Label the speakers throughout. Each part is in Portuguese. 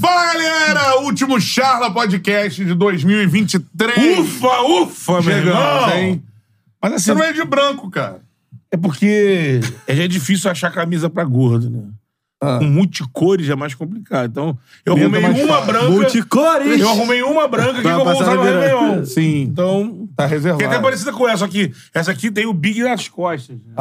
Speaker 1: Fala galera, último Charla Podcast de 2023.
Speaker 2: Ufa, ufa, meu irmão.
Speaker 1: Chegamos, hein?
Speaker 2: Mas assim,
Speaker 1: Você não é de branco, cara.
Speaker 2: é porque é já difícil achar camisa pra gordo, né? Com multicores é mais complicado. Então, eu
Speaker 1: Medo
Speaker 2: arrumei
Speaker 1: Ah. mais
Speaker 2: uma
Speaker 1: fácil.
Speaker 2: branca.
Speaker 3: Multicores!
Speaker 2: Eu arrumei uma branca aqui que
Speaker 1: Dá
Speaker 2: eu
Speaker 1: uma
Speaker 2: vou usar no
Speaker 1: passada
Speaker 2: Réveillon.
Speaker 1: virada. Tá, Sim.
Speaker 2: Então,
Speaker 1: Tá reservado.
Speaker 2: tem até parecida com essa aqui. Essa aqui tem o Big nas costas. né?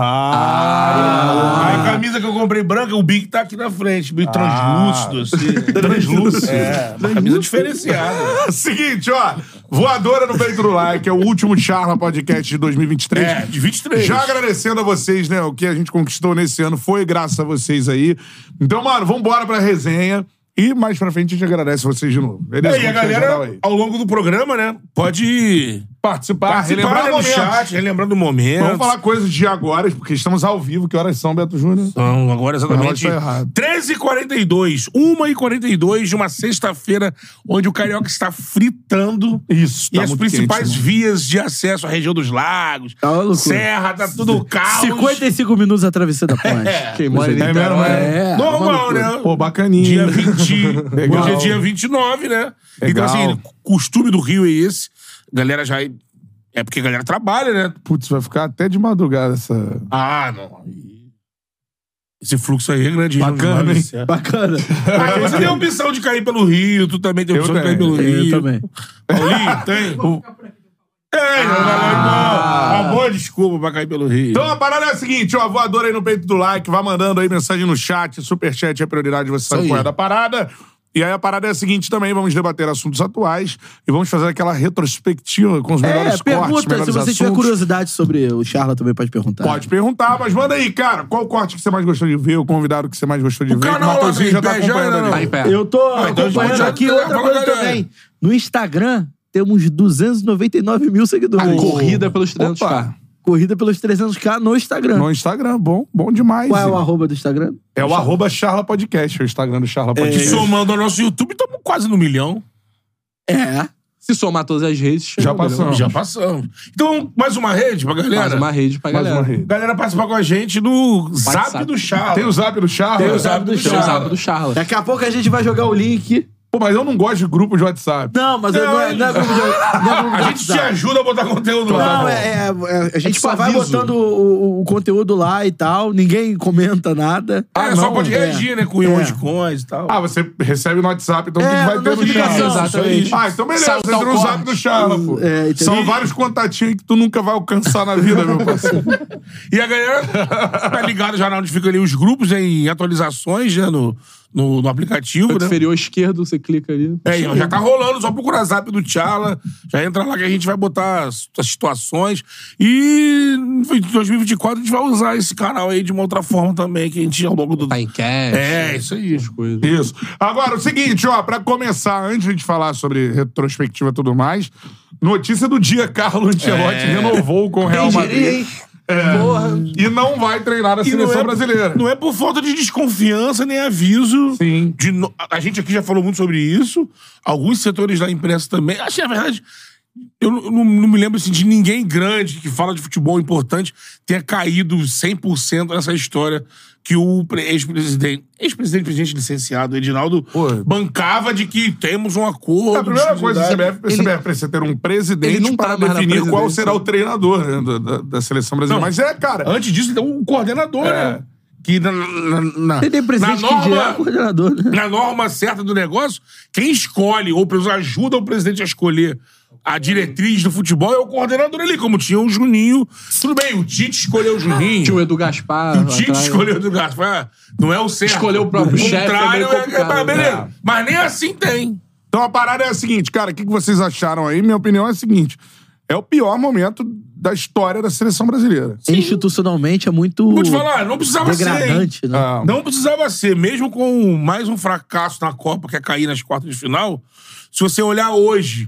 Speaker 1: Ah,
Speaker 2: Aí a camisa que eu comprei branca, o Big tá aqui na frente. Meio translúcido, assim. né?
Speaker 3: Translúcido.
Speaker 2: É, uma camisa diferenciada.
Speaker 1: Seguinte, ó. Voadora no peito do like, é o último Charla Podcast de 2023.
Speaker 2: É, de 23.
Speaker 1: Já agradecendo a vocês, né? O que a gente conquistou nesse ano foi graças a vocês aí. Então, mano, vambora pra resenha. E mais pra frente a gente agradece vocês de novo. Beleza?
Speaker 2: E a
Speaker 1: Vamos chegar lá
Speaker 2: galera,
Speaker 1: aí.
Speaker 2: ao longo do programa, né, pode
Speaker 1: participar, relembrar
Speaker 2: participar né, do
Speaker 1: momentos.
Speaker 2: chat, relembrando o momento.
Speaker 1: Vamos falar coisas de agora, porque estamos ao vivo. Que horas são, Beto Júnior?
Speaker 2: Então, agora
Speaker 1: relógio
Speaker 2: exatamente
Speaker 1: tá errado.
Speaker 2: 13h42, 1h42 de uma sexta-feira, onde o Carioca está fritando.
Speaker 1: Isso,
Speaker 2: e
Speaker 1: tá
Speaker 2: as
Speaker 1: muito
Speaker 2: principais
Speaker 1: quente, né?
Speaker 2: vias de acesso à região dos lagos,
Speaker 3: Tá uma loucura.
Speaker 2: serra, tá tudo caos.
Speaker 3: 55 minutos atravessando a ponte. Quem mora em
Speaker 1: É mesmo,
Speaker 3: Niterói.
Speaker 1: é?
Speaker 3: é.
Speaker 2: Normal, né?
Speaker 1: Pô,
Speaker 2: Dia
Speaker 1: bacaninha.
Speaker 2: 20.
Speaker 1: Legal.
Speaker 2: Hoje é dia 29, né? Então,
Speaker 1: Legal.
Speaker 2: assim, costume do Rio é esse. Galera já. É porque a galera trabalha, né?
Speaker 1: Putz, vai ficar até de madrugada essa.
Speaker 2: Ah, não. Esse fluxo aí é grande.
Speaker 1: Bacana,
Speaker 2: não,
Speaker 1: hein?
Speaker 2: isso é-
Speaker 3: Bacana.
Speaker 2: Ah, você tem a opção de cair pelo Rio, tu também tem a
Speaker 1: Eu
Speaker 2: opção de cair
Speaker 1: tenho.
Speaker 2: pelo Rio.
Speaker 3: Eu também.
Speaker 2: Paulinho, tem? Tem, meu galera, irmão. Uma boa desculpa pra cair pelo Rio.
Speaker 1: Tá Então a parada é a seguinte, ó, voador aí no peito do like, vai mandando aí mensagem no chat, superchat é prioridade, você sabe
Speaker 2: aí.
Speaker 1: qual é da parada. E aí a parada é a seguinte também, vamos debater assuntos atuais e vamos fazer aquela retrospectiva com os melhores
Speaker 3: É,
Speaker 1: cortes, melhores
Speaker 3: pergunta. Se você
Speaker 1: assuntos.
Speaker 3: tiver curiosidade sobre o Charla, também pode perguntar.
Speaker 1: Pode perguntar, mas manda aí, cara, qual corte que você mais gostou de ver, o convidado que você mais gostou de
Speaker 2: O
Speaker 1: ver, que
Speaker 2: canal lá tá em
Speaker 1: Mateuzinho já tá
Speaker 2: pé, já,
Speaker 1: acompanhando
Speaker 2: não, não.
Speaker 1: ali.
Speaker 2: Tá em pé.
Speaker 3: Eu tô
Speaker 2: Ah, então
Speaker 3: acompanhando
Speaker 2: já-
Speaker 3: aqui
Speaker 2: já-
Speaker 3: outra
Speaker 2: fala,
Speaker 3: coisa
Speaker 2: galera.
Speaker 3: também. No Instagram, temos 299 mil seguidores.
Speaker 4: Corrida pelos 300
Speaker 1: Opa.
Speaker 4: k
Speaker 3: Corrida pelos 300k no Instagram.
Speaker 1: No Instagram, bom, bom demais.
Speaker 3: Qual é o
Speaker 1: hein?
Speaker 3: arroba do Instagram?
Speaker 1: É o arroba Charla Podcast, é o Instagram do Charla Podcast.
Speaker 2: Somando ao nosso YouTube, estamos quase no milhão.
Speaker 3: É.
Speaker 4: Se somar todas as redes, chega
Speaker 1: Já
Speaker 4: ao milhão.
Speaker 1: passamos.
Speaker 2: Já passamos. Então, mais uma rede pra galera.
Speaker 4: Mais uma rede pra
Speaker 1: Mais uma
Speaker 4: galera.
Speaker 1: rede.
Speaker 2: Galera participa com a gente no Zap
Speaker 4: WhatsApp.
Speaker 2: do Charla.
Speaker 1: Tem o zap do Charla?
Speaker 2: Tem o zap do
Speaker 4: Tem o
Speaker 2: Charla.
Speaker 4: zap do Charla.
Speaker 3: Daqui a pouco a gente vai jogar o link.
Speaker 1: Pô, mas eu não gosto de grupo de WhatsApp.
Speaker 3: Não, mas eu-
Speaker 2: Não,
Speaker 3: não, é, não é grupo de- não é grupo de
Speaker 2: A gente te
Speaker 3: WhatsApp.
Speaker 2: ajuda a botar conteúdo lá.
Speaker 3: Não, é, é- é- a gente
Speaker 2: te
Speaker 3: só vai
Speaker 2: avisa.
Speaker 3: botando o, o- o conteúdo lá e tal, ninguém comenta nada.
Speaker 2: É, só
Speaker 3: não,
Speaker 2: pode
Speaker 3: é.
Speaker 2: reagir, né? Com
Speaker 3: É.
Speaker 2: imãos de coins e tal.
Speaker 1: Ah, você recebe no WhatsApp, então
Speaker 3: É,
Speaker 1: vai ter no
Speaker 3: notificação,
Speaker 1: Charla.
Speaker 4: exatamente.
Speaker 1: Ah, então beleza,
Speaker 4: Saltar
Speaker 1: entra
Speaker 4: o
Speaker 1: no zap
Speaker 4: corte.
Speaker 1: do Charla, pô.
Speaker 3: É, entendeu?
Speaker 1: São vários contatinhos que tu nunca vai alcançar na vida, meu parceiro.
Speaker 2: E a galera tá ligada já na onde fica ali os grupos né, em atualizações né, no, no, no aplicativo,
Speaker 4: Canto
Speaker 2: né?
Speaker 4: inferior esquerdo, você clica ali.
Speaker 2: É, e já tá rolando, só procura zap do Tchala, já entra lá que a gente vai botar as, as situações. E em 2024 a gente vai usar esse canal aí de uma outra forma também, que a gente ao longo do.
Speaker 4: Tá em cash.
Speaker 2: É, isso aí.
Speaker 4: essas coisas.
Speaker 1: Isso. Agora, o seguinte, ó, pra começar, antes de falar sobre retrospectiva e tudo mais, notícia do dia, Carlo Ancelotti
Speaker 4: É.
Speaker 1: renovou com o Real
Speaker 3: Quem diria,
Speaker 1: Madrid.
Speaker 3: hein?
Speaker 1: É. E não vai treinar a
Speaker 2: E
Speaker 1: seleção
Speaker 2: é-
Speaker 1: brasileira.
Speaker 2: Não é por falta de desconfiança nem aviso.
Speaker 1: Sim.
Speaker 2: de no- a- A gente aqui já falou muito sobre isso. Alguns setores da imprensa também. Acho que, na verdade, eu não, não- não me lembro assim, de ninguém grande que fala de futebol importante ter caído 100% nessa história que o pre- ex-presidente, ex-presidente, presidente licenciado, Edinaldo,
Speaker 1: Pô.
Speaker 2: bancava de que temos um acordo.
Speaker 1: É a primeira
Speaker 2: de
Speaker 1: coisa que
Speaker 2: exclusividade.
Speaker 1: o CBF, ele, CBF precisa ter um presidente
Speaker 4: ele não tá
Speaker 1: para
Speaker 4: mais na
Speaker 1: definir qual
Speaker 4: presidência.
Speaker 1: será o treinador né, da, da- da seleção
Speaker 2: Não.
Speaker 1: brasileira. Mas é, cara.
Speaker 2: Antes disso, então, o coordenador,
Speaker 1: é,
Speaker 2: né? que na, na, na,
Speaker 4: é
Speaker 3: Tem
Speaker 2: na
Speaker 3: presidente que dirá o
Speaker 2: norma,
Speaker 3: coordenador, né?
Speaker 2: na norma certa do negócio, quem escolhe, ou pelo menos ajuda o presidente a escolher a diretriz do futebol é o coordenador ali, como tinha o Juninho. Tudo bem, o Tite escolheu o Juninho.
Speaker 4: Tinha o Edu Gaspar.
Speaker 2: O Tite
Speaker 4: atrás. né?
Speaker 2: escolheu o Edu Gaspar. Não é o certo.
Speaker 4: Escolheu o próprio chefe, é
Speaker 2: contrário,
Speaker 4: meio complicado,
Speaker 2: mas beleza.
Speaker 4: né?
Speaker 2: Mas nem assim tem.
Speaker 5: Então a parada é a seguinte, cara, o que que vocês acharam aí? Minha opinião é a seguinte: é o pior momento da história da seleção brasileira.
Speaker 3: Institucionalmente é muito
Speaker 2: Vou te falar, não precisava
Speaker 3: degradante,
Speaker 2: ser. hein?
Speaker 3: né?
Speaker 5: Ah,
Speaker 2: Não precisava ser. Mesmo com mais um fracasso na Copa, que é cair nas quartas de final, se você olhar hoje,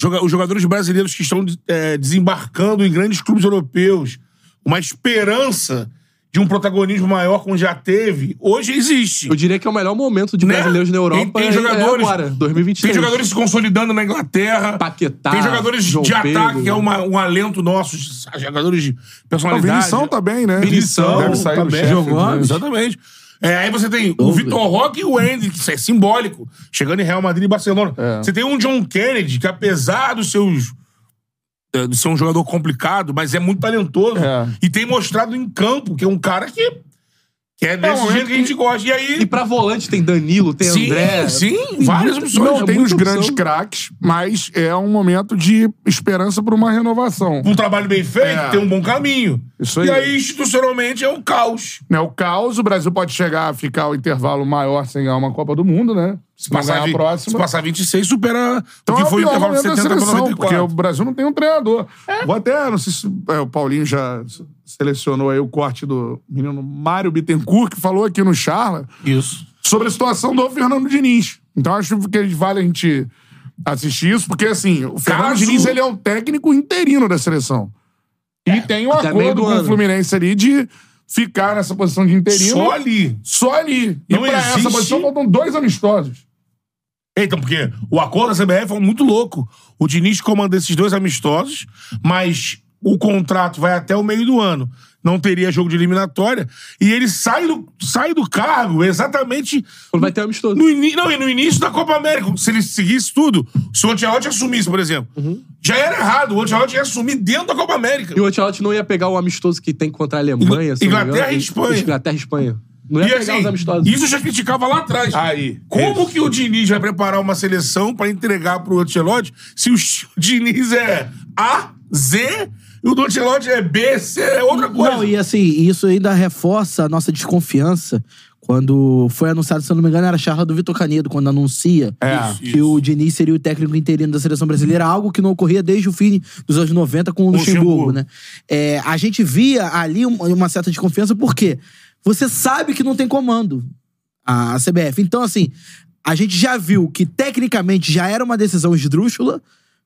Speaker 2: joga- os jogadores brasileiros que estão é, desembarcando em grandes clubes europeus, uma esperança de um protagonismo maior como já teve, hoje existe.
Speaker 4: Eu diria que é o melhor momento de
Speaker 2: Né?
Speaker 4: brasileiros na
Speaker 2: Tem-
Speaker 4: Europa.
Speaker 2: tem
Speaker 4: é-
Speaker 2: jogadores-
Speaker 4: é agora, 2023.
Speaker 2: Tem jogadores se consolidando na Inglaterra.
Speaker 4: Paquetá,
Speaker 2: Tem jogadores
Speaker 4: João
Speaker 2: de
Speaker 4: Pedro. né?
Speaker 2: ataque, que é uma- um alento nosso. Jogadores de
Speaker 5: O
Speaker 2: personalidade.
Speaker 5: Vinição tá bem, né?
Speaker 2: Vinição
Speaker 5: Deve
Speaker 4: tá
Speaker 5: sair do
Speaker 2: também.
Speaker 5: Sheffield,
Speaker 3: Jogou,
Speaker 5: né?
Speaker 3: bicho.
Speaker 2: Exatamente. É, aí você tem o
Speaker 3: Douglas.
Speaker 2: Vitor Roque e o Andy, que isso é simbólico, chegando em Real Madrid e Barcelona.
Speaker 4: É.
Speaker 2: Você tem um John Kennedy, que apesar dos seus. é, de ser um jogador complicado, mas é muito talentoso.
Speaker 5: É.
Speaker 2: E tem mostrado em campo, que é um cara que. que é desse
Speaker 5: um
Speaker 2: jeito que a gente gosta. E aí.
Speaker 4: E pra volante tem Danilo, tem
Speaker 2: sim,
Speaker 4: André.
Speaker 2: sim, várias
Speaker 4: muita-
Speaker 2: opções.
Speaker 5: Não tem os
Speaker 4: muita
Speaker 5: grandes
Speaker 4: opção.
Speaker 5: craques, mas é um momento de esperança para uma renovação.
Speaker 2: um trabalho bem feito,
Speaker 5: É.
Speaker 2: tem um bom caminho.
Speaker 5: Isso aí.
Speaker 2: E aí, institucionalmente, é um caos.
Speaker 5: Né, o caos, o Brasil pode chegar a ficar o intervalo maior sem ganhar uma Copa do Mundo, né? Se não ganhar a
Speaker 2: vi- se
Speaker 5: próxima.
Speaker 2: passar 26, supera
Speaker 5: Então
Speaker 2: o que
Speaker 5: é o
Speaker 2: foi o
Speaker 5: pior
Speaker 2: intervalo de
Speaker 5: momento da
Speaker 2: 70 para
Speaker 5: seleção, porque o
Speaker 2: 94.
Speaker 5: Brasil não tem um treinador. Vou até, não sei se é, o Paulinho já se- selecionou aí o corte do menino Mário Bittencourt, que falou aqui no Charla,
Speaker 2: Isso.
Speaker 5: sobre a situação do Fernando Diniz. Então acho que vale a gente assistir isso, porque assim, o Fernando
Speaker 2: Caso-
Speaker 5: Diniz ele é o técnico interino da seleção.
Speaker 2: É,
Speaker 5: E tem um
Speaker 2: tá
Speaker 4: até meio
Speaker 5: acordo
Speaker 4: do
Speaker 5: com o
Speaker 4: ano.
Speaker 5: Fluminense ali de ficar nessa posição de interino.
Speaker 2: Só ali.
Speaker 5: Só ali. E
Speaker 2: Não
Speaker 5: pra essa
Speaker 2: existe-
Speaker 5: posição faltam dois amistosos.
Speaker 2: Então, porque o acordo da CBF foi é muito louco. O Diniz comanda esses dois amistosos, mas o contrato vai até o meio do ano. Não teria jogo de eliminatória. E ele sai do, sai do cargo exatamente
Speaker 4: Quando vai ter amistoso.
Speaker 2: No ini- não, e no início da Copa América, se ele seguisse tudo, se o Ancelotti assumisse, por exemplo,
Speaker 4: Uhum.
Speaker 2: já era errado. O Ancelotti ia assumir dentro da Copa América.
Speaker 4: E o Ancelotti não ia pegar o amistoso que tem contra a Alemanha. se não me engano.
Speaker 2: Inglaterra e Espanha.
Speaker 4: Inglaterra e Espanha. Não ia
Speaker 2: E,
Speaker 4: pegar
Speaker 2: assim,
Speaker 4: os amistosos.
Speaker 2: isso eu já criticava lá atrás.
Speaker 5: Aí,
Speaker 2: Como que o Diniz vai preparar uma seleção pra entregar pro Ancelotti se o Diniz é A, Z e o do Ancelotti é B, C, é outra coisa?
Speaker 3: Não, e assim, isso ainda reforça a nossa desconfiança quando foi anunciado, se eu não me engano, era a charla do Vitor Canedo, quando anuncia
Speaker 2: É.
Speaker 3: que
Speaker 2: Isso.
Speaker 3: o Diniz seria o técnico interino da seleção brasileira, algo que não ocorria desde o fim dos anos 90 com o Luxemburgo,
Speaker 2: Luxemburgo.
Speaker 3: né? É, a gente via ali uma, uma certa desconfiança, porque você sabe que não tem comando a CBF. Então, assim, a gente já viu que tecnicamente já era uma decisão esdrúxula,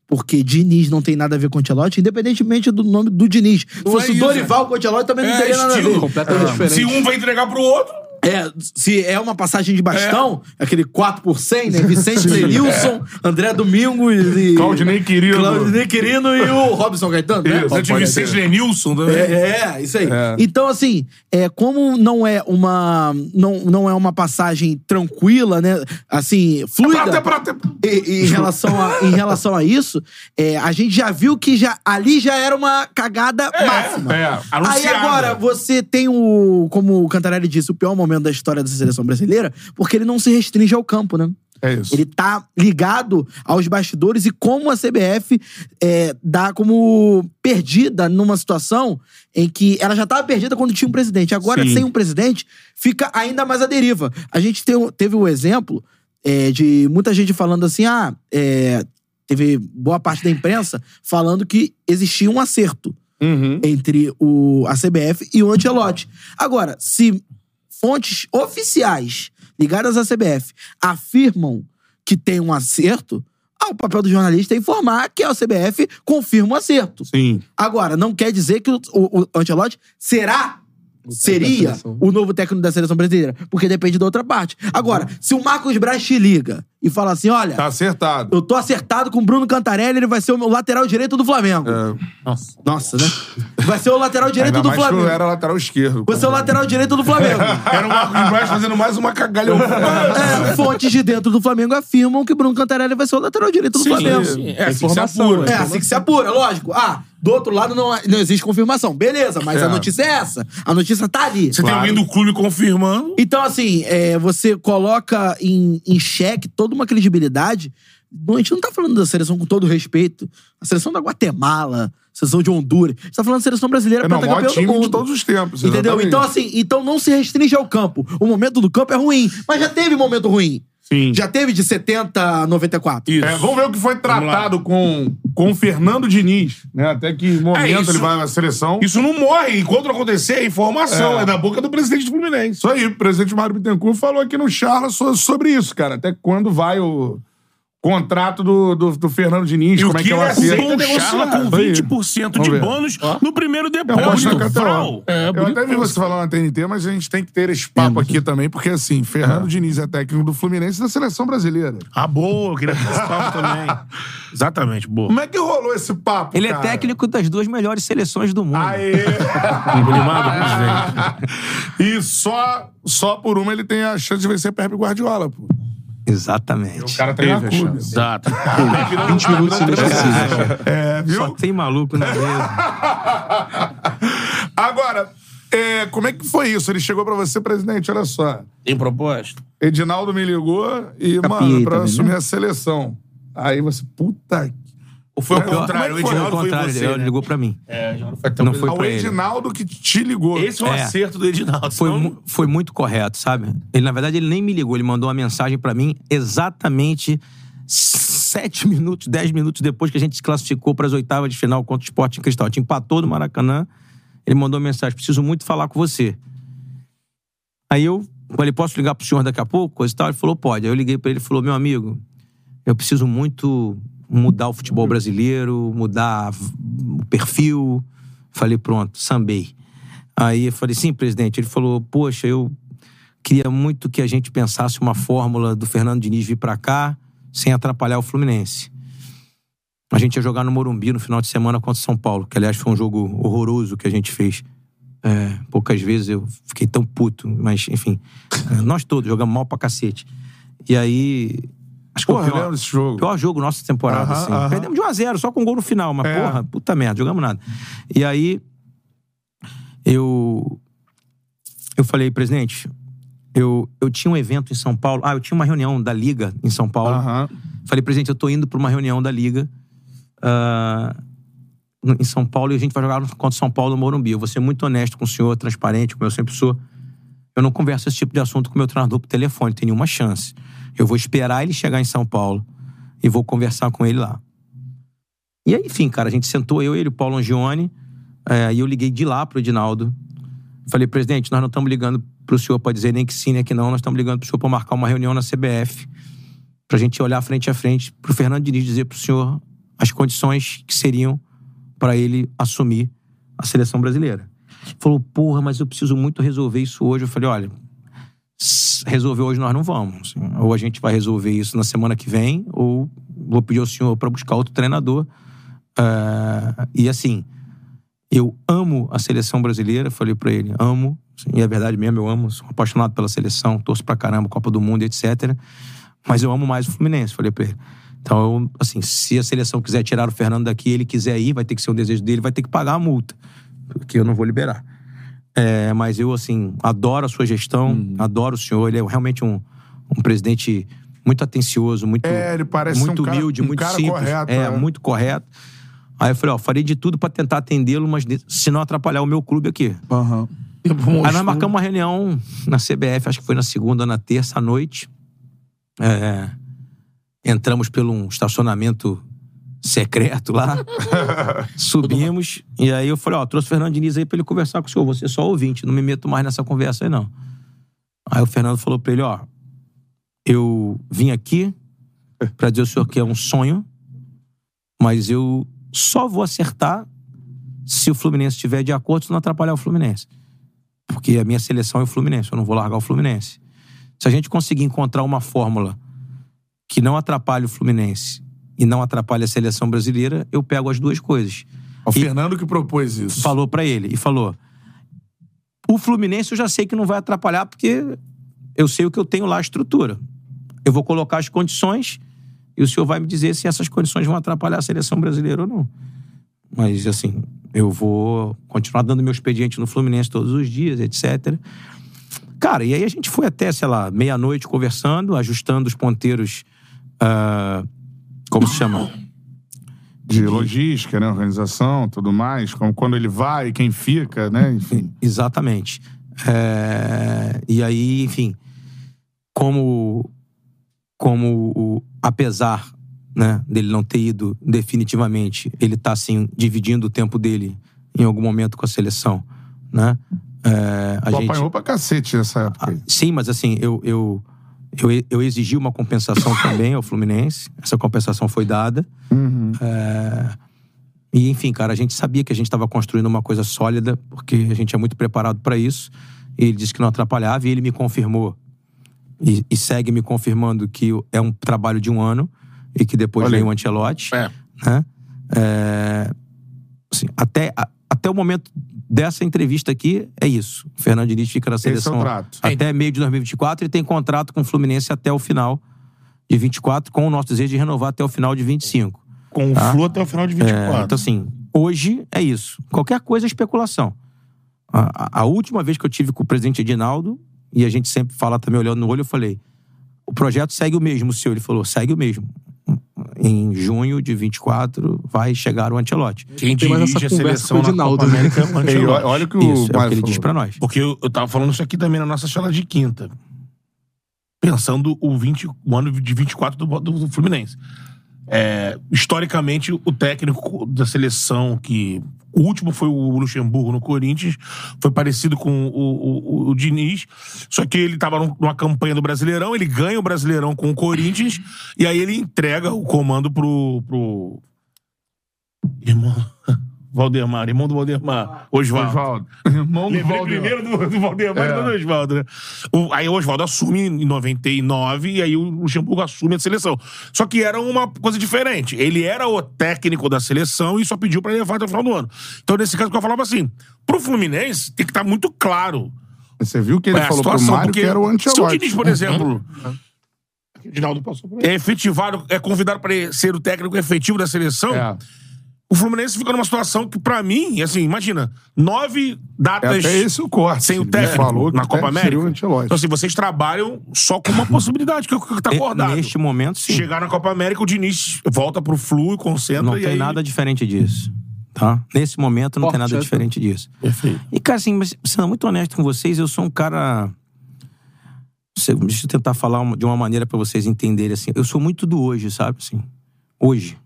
Speaker 3: porque Diniz não tem nada a ver com o Ancelotti, independentemente do nome do Diniz. Se
Speaker 2: Não
Speaker 3: fosse
Speaker 2: é isso,
Speaker 3: Dorival com o Ancelotti, também não
Speaker 2: É,
Speaker 3: teria nada a
Speaker 2: estilo.
Speaker 3: ver.
Speaker 4: Completamente
Speaker 3: É.
Speaker 4: diferente.
Speaker 2: se um vai entregar pro outro, É.
Speaker 3: É, se é uma passagem de bastão, aquele 4 por 100, né? Vicente Lenilson, André Domingos e...
Speaker 5: Claudinei Quirino.
Speaker 3: Claudinei Quirino e o Robson Gaetano, né?
Speaker 2: eu tive Vicente Lenilson também.
Speaker 3: É, é, isso aí. Então, assim, é, como não é uma não, não é uma passagem tranquila, né? Assim, fluida.
Speaker 2: Até É pra, até pra-
Speaker 3: E- e em, relação a, em relação a isso, é, a gente já viu que já, ali já era uma cagada máxima.
Speaker 2: é,
Speaker 3: Aí
Speaker 2: anunciada.
Speaker 3: agora você tem o, como o Cantarelli disse, o pior momento da história da seleção brasileira, porque ele não se restringe ao campo, né?
Speaker 5: É isso.
Speaker 3: Ele tá ligado aos bastidores e como a CBF é, dá como perdida numa situação em que ela já estava perdida quando tinha um presidente. Agora, sem um presidente, fica ainda mais à deriva. A gente tem- um, teve o exemplo é, de muita gente falando assim: ah, é, teve boa parte da imprensa falando que existia um acerto entre o, a CBF e o Ancelotti. Agora, se fontes oficiais ligadas à CBF afirmam que tem um acerto, ah, o papel do jornalista é informar que a CBF confirma o acerto.
Speaker 5: Sim.
Speaker 3: Agora, não quer dizer que o, o, o Ancelotti será.
Speaker 4: da
Speaker 3: Seria
Speaker 4: seleção.
Speaker 3: o novo técnico da seleção brasileira, porque depende da outra parte. Agora, se o Marcos Braz te liga e fala assim: olha,
Speaker 5: Uhum. Tá acertado.
Speaker 3: eu tô acertado com o Bruno Cantarelli, ele vai ser o meu lateral direito do Flamengo.
Speaker 5: Nossa.
Speaker 3: Nossa, né? Vai ser é o lateral direito
Speaker 5: É. Ainda
Speaker 3: do
Speaker 5: mais que
Speaker 3: Flamengo.
Speaker 5: eu era lateral esquerdo. um
Speaker 3: Você é o lateral direito do Flamengo.
Speaker 2: Era o Marcos Braz fazendo mais uma cagalhão.
Speaker 3: É, fontes de dentro do Flamengo afirmam que Bruno Cantarelli vai ser o lateral direito do Flamengo.
Speaker 2: É, assim que se apura.
Speaker 3: É, assim que se apura, lógico. Ah, Do outro lado, não, não existe confirmação. Beleza, mas
Speaker 2: É.
Speaker 3: a notícia é essa. A notícia tá ali.
Speaker 2: Você tem alguém do clube confirmando.
Speaker 3: Então, assim, é, você coloca em, em xeque toda uma credibilidade. Não, a gente não tá falando da seleção com todo respeito. A seleção da Guatemala, a seleção de Honduras. A gente tá falando da seleção brasileira
Speaker 5: É, não, o maior
Speaker 3: pentacampeão do
Speaker 5: time
Speaker 3: mundo.
Speaker 5: de todos os tempos.
Speaker 3: Entendeu?
Speaker 5: exatamente.
Speaker 3: Então, assim, então não se restringe ao campo. O momento do campo é ruim. Mas já teve momento ruim.
Speaker 2: Sim.
Speaker 3: Já teve de 70 a 94.
Speaker 2: Isso.
Speaker 5: É, vamos ver o que foi tratado com, com o Fernando Diniz, né? Até que momento
Speaker 2: É, isso-
Speaker 5: ele vai na seleção. Isso,
Speaker 2: Isso não morre. Enquanto não acontecer, é informação.
Speaker 5: É.
Speaker 2: É. da boca do presidente do Fluminense.
Speaker 5: aí, o presidente Mário Bittencourt falou aqui no Charla so- sobre isso, cara. Até quando vai o contrato do, do, do Fernando Diniz,
Speaker 2: E
Speaker 5: como
Speaker 2: o
Speaker 5: é que é o
Speaker 2: Killer
Speaker 5: acerto.
Speaker 2: aceitou o Charla com
Speaker 5: Foi.
Speaker 6: 20%
Speaker 5: Vamos
Speaker 6: de
Speaker 5: ver.
Speaker 6: bônus no primeiro
Speaker 5: Eu gosto
Speaker 6: depósito.
Speaker 5: da KTO.
Speaker 6: Frau.
Speaker 5: Eu até vi você falar na TNT, mas a gente tem que ter esse papo aqui também, porque assim, Fernando Diniz é técnico do Fluminense e da seleção brasileira.
Speaker 2: Ah, boa. Eu queria ter esse papo também. Exatamente, boa.
Speaker 5: Como é que rolou esse papo?
Speaker 6: Ele é
Speaker 5: cara?
Speaker 6: técnico das duas melhores seleções do mundo.
Speaker 5: Aê!
Speaker 2: Animado, presidente.
Speaker 5: e só, só por uma ele tem a chance de vencer Pepe Guardiola, pô.
Speaker 6: Exatamente.
Speaker 5: O cara
Speaker 2: tá
Speaker 5: tem a
Speaker 2: Teve a
Speaker 5: clube.
Speaker 2: chance. Exato.
Speaker 4: 20 minutos inesquecíveis.
Speaker 5: Ah, É, viu?
Speaker 6: Só tem maluco na mesa.
Speaker 5: Agora, é, como é que foi isso? Ele chegou pra você, presidente, olha só.
Speaker 2: Tem proposta?
Speaker 5: Edinaldo me ligou e, mano,
Speaker 3: Capiei
Speaker 5: pra
Speaker 3: também,
Speaker 5: assumir
Speaker 3: né?
Speaker 5: a seleção. Aí você, puta... que-
Speaker 2: Ou foi o
Speaker 5: Como é que
Speaker 2: contrário? O
Speaker 5: foi?
Speaker 2: Edinaldo
Speaker 6: Ao
Speaker 2: foi
Speaker 6: contrário,
Speaker 2: você,
Speaker 6: ele
Speaker 2: né?
Speaker 6: ligou pra mim.
Speaker 2: É, já não
Speaker 6: Não foi
Speaker 5: Ah, o
Speaker 6: pra ele.
Speaker 5: Edinaldo que te ligou.
Speaker 2: Esse é um
Speaker 6: É.
Speaker 2: acerto do Edinaldo.
Speaker 6: Foi,
Speaker 2: senão-
Speaker 6: mu- foi muito correto, sabe? Ele, na verdade, ele nem me ligou, ele mandou uma mensagem pra mim exatamente sete minutos, dez minutos depois que a gente se classificou para as oitavas de final contra o Sport em Cristal. A gente empatou no Maracanã. Ele mandou uma mensagem: preciso muito falar com você. Aí eu falei: posso ligar pro senhor daqui a pouco? Coisa e tal. Ele falou: pode. Aí eu liguei pra ele e falou: meu amigo, eu preciso muito mudar o futebol brasileiro, mudar o perfil. Falei, pronto, sambei. Aí eu falei, sim, presidente. Ele falou, poxa, eu queria muito que a gente pensasse uma fórmula do Fernando Diniz vir pra cá sem atrapalhar o Fluminense. A gente ia jogar no Morumbi no final de semana contra o São Paulo, que aliás foi um jogo horroroso que a gente fez. É, poucas vezes eu fiquei tão puto, mas enfim, é, nós todos jogamos mal pra cacete. E aí. Acho que o
Speaker 5: Porra, eu
Speaker 6: pior-
Speaker 5: lembro desse jogo.
Speaker 6: Pior jogo nossa temporada,
Speaker 5: Aham,
Speaker 6: assim.
Speaker 5: aham.
Speaker 6: Perdemos de 1x0, só com um gol no final, mas
Speaker 5: É.
Speaker 6: porra, puta merda, jogamos nada. E aí, eu. Eu falei, presidente, eu, eu tinha um evento em São Paulo. Ah, eu tinha uma reunião da Liga em São Paulo.
Speaker 5: Aham.
Speaker 6: Falei, presidente, eu tô indo pra uma reunião da Liga ah, no- em São Paulo e a gente vai jogar contra o São Paulo no Morumbi. Eu vou ser muito honesto com o senhor, transparente, como eu sempre sou. Eu não converso esse tipo de assunto com o meu treinador por telefone, tem nenhuma chance. Eu vou esperar ele chegar em São Paulo e vou conversar com ele lá. E aí, enfim, cara, a gente sentou, eu, ele, o Paulo Angione, eh, e eu liguei de lá pro Edinaldo. Falei, presidente, nós não estamos ligando pro senhor pra dizer nem que sim, nem que não, nós estamos ligando pro senhor pra marcar uma reunião na CBF pra gente olhar frente a frente, pro Fernando Diniz dizer pro senhor as condições que seriam pra ele assumir a seleção brasileira. Ele Falou, porra, mas eu preciso muito resolver isso hoje. Eu falei, olha, s- resolver hoje nós não vamos. assim. Ou a gente vai resolver isso na semana que vem, ou vou pedir ao senhor pra buscar outro treinador. Ah, e assim, eu amo a seleção brasileira, falei pra ele, amo, assim, e é verdade mesmo, eu amo, sou apaixonado pela seleção, torço pra caramba, Copa do Mundo, etc. Mas eu amo mais o Fluminense, falei pra ele. Então, eu, assim, se a seleção quiser tirar o Fernando daqui, ele quiser ir, vai ter que ser um desejo dele, vai ter que pagar a multa, porque eu não vou liberar. É, mas eu, assim, adoro a sua gestão,
Speaker 5: Uhum.
Speaker 6: adoro o senhor, ele é realmente um, um presidente muito atencioso, muito
Speaker 5: É, ele parece ser um
Speaker 6: muito
Speaker 5: cara-
Speaker 6: humilde,
Speaker 5: um
Speaker 6: muito
Speaker 5: cara
Speaker 6: simples.
Speaker 5: correto,
Speaker 6: é,
Speaker 5: é.
Speaker 6: muito correto. Aí eu falei, ó, farei de tudo pra tentar atendê-lo, mas de- se não atrapalhar o meu clube aqui.
Speaker 5: Aham.
Speaker 6: Aí nós marcamos uma reunião na CBF, acho que foi na segunda, na terça à noite. É, entramos pelo um estacionamento secreto lá, subimos, e aí eu falei, ó, trouxe o Fernando Diniz aí pra ele conversar com o senhor, você é só ouvinte, não me meto mais nessa conversa aí não. Aí o Fernando falou pra ele, ó, eu vim aqui pra dizer ao senhor que é um sonho, mas eu só vou acertar se o Fluminense estiver de acordo, se não atrapalhar o Fluminense porque a minha seleção é o Fluminense, eu não vou largar o Fluminense. Se a gente conseguir encontrar uma fórmula que não atrapalhe o Fluminense e não atrapalhe a seleção brasileira, eu pego as duas coisas.
Speaker 5: O
Speaker 6: E-
Speaker 5: Fernando que propôs isso.
Speaker 6: Falou pra ele e falou: "O Fluminense eu já sei que não vai atrapalhar porque eu sei o que eu tenho lá a estrutura. Eu vou colocar as condições e o senhor vai me dizer se essas condições vão atrapalhar a seleção brasileira ou não." Mas, assim, eu vou continuar dando meu expediente no Fluminense todos os dias, etc. Cara, e aí a gente foi até, sei lá, meia-noite conversando, ajustando os ponteiros. ah, como se chama?
Speaker 5: De logística, né? Organização, tudo mais. Como quando ele vai, quem fica, né? Enfim.
Speaker 6: Exatamente. É, E aí, enfim, como, como o- apesar né, dele não ter ido definitivamente, ele está assim, dividindo o tempo dele em algum momento com a seleção, né? É, a
Speaker 5: Tu
Speaker 6: gente...
Speaker 5: apanhou pra cacete nessa época aí.
Speaker 6: Sim, mas assim, eu, eu, eu, eu exigi uma compensação também ao Fluminense. Essa compensação foi dada.
Speaker 5: Uhum.
Speaker 6: É, E, enfim, cara, a gente sabia que a gente estava construindo uma coisa sólida, porque a gente é muito preparado para isso. E ele disse que não atrapalhava, e ele me confirmou. E, e segue me confirmando que é um trabalho de um ano e que depois
Speaker 2: Olha aí.
Speaker 6: vem o Antelote
Speaker 2: É.
Speaker 6: né? É, assim, até, a- até o momento dessa entrevista aqui, é isso. O Fernando Diniz fica na
Speaker 2: é
Speaker 6: seleção
Speaker 5: o trato.
Speaker 6: até meio de 2024 e tem contrato com o Fluminense até o final de 24, com o nosso desejo de renovar até o final de 25.
Speaker 2: Com o Flu até o final de
Speaker 6: É,
Speaker 2: 24.
Speaker 6: então, assim, hoje é isso. Qualquer coisa é especulação. A, a- a última vez que eu tive com o presidente Edinaldo, e a gente sempre fala também olhando no olho, eu falei: o projeto segue o mesmo, seu. Ele falou: segue o mesmo. Em junho de 24 vai chegar o Antelote.
Speaker 2: Quem
Speaker 4: Tem mais
Speaker 2: dirige
Speaker 4: essa
Speaker 2: a
Speaker 4: conversa
Speaker 2: seleção
Speaker 4: com o
Speaker 2: na
Speaker 4: Dinaldo,
Speaker 2: Copa
Speaker 4: né?
Speaker 2: América é o
Speaker 5: E
Speaker 2: Ancelotti.
Speaker 5: olha olha o que o
Speaker 6: Isso, é o
Speaker 5: Mário
Speaker 6: que ele
Speaker 5: falou.
Speaker 6: diz pra nós.
Speaker 2: Porque eu, eu tava falando isso aqui também na nossa charla de quinta. Pensando o, 20, o ano de 24 do, do, do Fluminense. É, historicamente, o técnico da seleção que. O último foi o Luxemburgo no Corinthians, foi parecido com o, o, o Diniz, só que ele estava numa campanha do Brasileirão, ele ganha o Brasileirão com o Corinthians, e aí ele entrega o comando pro. pro irmão. Valdemar, irmão do Valdemar, Oswaldo.
Speaker 5: Oswaldo. Irmão do
Speaker 2: Lembrei
Speaker 5: Valdemar.
Speaker 2: primeiro do, do Valdemar
Speaker 5: É.
Speaker 2: e do Oswaldo, né? O- aí o Oswaldo assume em 99 e aí o Luxemburgo assume a seleção. Só que era uma coisa diferente. Ele era o técnico da seleção e só pediu pra levar até o final do ano. Então, nesse caso, que eu falava assim: pro Fluminense tem que estar muito claro
Speaker 5: Você viu que ele
Speaker 2: é, a
Speaker 5: falou
Speaker 2: situação,
Speaker 5: pro Mário
Speaker 2: porque
Speaker 5: que era o Uhum.
Speaker 2: Se o
Speaker 5: Ancelotti.
Speaker 2: Diniz, por
Speaker 7: Uhum.
Speaker 2: exemplo. O Dinaldo passou por aí. É efetivado, é convidado para ser o técnico efetivo da seleção
Speaker 5: É.
Speaker 2: o Fluminense fica numa situação que, pra mim, assim, imagina, nove
Speaker 5: É
Speaker 2: datas
Speaker 5: até esse o corte.
Speaker 2: sem o
Speaker 5: Ele
Speaker 2: técnico
Speaker 5: falou que
Speaker 2: na
Speaker 5: o
Speaker 2: Copa
Speaker 5: técnico
Speaker 2: América.
Speaker 5: seria o Ancelotti.
Speaker 2: Então, assim, vocês trabalham só com uma possibilidade, que é o que tá acordado.
Speaker 6: Neste momento, sim.
Speaker 2: Chegar na Copa América, o Diniz volta pro Flu e concentra.
Speaker 6: Não
Speaker 2: e
Speaker 6: tem
Speaker 2: aí...
Speaker 6: nada diferente disso. Tá? Nesse momento não
Speaker 4: Forte,
Speaker 6: tem nada
Speaker 4: né?
Speaker 6: diferente disso.
Speaker 2: é. Perfeito.
Speaker 6: E, cara, assim, mas sendo muito honesto com vocês, eu sou um cara. Se- Deixa eu tentar falar uma- de uma maneira pra vocês entenderem, assim. Eu sou muito do hoje, sabe? Assim, hoje.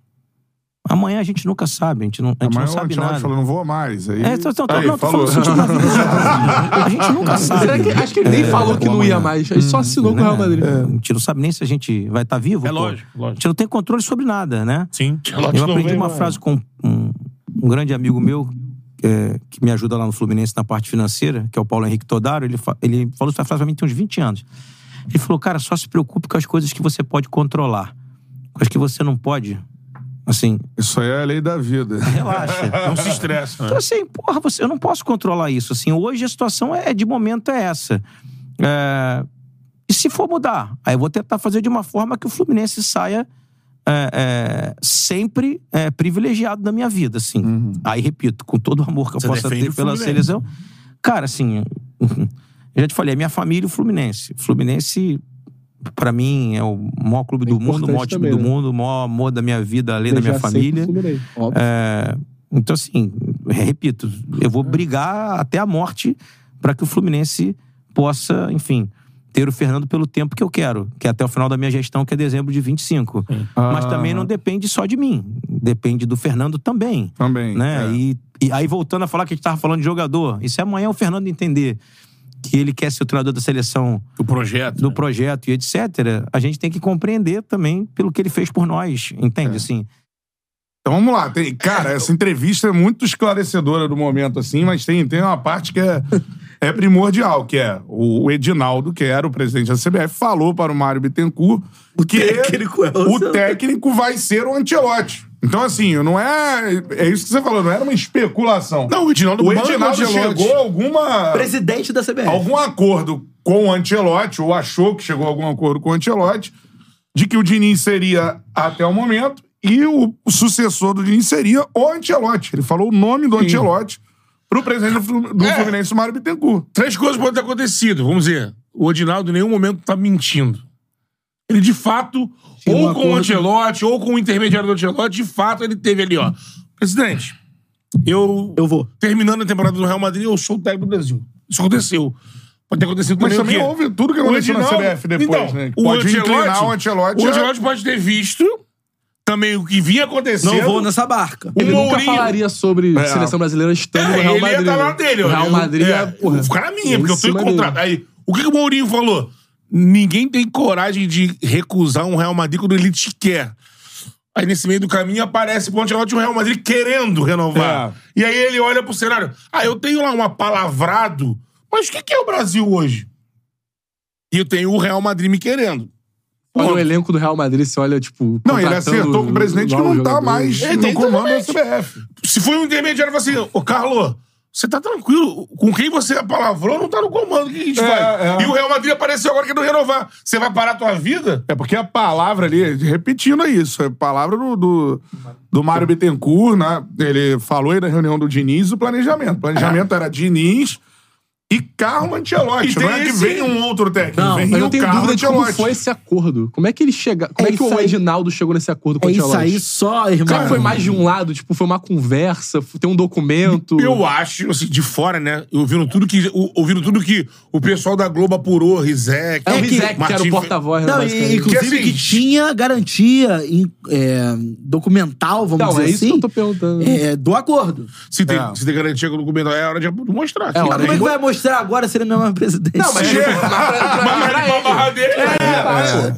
Speaker 6: Amanhã a gente nunca sabe, a gente não, a gente
Speaker 5: Amanhã
Speaker 6: não
Speaker 5: o
Speaker 6: sabe
Speaker 5: Ancelotti
Speaker 6: nada.
Speaker 5: falou, não vou mais. Aí,
Speaker 6: É, então, então,
Speaker 5: aí,
Speaker 6: não, tô
Speaker 5: falou.
Speaker 6: falando no sentido da vida. A gente nunca
Speaker 4: Ah,
Speaker 6: sabe.
Speaker 4: Será que, acho que ele nem
Speaker 6: É,
Speaker 4: falou que
Speaker 6: o
Speaker 4: não ia
Speaker 6: amanhã.
Speaker 4: mais. Ele só assinou com o Real Madrid.
Speaker 6: É, a gente não sabe nem se a gente vai estar vivo.
Speaker 2: É
Speaker 6: pô.
Speaker 2: lógico,
Speaker 6: A
Speaker 2: lógico.
Speaker 6: gente não tem controle sobre nada, né?
Speaker 2: Sim.
Speaker 6: Eu aprendi uma frase com um, um grande amigo meu, é, que me ajuda lá no Fluminense na parte financeira, que é o Paulo Henrique Todaro. Ele, fa- ele falou essa frase pra mim tem uns 20 anos. Ele falou, cara, só se preocupe com as coisas que você pode controlar. Com as que você não pode, assim,
Speaker 5: Isso aí é a lei da vida.
Speaker 6: relaxa.
Speaker 2: Não se estressa. né?
Speaker 6: Então, assim, porra, você, eu não posso controlar isso. Assim, hoje a situação é de momento é essa. É, e se for mudar, aí eu vou tentar fazer de uma forma que o Fluminense saia é, é, sempre é, privilegiado da minha vida, assim. Aí, repito, com todo o amor que eu
Speaker 2: Uhum. Você
Speaker 6: possa
Speaker 2: defende
Speaker 6: ter
Speaker 2: o
Speaker 6: pela
Speaker 2: Fluminense.
Speaker 6: seleção. Cara, assim, eu já te falei, a minha família e o Fluminense. O Fluminense, pra mim, é o maior clube
Speaker 4: É
Speaker 6: do mundo, o maior
Speaker 4: importante
Speaker 6: time
Speaker 4: também,
Speaker 6: do
Speaker 4: né?
Speaker 6: mundo, o maior amor da minha vida, a lei da minha família. Uhum. É, então, assim, repito, eu vou brigar até a morte para que o Fluminense possa, enfim, ter o Fernando pelo tempo que eu quero, que é até o final da minha gestão, que é dezembro de 25. Mas
Speaker 5: Ah.
Speaker 6: também não depende só de mim, depende do Fernando também.
Speaker 5: Também.
Speaker 6: Né?
Speaker 5: é.
Speaker 6: E, e aí, voltando a falar que a gente estava falando de jogador, e se amanhã o Fernando entender que ele quer ser o treinador da seleção
Speaker 2: O projeto.
Speaker 6: do
Speaker 2: né?
Speaker 6: projeto e etc., a gente tem que compreender também pelo que ele fez por nós, entende? Assim,
Speaker 5: Então vamos lá. Tem, cara, essa entrevista é muito esclarecedora do momento, assim, mas tem, tem uma parte que é, é primordial, que é o Edinaldo, que era o presidente da CBF, falou para o Mário Bittencourt que
Speaker 3: técnico é o
Speaker 5: o
Speaker 3: Ancelotti.
Speaker 5: técnico vai ser o Antelote. Então, assim, não é. É isso que você falou, não era uma especulação.
Speaker 2: Não, o Edinaldo
Speaker 5: o
Speaker 2: manda
Speaker 5: Edinaldo
Speaker 2: Ancelotti.
Speaker 5: chegou a alguma
Speaker 3: Presidente da CBF.
Speaker 5: algum acordo com o Ancelotti, ou achou que chegou a algum acordo com o Ancelotti, de que o Diniz seria até o momento E o, o sucessor do Diniz seria o Ancelotti. Ele falou o nome do Ancelotti pro presidente do, Flu- do
Speaker 2: É.
Speaker 5: Fluminense, Mário Bittencourt.
Speaker 2: Três coisas podem ter acontecido. Vamos dizer, o Odinaldo em nenhum momento tá mentindo. Ele, de fato,
Speaker 3: Tinha
Speaker 2: ou
Speaker 3: um
Speaker 2: com o
Speaker 3: acordo.
Speaker 2: Ancelotti, ou com o intermediário do Ancelotti, de fato, ele teve ali, ó. Presidente, eu,
Speaker 3: Eu vou.
Speaker 2: terminando a temporada do Real Madrid, eu sou o técnico do Brasil. Isso aconteceu. Pode ter acontecido
Speaker 5: Mas também
Speaker 2: o quê?
Speaker 5: houve tudo que aconteceu na CBF depois,
Speaker 2: então,
Speaker 5: né? Que
Speaker 2: O
Speaker 5: pode
Speaker 2: Ancelotti,
Speaker 5: inclinar o Ancelotti
Speaker 2: o
Speaker 5: a-
Speaker 2: Ancelotti pode ter visto também o que vinha acontecendo.
Speaker 3: Não vou nessa barca.
Speaker 2: O
Speaker 4: Ele nunca
Speaker 2: Mourinho-
Speaker 4: falaria sobre seleção brasileira estando no
Speaker 2: É,
Speaker 4: Real
Speaker 2: ele
Speaker 4: Madrid.
Speaker 2: ia tá lá dele. ó.
Speaker 4: O Real
Speaker 2: Eu-
Speaker 4: Madrid
Speaker 2: é,
Speaker 4: é, porra,
Speaker 2: Vou ficar na minha,
Speaker 4: em
Speaker 2: porque eu tô em
Speaker 4: cima
Speaker 2: contrato.
Speaker 4: dele.
Speaker 2: Aí, o que, que o Mourinho falou? Ninguém tem coragem de recusar um Real Madrid quando ele te quer. Aí, nesse meio do caminho, aparece o Ancelotti e o Real Madrid querendo renovar.
Speaker 5: É.
Speaker 2: E aí ele olha pro cenário. Ah, eu tenho lá uma palavrado, mas o que, que é o Brasil hoje? E eu tenho o Real Madrid me querendo.
Speaker 4: Olha
Speaker 2: Pô,
Speaker 4: o elenco do Real Madrid, você olha, tipo.
Speaker 5: Não, ele
Speaker 4: contratando
Speaker 5: acertou com o presidente que não tá
Speaker 4: novos
Speaker 5: mais
Speaker 4: jogadores.
Speaker 2: É,
Speaker 5: no
Speaker 2: tem
Speaker 5: comando da
Speaker 2: totalmente.
Speaker 5: CBF.
Speaker 2: Se foi um intermediário, fala assim, ô Carlos, você tá tranquilo, com quem você apalavrou não tá no comando, o que a gente
Speaker 5: É,
Speaker 2: faz?
Speaker 5: é.
Speaker 2: E o Real Madrid apareceu agora querendo renovar. Você vai parar a tua vida?
Speaker 5: É porque a palavra ali, repetindo isso, é a palavra do, do, do Mário Bittencourt, né? Ele falou aí na reunião do Diniz o planejamento. O planejamento era Diniz e carro Ancelotti.
Speaker 2: É. E
Speaker 5: Não
Speaker 2: tem
Speaker 5: é que
Speaker 2: esse-
Speaker 5: vem um outro técnico.
Speaker 4: Não,
Speaker 5: vem
Speaker 4: mas eu
Speaker 5: o
Speaker 4: tenho
Speaker 5: carro
Speaker 4: dúvida de como
Speaker 5: Ancelotti.
Speaker 4: foi esse acordo. Como é que ele chega. Como
Speaker 3: É
Speaker 4: é, que
Speaker 3: isso
Speaker 4: o
Speaker 3: aí.
Speaker 4: Edinaldo chegou nesse acordo com
Speaker 3: É
Speaker 4: o
Speaker 3: isso
Speaker 4: Ancelotti?
Speaker 3: aí só, irmão.
Speaker 4: Será que foi mais de um lado? Tipo, foi uma conversa, f- tem um documento.
Speaker 2: Eu acho, assim, de fora, né? Ouvindo tudo que, o- ouvindo tudo que o pessoal da Globo apurou, Rizek,
Speaker 4: É o
Speaker 2: Martim
Speaker 4: Rizek, que era o
Speaker 2: Fe-
Speaker 4: porta-voz, né?
Speaker 3: Não, e,
Speaker 4: basicamente.
Speaker 3: inclusive
Speaker 2: Que
Speaker 3: que,
Speaker 2: assim-
Speaker 3: tinha garantia em- é, documental, vamos
Speaker 4: Então,
Speaker 3: dizer
Speaker 4: é isso
Speaker 3: assim,
Speaker 4: que eu tô perguntando.
Speaker 3: é, do acordo.
Speaker 2: Se tem,
Speaker 5: É.
Speaker 2: se tem garantia que o documento é hora de mostrar.
Speaker 4: É
Speaker 2: Sim,
Speaker 4: hora
Speaker 3: Mas como é
Speaker 4: de-
Speaker 3: que vai mostrar agora se ele não é mais presidente?
Speaker 4: Não, mas
Speaker 2: É.
Speaker 4: pra- pra- pra- pra
Speaker 2: Mas ele, pra
Speaker 4: ele. É,
Speaker 2: barra dele,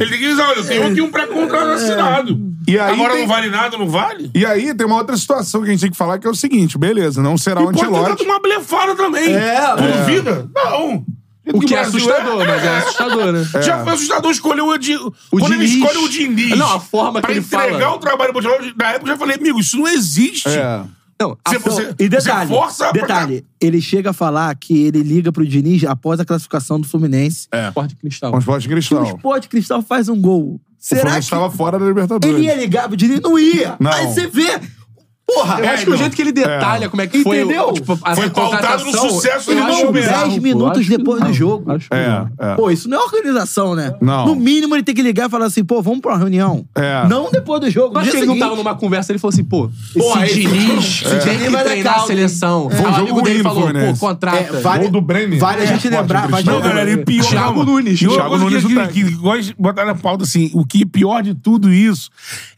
Speaker 2: ele tem que dizer, olha, eu
Speaker 3: É.
Speaker 2: tenho aqui um pré-contrato assinado.
Speaker 5: E aí
Speaker 2: Agora
Speaker 5: tem-
Speaker 2: não vale nada, não vale?
Speaker 5: E aí tem uma outra situação que a gente tem que falar que é o seguinte, beleza, não será um o
Speaker 2: E pode ter dado
Speaker 5: Ancelotti.
Speaker 2: uma blefada também.
Speaker 3: É,
Speaker 2: Por
Speaker 3: é.
Speaker 2: vida? Não.
Speaker 4: O que é
Speaker 2: Brasil
Speaker 4: assustador, mas é assustador, né?
Speaker 2: Já foi assustador escolher o Edi... Quando ele
Speaker 4: Diniz.
Speaker 2: escolhe o Diniz.
Speaker 4: Não, a forma que
Speaker 2: pra
Speaker 4: ele fala.
Speaker 2: entregar o trabalho pro Ancelotti, na época eu já falei, amigo, isso não existe.
Speaker 5: É.
Speaker 4: Não, a
Speaker 2: Você-
Speaker 4: forma-
Speaker 2: você-
Speaker 3: E detalhe,
Speaker 2: Você força a-
Speaker 3: detalhe, ele chega a falar que ele liga pro Diniz após a classificação do Fluminense. Então,
Speaker 4: a porta de cristal.
Speaker 5: Com o Esporte
Speaker 3: O
Speaker 5: Cristal.
Speaker 3: Sport Cristal faz um gol.
Speaker 5: O
Speaker 3: Será
Speaker 5: Flamengo
Speaker 3: que
Speaker 5: estava fora da Libertadores.
Speaker 3: ele ia ligar pro Diniz? Não ia.
Speaker 5: Não.
Speaker 3: Aí você vê. Porra,
Speaker 4: Eu acho que o jeito que ele detalha como é que foi.
Speaker 3: Entendeu?
Speaker 4: o- Tipo, a
Speaker 2: É, então. Foi pautado no
Speaker 4: contratação,
Speaker 2: sucesso
Speaker 4: eu
Speaker 2: do
Speaker 4: acho
Speaker 2: jogo.
Speaker 4: bizarro,
Speaker 3: 10
Speaker 4: pô.
Speaker 3: minutos
Speaker 4: Acho que
Speaker 3: depois do
Speaker 4: não.
Speaker 3: jogo.
Speaker 4: Acho que não.
Speaker 5: É, é.
Speaker 3: Pô, isso não é organização, né?
Speaker 5: Não.
Speaker 3: No mínimo, ele tem que ligar e falar assim, pô, vamos pra uma reunião.
Speaker 5: É.
Speaker 3: Não depois do jogo.
Speaker 4: Eu
Speaker 3: no
Speaker 4: acho que
Speaker 3: dia
Speaker 4: ele não
Speaker 3: seguinte.
Speaker 4: tava numa conversa, ele falou assim, pô,
Speaker 3: Pô, aí-
Speaker 4: esse Diniz
Speaker 3: É.
Speaker 4: tem que
Speaker 3: Vai dar
Speaker 4: treinar a
Speaker 3: caldo.
Speaker 4: seleção.
Speaker 5: um
Speaker 4: Aí o
Speaker 5: jogo
Speaker 4: amigo dele
Speaker 5: ruim do
Speaker 4: falou, pô,
Speaker 5: Fluminense.
Speaker 4: contrata.
Speaker 3: É, vai-
Speaker 5: Gol do É, Brenner.
Speaker 3: Vale a gente
Speaker 5: Esporte
Speaker 3: lembrar, vale a
Speaker 5: Cristal.
Speaker 3: gente lembrar.
Speaker 2: e pior.
Speaker 4: Thiago
Speaker 2: não.
Speaker 4: Nunes. tá
Speaker 2: E outra
Speaker 5: Thiago
Speaker 2: coisa
Speaker 5: Nunes,
Speaker 2: que,
Speaker 5: o
Speaker 2: que, que gosta de botar na pauta assim: o que é pior de tudo isso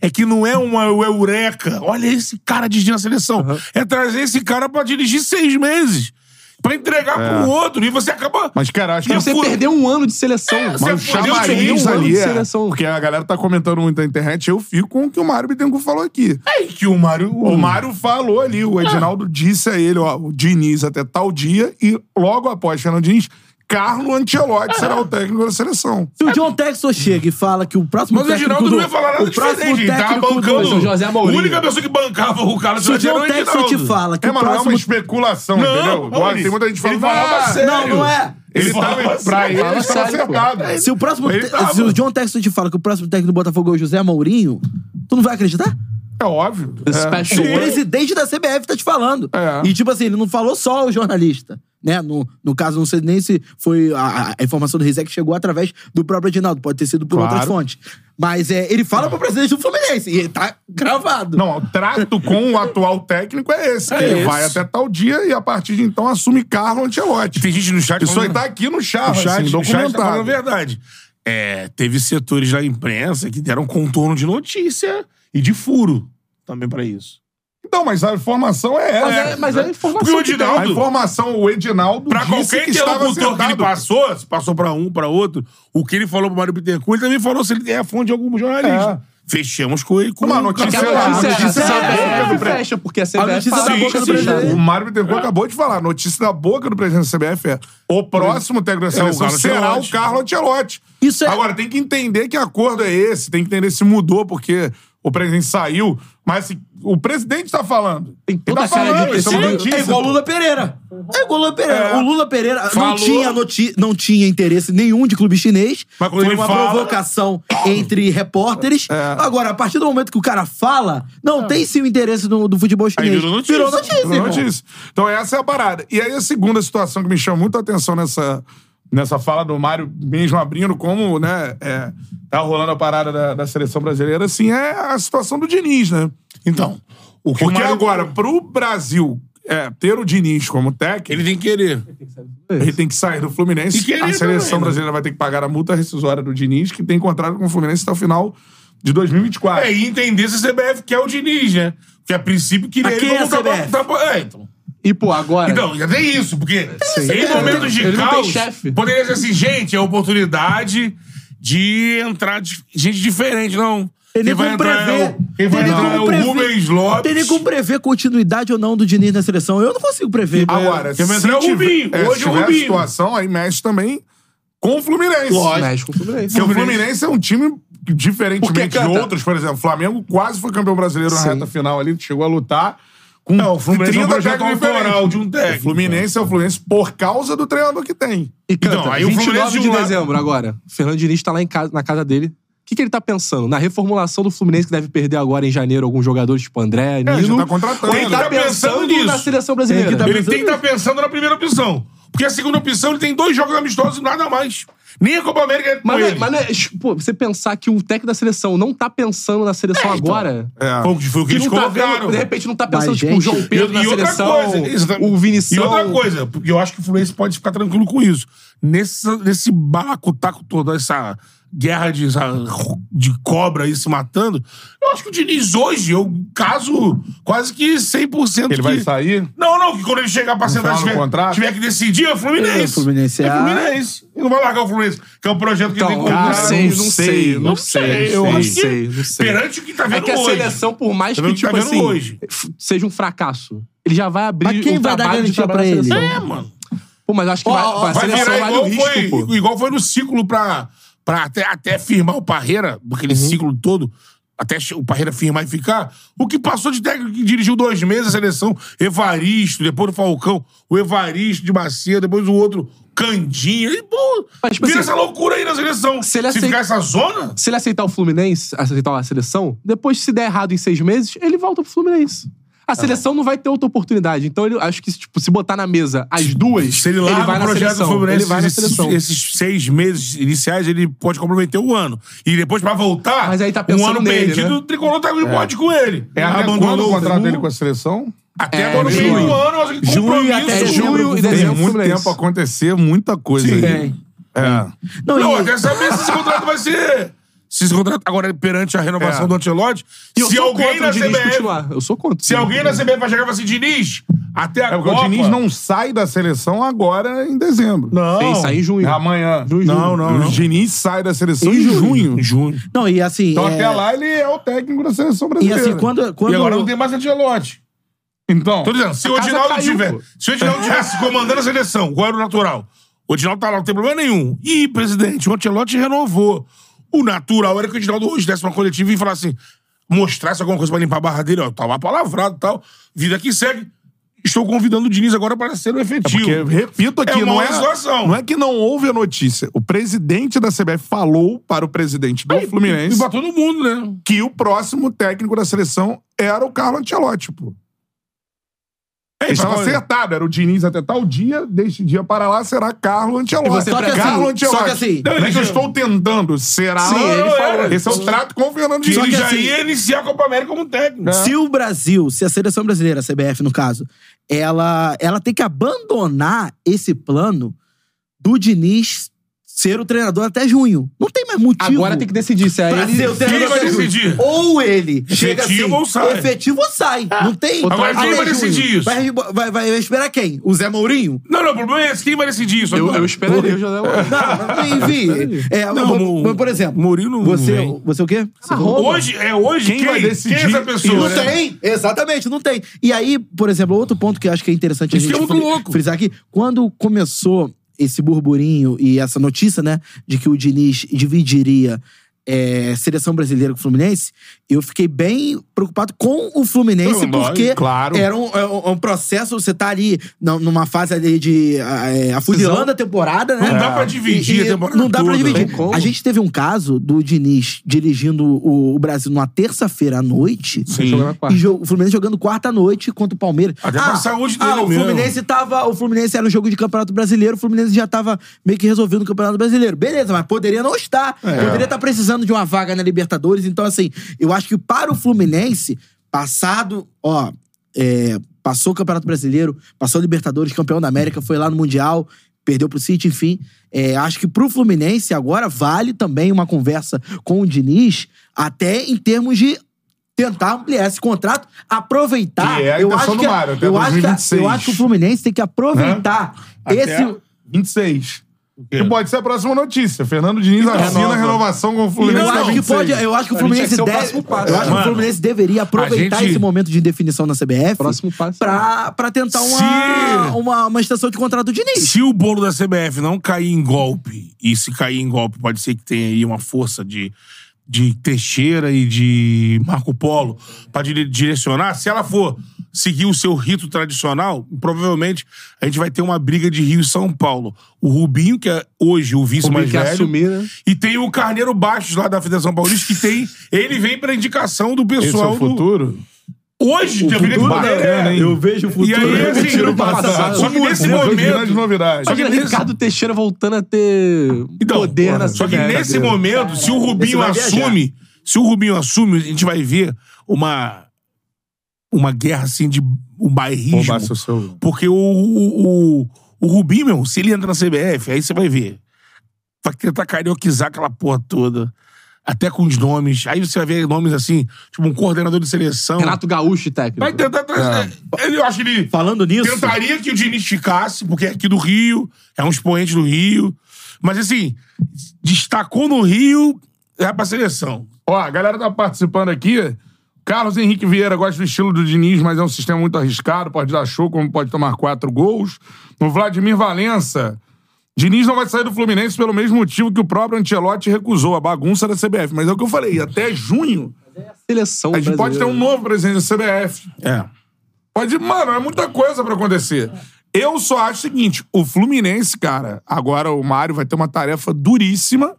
Speaker 2: é que não é uma eureka. Olha esse cara dirigindo a seleção. É trazer esse cara pra dirigir seis meses. Pra entregar pro outro. E você acaba.
Speaker 5: É. Mas, cara, acho que
Speaker 2: E
Speaker 5: eu
Speaker 4: Você
Speaker 2: fui-
Speaker 4: perdeu um ano de seleção.
Speaker 2: você
Speaker 5: Mas o
Speaker 2: fudeu, perdeu
Speaker 5: chamariz
Speaker 2: um ano
Speaker 5: ali,
Speaker 4: de
Speaker 5: é,
Speaker 4: seleção.
Speaker 5: porque a galera tá comentando muito na internet, eu fico com o que o Mário Bittencourt falou aqui.
Speaker 2: É que o Mário.
Speaker 5: O Mário falou ali, o Edinaldo disse a ele, ó, o Diniz até tal dia e logo após Fernando Diniz, Carlo Ancelotti será o técnico da seleção.
Speaker 3: Se o John Texton chega e fala que o próximo
Speaker 2: Mas o
Speaker 3: técnico
Speaker 2: Reginaldo
Speaker 3: do-
Speaker 2: não ia falar nada
Speaker 3: o próximo
Speaker 2: diferente. Ele tava
Speaker 3: técnico do-
Speaker 2: Tá bancando.
Speaker 4: o José Mourinho.
Speaker 2: A única pessoa que bancava o cara
Speaker 3: Se o
Speaker 2: era
Speaker 3: John Texton te
Speaker 2: Reginaldo.
Speaker 3: fala que
Speaker 5: É,
Speaker 3: o
Speaker 5: mano, não é uma
Speaker 3: próximo...
Speaker 5: especulação,
Speaker 2: Não,
Speaker 5: entendeu? Agora,
Speaker 2: Maurício,
Speaker 5: tem muita gente
Speaker 2: ele
Speaker 5: falando,
Speaker 2: falava
Speaker 5: ah,
Speaker 2: sério.
Speaker 3: Não, não é.
Speaker 5: ele
Speaker 2: Ele falava
Speaker 5: tava, pra
Speaker 2: sério.
Speaker 5: ele, ele
Speaker 4: Fala
Speaker 5: estava
Speaker 4: sério, pô.
Speaker 5: acertado.
Speaker 3: Se o próximo...
Speaker 5: Ele
Speaker 3: te-
Speaker 5: tava.
Speaker 3: Se o John Texton te fala que o próximo técnico do Botafogo é o José Mourinho, tu não vai acreditar?
Speaker 5: É óbvio.
Speaker 4: The
Speaker 5: É.
Speaker 4: special
Speaker 3: O
Speaker 4: one.
Speaker 3: presidente da CBF tá te falando.
Speaker 5: É.
Speaker 3: E tipo assim, ele não falou só o jornalista. Né? No, no caso, não sei nem se foi a, a informação do Rizek que chegou através do próprio Edinaldo. Pode ter sido por
Speaker 5: Claro.
Speaker 3: outras fontes. Mas é, ele fala pro presidente do Fluminense. E ele tá gravado.
Speaker 5: Não, o trato com o atual técnico é esse. que ele
Speaker 3: esse.
Speaker 5: vai até tal dia e a partir de então assume Carlo Ancelotti.
Speaker 2: Tem gente no chat
Speaker 5: Isso aí
Speaker 2: falando-
Speaker 5: tá aqui no chat,
Speaker 2: O chat,
Speaker 5: assim,
Speaker 2: o chat tá falando a
Speaker 5: documentado.
Speaker 2: verdade. É, teve setores da imprensa que deram contorno de notícia e de furo também pra isso.
Speaker 5: então, mas a informação é essa.
Speaker 4: Mas é, mas é a
Speaker 2: Porque o
Speaker 4: informação. que tem.
Speaker 2: Edinaldo,
Speaker 5: A informação, o Edinaldo
Speaker 2: pra
Speaker 5: disse
Speaker 2: qualquer
Speaker 5: que estava
Speaker 2: interlocutor que ele
Speaker 5: acertado.
Speaker 2: passou, se passou pra um, pra outro, o que ele falou pro Mário Bittencourt, ele também falou se ele é fonte de algum jornalista. Fechamos com ele. Com
Speaker 5: Uma
Speaker 2: o
Speaker 5: É. notícia
Speaker 4: Porque a
Speaker 2: cara.
Speaker 5: lá,
Speaker 4: notícia é
Speaker 5: notícia
Speaker 4: essa.
Speaker 5: é
Speaker 4: A
Speaker 5: essa.
Speaker 4: CBF fecha, porque a CBF
Speaker 5: é
Speaker 3: notícia
Speaker 4: fala
Speaker 3: da
Speaker 4: que
Speaker 3: boca do
Speaker 4: sim,
Speaker 2: né?
Speaker 3: presidente.
Speaker 4: sim.
Speaker 5: O Mário Bittencourt acabou de falar. A notícia da boca do presidente da CBF é o próximo técnico da seleção
Speaker 2: Carlo
Speaker 5: será
Speaker 2: É, Ancelotti.
Speaker 5: o Carlo Ancelotti.
Speaker 3: Isso é-
Speaker 5: Agora, tem que entender que acordo é esse. Tem que entender se mudou, porque O presidente saiu, mas assim, o presidente tá falando.
Speaker 4: Tem toda
Speaker 5: Tá
Speaker 4: a série
Speaker 5: falando,
Speaker 4: de
Speaker 5: isso é uma notícia,
Speaker 3: É igual o
Speaker 5: pô.
Speaker 3: Lula Pereira. É igual o Lula Pereira.
Speaker 5: É.
Speaker 3: O Lula Pereira não
Speaker 5: Falou.
Speaker 3: tinha, noti- não tinha interesse nenhum de clube chinês.
Speaker 5: Mas quando
Speaker 3: Foi
Speaker 5: ele
Speaker 3: uma
Speaker 5: fala- É.
Speaker 3: provocação entre repórteres. Agora, a partir do momento que o cara fala, não tem sim o interesse do, do futebol
Speaker 5: Aí
Speaker 3: chinês. Virou notícia,
Speaker 5: Virou
Speaker 3: irmão.
Speaker 5: notícia. Então essa é a parada. E aí a segunda situação que me chama muito a atenção nessa, nessa fala do Mário, mesmo abrindo como, né, é, tá rolando a parada da, da seleção brasileira, assim, é a situação do Diniz, né?
Speaker 2: Então, o que o
Speaker 5: Porque
Speaker 2: Mário-
Speaker 5: agora, pro Brasil é, ter o Diniz como técnico,
Speaker 2: Ele tem que querer.
Speaker 5: ele tem que sair do Fluminense.
Speaker 2: É E querer
Speaker 5: a seleção
Speaker 2: também, né?
Speaker 5: brasileira vai ter que pagar a multa rescisória do Diniz, que tem contrato com o Fluminense até o final de 2024.
Speaker 2: É, e entender se a CBF quer o Diniz, né? Porque a princípio queria
Speaker 3: Mas quem é a
Speaker 2: como
Speaker 3: CBF?
Speaker 2: tá- tá- é, então.
Speaker 4: E, pô, agora.
Speaker 2: Então, já tem isso, porque em
Speaker 4: Ele
Speaker 2: momentos de
Speaker 4: não tem- ele não tem
Speaker 2: caos,
Speaker 4: chefe.
Speaker 2: poderia ser assim, gente, é oportunidade de entrar de- gente diferente, não.
Speaker 3: Tem nem
Speaker 2: Quem vai
Speaker 3: como
Speaker 2: entrar é
Speaker 3: prever.
Speaker 2: o, quem vai
Speaker 3: Tem nem
Speaker 2: entrar é
Speaker 3: como
Speaker 2: o
Speaker 3: prever.
Speaker 2: Rubens Lopes.
Speaker 3: Tem nem como prever continuidade ou não do Diniz na seleção. Eu não consigo prever.
Speaker 5: Agora,
Speaker 2: Quem vai
Speaker 5: se
Speaker 2: entrar é o
Speaker 5: tiver-
Speaker 2: Rubinho.
Speaker 5: é,
Speaker 2: Hoje
Speaker 5: se
Speaker 2: é o
Speaker 5: tiver a
Speaker 2: Rubinho.
Speaker 5: situação, aí mexe também com o Fluminense.
Speaker 4: Mexe com o Fluminense.
Speaker 5: Porque o Fluminense é um time,
Speaker 4: Porque,
Speaker 5: diferentemente de
Speaker 4: cara, tá-
Speaker 5: outros, por exemplo, o Flamengo quase foi campeão brasileiro na
Speaker 4: Sim.
Speaker 5: reta final ali, chegou a lutar com
Speaker 2: Não, o Fluminense é um
Speaker 5: 30
Speaker 2: projeto
Speaker 5: técnicos
Speaker 2: autoral
Speaker 5: diferentes.
Speaker 2: de um técnico.
Speaker 5: O Fluminense é o Fluminense por causa do treinador que tem.
Speaker 4: E canta,
Speaker 2: Então, aí o
Speaker 4: 29
Speaker 2: Fluminense de
Speaker 4: de
Speaker 2: um lado-
Speaker 4: dezembro agora. O Fernando Diniz tá lá em casa, na casa dele. O que, que ele tá pensando? Na reformulação do Fluminense, que deve perder agora em janeiro alguns jogadores, tipo André,
Speaker 5: É,
Speaker 4: Nino.
Speaker 5: já tá contratando.
Speaker 4: Ele
Speaker 2: Tá
Speaker 4: tá
Speaker 2: pensando
Speaker 4: pensando
Speaker 2: nisso.
Speaker 4: na seleção brasileira.
Speaker 3: Tem que tá-
Speaker 2: Ele tem que estar pensando na primeira opção. Porque a segunda opção, ele tem dois jogos amistosos e nada mais. Nem a Copa América é com
Speaker 4: Mas, não é-
Speaker 2: ele.
Speaker 4: mas não é- pô, você pensar que o técnico da seleção não tá pensando na seleção agora.
Speaker 5: É.
Speaker 2: então, Foi o que- foi o que
Speaker 4: E
Speaker 2: eles
Speaker 4: não tá
Speaker 2: colocaram.
Speaker 4: vendo, de repente não tá pensando,
Speaker 3: Mas,
Speaker 4: tipo,
Speaker 3: gente-
Speaker 4: o João Pedro na
Speaker 2: e outra
Speaker 4: seleção,
Speaker 2: coisa, isso tá-
Speaker 4: o Vinicius.
Speaker 2: E outra coisa, porque eu acho que o Fluminense pode ficar tranquilo com isso. Nesse, nesse balacutaco todo, essa guerra de, essa- de cobra aí se matando, eu acho que o Diniz hoje, eu caso quase que 100%
Speaker 5: Ele
Speaker 2: que...
Speaker 5: vai sair?
Speaker 2: Não, não, que quando ele chegar pra sentar,
Speaker 5: fala no
Speaker 2: tiver,
Speaker 5: contrato?
Speaker 2: tiver que decidir, é o Fluminense.
Speaker 3: É, o Fluminense
Speaker 2: é
Speaker 3: é a-
Speaker 2: Fluminense. Ele não vai largar o Fluminense, que é um projeto que
Speaker 4: Então,
Speaker 2: ele tem
Speaker 4: cara,
Speaker 2: como...
Speaker 4: não sei, não sei, não sei,
Speaker 2: Eu
Speaker 4: não
Speaker 2: acho que
Speaker 4: sei, não sei.
Speaker 2: perante o que tá
Speaker 4: É
Speaker 2: vendo
Speaker 4: que a
Speaker 2: hoje.
Speaker 4: seleção, por mais
Speaker 2: Tá
Speaker 4: que,
Speaker 2: vendo o que
Speaker 4: tipo
Speaker 2: tá vendo
Speaker 4: assim,
Speaker 2: hoje?
Speaker 4: f- seja um fracasso, ele já vai abrir
Speaker 3: Mas quem
Speaker 4: um
Speaker 3: vai dar
Speaker 4: trabalho de
Speaker 3: garantia pra
Speaker 4: trabalho na
Speaker 3: ele?
Speaker 4: seleção.
Speaker 2: É, mano.
Speaker 4: Pô, mas eu acho que
Speaker 3: Ó,
Speaker 4: vai,
Speaker 3: ó,
Speaker 4: a
Speaker 2: Vai
Speaker 4: seleção
Speaker 2: virar
Speaker 4: vale
Speaker 2: igual,
Speaker 4: o risco,
Speaker 2: foi,
Speaker 4: pô.
Speaker 2: igual foi no ciclo pra, pra até, até firmar o Parreira, aquele
Speaker 4: Uhum.
Speaker 2: ciclo todo, até che- o Parreira firmar e ficar. O que passou de técnico que dirigiu dois meses a seleção, Evaristo, depois o Falcão, o Evaristo de Macedo, depois o outro Candinha. E, pô,
Speaker 4: Mas, tipo
Speaker 2: vira
Speaker 4: assim,
Speaker 2: essa loucura aí na seleção.
Speaker 4: se
Speaker 2: Se,
Speaker 4: ele aceita-
Speaker 2: ficar essa zona...
Speaker 4: Se ele aceitar o Fluminense, aceitar a seleção, depois, se der errado em seis meses, ele volta pro Fluminense. A
Speaker 2: Tá
Speaker 4: seleção não vai ter outra oportunidade. Então, ele, acho que, tipo, se botar na mesa as duas,
Speaker 2: Se ele
Speaker 4: ele,
Speaker 2: larga
Speaker 4: vai
Speaker 2: o
Speaker 4: na
Speaker 2: projeto do
Speaker 4: seleção.
Speaker 2: Fluminense
Speaker 4: Ele vai na
Speaker 2: esses,
Speaker 4: seleção.
Speaker 2: esses seis meses iniciais, ele pode comprometer um ano. E depois, pra voltar,
Speaker 4: Mas aí tá
Speaker 2: um
Speaker 4: pensando
Speaker 2: ano
Speaker 4: nele,
Speaker 2: perdido,
Speaker 4: né?
Speaker 2: o tricolor tá com bode com ele.
Speaker 5: É, até quando o contrato dele com a seleção?
Speaker 2: Até
Speaker 4: É,
Speaker 2: agora, no
Speaker 4: junho.
Speaker 2: meio do ano, acho que
Speaker 3: Junho
Speaker 2: compromisso.
Speaker 3: até
Speaker 4: É junho e
Speaker 5: Tem
Speaker 4: dezembro.
Speaker 5: muito
Speaker 4: Fluminense.
Speaker 5: tempo a acontecer, muita coisa
Speaker 2: Sim.
Speaker 5: aí.
Speaker 2: Tem.
Speaker 5: É.
Speaker 3: Não,
Speaker 2: Não,
Speaker 3: e-
Speaker 2: eu quero saber se esse contrato vai ser... Se esse contrato agora perante a renovação
Speaker 5: É.
Speaker 2: do Antelote,
Speaker 4: E eu
Speaker 2: se
Speaker 4: sou
Speaker 2: alguém
Speaker 4: contra
Speaker 2: na
Speaker 4: o Diniz
Speaker 2: CBF...
Speaker 4: continuar. Eu sou contra.
Speaker 2: Se alguém na CBF vai chegar e falar assim, Diniz, até
Speaker 5: É
Speaker 2: a
Speaker 5: porque
Speaker 2: Copa...
Speaker 5: o Diniz não sai da seleção agora em dezembro.
Speaker 2: Não.
Speaker 4: Tem que sair em junho.
Speaker 5: É amanhã.
Speaker 4: Junho,
Speaker 5: não,
Speaker 4: junho. Hum.
Speaker 5: não, não. O Diniz sai da seleção em, junho.
Speaker 2: Em junho.
Speaker 3: não, e assim.
Speaker 5: Então
Speaker 3: é-
Speaker 5: até lá ele é o técnico da seleção
Speaker 3: E
Speaker 5: brasileira.
Speaker 3: assim, quando. quando
Speaker 2: E agora não tem mais Antelote.
Speaker 5: Então,
Speaker 2: Tô dizendo, se
Speaker 4: A
Speaker 2: o
Speaker 4: casa
Speaker 2: Edinaldo
Speaker 4: caiu,
Speaker 2: tiver...
Speaker 4: pô.
Speaker 2: Se o Edinaldo tivesse comandando a seleção, qual era o natural? O Edinaldo tá lá, não tem problema nenhum. Ih, presidente, o Antelote renovou. O natural era que o Edinaldo hoje desse uma coletiva e falasse assim, mostrasse alguma coisa pra limpar a barra dele, ó, tava palavrado e tal, vida que segue. Estou convidando o Diniz agora para ser o efetivo.
Speaker 5: É porque, repito aqui,
Speaker 2: É uma
Speaker 5: não, é,
Speaker 2: legislação.
Speaker 5: não é que não houve a notícia. O presidente da CBF falou para o presidente do
Speaker 2: E
Speaker 5: Fluminense
Speaker 2: pra todo mundo, né?
Speaker 5: que o próximo técnico da seleção era o Carlo Ancelotti, pô.
Speaker 2: É,
Speaker 5: Estava
Speaker 2: pra-
Speaker 5: acertado, era o Diniz até tal dia, deste dia para lá será Carlo Ancelotti.
Speaker 4: E você
Speaker 3: Só que assim,
Speaker 5: Carlo Ancelotti.
Speaker 3: só que assim-
Speaker 5: Não, é que eu estou tentando, será?
Speaker 4: Sim,
Speaker 5: Não,
Speaker 4: ele
Speaker 5: não,
Speaker 4: falou
Speaker 5: era. Esse é o trato com o Fernando
Speaker 2: Ele
Speaker 5: Diniz.
Speaker 3: que
Speaker 2: já
Speaker 3: assim-
Speaker 2: ia iniciar a Copa América como técnico.
Speaker 3: Se o Brasil, se a seleção brasileira, a CBF no caso, ela, ela tem que abandonar esse plano do Diniz ser o treinador até junho. Não tem mais motivo.
Speaker 4: Agora tem que decidir se é
Speaker 3: pra ser
Speaker 4: ele...
Speaker 3: o treinador
Speaker 2: vai
Speaker 3: até junho.
Speaker 2: decidir?
Speaker 3: Ou ele chega assim,
Speaker 2: ou sai?
Speaker 3: efetivo ou sai. Não tem.
Speaker 2: Agora quem
Speaker 3: até junho.
Speaker 2: vai decidir isso?
Speaker 3: Vai, vai- vai esperar quem? O Zé Mourinho?
Speaker 2: Não, não, o problema é esse. Quem vai decidir isso?
Speaker 4: Eu,
Speaker 2: agora?
Speaker 4: eu esperaria o José Mourinho.
Speaker 3: Não, enfim. é, vou-
Speaker 2: Mo-
Speaker 3: vou- por exemplo,
Speaker 2: Mourinho não
Speaker 3: você,
Speaker 2: vem.
Speaker 3: você o quê? Você falou?
Speaker 2: Hoje, é hoje quem,
Speaker 5: vai decidir
Speaker 2: Quem é essa pessoa?
Speaker 3: Não
Speaker 2: né?
Speaker 3: tem, exatamente, não tem. E aí, por exemplo, outro ponto que eu acho que é interessante a
Speaker 2: Isso
Speaker 3: gente
Speaker 2: que é muito
Speaker 3: fri-
Speaker 2: louco.
Speaker 3: frisar aqui, quando começou esse burburinho e essa notícia, né, de que o Diniz dividiria é, seleção brasileira com o Fluminense, eu fiquei bem preocupado com o Fluminense,
Speaker 5: Não,
Speaker 3: porque
Speaker 5: claro.
Speaker 3: era um, é um- é um processo, você tá ali na- numa fase ali de ah, é, afunilando a temporada, né?
Speaker 2: Não dá pra dividir a temporada
Speaker 3: Não dá pra
Speaker 2: toda.
Speaker 3: dividir.
Speaker 2: Tem como.
Speaker 3: A gente teve um caso do Diniz dirigindo o, o Brasil numa terça-feira à noite.
Speaker 2: Sim.
Speaker 4: Jogar na quarta.
Speaker 3: E jo- o Fluminense jogando quarta à noite contra o Palmeiras.
Speaker 2: Até pra saúde
Speaker 3: ah,
Speaker 2: dele
Speaker 3: o
Speaker 2: mesmo.
Speaker 3: Fluminense tava. O Fluminense era um jogo de Campeonato Brasileiro, o Fluminense já tava meio que resolvido no Campeonato Brasileiro. Beleza, mas poderia não estar.
Speaker 5: É.
Speaker 3: Poderia estar precisando de uma vaga na Libertadores. Então, assim, eu acho que para o Fluminense, passado, ó, é, passou o Campeonato Brasileiro, passou a Libertadores, campeão da América, foi lá no Mundial. Perdeu pro City, enfim. É, acho que pro Fluminense agora vale também uma conversa com o Diniz, até em termos de tentar ampliar esse contrato, aproveitar.
Speaker 5: Que é a
Speaker 3: eu
Speaker 5: intenção
Speaker 3: acho
Speaker 5: do
Speaker 3: que, a-
Speaker 5: Mário, até
Speaker 3: eu, acho que a-
Speaker 5: 2026.
Speaker 3: eu acho que o Fluminense tem que aproveitar
Speaker 5: Né?
Speaker 2: Até-
Speaker 3: esse.
Speaker 5: 26. Que pode ser a próxima notícia. Fernando Diniz assina a renovação com o Fluminense.
Speaker 3: Então, Eu
Speaker 5: até
Speaker 3: acho, que
Speaker 5: 26.
Speaker 3: pode, eu acho que o
Speaker 4: A gente
Speaker 3: Fluminense
Speaker 4: tem que ser o
Speaker 3: deve.
Speaker 4: próximo passo.
Speaker 3: eu acho que
Speaker 2: Mano,
Speaker 3: o Fluminense deveria aproveitar
Speaker 2: a gente-
Speaker 3: esse momento de indefinição na CBF
Speaker 4: Próximo passo.
Speaker 3: pra, pra tentar uma,
Speaker 2: Se-
Speaker 3: uma, uma extensão de contrato do Diniz.
Speaker 2: Se o bolo da CBF não cair em golpe, e se cair em golpe, pode ser que tenha aí uma força de, de Teixeira e de Marco Polo pra dire- direcionar, se ela for seguir o seu rito tradicional, provavelmente a gente vai ter uma briga de Rio e São Paulo. O Rubinho, que é hoje o vice mais
Speaker 4: que
Speaker 2: velho,
Speaker 4: assumir, né?
Speaker 2: e tem o Carneiro Baixos lá da Federação Paulista, que tem. Ele vem pra indicação do
Speaker 5: Esse é
Speaker 2: pessoal
Speaker 5: o
Speaker 2: do.
Speaker 5: futuro? é
Speaker 2: Hoje, é, que eu fiquei com
Speaker 5: bacana, hein? Eu
Speaker 3: vejo o
Speaker 2: E aí,
Speaker 4: é
Speaker 2: assim,
Speaker 5: Tiro passado.
Speaker 2: só que nesse
Speaker 5: Uma das
Speaker 2: momento,
Speaker 5: grandes novidades.
Speaker 2: Só que
Speaker 4: Imagina
Speaker 2: nesse-
Speaker 4: Ricardo Teixeira voltando a ter
Speaker 2: Então,
Speaker 4: poder na
Speaker 2: só que
Speaker 4: CBF.
Speaker 2: nesse momento, se o Rubinho
Speaker 3: assim, né? vai viajar.
Speaker 2: assume, se o Rubinho assume, a gente vai ver uma uma guerra assim de um
Speaker 5: Roubar
Speaker 2: bairrismo.
Speaker 5: seu celular.
Speaker 2: Porque o, o, o, o Rubinho, meu, se ele entra na CBF, aí você vai ver. Vai tentar carioquizar aquela porra toda. Até com os nomes. Aí você vai ver nomes assim, tipo um coordenador de seleção.
Speaker 4: Renato Gaúcho, técnico.
Speaker 2: Vai tentar trazer. Ele- Eu acho que ele
Speaker 3: Falando nisso.
Speaker 2: Tentaria que o Diniz ficasse, porque é aqui do Rio, é um expoente do Rio. Mas assim, destacou no Rio, é pra seleção.
Speaker 5: Ó, a galera tá participando aqui. Carlos Henrique Vieira gosta do estilo do Diniz, mas é um sistema muito arriscado. Pode dar show, como pode tomar quatro gols. O Vladimir Valença. Diniz não vai sair do Fluminense pelo mesmo motivo que o próprio Ancelotti recusou, a bagunça da CBF. Mas é o que eu falei, até junho
Speaker 4: é Seleção
Speaker 5: a gente pode ter
Speaker 4: brasileira.
Speaker 5: um novo presidente da CBF.
Speaker 2: É.
Speaker 5: Pode, mano, é muita coisa pra acontecer. Eu só acho o seguinte, o Fluminense, cara, agora o Mário vai ter uma tarefa duríssima,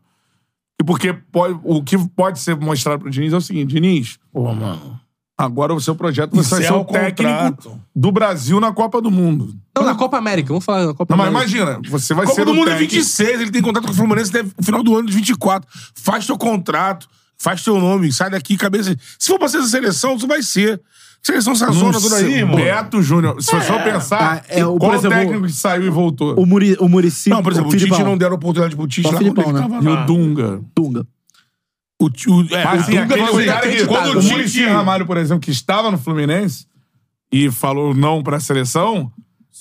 Speaker 5: e porque pode- o que pode ser mostrado pro Diniz é o seguinte, Diniz,
Speaker 2: Pô, mano.
Speaker 5: agora o seu projeto você vai
Speaker 2: Encerra
Speaker 5: ser o
Speaker 2: o contrato.
Speaker 5: técnico do Brasil na Copa do Mundo.
Speaker 4: Não, na Copa América. Vamos falar na Copa
Speaker 5: Não, mas
Speaker 4: América.
Speaker 5: imagina, você vai
Speaker 2: Copa
Speaker 5: ser
Speaker 2: do
Speaker 5: o
Speaker 2: Mundo é
Speaker 5: técnico-
Speaker 2: 26, ele tem contrato com o Fluminense até o final do ano de 24. Faz teu contrato, faz teu nome, sai daqui, cabeça. Se for pra ser da seleção, tu vai ser. Seleção sazona toda aí, irmão.
Speaker 5: Beto Júnior, se você for pensar,
Speaker 3: Ah, é, o- por
Speaker 5: qual
Speaker 3: exemplo,
Speaker 5: técnico que saiu e voltou?
Speaker 3: O, Muri, o Muricy.
Speaker 2: Não, por exemplo, o, Tite
Speaker 3: Filipão.
Speaker 2: não deram oportunidade pro Tite
Speaker 3: Só
Speaker 2: lá
Speaker 3: o
Speaker 2: quando ele
Speaker 3: Filipão, né?
Speaker 2: tava
Speaker 5: E
Speaker 2: lá.
Speaker 5: o Dunga?
Speaker 3: Dunga.
Speaker 2: O, Ti- o, é,
Speaker 5: Ah, assim,
Speaker 2: Dunga
Speaker 5: aquele
Speaker 2: foi
Speaker 5: cara que
Speaker 2: inacreditável.
Speaker 5: quando o
Speaker 2: Quando
Speaker 5: Tite Ramalho, por exemplo, que estava no Fluminense e falou não pra seleção,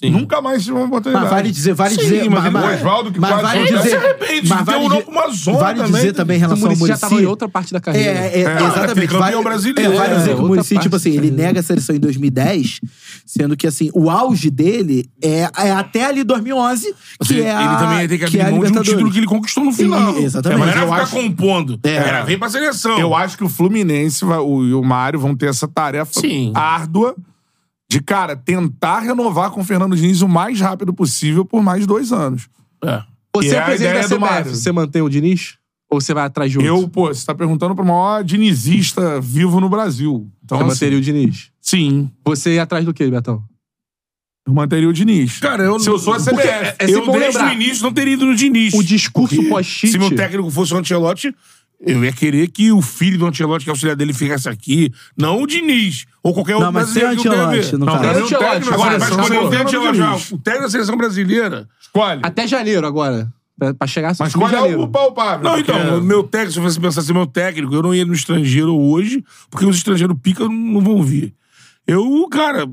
Speaker 5: nunca mais tive uma oportunidade.
Speaker 3: Mas vale dizer, vale
Speaker 2: Sim,
Speaker 3: dizer.
Speaker 2: mas
Speaker 5: o Oswaldo que
Speaker 3: mas
Speaker 5: quase
Speaker 3: vale
Speaker 5: foi
Speaker 3: dizer,
Speaker 5: se
Speaker 2: arrepende,
Speaker 3: mas
Speaker 2: deu
Speaker 3: vale
Speaker 2: um
Speaker 3: dizer-
Speaker 2: uma zona
Speaker 3: Vale dizer
Speaker 2: também.
Speaker 3: também em relação
Speaker 4: o
Speaker 3: ao
Speaker 4: Muricy
Speaker 3: Muricy.
Speaker 4: já tava em outra parte da carreira.
Speaker 3: É, é,
Speaker 2: aquele
Speaker 3: exatamente.
Speaker 2: campeão
Speaker 3: Vale-
Speaker 2: brasileiro.
Speaker 3: é, vale dizer
Speaker 4: É,
Speaker 3: que o
Speaker 4: outra
Speaker 3: Muricy,
Speaker 4: parte né?
Speaker 3: tipo assim, ele
Speaker 4: da carreira.
Speaker 3: nega a seleção em 2010, sendo que, assim, o auge dele é, é até ali 2011, que
Speaker 2: ele
Speaker 3: é a,
Speaker 2: também tem que
Speaker 3: que
Speaker 2: abrir
Speaker 3: é a
Speaker 2: mão de um
Speaker 3: Libertadores.
Speaker 2: título que ele conquistou no final.
Speaker 3: E- exatamente.
Speaker 2: É, mas não
Speaker 5: Eu
Speaker 2: era ficar
Speaker 5: acho-
Speaker 2: compondo.
Speaker 3: É.
Speaker 2: Era vir pra seleção.
Speaker 5: Eu acho que o Fluminense vai- o- e o Mário vão ter essa tarefa
Speaker 2: Sim.
Speaker 5: árdua de, cara, tentar renovar com o Fernando Diniz o mais rápido possível por mais dois anos.
Speaker 2: É.
Speaker 5: E
Speaker 4: Você
Speaker 5: é
Speaker 4: é
Speaker 5: a
Speaker 4: o presidente
Speaker 5: ideia
Speaker 4: da
Speaker 5: do
Speaker 4: CBF.
Speaker 5: Mário.
Speaker 4: Você mantém o Diniz? Ou você vai atrás de um outro?
Speaker 5: Eu, pô, você tá perguntando pro maior dinizista vivo no Brasil. Então,
Speaker 4: Você
Speaker 5: assim,
Speaker 4: manteria o Diniz?
Speaker 5: sim,
Speaker 4: Você ia atrás do quê, Betão?
Speaker 5: eu manteria o Diniz.
Speaker 2: Cara, eu
Speaker 5: Se eu sou a
Speaker 2: Porque
Speaker 5: CBF,
Speaker 2: é- é
Speaker 5: eu
Speaker 2: sempre bom
Speaker 5: desde
Speaker 2: desde o
Speaker 5: o
Speaker 2: início não teria ido no Diniz.
Speaker 4: O discurso pós-Tite-
Speaker 2: Se meu técnico fosse o Ancelotti, eu ia querer que o filho do Ancelotti, que é auxiliar dele, ficasse aqui. Não o Diniz. Ou qualquer outro
Speaker 3: Não, mas sem o
Speaker 2: brasileiro que eu tenha a ver. é
Speaker 3: Ancelotti, no
Speaker 5: Não, pra mim,
Speaker 3: caso.
Speaker 5: o técnico
Speaker 2: Agora,
Speaker 5: da
Speaker 2: vai
Speaker 5: seleção
Speaker 2: escolher o
Speaker 5: é
Speaker 2: técnico
Speaker 5: Fernando
Speaker 2: da-
Speaker 5: Diniz.
Speaker 2: o técnico da seleção brasileira.
Speaker 5: Escolhe.
Speaker 4: Até janeiro agora. Pra, pra chegar
Speaker 5: Mas
Speaker 4: em
Speaker 5: qual é
Speaker 4: janeiro.
Speaker 5: o palpável?
Speaker 2: Tipo, Não, então,
Speaker 4: é.
Speaker 5: Porque-
Speaker 2: meu técnico, se você pensasse assim, meu técnico, eu não ia no estrangeiro hoje, porque os estrangeiros pica não vão vir. Eu, cara,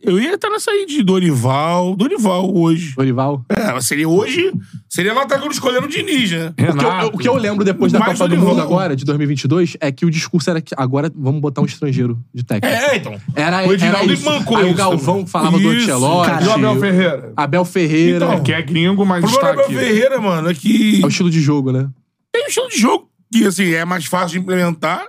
Speaker 2: eu ia estar nessa aí de Dorival, Dorival hoje.
Speaker 4: Dorival?
Speaker 2: É, mas seria hoje, seria lá tá escolhendo o Diniz, né?
Speaker 4: O que, eu, eu- o que eu lembro depois da
Speaker 2: Mais um
Speaker 4: Copa do
Speaker 2: Dorival.
Speaker 4: Mundo agora, de 2022, é que o discurso era que agora vamos botar um estrangeiro de técnico.
Speaker 2: É, então.
Speaker 4: Era,
Speaker 2: O Edinaldo
Speaker 4: era
Speaker 2: e
Speaker 4: isso.
Speaker 2: mancou
Speaker 4: Aí
Speaker 2: isso
Speaker 4: o Galvão
Speaker 2: também.
Speaker 4: falava do
Speaker 2: Isso. Então.
Speaker 4: Ancelotti.
Speaker 5: E o Abel Ferreira?
Speaker 4: Abel Ferreira.
Speaker 5: É que é gringo, mas
Speaker 2: O problema
Speaker 5: está
Speaker 2: do Abel
Speaker 5: aqui.
Speaker 2: Ferreira, mano, é que
Speaker 4: É o estilo de jogo, né?
Speaker 2: tem um estilo de jogo que assim, é mais fácil de implementar,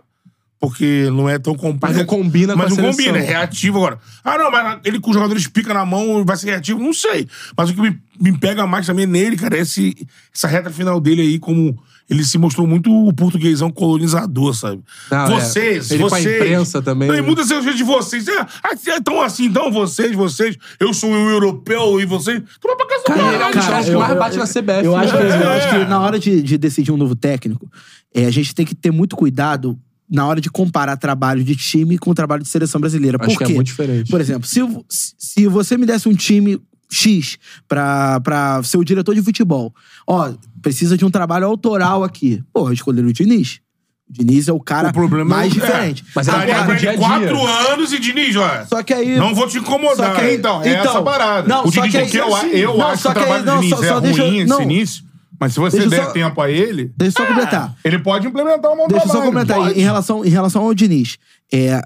Speaker 2: porque não é tão compacto.
Speaker 4: Mas não combina com
Speaker 2: Mas
Speaker 4: a
Speaker 2: não
Speaker 4: seleção.
Speaker 2: combina, é reativo agora. Ah, não, mas ele com os jogadores pica na mão, vai ser reativo, não sei. Mas o que me, me pega mais também nele, cara, é esse, essa reta final dele aí, como ele se mostrou muito o portuguesão colonizador, sabe?
Speaker 4: Ah, é.
Speaker 2: vocês,
Speaker 4: Ele com a
Speaker 2: vocês.
Speaker 4: imprensa também,
Speaker 2: Não, e
Speaker 4: né?
Speaker 2: muda essa gente de vocês. É, ah, então assim, então vocês, vocês, eu sou um europeu e vocês. Tu vai pra casa do
Speaker 4: Cara,
Speaker 2: caralho,
Speaker 4: cara,
Speaker 2: cara.
Speaker 4: eu- mais bate na CBF,
Speaker 3: Eu
Speaker 4: né?
Speaker 3: acho que, eu
Speaker 2: É.
Speaker 3: acho que na hora de, de decidir um novo técnico, é, a gente tem que ter muito cuidado na hora de comparar trabalho de time com o trabalho de seleção brasileira.
Speaker 4: Acho
Speaker 3: Por
Speaker 4: que é
Speaker 3: quê?
Speaker 4: muito diferente.
Speaker 3: Por exemplo, se, eu- se- se você me desse um time X pra, pra ser o diretor de futebol, ó, precisa de um trabalho autoral aqui. Pô, eu escolheria o Diniz. O Diniz é o cara
Speaker 2: O problema é
Speaker 3: mais
Speaker 2: o- é.
Speaker 3: diferente.
Speaker 4: Mas é
Speaker 2: Daria
Speaker 4: Agora,
Speaker 2: pra
Speaker 4: no dia a
Speaker 2: ele
Speaker 4: dia.
Speaker 2: quatro anos e Diniz, olha.
Speaker 3: Só que aí.
Speaker 2: Não vou te incomodar.
Speaker 3: Só que aí-
Speaker 2: então,
Speaker 5: Então, é
Speaker 3: Então,
Speaker 5: essa parada.
Speaker 3: não,
Speaker 5: o
Speaker 3: só
Speaker 5: Diniz,
Speaker 3: que é
Speaker 5: que eu,
Speaker 3: isso,
Speaker 5: eu
Speaker 3: não,
Speaker 5: acho
Speaker 3: só
Speaker 5: que o
Speaker 3: que é-
Speaker 5: trabalho do
Speaker 3: não,
Speaker 5: Diniz
Speaker 3: só-
Speaker 5: é
Speaker 3: só
Speaker 5: ruim
Speaker 3: deixa eu-
Speaker 5: esse
Speaker 3: não.
Speaker 5: início, mas se você
Speaker 3: Deixa eu
Speaker 5: der
Speaker 3: só-
Speaker 5: tempo a ele,
Speaker 3: Deixa eu só completar.
Speaker 5: ele pode implementar um bom
Speaker 3: Deixa eu só
Speaker 5: trabalho.
Speaker 3: comentar aí,
Speaker 5: Pode.
Speaker 3: em relação, em relação ao Diniz. É,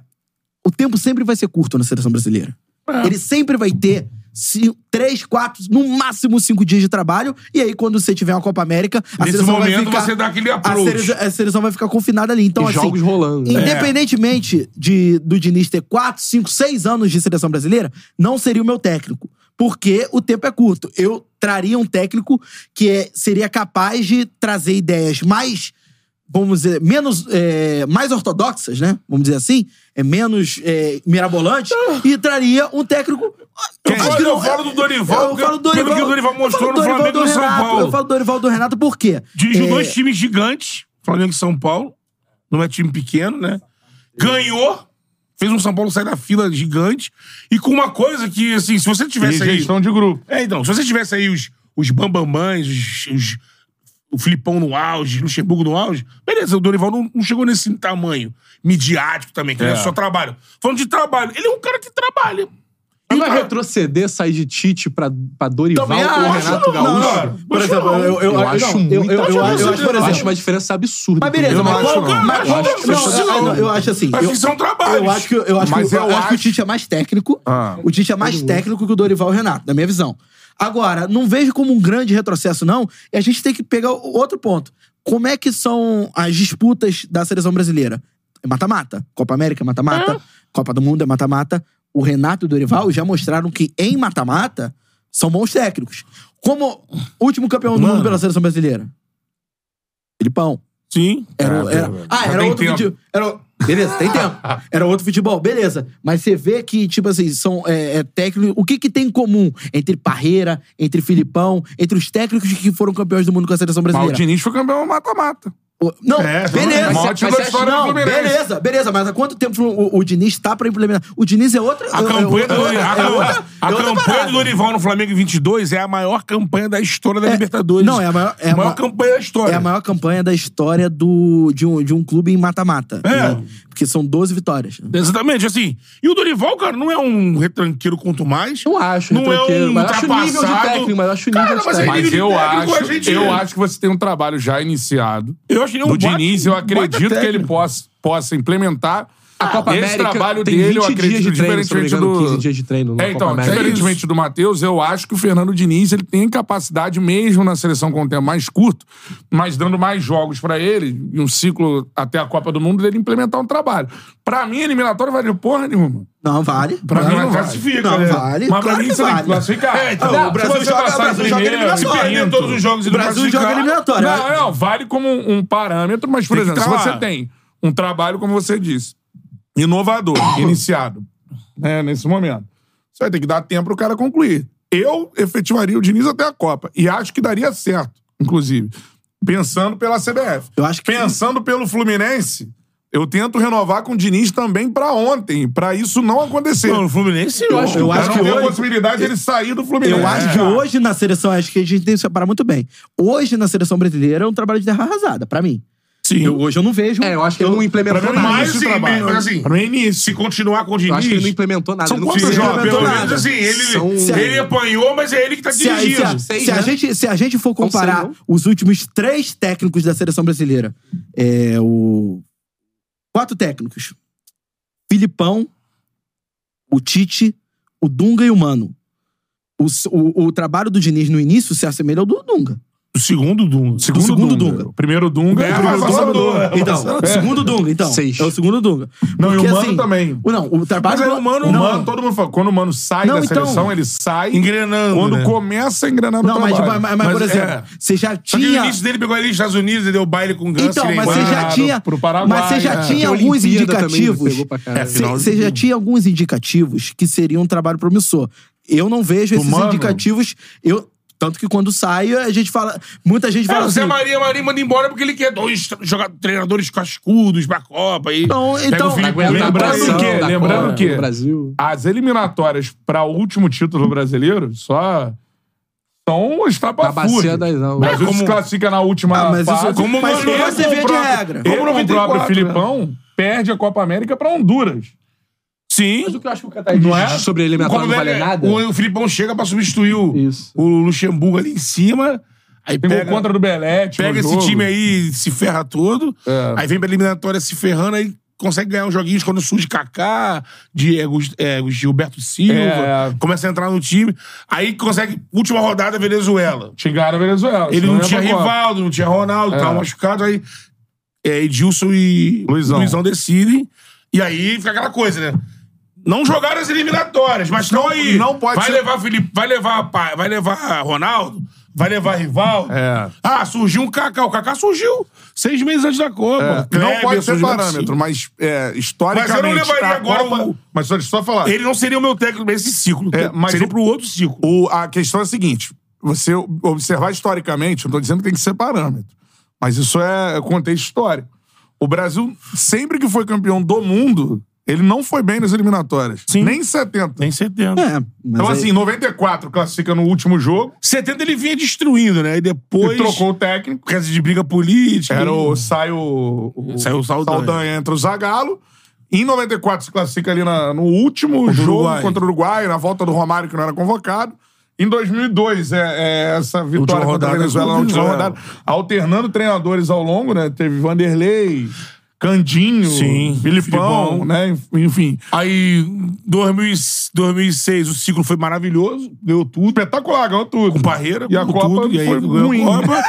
Speaker 3: o tempo sempre vai ser curto na seleção brasileira.
Speaker 5: É.
Speaker 3: Ele sempre vai ter ci- três, quatro, no máximo cinco dias de trabalho. E aí, quando você tiver uma Copa América, a
Speaker 2: Nesse
Speaker 3: seleção vai
Speaker 2: momento,
Speaker 3: ficar.
Speaker 2: você dá aquele
Speaker 3: a,
Speaker 2: approach.
Speaker 3: seleção, a seleção vai ficar confinada ali. Então,
Speaker 4: E
Speaker 3: assim,
Speaker 4: jogos rolando, né?
Speaker 3: Independentemente de, do Diniz ter quatro, cinco, seis anos de seleção brasileira, não seria o meu técnico. Porque o tempo é curto. Eu traria um técnico que é- seria capaz de trazer ideias mais vamos dizer, menos, é, mais ortodoxas, né? Vamos dizer assim, é menos é, mirabolantes,
Speaker 2: Ah.
Speaker 3: e traria um técnico.
Speaker 2: Eu
Speaker 3: Acho
Speaker 2: falo-
Speaker 3: que
Speaker 2: eu falo do Dorival,
Speaker 3: Eu falo do Dorival.
Speaker 2: pelo que o Dorival
Speaker 3: eu falo
Speaker 2: mostrou
Speaker 3: do
Speaker 2: no
Speaker 3: Dorival
Speaker 2: Flamengo
Speaker 3: do
Speaker 2: e no São
Speaker 3: Renato,
Speaker 2: Paulo.
Speaker 3: Eu falo do Dorival do Renato por quê?
Speaker 2: Dirigiu
Speaker 3: É,
Speaker 2: dois times gigantes, Flamengo e São Paulo. Não é time pequeno, né? Ganhou. Fez um São Paulo sair da fila gigante. E com uma coisa que, assim, se você
Speaker 5: E
Speaker 2: tivesse aí...
Speaker 5: gestão de grupo.
Speaker 2: É, então, se você tivesse aí os, os bambamães, os, os- o Filipão no auge, Luxemburgo no auge, beleza, o Dorival não, não chegou nesse tamanho midiático também, que não é só trabalho. Falando de trabalho, ele é um cara que trabalha.
Speaker 4: Mas vai
Speaker 2: Então-
Speaker 4: retroceder, sair de Tite pra, pra Dorival
Speaker 3: Também
Speaker 4: ou
Speaker 3: acho,
Speaker 4: Renato
Speaker 2: não,
Speaker 4: Gaúcho?
Speaker 2: cara.
Speaker 3: Por
Speaker 2: Acho
Speaker 3: exemplo,
Speaker 2: não.
Speaker 3: eu, eu,
Speaker 4: Eu,
Speaker 3: eu-
Speaker 4: acho
Speaker 3: não,
Speaker 4: muito.
Speaker 3: eu, eu, eu, eu acho, por
Speaker 4: eu acho
Speaker 3: exemplo,
Speaker 4: uma diferença absurda.
Speaker 3: Mas beleza,
Speaker 5: Eu
Speaker 3: mas
Speaker 5: não acho,
Speaker 3: qual-
Speaker 5: não.
Speaker 3: mas
Speaker 4: Eu
Speaker 3: qual-
Speaker 4: acho que
Speaker 3: não,
Speaker 4: isso
Speaker 3: eu-
Speaker 2: não.
Speaker 3: eu- eu acho assim.
Speaker 2: Mas é um
Speaker 3: eu-
Speaker 2: que são trabalhos.
Speaker 3: Eu acho que eu acho
Speaker 5: Mas
Speaker 3: que, eu
Speaker 5: eu
Speaker 3: acho que o
Speaker 5: acho-
Speaker 3: Tite é mais técnico.
Speaker 5: Ah.
Speaker 3: O Tite é mais técnico que o Dorival e o Renato, na minha visão. Agora, não vejo como um grande retrocesso não, e a gente tem que pegar o- outro ponto. Como é que são as disputas da seleção brasileira? É mata-mata. Copa América é mata-mata, Copa do Mundo é mata-mata. O Renato e o Dorival já mostraram que em mata-mata são bons técnicos. Como último campeão do mundo pela seleção brasileira? Filipão.
Speaker 2: Sim. É,
Speaker 3: Era, o- era- ah,
Speaker 2: Já
Speaker 3: era
Speaker 2: tem
Speaker 3: outro
Speaker 2: tempo.
Speaker 3: futebol. Era, o- beleza,
Speaker 2: Ah,
Speaker 3: tem tempo. Era outro futebol, beleza. Mas você vê que, tipo assim, são é, é, técnicos. O que, que tem em comum entre Parreira, entre Filipão, entre os técnicos que foram campeões do mundo com a seleção
Speaker 5: Mas o
Speaker 3: brasileira?
Speaker 5: Diniz foi campeão mata-mata.
Speaker 3: O- Não,
Speaker 5: É,
Speaker 3: beleza.
Speaker 5: mas
Speaker 4: você-
Speaker 3: Mas
Speaker 4: mas
Speaker 3: você-
Speaker 4: você acha-
Speaker 3: não,
Speaker 5: do Fluminense.
Speaker 3: beleza, beleza. Mas há quanto tempo o, o Diniz está pra implementar? O Diniz é outra.
Speaker 2: A
Speaker 3: é- é
Speaker 2: campanha,
Speaker 3: outra- é
Speaker 2: do, a,
Speaker 3: outra- é outra-
Speaker 2: a
Speaker 3: é outra
Speaker 2: campanha
Speaker 3: parada.
Speaker 2: do Dorival no Flamengo em 22 é a maior campanha da história da
Speaker 3: É-
Speaker 2: Libertadores.
Speaker 3: não, é a maior- é a maior-
Speaker 2: campanha da história.
Speaker 3: É a maior campanha da história do, de, um, de um clube em mata-mata.
Speaker 2: É.
Speaker 3: né? Porque são 12 vitórias.
Speaker 2: Exatamente, assim. E o Dorival, cara, não é um retranqueiro quanto mais.
Speaker 4: Não acho
Speaker 2: Não é
Speaker 4: retranqueiro,
Speaker 2: um
Speaker 4: mas acho o nível de
Speaker 2: ultrapassado.
Speaker 4: técnico, mas acho o
Speaker 2: Cara,
Speaker 4: nível de
Speaker 2: mas
Speaker 4: técnico.
Speaker 2: ele-
Speaker 5: Mas
Speaker 2: Nível de
Speaker 5: eu
Speaker 2: técnico, a
Speaker 5: acho,
Speaker 2: gente-
Speaker 5: eu acho que você tem um trabalho já iniciado.
Speaker 2: Eu acho que ele é um
Speaker 5: do
Speaker 2: baita-
Speaker 5: Diniz, eu
Speaker 2: baita
Speaker 5: acredito que ele
Speaker 2: técnico.
Speaker 5: possa, possa implementar.
Speaker 4: A Copa
Speaker 5: Esse
Speaker 4: América
Speaker 5: trabalho
Speaker 4: tem
Speaker 5: dele,
Speaker 4: 20
Speaker 5: eu acredito,
Speaker 4: dias de treino, se não me
Speaker 5: diferentemente
Speaker 4: engano,
Speaker 5: do...
Speaker 4: 15 dias de treino na
Speaker 5: É, então,
Speaker 4: Copa América.
Speaker 5: diferentemente do Matheus, eu acho que o Fernando Diniz ele tem capacidade, mesmo na seleção com um tempo mais curto, mas dando mais jogos pra ele, e um ciclo até a Copa do Mundo, dele implementar um trabalho. Pra mim, eliminatório vale porra nenhuma.
Speaker 3: Não, vale.
Speaker 5: Pra
Speaker 3: Vale.
Speaker 5: mim, não
Speaker 2: Não
Speaker 5: vale.
Speaker 2: classifica,
Speaker 3: Não,
Speaker 2: né?
Speaker 3: vale.
Speaker 5: Mas pra
Speaker 3: Claro
Speaker 5: mim,
Speaker 3: que
Speaker 5: você tem
Speaker 3: vale.
Speaker 5: que classificar.
Speaker 2: É, então,
Speaker 5: Ah,
Speaker 2: o Brasil
Speaker 5: se você
Speaker 2: joga-
Speaker 5: passar
Speaker 2: o Brasil
Speaker 5: em
Speaker 2: joga
Speaker 5: primeiro,
Speaker 2: eliminatória,
Speaker 5: em
Speaker 2: né?
Speaker 5: quinto.
Speaker 2: Todos os jogos
Speaker 3: O Brasil joga
Speaker 2: classificar.
Speaker 3: eliminatória.
Speaker 5: Não, não, vale como um, um parâmetro, mas, por
Speaker 2: Tem que
Speaker 5: exemplo, se
Speaker 2: tá lá.
Speaker 5: você tem um trabalho, como você disse, inovador, iniciado, né, nesse momento, você vai ter que dar tempo pro cara concluir. Eu efetivaria o Diniz até a Copa. E acho que daria certo, inclusive. Pensando pela CBF.
Speaker 3: Eu acho que-
Speaker 5: Pensando pelo Fluminense, eu tento renovar com o Diniz também pra ontem, pra isso não acontecer.
Speaker 2: Não, no Fluminense, eu acho
Speaker 3: eu
Speaker 5: Pra
Speaker 3: acho
Speaker 5: não
Speaker 3: que
Speaker 5: ter a
Speaker 3: hoje-
Speaker 5: possibilidade dele sair do Fluminense.
Speaker 3: Eu acho que
Speaker 5: É.
Speaker 3: hoje na seleção, acho que a gente tem que separar muito bem. Hoje na seleção brasileira é um trabalho de terra arrasada, pra mim.
Speaker 2: Sim.
Speaker 3: Eu- hoje eu não vejo.
Speaker 4: É, eu acho que ele não
Speaker 2: Pra
Speaker 4: implementou
Speaker 2: mim,
Speaker 4: nada.
Speaker 2: mais
Speaker 5: esse
Speaker 2: assim,
Speaker 5: trabalho.
Speaker 2: mas assim,
Speaker 5: Pra mim é início.
Speaker 2: se continuar com o Diniz...
Speaker 4: Eu acho que ele não implementou nada.
Speaker 5: São
Speaker 4: ele não
Speaker 5: quantos
Speaker 4: fez-
Speaker 2: Sim,
Speaker 5: jogos?
Speaker 2: pelo
Speaker 3: nada.
Speaker 2: menos assim, ele,
Speaker 4: São-
Speaker 2: ele apanhou, mas é ele que tá
Speaker 3: Se a, se, a,
Speaker 2: dirigindo.
Speaker 4: Seis,
Speaker 3: se a
Speaker 4: né?
Speaker 3: gente, se a gente for
Speaker 4: Não sei,
Speaker 3: comparar
Speaker 4: não.
Speaker 3: os últimos três técnicos da seleção brasileira, é o. Quatro técnicos: Filipão, o Tite, o Dunga e o Mano. O, s- o, o trabalho do Diniz no início se assemelha ao do Dunga.
Speaker 2: O segundo Dunga.
Speaker 5: Segundo,
Speaker 3: segundo
Speaker 5: Dunga.
Speaker 3: Dunga.
Speaker 5: O primeiro Dunga
Speaker 2: É,
Speaker 5: o
Speaker 2: mas
Speaker 5: primeiro
Speaker 2: passador.
Speaker 5: Dunga.
Speaker 3: Então,
Speaker 5: É.
Speaker 3: segundo Dunga, então.
Speaker 4: Seis.
Speaker 3: É o segundo Dunga.
Speaker 5: Não, e o
Speaker 3: Porque, assim,
Speaker 5: Mano também.
Speaker 3: o- Não, o trabalho...
Speaker 5: Mas aí o mano, o
Speaker 3: não,
Speaker 5: mano, todo mundo fala, quando o mano sai
Speaker 3: Não,
Speaker 5: da
Speaker 3: então-
Speaker 5: seleção, ele sai.
Speaker 2: Engrenando,
Speaker 5: Quando
Speaker 2: né?
Speaker 5: começa a engrenar no
Speaker 3: Não, mas,
Speaker 5: trabalho.
Speaker 3: mas, mas, por
Speaker 2: Mas,
Speaker 3: exemplo,
Speaker 2: é.
Speaker 3: você já
Speaker 2: Só que o
Speaker 3: tinha...
Speaker 2: início dele pegou ele nos Estados Unidos e deu baile com o Ganso.
Speaker 3: Então,
Speaker 2: ele
Speaker 3: mas você já
Speaker 2: embora.
Speaker 3: tinha,
Speaker 5: pro Paraguai,
Speaker 3: mas você já
Speaker 5: é.
Speaker 3: tinha
Speaker 4: Que a
Speaker 3: alguns
Speaker 4: Olimpíada também
Speaker 3: indicativos.
Speaker 4: pegou pra caralho.
Speaker 3: É,
Speaker 2: Final
Speaker 3: você- Você
Speaker 2: de-
Speaker 3: já tinha alguns indicativos que seriam um trabalho promissor. Eu não vejo esses
Speaker 5: Mano.
Speaker 3: indicativos. Eu tanto que quando saio a gente fala, muita gente
Speaker 2: É,
Speaker 3: fala
Speaker 2: o
Speaker 3: assim.
Speaker 2: Zé Maria Maria manda embora porque ele quer dois tra- joga- treinadores cascudos pra Copa. E...
Speaker 3: Então,
Speaker 5: Pega o
Speaker 3: então
Speaker 5: Felipe
Speaker 4: Aguenta a
Speaker 5: Lembrando
Speaker 4: pressão
Speaker 5: que,
Speaker 4: da
Speaker 5: lembrando
Speaker 4: Copa,
Speaker 5: que
Speaker 4: do Brasil.
Speaker 5: as eliminatórias para o último título brasileiro só são
Speaker 4: Na bacia
Speaker 5: estapafúrdios.
Speaker 4: das
Speaker 5: O Brasil se classifica na última
Speaker 3: Ah, mas
Speaker 5: fase.
Speaker 3: isso- como- mas
Speaker 5: ele
Speaker 3: isso vai
Speaker 5: com
Speaker 3: ser
Speaker 5: o
Speaker 3: via de
Speaker 5: próprio-
Speaker 3: regra.
Speaker 5: Ele,
Speaker 2: Como
Speaker 5: como o próprio
Speaker 2: 94,
Speaker 5: Filipão, perde a Copa América para Honduras. Tá
Speaker 2: Sim. é?
Speaker 4: Mas o que eu acho que o Catar diz sobre a eliminatória
Speaker 2: Como
Speaker 4: não vale
Speaker 2: ele-
Speaker 4: nada.
Speaker 2: O, o Filipão chega pra substituir o,
Speaker 4: Isso.
Speaker 2: o Luxemburgo ali em cima. Aí
Speaker 5: Tem
Speaker 2: pega,
Speaker 5: gol contra do Belete.
Speaker 2: pega
Speaker 5: no
Speaker 2: esse
Speaker 5: jogo.
Speaker 2: time aí, se ferra todo.
Speaker 5: É.
Speaker 2: Aí vem pra eliminatória se ferrando, aí consegue ganhar uns joguinhos quando surge Kaká, Diego, é, o Gilberto Silva.
Speaker 5: É.
Speaker 2: Começa a entrar no time. Aí consegue, última rodada, Venezuela.
Speaker 5: Chegaram a Venezuela.
Speaker 2: Ele não,
Speaker 5: senão
Speaker 2: tinha
Speaker 5: ia pra Copa.
Speaker 2: Rivaldo, não tinha Ronaldo,
Speaker 5: É.
Speaker 2: tava machucado. Aí é, Edilson e
Speaker 5: Luizão.
Speaker 2: decidem. E aí fica aquela coisa, né? Não jogaram as eliminatórias, mas não aí.
Speaker 5: não pode
Speaker 2: vai
Speaker 5: ser-
Speaker 2: levar Felipe, vai levar Pa- vai levar Ronaldo, vai levar Rivaldo.
Speaker 5: É.
Speaker 2: Ah, surgiu um Kaká, o Kaká surgiu seis meses antes da Copa.
Speaker 5: É, não
Speaker 2: Kleber
Speaker 5: pode ser
Speaker 2: surgiu
Speaker 5: parâmetro,
Speaker 2: assim.
Speaker 5: mas é, historicamente.
Speaker 2: Mas eu não levaria
Speaker 5: a
Speaker 2: agora
Speaker 5: Copa-
Speaker 2: o-
Speaker 5: Mas só, só falar.
Speaker 2: Ele não seria o meu técnico nesse ciclo.
Speaker 5: É, mas
Speaker 2: seria
Speaker 5: o-
Speaker 2: pro outro ciclo.
Speaker 5: O- a questão é a seguinte: você observar historicamente, eu não tô dizendo que tem que ser parâmetro, mas isso é contexto histórico. O Brasil, sempre que foi campeão do mundo, ele não foi bem nas eliminatórias.
Speaker 2: Sim.
Speaker 5: Nem em 70.
Speaker 2: Tem certeza.
Speaker 3: É, mas
Speaker 5: então,
Speaker 3: aí-
Speaker 5: assim, 94 classifica no último jogo
Speaker 2: 70 ele vinha destruindo, né? E depois.
Speaker 5: e trocou o técnico.
Speaker 2: Por causa de briga política.
Speaker 5: Era o, sai o, o,
Speaker 2: Saiu o Saldanha.
Speaker 5: entra o Zagallo. Em 94 se classifica ali na- no último
Speaker 2: o
Speaker 5: jogo
Speaker 2: Uruguai.
Speaker 5: contra o Uruguai, na volta do Romário, que não era convocado. Em 2002, é, é essa vitória contra a
Speaker 2: rodada né?
Speaker 5: Venezuela na
Speaker 2: contra a
Speaker 5: última
Speaker 2: Venezuela.
Speaker 5: rodada. Alternando treinadores ao longo, né? Teve Vanderlei, Candinho,
Speaker 2: Sim,
Speaker 5: Filipão,
Speaker 2: Filipão.
Speaker 5: né? Enfim.
Speaker 2: Aí, 2000 2006, o ciclo foi maravilhoso. Ganhou tudo.
Speaker 5: Espetacular, ganhou tudo.
Speaker 2: Com Parreira.
Speaker 5: E a
Speaker 2: com
Speaker 5: Copa
Speaker 2: tudo, e aí
Speaker 5: foi
Speaker 2: ganhou a
Speaker 5: ruim.
Speaker 2: Copa.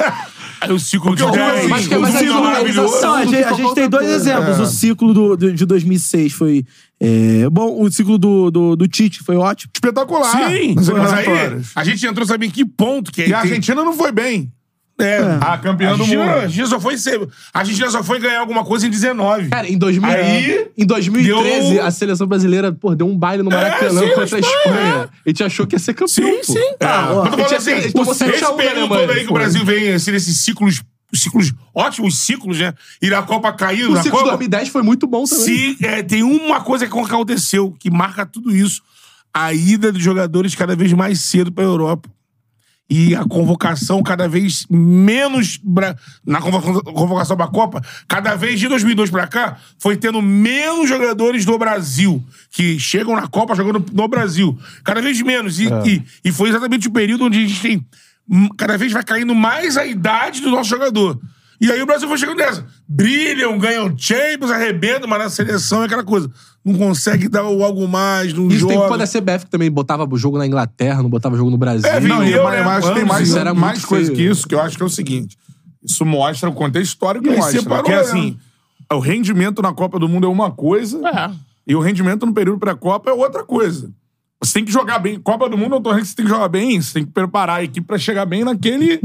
Speaker 2: aí o ciclo de
Speaker 5: eu digo
Speaker 2: 10.
Speaker 5: assim,
Speaker 2: Mas,
Speaker 5: mas
Speaker 3: é
Speaker 2: que
Speaker 5: que-
Speaker 2: o
Speaker 5: mas a
Speaker 2: ciclo maravilhoso.
Speaker 3: né? Não, a gente, a gente tem
Speaker 5: É.
Speaker 3: dois exemplos. O ciclo do, do- de 2006 foi é, bom, o ciclo do, do, do Tite foi ótimo.
Speaker 5: Espetacular.
Speaker 2: Sim,
Speaker 5: nas
Speaker 2: mas aí
Speaker 5: eliminatórias.
Speaker 2: a gente entrou, sabe em que ponto que é.
Speaker 5: E a Argentina não foi bem.
Speaker 2: é,
Speaker 5: A campeã do
Speaker 2: Argentina-
Speaker 5: mundo.
Speaker 2: A Argentina só foi ser- a Argentina só foi ganhar alguma coisa em 19.
Speaker 4: Cara, em, 2000,
Speaker 2: Aí,
Speaker 4: em 2013,
Speaker 2: deu- um É,
Speaker 4: a seleção brasileira, pô, deu um baile no Maracanã
Speaker 2: sim, é.
Speaker 4: contra a
Speaker 2: Espanha,
Speaker 4: Espanha. A gente achou que ia ser campeão,
Speaker 2: Sim,
Speaker 4: pô.
Speaker 2: sim.
Speaker 3: ó,
Speaker 2: Ah, eu tô
Speaker 4: ele
Speaker 2: falando
Speaker 4: tá, tinha- né,
Speaker 2: assim,
Speaker 4: ele tomou
Speaker 2: esse
Speaker 4: 7 a 1 da
Speaker 2: período
Speaker 4: Alemanha,
Speaker 2: todo aí que o
Speaker 4: foi.
Speaker 2: Brasil vem, assim, nesses ciclos, ciclos, ótimos ciclos, né? Ir na Copa caindo,
Speaker 4: O
Speaker 2: na
Speaker 4: ciclo de
Speaker 2: Copa...
Speaker 4: 2010 foi muito bom também.
Speaker 2: Se é, tem uma coisa que aconteceu que marca tudo isso, a ida dos jogadores cada vez mais cedo para a Europa e a convocação cada vez menos bra- na convoca- convocação da Copa, cada vez de 2002 pra cá, foi tendo menos jogadores do Brasil que chegam na Copa jogando no Brasil, cada vez menos e,
Speaker 4: É.
Speaker 2: e, e foi exatamente o período onde a gente tem hum, cada vez vai caindo mais a idade do nosso jogador. E aí o Brasil foi chegando nessa. Brilham, ganham Champions, arrebentam, mas na seleção é aquela coisa. Não consegue dar o algo mais, não
Speaker 4: Isso tem
Speaker 2: joga.
Speaker 4: culpa da CBF, que também botava o jogo na Inglaterra, não botava jogo no Brasil.
Speaker 2: É,
Speaker 5: Não,
Speaker 2: Sim,
Speaker 5: e
Speaker 2: eu,
Speaker 5: eu, mas,
Speaker 2: né,
Speaker 5: mas tem
Speaker 2: vamos,
Speaker 5: mais,
Speaker 4: isso era
Speaker 5: mais
Speaker 4: muito
Speaker 5: coisa
Speaker 4: feio.
Speaker 5: que isso, que eu acho que é o seguinte. Isso mostra o contexto histórico que
Speaker 2: E aí
Speaker 5: mostra.
Speaker 2: separou,
Speaker 5: Porque,
Speaker 2: né?
Speaker 5: assim, o rendimento na Copa do Mundo é uma coisa e o rendimento no período pré-Copa é outra coisa. Você tem que jogar bem. Copa do Mundo é um torneio que você tem que jogar bem, você tem que preparar a equipe pra chegar bem naquele,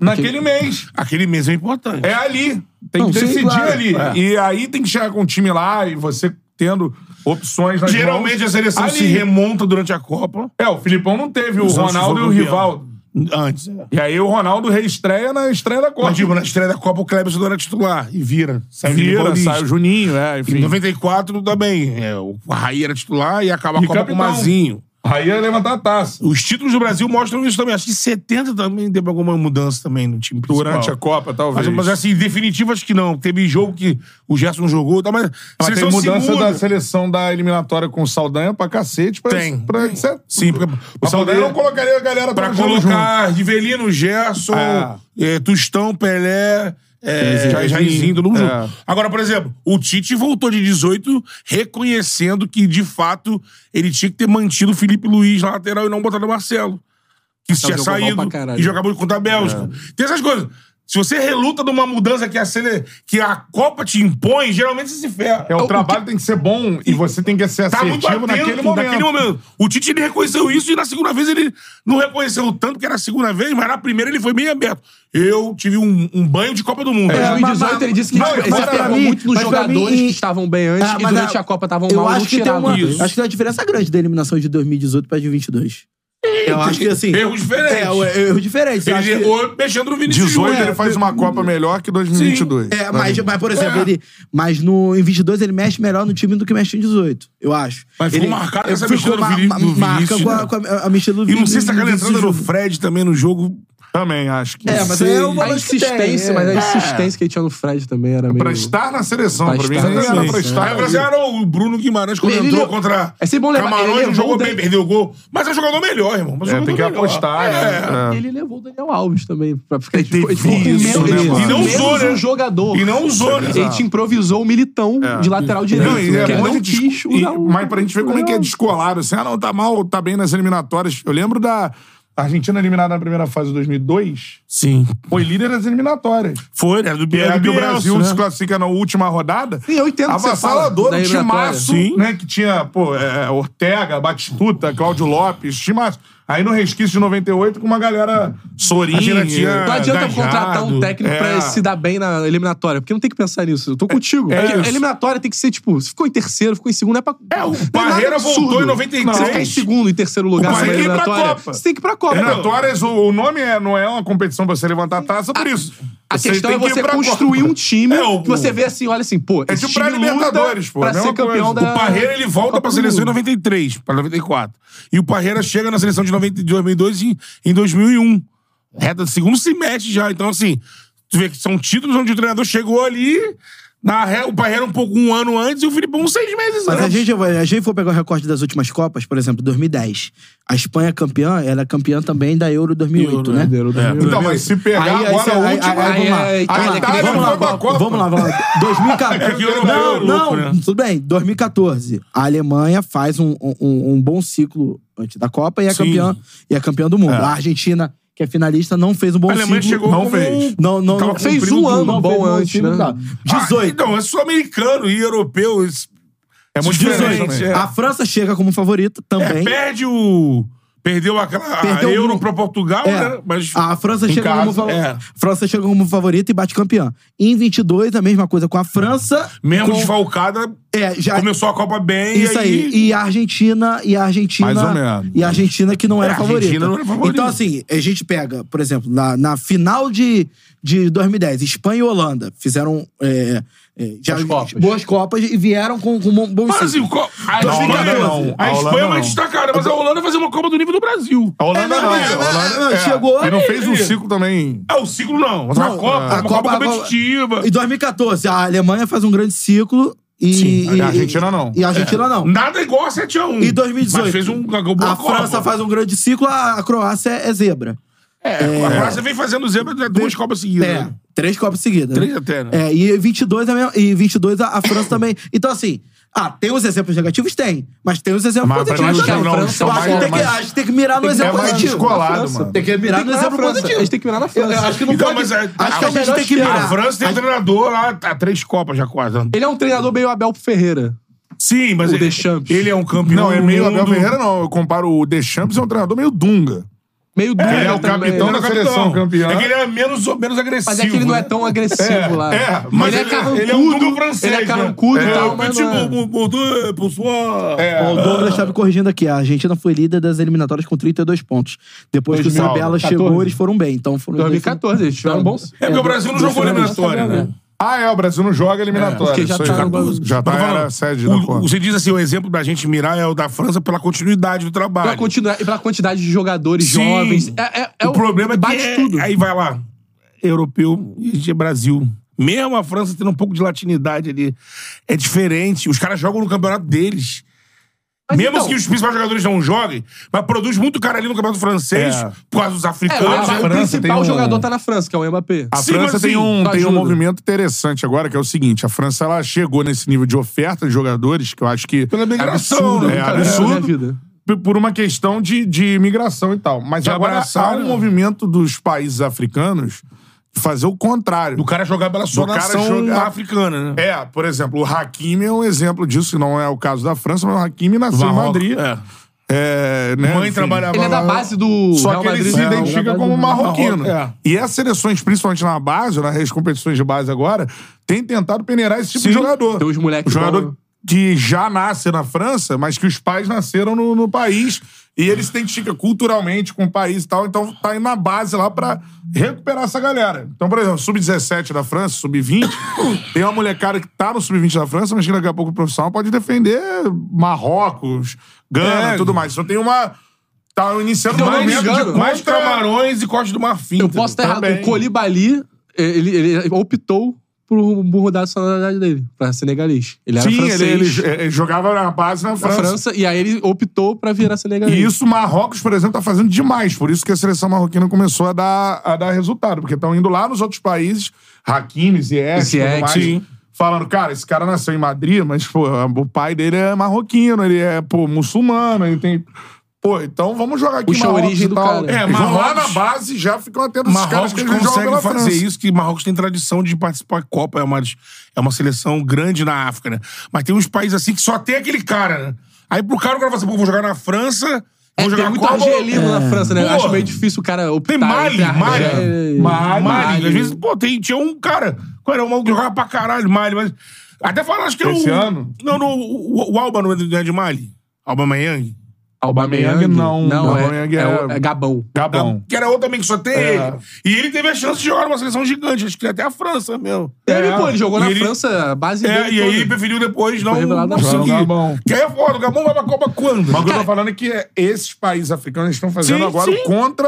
Speaker 5: naquele mês.
Speaker 2: Aquele mês é importante.
Speaker 5: É ali. Tem
Speaker 3: Não,
Speaker 5: que
Speaker 3: sim,
Speaker 5: decidir
Speaker 3: claro.
Speaker 5: ali.
Speaker 2: É.
Speaker 5: E aí tem que chegar com o time lá e você tendo opções nas
Speaker 2: Geralmente
Speaker 5: mãos.
Speaker 2: a seleção
Speaker 5: Ali.
Speaker 2: se remonta durante a Copa.
Speaker 5: É, o Filipão não teve o
Speaker 2: Os outros
Speaker 5: Ronaldo e o
Speaker 2: foram campeão.
Speaker 5: Rivaldo.
Speaker 2: Antes, é.
Speaker 5: E aí o Ronaldo reestreia na estreia da Copa.
Speaker 2: Mas, tipo, na estreia da Copa, o Cleberson não era titular. E vira. Sai o Felipe
Speaker 5: Vira,
Speaker 2: Paulista.
Speaker 5: sai o Juninho, é, enfim.
Speaker 2: Em 94 também. É, o Raí era titular e acaba a
Speaker 5: E
Speaker 2: Copa
Speaker 5: capitão.
Speaker 2: com o Mazinho.
Speaker 5: Aí ia levantar a taça.
Speaker 2: Os títulos do Brasil mostram isso também. Acho que em 70 também teve alguma mudança também no time principal.
Speaker 5: Durante a Copa, talvez.
Speaker 2: Mas, mas assim, definitivo acho que não. Teve jogo que o Gerson jogou, tá, mas,
Speaker 5: Mas
Speaker 2: vocês
Speaker 5: tem
Speaker 2: são
Speaker 5: mudança
Speaker 2: segunda.
Speaker 5: da seleção da eliminatória com o Saldanha pra cacete. Pra,
Speaker 2: Tem.
Speaker 5: pra- certo?
Speaker 2: Sim, porque
Speaker 5: o Saldanha não
Speaker 2: coloca
Speaker 5: colocaria a galera
Speaker 2: pra
Speaker 5: todo mundo
Speaker 2: colocar Rivelino, Gerson,
Speaker 5: Ah.
Speaker 2: eh, Tustão, Pelé, eh,
Speaker 5: Jairzinho.
Speaker 2: Jairzinho, todo mundo
Speaker 5: É.
Speaker 2: junto. Agora, por exemplo, o Tite voltou de 18 reconhecendo que, de fato, ele tinha que ter mantido o Felipe Luiz na lateral e não botado o Marcelo. que tinha
Speaker 4: jogou mal
Speaker 2: saído
Speaker 4: pra caralho.
Speaker 2: e jogava muito contra a Bélgica.
Speaker 5: É.
Speaker 2: Tem essas coisas. Se você reluta de uma mudança que a, sele- que a Copa te impõe, geralmente você se ferra.
Speaker 5: É, o, trabalho tem que ser bom e você tem que ser
Speaker 2: Tá
Speaker 5: assertivo
Speaker 2: muito atento
Speaker 5: naquele momento.
Speaker 2: O Tite ele reconheceu isso e na segunda vez ele não reconheceu tanto, que era a segunda vez, mas na primeira ele foi meio aberto. Eu tive um, um banho de Copa do Mundo.
Speaker 4: Em
Speaker 3: É,
Speaker 4: 2018 ele disse que
Speaker 5: mas-
Speaker 4: eles
Speaker 5: mas pra
Speaker 4: confiavam
Speaker 3: mim-
Speaker 4: muito nos
Speaker 3: mas pra
Speaker 4: jogadores
Speaker 3: mim-
Speaker 4: que estavam bem antes
Speaker 3: Ah,
Speaker 4: e
Speaker 3: mas
Speaker 4: durante
Speaker 3: a-
Speaker 4: a Copa estavam
Speaker 3: eu
Speaker 4: mal, não
Speaker 3: acho que, tem
Speaker 4: tiravam
Speaker 3: uma,
Speaker 4: isso.
Speaker 3: acho que tem uma diferença grande da eliminação de 2018 pra de 22. Eu acho que assim.
Speaker 2: Erros diferentes.
Speaker 3: É, o- erro diferente. Eu
Speaker 2: Ele
Speaker 3: acho que-
Speaker 2: errou mexendo no Vinicius.
Speaker 5: 18
Speaker 2: né?
Speaker 5: ele faz uma Copa melhor que 2022.
Speaker 3: É, mas, mas por exemplo, ele. Mas no, em 22 ele mexe melhor no time do que mexe em 18, eu acho.
Speaker 2: Mas ficou
Speaker 3: ele,
Speaker 2: marcada
Speaker 3: ele
Speaker 2: essa
Speaker 3: ficou
Speaker 2: mexida do
Speaker 3: ma-
Speaker 2: Vini-
Speaker 3: ma-
Speaker 2: do
Speaker 3: Marca
Speaker 2: Vinícius,
Speaker 3: com
Speaker 2: né?
Speaker 3: a, com a, a mexida do
Speaker 2: E não
Speaker 3: Vini-
Speaker 2: sei se tá aquela
Speaker 3: Vinícius
Speaker 2: entrada
Speaker 3: jogo.
Speaker 2: do Fred também no jogo.
Speaker 5: Também acho que.
Speaker 3: É, mas aí é o
Speaker 4: A
Speaker 3: volante que tem,
Speaker 4: insistência,
Speaker 3: é.
Speaker 4: mas a insistência tá que ele tinha no Fred também era meio...
Speaker 5: Pra estar na seleção,
Speaker 4: Pra
Speaker 5: pra, mim
Speaker 4: estar
Speaker 5: nem
Speaker 4: na
Speaker 5: era pra
Speaker 4: seleção. É,
Speaker 3: É.
Speaker 5: estar.
Speaker 2: Aí você era o Bruno Guimarães quando
Speaker 4: Ele
Speaker 2: entrou
Speaker 4: levou-
Speaker 2: contra
Speaker 4: É sempre bom levar- ele
Speaker 2: Camarões, não
Speaker 4: levou
Speaker 2: jogou
Speaker 4: o
Speaker 2: bem,
Speaker 4: Dan-
Speaker 2: perdeu o gol. Mas é um jogador melhor, irmão. Mas é um
Speaker 5: É, tem
Speaker 2: jogador
Speaker 5: que
Speaker 2: melhor.
Speaker 5: apostar,
Speaker 2: É.
Speaker 5: né? É.
Speaker 4: Ele levou o Daniel Alves também pra ficar
Speaker 5: Ele teve isso,
Speaker 4: menos-
Speaker 5: né,
Speaker 4: ele-
Speaker 5: mano?
Speaker 4: E não
Speaker 2: Menos
Speaker 4: usou, né?
Speaker 2: um
Speaker 4: um jogador.
Speaker 2: E não usou, né?
Speaker 4: Ele te improvisou o militão de lateral direito. né?
Speaker 5: Não, É. e
Speaker 4: que
Speaker 5: é
Speaker 4: ele
Speaker 5: bom
Speaker 4: não
Speaker 5: de dis-
Speaker 4: quis
Speaker 5: e-
Speaker 4: usar o-
Speaker 5: Mas pra gente ver como é que é descolado, assim, ah, não, tá mal, tá bem nas eliminatórias. Eu lembro da Argentina eliminada na primeira fase de 2002,
Speaker 2: Sim.
Speaker 5: foi líder das eliminatórias.
Speaker 2: Foi, né? Do
Speaker 5: É,
Speaker 2: Bielsa.
Speaker 5: que o Brasil
Speaker 2: né?
Speaker 5: se classifica na última rodada.
Speaker 4: Sim, eu entendo o que você fala
Speaker 5: Avassalador,
Speaker 4: da
Speaker 5: um
Speaker 4: eliminatória.
Speaker 5: timaço,
Speaker 2: Sim.
Speaker 5: né? Que tinha, pô, é, Ortega, Batistuta, Cláudio Lopes, timaço. Aí no resquício de 98, com uma galera
Speaker 2: A
Speaker 5: sorinha,
Speaker 2: gente tinha
Speaker 4: Não adianta eu
Speaker 5: Gajado,
Speaker 4: contratar um técnico
Speaker 5: é.
Speaker 4: pra se dar bem na eliminatória, porque não tem que pensar nisso. Eu tô contigo.
Speaker 5: é
Speaker 4: Porque a
Speaker 5: isso.
Speaker 4: eliminatória tem que ser, tipo, se ficou em terceiro, ficou em segundo, é pra.
Speaker 2: É, o
Speaker 4: não nada
Speaker 2: Parreira
Speaker 4: absurdo.
Speaker 2: voltou em
Speaker 4: Você ficar em
Speaker 2: 93.
Speaker 4: segundo, em terceiro lugar na
Speaker 5: Parreira tem que ir pra
Speaker 4: eliminatória,
Speaker 5: Copa.
Speaker 4: você tem que ir pra
Speaker 2: É,
Speaker 4: Copa.
Speaker 5: Eliminatórias, o, o nome é, não é uma competição pra você levantar a taça, por isso.
Speaker 4: A questão
Speaker 5: tem
Speaker 4: é
Speaker 5: que ir
Speaker 4: você
Speaker 5: pra Copa.
Speaker 4: construir um time
Speaker 2: É, o-
Speaker 4: que você vê assim, olha assim, pô,
Speaker 5: É
Speaker 4: esse
Speaker 5: tipo pra
Speaker 4: time luta
Speaker 5: Libertadores, pô, é a
Speaker 4: pra
Speaker 5: mesma
Speaker 4: ser campeão
Speaker 5: coisa.
Speaker 4: da...
Speaker 2: O Parreira ele volta
Speaker 4: Copa
Speaker 2: pra
Speaker 4: do
Speaker 2: seleção em
Speaker 4: Mundo.
Speaker 2: 93, pra 94. E o Parreira chega na seleção de 90 de 2002 em, em 2001. Reta do segundo semestre já. Então, assim, tu vê que são títulos onde o treinador chegou ali, na ré, o Parreira um pouco um ano antes e o Filipão uns seis meses
Speaker 3: Mas a
Speaker 2: antes.
Speaker 3: gente, a gente for pegar o recorde das últimas Copas, por exemplo, 2010. A Espanha é campeã, ela é campeã também da Euro 2008, né?
Speaker 2: É.
Speaker 4: Brasileiro do Rio.
Speaker 5: Então, mas se pegar agora
Speaker 3: cê-
Speaker 5: a última.
Speaker 3: aí- vamos lá.
Speaker 4: aí é Itália
Speaker 3: Vamos lá,
Speaker 4: que nem
Speaker 3: vamos,
Speaker 5: ganhou
Speaker 3: lá
Speaker 5: a
Speaker 3: vamos,
Speaker 5: Copa.
Speaker 3: lá, vamos lá, vamos lá. 2014.
Speaker 2: É que eu
Speaker 3: não,
Speaker 2: não,
Speaker 3: não,
Speaker 2: né?
Speaker 3: tudo bem. 2014. A Alemanha faz um, um, um bom ciclo antes da Copa e é,
Speaker 2: Sim.
Speaker 3: campeã, e é campeã do mundo. A Argentina, que é finalista, não fez um bom
Speaker 2: A Alemanha
Speaker 3: ciclo.
Speaker 2: chegou
Speaker 3: não
Speaker 2: como
Speaker 3: fez. Não, não,
Speaker 2: Tava
Speaker 3: não
Speaker 4: fez
Speaker 3: cumpriu
Speaker 4: um
Speaker 3: tudo,
Speaker 4: ano
Speaker 3: não
Speaker 4: bom
Speaker 3: fez um
Speaker 4: antes,
Speaker 3: ciclo,
Speaker 4: né?
Speaker 3: tá.
Speaker 2: Ah,
Speaker 3: 18.
Speaker 2: então, é sul-americano e europeu. isso-
Speaker 5: É muito diferente.
Speaker 2: é.
Speaker 3: A França chega como favorita
Speaker 2: É,
Speaker 3: também.
Speaker 2: perde o. Perdeu aquela a
Speaker 3: Perdeu o-
Speaker 2: euro pra Portugal,
Speaker 3: É.
Speaker 2: né? Mas.
Speaker 3: A França chega,
Speaker 2: casa,
Speaker 3: como fa-
Speaker 2: é.
Speaker 3: França chega como favorita e bate campeã. Em 22, a mesma coisa com a França.
Speaker 2: Mesmo
Speaker 3: com...
Speaker 2: desfalcada,
Speaker 3: É, já...
Speaker 2: começou a Copa bem.
Speaker 3: Isso
Speaker 2: e
Speaker 3: aí. E a Argentina. E a Argentina.
Speaker 5: Mais ou menos.
Speaker 3: E a Argentina que não era
Speaker 2: É, a
Speaker 3: favorita.
Speaker 2: Argentina não era favorita.
Speaker 3: Então, assim, a gente pega, por exemplo, na, na final de, de 2010, Espanha e Holanda fizeram. é, é, já-
Speaker 4: Boas Copas.
Speaker 3: boas Copas e vieram com, com um bom
Speaker 2: Mas assim,
Speaker 3: ciclo.
Speaker 2: o co- a,
Speaker 3: Não,
Speaker 2: Espanha,
Speaker 3: a Holanda
Speaker 5: não.
Speaker 2: a
Speaker 5: A
Speaker 2: Espanha
Speaker 5: Holanda
Speaker 2: é uma
Speaker 5: não.
Speaker 2: destacada, mas a Holanda vai fazer uma Copa do nível do Brasil.
Speaker 5: A Holanda
Speaker 3: É,
Speaker 5: não.
Speaker 3: não,
Speaker 5: A
Speaker 3: é,
Speaker 5: Holanda
Speaker 3: é, chegou
Speaker 5: E não
Speaker 3: aí.
Speaker 5: fez um ciclo também. é.
Speaker 2: É o ciclo não, mas uma
Speaker 3: Não,
Speaker 2: Copa, uma Copa,
Speaker 3: a
Speaker 2: competitiva.
Speaker 3: Em 2014, a Alemanha faz um grande ciclo. E,
Speaker 5: Sim,
Speaker 3: e-
Speaker 5: a Argentina não.
Speaker 3: E a Argentina não.
Speaker 2: Nada igual a 7x1.
Speaker 3: E 2018.
Speaker 2: Mas fez um, uma boa
Speaker 3: a
Speaker 2: Copa.
Speaker 3: França faz um grande ciclo, a, a Croácia é, é zebra.
Speaker 2: É, A França vem fazendo zebra de duas Copas seguidas.
Speaker 3: É,
Speaker 2: né?
Speaker 3: três Copas seguidas.
Speaker 2: Três
Speaker 3: né?
Speaker 2: até, né?
Speaker 3: É, e 22, a, mesma- e 22 a, a França também. Então, assim, ah, tem os exemplos negativos? Tem. Mas é tem os exemplos
Speaker 5: Mas pra mim,
Speaker 3: positivos
Speaker 5: os
Speaker 3: também.
Speaker 4: não,
Speaker 3: Eu
Speaker 4: são
Speaker 3: acho que
Speaker 4: mais-
Speaker 3: tem que-
Speaker 4: mais-
Speaker 3: acho que tem que mirar no
Speaker 5: É
Speaker 3: exemplo
Speaker 5: mais
Speaker 3: positivo.
Speaker 5: descolado,
Speaker 4: França.
Speaker 5: mano.
Speaker 3: Tem que mirar
Speaker 4: Tem
Speaker 3: no
Speaker 4: que mirar
Speaker 3: exemplo
Speaker 4: na França.
Speaker 3: positivo.
Speaker 4: A gente tem que mirar na França.
Speaker 3: Eu- eu acho que não
Speaker 2: Então,
Speaker 3: pode...
Speaker 2: mas a-
Speaker 3: acho que a
Speaker 2: a-
Speaker 3: gente tem que
Speaker 2: A
Speaker 3: mirar.
Speaker 2: França tem um treinador lá há três Copas já quase.
Speaker 4: Ele é um treinador meio Abel Ferreira.
Speaker 2: Sim, mas
Speaker 4: O
Speaker 2: ele,
Speaker 4: Deschamps.
Speaker 2: ele é um campeão
Speaker 5: Não, é
Speaker 2: do
Speaker 5: meio
Speaker 2: mundo.
Speaker 5: Abel Ferreira, não. Eu comparo o Deschamps, é um treinador meio Dunga.
Speaker 4: Meio duro.
Speaker 5: ele é o capitão
Speaker 2: Ele é
Speaker 5: da
Speaker 2: o capitão.
Speaker 5: seleção campeã.
Speaker 2: É que ele é menos, menos agressivo.
Speaker 4: Mas é que ele não é
Speaker 2: né?
Speaker 4: tão agressivo lá.
Speaker 5: é,
Speaker 4: mas
Speaker 2: mas
Speaker 4: ele, é
Speaker 2: ele-
Speaker 4: carrancudo.
Speaker 2: ele é um Dunga francês,
Speaker 4: Ele é
Speaker 2: né?
Speaker 4: carrancudo e
Speaker 2: É,
Speaker 5: tipo
Speaker 4: tal,
Speaker 2: o
Speaker 4: mas
Speaker 2: petit
Speaker 4: não é.
Speaker 2: bon- bon- bon- bonsoir.
Speaker 3: Ó, o Douglas estava corrigindo aqui. A Argentina foi líder das eliminatórias com 32 pontos. Depois que o
Speaker 5: 2009,
Speaker 3: Sabela
Speaker 4: 14.
Speaker 3: chegou, eles foram bem. Então foram Então,
Speaker 4: 2014, eles tiveram bons...
Speaker 2: É porque o Brasil não
Speaker 4: dois
Speaker 2: jogou
Speaker 4: finalistas
Speaker 2: eliminatória,
Speaker 4: também,
Speaker 2: né?
Speaker 5: Ah, é, o Brasil não joga eliminatória.
Speaker 4: porque já
Speaker 5: isso aí.
Speaker 4: tá no bagulho.
Speaker 5: já tá
Speaker 2: Tô falando,
Speaker 5: era sede da
Speaker 2: o,
Speaker 5: Copa.
Speaker 2: Você diz assim, o exemplo da gente mirar é o da França pela continuidade do
Speaker 4: Pela,
Speaker 2: trabalho.
Speaker 4: continua- e pela quantidade de jogadores
Speaker 2: Sim.
Speaker 4: jovens. É, é- é
Speaker 2: o problema é que
Speaker 4: bate
Speaker 2: é-
Speaker 4: tudo.
Speaker 2: aí vai lá, europeu e a gente é Brasil. Mesmo a França tendo um pouco de latinidade ali, é diferente. Os caras jogam no campeonato deles.
Speaker 4: Mas
Speaker 2: Mesmo
Speaker 4: então-
Speaker 2: que os principais jogadores não joguem, mas produz muito cara ali no campeonato francês,
Speaker 5: É.
Speaker 2: por causa dos
Speaker 4: É,
Speaker 2: africanos.
Speaker 4: o,
Speaker 5: a
Speaker 4: Mbappé- o
Speaker 5: França
Speaker 4: principal
Speaker 5: tem um-
Speaker 4: jogador tá na França, que é o Mbappé.
Speaker 5: A
Speaker 2: Sim,
Speaker 5: França
Speaker 2: mas assim,
Speaker 5: tem,
Speaker 2: sim,
Speaker 5: um,
Speaker 4: tu
Speaker 5: tem um
Speaker 4: ajuda.
Speaker 5: movimento interessante agora, que é o seguinte: a França ela chegou nesse nível de oferta de jogadores, que eu acho que.
Speaker 2: Pela migração,
Speaker 5: absurdo,
Speaker 2: né,
Speaker 5: É
Speaker 2: cara?
Speaker 4: É,
Speaker 5: absurdo.
Speaker 4: minha vida.
Speaker 5: p- por uma questão de, de imigração e tal. Mas
Speaker 2: De
Speaker 5: agora há
Speaker 2: abraçar,
Speaker 5: um
Speaker 2: né?
Speaker 5: movimento dos países africanos de fazer o contrário.
Speaker 2: Do cara jogar pela sua
Speaker 5: Do cara
Speaker 2: nação
Speaker 5: jogar-
Speaker 2: africana, né?
Speaker 5: É, por exemplo, o Hakimi é um exemplo disso, que não é o caso da França, mas o Hakimi nasceu em
Speaker 2: Marrocos,
Speaker 5: Madrid.
Speaker 2: é.
Speaker 5: É, né,
Speaker 2: Mãe
Speaker 5: enfim.
Speaker 2: trabalhava
Speaker 4: Ele é da
Speaker 2: lá.
Speaker 4: base do
Speaker 5: Só
Speaker 4: Real
Speaker 5: que ele
Speaker 4: Madrid.
Speaker 5: se
Speaker 4: É,
Speaker 5: identifica
Speaker 3: Real Madrid
Speaker 5: como
Speaker 3: do
Speaker 5: marroquino.
Speaker 2: Marrocos,
Speaker 5: E as seleções, principalmente na base, ou nas competições de base agora, têm tentado peneirar esse tipo de jogador.
Speaker 4: Tem os moleques
Speaker 5: Um jogador
Speaker 4: bons.
Speaker 5: que já nasce na França, mas que os pais nasceram no, no país. E ele se identifica culturalmente com o país e tal. Então tá indo na base lá pra recuperar essa galera. Então, por exemplo, sub-17 da França, sub-20, tem uma molecada que tá no sub-20 da França, mas que daqui a pouco o profissional pode defender Marrocos, Gana,
Speaker 2: É.
Speaker 5: tudo mais. Então tem uma... Tá iniciando um
Speaker 4: Não,
Speaker 5: momento
Speaker 4: não,
Speaker 5: de
Speaker 4: não.
Speaker 2: Mais
Speaker 5: contra-
Speaker 2: camarões e Costa do Marfim.
Speaker 4: Eu posso estar errado.
Speaker 5: Também.
Speaker 4: O Colibali, ele, ele optou por mudar a nacionalidade dele, pra senegalês. Ele era
Speaker 5: Sim,
Speaker 4: francês.
Speaker 5: ele, ele, ele jogava na base na
Speaker 4: na
Speaker 5: França.
Speaker 4: França. e aí ele optou pra virar senegalês.
Speaker 5: E isso o Marrocos, por exemplo, tá fazendo demais. Por isso que a seleção marroquina começou a dar, a dar resultado. Porque estão indo lá nos outros países, Hakimi, Ziyech, tudo
Speaker 4: Ziyech,
Speaker 5: mais,
Speaker 4: sim.
Speaker 5: falando, cara, esse cara nasceu em Madrid, mas, pô, o pai dele é marroquino, ele é, pô, muçulmano, ele tem... Pô, então vamos jogar aqui
Speaker 4: Puxa a
Speaker 5: Marrocos
Speaker 4: origem
Speaker 5: e
Speaker 4: do
Speaker 5: tal.
Speaker 4: cara.
Speaker 5: É,
Speaker 2: É,
Speaker 5: Marrocos, vão lá na
Speaker 2: Marrocos-
Speaker 5: base e já ficam atentos esses caras
Speaker 2: Marrocos
Speaker 5: que eles jogam
Speaker 2: consegue
Speaker 5: pela
Speaker 2: fazer
Speaker 5: França.
Speaker 2: isso, que Marrocos tem tradição de participar de Copa, é uma, é uma seleção grande na África, né? Mas tem uns países assim que só tem aquele cara, né? Aí pro cara o cara fala assim, pô, vou jogar na França,
Speaker 4: É,
Speaker 2: vou jogar
Speaker 4: tem muito
Speaker 2: Copa.
Speaker 4: argelino
Speaker 3: É.
Speaker 4: na França, né?
Speaker 2: Porra.
Speaker 4: Acho meio difícil o cara optar.
Speaker 2: Tem Mali,
Speaker 4: entre É.
Speaker 2: Mali.
Speaker 4: Argélia e-
Speaker 2: Mali. Às vezes, pô, tem, tinha um cara, qual era um maluco que jogava pra caralho, Mali, mas. Até falaram, acho que era
Speaker 5: Esse
Speaker 2: o-
Speaker 5: ano?
Speaker 2: Não, não, o, o Alba não é de, não é de Mali. Alba Mayang.
Speaker 4: Aubameyang,
Speaker 5: não.
Speaker 4: Não,
Speaker 5: Aubameyang
Speaker 4: é,
Speaker 5: é-
Speaker 4: é, é Gabão.
Speaker 5: Gabão.
Speaker 2: Que era outro também que só tem
Speaker 5: É.
Speaker 2: ele. E ele teve a chance de jogar numa seleção gigante, acho que até a França mesmo.
Speaker 5: É.
Speaker 4: Teve, pô, ele jogou
Speaker 2: E
Speaker 4: na
Speaker 2: ele-
Speaker 4: França, a base
Speaker 2: É,
Speaker 4: dele
Speaker 2: e aí
Speaker 4: toda.
Speaker 2: ele preferiu depois não
Speaker 4: revelado na
Speaker 2: conseguir.
Speaker 5: Copa. Gabão.
Speaker 2: Que aí é foda, o Gabão vai pra Copa quando? Tá.
Speaker 5: Mas o que eu tô falando é que é, esses países africanos estão fazendo
Speaker 2: Sim,
Speaker 5: agora
Speaker 2: sim.
Speaker 5: o contra...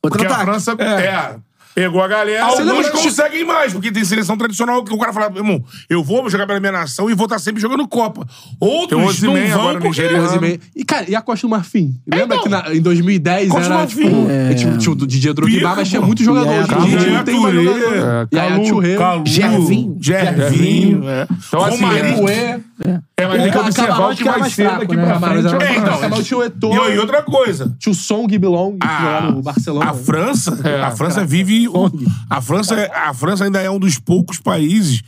Speaker 5: Porque a
Speaker 3: Contra-ataque.
Speaker 5: França é. pegou a galera...
Speaker 2: Alguns
Speaker 5: agora-
Speaker 2: conseguem mais, porque tem seleção tradicional que o cara fala, meu irmão, eu vou jogar pela minha nação e vou estar sempre jogando Copa.
Speaker 5: Tem o
Speaker 2: Outros não
Speaker 5: Osimhen agora
Speaker 2: vão
Speaker 5: no
Speaker 2: porque...
Speaker 5: Nigéria.
Speaker 4: Onze e meia. E, cara, e a Costa do Marfim? Lembra
Speaker 2: então.
Speaker 4: que na- em 2010
Speaker 2: Costa do
Speaker 4: era,
Speaker 2: Marfim.
Speaker 4: tipo, é, tipo, tinha o Didier Drogba,
Speaker 2: Pica,
Speaker 4: mas tinha
Speaker 2: pô. é,
Speaker 4: muito jogador.
Speaker 3: E aí,
Speaker 4: Hoje
Speaker 3: Calu,
Speaker 4: em dia não tem mais
Speaker 5: Touré,
Speaker 4: jogador. E aí, a
Speaker 5: Calu,
Speaker 4: Touré,
Speaker 2: Calu,
Speaker 3: Gervinho.
Speaker 2: Gervinho. é.
Speaker 5: Então, assim,
Speaker 2: Romarinho.
Speaker 4: Capoe,
Speaker 5: É, mas tem que
Speaker 4: Ca-
Speaker 5: observar o
Speaker 4: Camarões
Speaker 5: que
Speaker 4: que era
Speaker 5: vai
Speaker 4: mais
Speaker 5: ser
Speaker 4: fraco,
Speaker 5: daqui
Speaker 4: né?
Speaker 5: pra
Speaker 4: Camarões
Speaker 5: frente.
Speaker 4: era mais
Speaker 5: É,
Speaker 2: então,
Speaker 4: fraco. Mas tinha o
Speaker 2: E aí,
Speaker 4: Eto'o,
Speaker 2: outra coisa.
Speaker 4: tinha o Song Bilong, que
Speaker 2: Ah,
Speaker 4: jogava no Barcelona. né?
Speaker 2: A França, a França vive. o- a, França, a França ainda é um dos poucos países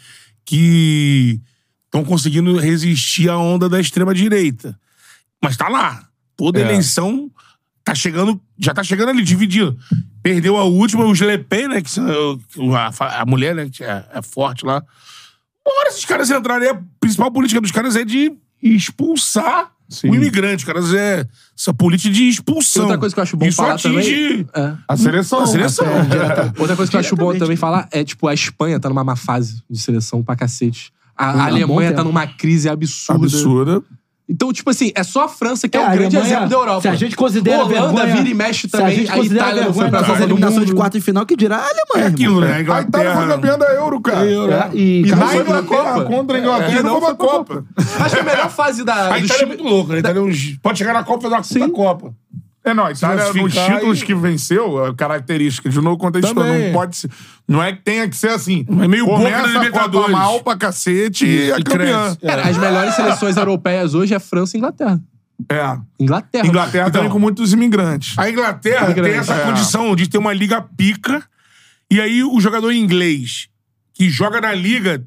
Speaker 2: que estão conseguindo resistir à onda da extrema-direita. Mas tá lá. Toda eleição tá chegando. Já tá chegando ali, dividindo. Perdeu a última, o Le Pen, né? Que, são- a, fa- a mulher, né? Que é, é forte lá. Uma hora esses caras entrarem, a principal política dos caras é de expulsar o imigrante. Os caras é. Essa política de
Speaker 4: E
Speaker 2: expulsão.
Speaker 4: outra coisa que eu acho bom
Speaker 2: Isso
Speaker 4: falar
Speaker 2: atinge-
Speaker 4: também... É.
Speaker 5: A seleção.
Speaker 2: A seleção.
Speaker 4: Outra coisa que eu acho bom também falar é, tipo, a Espanha tá numa má fase de seleção pra cacete. A
Speaker 3: há um bom
Speaker 4: Alemanha
Speaker 3: tempo.
Speaker 4: tá numa crise absurda.
Speaker 5: Absurda.
Speaker 4: Então, tipo assim, é só a França que é,
Speaker 3: É,
Speaker 4: o
Speaker 3: a
Speaker 4: grande
Speaker 3: Alemanha,
Speaker 4: exemplo da Europa.
Speaker 3: se a gente considera a
Speaker 4: Holanda
Speaker 3: vergonha-
Speaker 4: vira e mexe
Speaker 3: Se a
Speaker 4: também.
Speaker 3: gente
Speaker 4: A,
Speaker 3: considera
Speaker 4: Itália não foi
Speaker 3: vergonha
Speaker 4: pra
Speaker 3: nas
Speaker 4: Copa
Speaker 3: suas
Speaker 4: do
Speaker 3: eliminações de
Speaker 4: Mundo. tá
Speaker 3: quarta de final, que dirá a Alemanha.
Speaker 2: É aquilo, né? A
Speaker 5: A Itália foi
Speaker 2: Inglaterra.
Speaker 5: campeã da Euro, cara.
Speaker 3: irmão. É, e
Speaker 5: E
Speaker 3: Carlos
Speaker 5: na
Speaker 3: Rodrigues-
Speaker 5: Inglaterra,
Speaker 4: Copa.
Speaker 5: contra a
Speaker 4: É,
Speaker 5: Inglaterra,
Speaker 4: não
Speaker 5: não foi
Speaker 4: foi
Speaker 5: pra Copa.
Speaker 4: Acho que a melhor fase da,
Speaker 2: A
Speaker 4: dos
Speaker 2: Itália é
Speaker 4: times-
Speaker 2: muito louca. A Itália é um- pode chegar na Copa e fazer uma puta Copa.
Speaker 5: É, não, a Itália, nos
Speaker 2: classificar
Speaker 5: títulos
Speaker 2: e-
Speaker 5: que venceu, a característica, de novo, contextuando,
Speaker 2: Também.
Speaker 5: não pode ser... Não é que tenha que ser assim.
Speaker 2: É meio Boca da
Speaker 5: Começa a Copa
Speaker 2: Libertadores.
Speaker 5: mal pra cacete e, é
Speaker 2: E
Speaker 5: campeã.
Speaker 2: cresce.
Speaker 4: Cara, as melhores seleções europeias hoje é França e Inglaterra.
Speaker 5: É.
Speaker 4: Inglaterra.
Speaker 5: Inglaterra
Speaker 2: Então.
Speaker 5: também com muitos imigrantes.
Speaker 2: A Inglaterra
Speaker 4: Imigrante.
Speaker 2: tem essa
Speaker 5: É.
Speaker 2: condição de ter uma liga pica e aí o jogador inglês que joga na liga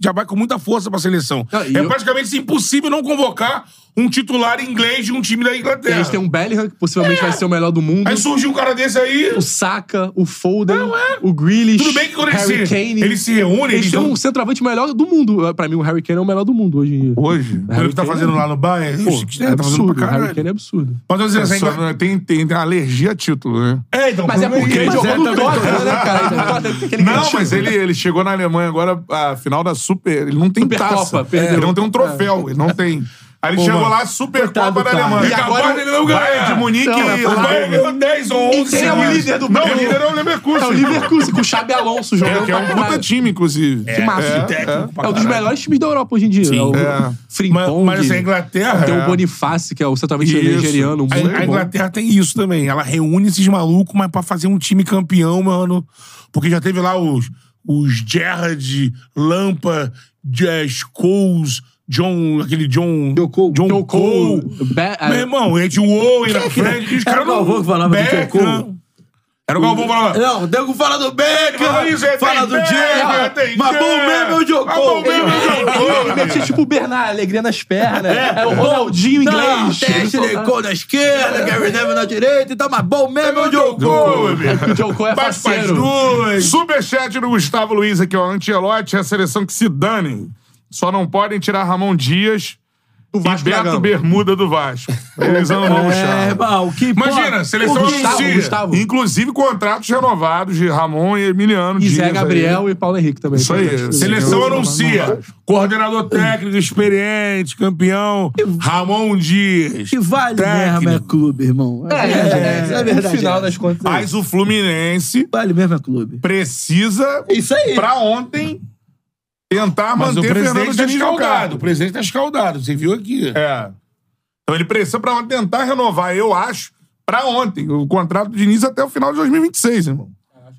Speaker 2: já vai com muita força pra seleção.
Speaker 4: Não, e
Speaker 2: é
Speaker 4: eu-
Speaker 2: praticamente impossível não convocar um titular inglês de um time da
Speaker 4: E a
Speaker 2: Inglaterra.
Speaker 4: gente tem um Bellingham, que possivelmente vai ser o melhor do mundo.
Speaker 2: Aí surgiu um cara desse aí... é.
Speaker 4: O Saka, o Foden, o Grealish,
Speaker 2: Tudo bem que quando
Speaker 4: Harry
Speaker 2: ele se,
Speaker 4: Kane.
Speaker 2: ele se reúne...
Speaker 4: Eles
Speaker 2: Eles
Speaker 4: têm
Speaker 2: dão-
Speaker 4: um centroavante melhor do mundo. Pra mim, o Harry Kane é o melhor do mundo hoje em dia.
Speaker 5: Hoje...
Speaker 2: Olha O que tá
Speaker 4: Kane é-
Speaker 2: fazendo lá no Bayern...
Speaker 4: Pô, é
Speaker 2: Ixi, tá fazendo
Speaker 4: absurdo.
Speaker 2: pra
Speaker 4: O Harry
Speaker 2: caralho.
Speaker 4: Kane é absurdo.
Speaker 2: Mas eu dizer,
Speaker 5: É, só-
Speaker 2: essa Inglaterra-
Speaker 5: tem, tem, tem alergia a título, né?
Speaker 2: É, então,
Speaker 4: Mas é porque ele
Speaker 2: mas
Speaker 4: jogou
Speaker 2: é
Speaker 4: no
Speaker 2: também-
Speaker 4: Tottenham, né, cara? Ele Tottenham tem aquele
Speaker 5: Não,
Speaker 4: grande-
Speaker 5: mas ele, ele chegou na Alemanha agora, a final da Super. Ele não tem
Speaker 4: Supercopa,
Speaker 5: taça.
Speaker 4: perdeu. É.
Speaker 5: Ele não tem um troféu, ele não tem. Aí ele chegou lá,
Speaker 3: Coitado
Speaker 5: Supercopa
Speaker 3: do
Speaker 5: da
Speaker 3: cara.
Speaker 5: Alemanha.
Speaker 2: E agora ele não
Speaker 5: Bayern de
Speaker 2: ganha.
Speaker 5: Munique,
Speaker 4: Não,
Speaker 5: lá-
Speaker 4: é
Speaker 2: O Bayern ganhou 10 ou 11
Speaker 4: Quem é o
Speaker 2: seguidas.
Speaker 4: líder do
Speaker 5: Não,
Speaker 4: Bayern?
Speaker 5: o líder é o
Speaker 4: É o
Speaker 5: Leverkusen.
Speaker 4: Leverkusen, com o Xabi Alonso jogando.
Speaker 5: É, que é um
Speaker 4: pra
Speaker 5: puta
Speaker 4: caralho.
Speaker 5: time, inclusive.
Speaker 4: Que massa
Speaker 5: é,
Speaker 4: de técnico.
Speaker 2: pra
Speaker 4: É, um dos
Speaker 2: caralho.
Speaker 4: melhores times da Europa hoje em dia. É o
Speaker 5: É.
Speaker 2: Mas,
Speaker 4: Frimpong.
Speaker 2: mas assim, a Inglaterra.
Speaker 4: Tem o Bonifácio, que é o centroavante
Speaker 5: Isso.
Speaker 4: nigeriano.
Speaker 2: a-
Speaker 4: muito
Speaker 2: a,
Speaker 4: bom.
Speaker 2: Inglaterra tem isso também. Ela reúne esses malucos, mas pra fazer um time campeão, mano. Porque já teve lá os, os Gerrard, Lampa, eh, Scholes, John, aquele John.
Speaker 3: John Cole.
Speaker 2: John
Speaker 3: John
Speaker 2: Cole.
Speaker 4: Be-
Speaker 2: Meu irmão, Ed Owen na frente. Os
Speaker 3: era
Speaker 2: caras
Speaker 3: o Galvão que falava do John
Speaker 2: Beckham.
Speaker 3: Cole?
Speaker 2: Era o Galvão que falava.
Speaker 3: Não, o Dego fala do
Speaker 2: Fala isso, é
Speaker 3: Beckham, fala do
Speaker 2: tem Beckham,
Speaker 3: Diego,
Speaker 2: tem
Speaker 3: mas bom
Speaker 2: Beckham.
Speaker 3: mesmo é o John
Speaker 2: Mas bom
Speaker 3: Cole.
Speaker 2: mesmo é o John
Speaker 4: Ele metia tipo o Bernard, alegria nas pernas. É, o Ronaldinho
Speaker 3: né? Não,
Speaker 4: inglês.
Speaker 3: tem Ashley Cole na esquerda, Gary Neville na direita e tal, mas bom mesmo é o John Cole.
Speaker 4: É que o John Cole é
Speaker 5: Baixo pras
Speaker 4: parceiro.
Speaker 5: duas. Superchat do Gustavo Luiz aqui, ó. Antielote é a seleção que se dane. Só não podem tirar Ramon Dias e
Speaker 4: Vasco da
Speaker 5: Beto
Speaker 4: Gama.
Speaker 5: Bermuda do Vasco. Eles andam no
Speaker 3: É,
Speaker 5: chão.
Speaker 3: irmão, que
Speaker 2: Imagina,
Speaker 3: pô,
Speaker 2: seleção
Speaker 3: o
Speaker 2: do
Speaker 3: Gustavo,
Speaker 2: Chile.
Speaker 3: Gustavo.
Speaker 5: Inclusive contratos renovados de Ramon e Emiliano
Speaker 4: E
Speaker 5: Dias.
Speaker 4: Zé
Speaker 5: aí.
Speaker 4: Gabriel e Paulo Henrique também.
Speaker 5: Isso aí.
Speaker 2: Seleção
Speaker 5: Não, não,
Speaker 2: anuncia. Coordenador técnico, experiente, campeão. Ramon Dias.
Speaker 3: Que vale
Speaker 2: Técnico.
Speaker 3: mesmo é clube, irmão. É, é, verdade.
Speaker 4: No final
Speaker 3: é.
Speaker 4: das contas.
Speaker 5: Mas o Fluminense
Speaker 3: Vale mesmo é clube.
Speaker 5: precisa,
Speaker 3: Isso aí.
Speaker 5: pra ontem, tentar
Speaker 2: Mas o
Speaker 5: manter
Speaker 2: presidente
Speaker 5: Fernando
Speaker 2: tá
Speaker 5: Diniz no
Speaker 2: escaldado.
Speaker 5: cargo.
Speaker 2: O presidente tá escaldado. Você viu aqui.
Speaker 5: É. Então ele precisa pra tentar renovar, eu acho, pra ontem. O contrato do Diniz até o final de 2026, irmão.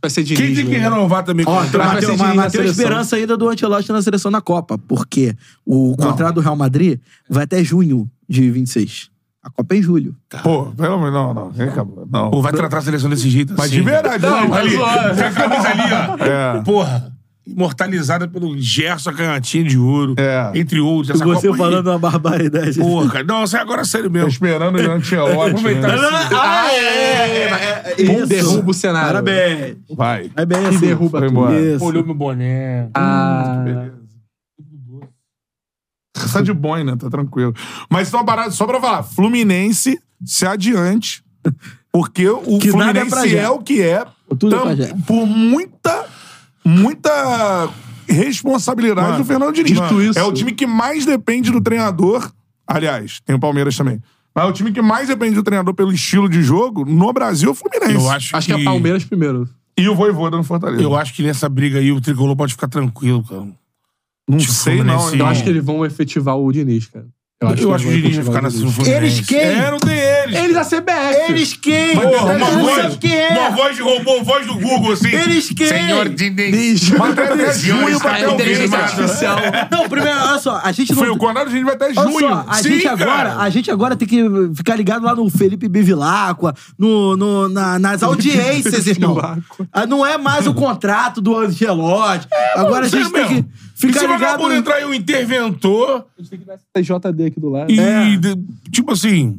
Speaker 4: Vai ser
Speaker 2: Quem
Speaker 4: Diniz,
Speaker 2: tem que
Speaker 4: né?
Speaker 2: renovar também com o
Speaker 3: Ó,
Speaker 2: contrato?
Speaker 4: vai ser
Speaker 3: Matheus,
Speaker 4: Diniz na
Speaker 3: Matheus
Speaker 4: seleção.
Speaker 3: Esperança ainda do Antelote na seleção na Copa, porque o contrato do Real Madrid vai até junho de 26. A Copa é em julho.
Speaker 5: Pô, pelo menos, não, não. Vem cá, Não.
Speaker 2: Pô, vai tratar a seleção desse jeito
Speaker 5: Mas
Speaker 2: assim.
Speaker 5: de verdade,
Speaker 2: Não,
Speaker 5: não,
Speaker 2: tá ali.
Speaker 5: mas-
Speaker 2: Com a camisa ali, ó.
Speaker 5: É.
Speaker 2: Porra. Imortalizada pelo Gerson, a canhotinha de ouro.
Speaker 5: É.
Speaker 2: Entre outros. Essa
Speaker 3: Você
Speaker 2: Copa aí.
Speaker 3: falando uma barbaridade.
Speaker 2: Porra, cara. Não, isso é agora sério
Speaker 5: Tô
Speaker 2: mesmo.
Speaker 5: esperando o Antielote.
Speaker 2: Aproveitar
Speaker 5: né?
Speaker 2: esse-
Speaker 3: Ah, é! é, é, isso.
Speaker 4: derruba o cenário.
Speaker 3: Parabéns.
Speaker 5: Vai.
Speaker 3: É bem assim.
Speaker 4: derruba
Speaker 3: Foi
Speaker 4: tudo.
Speaker 3: embora.
Speaker 2: Olhou meu boné.
Speaker 4: Ah,
Speaker 5: Tá de boina, tá tranquilo. Mas então, uma parada, só pra falar, Fluminense se adiante, porque o
Speaker 3: Que nada é pra
Speaker 5: Fluminense
Speaker 3: já.
Speaker 5: é, o que é,
Speaker 3: Tudo é pra já.
Speaker 5: por muita, muita responsabilidade
Speaker 2: Mano,
Speaker 5: do Fernando Diniz.
Speaker 4: dito isso-
Speaker 5: É o time que mais depende do treinador, aliás, tem o Palmeiras também, mas é o time que mais depende do treinador pelo estilo de jogo no Brasil é o Fluminense.
Speaker 2: Eu acho,
Speaker 4: acho que é Palmeiras primeiro.
Speaker 5: E o Voivoda no Fortaleza.
Speaker 2: Eu acho que nessa briga aí o Tricolor pode ficar tranquilo, cara.
Speaker 5: não
Speaker 2: acho que o
Speaker 5: sei não,
Speaker 2: Fluminense-
Speaker 5: hein?
Speaker 4: Eu acho que eles vão efetivar o Diniz, cara.
Speaker 2: Eu acho que o
Speaker 4: eles vão
Speaker 2: Diniz vai
Speaker 4: efetivar
Speaker 2: ficar na
Speaker 4: Diniz.
Speaker 2: Fluminense.
Speaker 3: Eles quem?
Speaker 2: É, não tem eles.
Speaker 4: Eles da CBF.
Speaker 3: Eles quem?
Speaker 2: Porra, uma
Speaker 3: Eles
Speaker 2: voz,
Speaker 3: quem é?
Speaker 2: uma voz de robô, voz do Google, assim.
Speaker 3: Eles quem?
Speaker 2: Senhor Diniz.
Speaker 5: Mas até- até junho
Speaker 2: Cara,
Speaker 5: bateu o
Speaker 2: inteligência
Speaker 5: Vini,
Speaker 2: artificial.
Speaker 3: Não, primeiro, olha só, a gente não.
Speaker 5: Foi o contrário, a gente vai até
Speaker 3: Olha
Speaker 5: junho.
Speaker 3: só, a
Speaker 5: Sim,
Speaker 3: gente
Speaker 5: cara.
Speaker 3: agora, a gente agora tem que ficar ligado lá no Felipe Bevilacqua, no, no- na- nas audiências, irmão.
Speaker 4: Bevilacqua.
Speaker 3: Ah, Não é mais o contrato do Angelotti.
Speaker 5: É,
Speaker 3: agora a gente tem que
Speaker 2: e se
Speaker 3: ficar
Speaker 2: o vagabundo
Speaker 3: ligado.
Speaker 2: entrar aí um interventor
Speaker 4: TJD aqui do lado.
Speaker 2: e, de- tipo assim,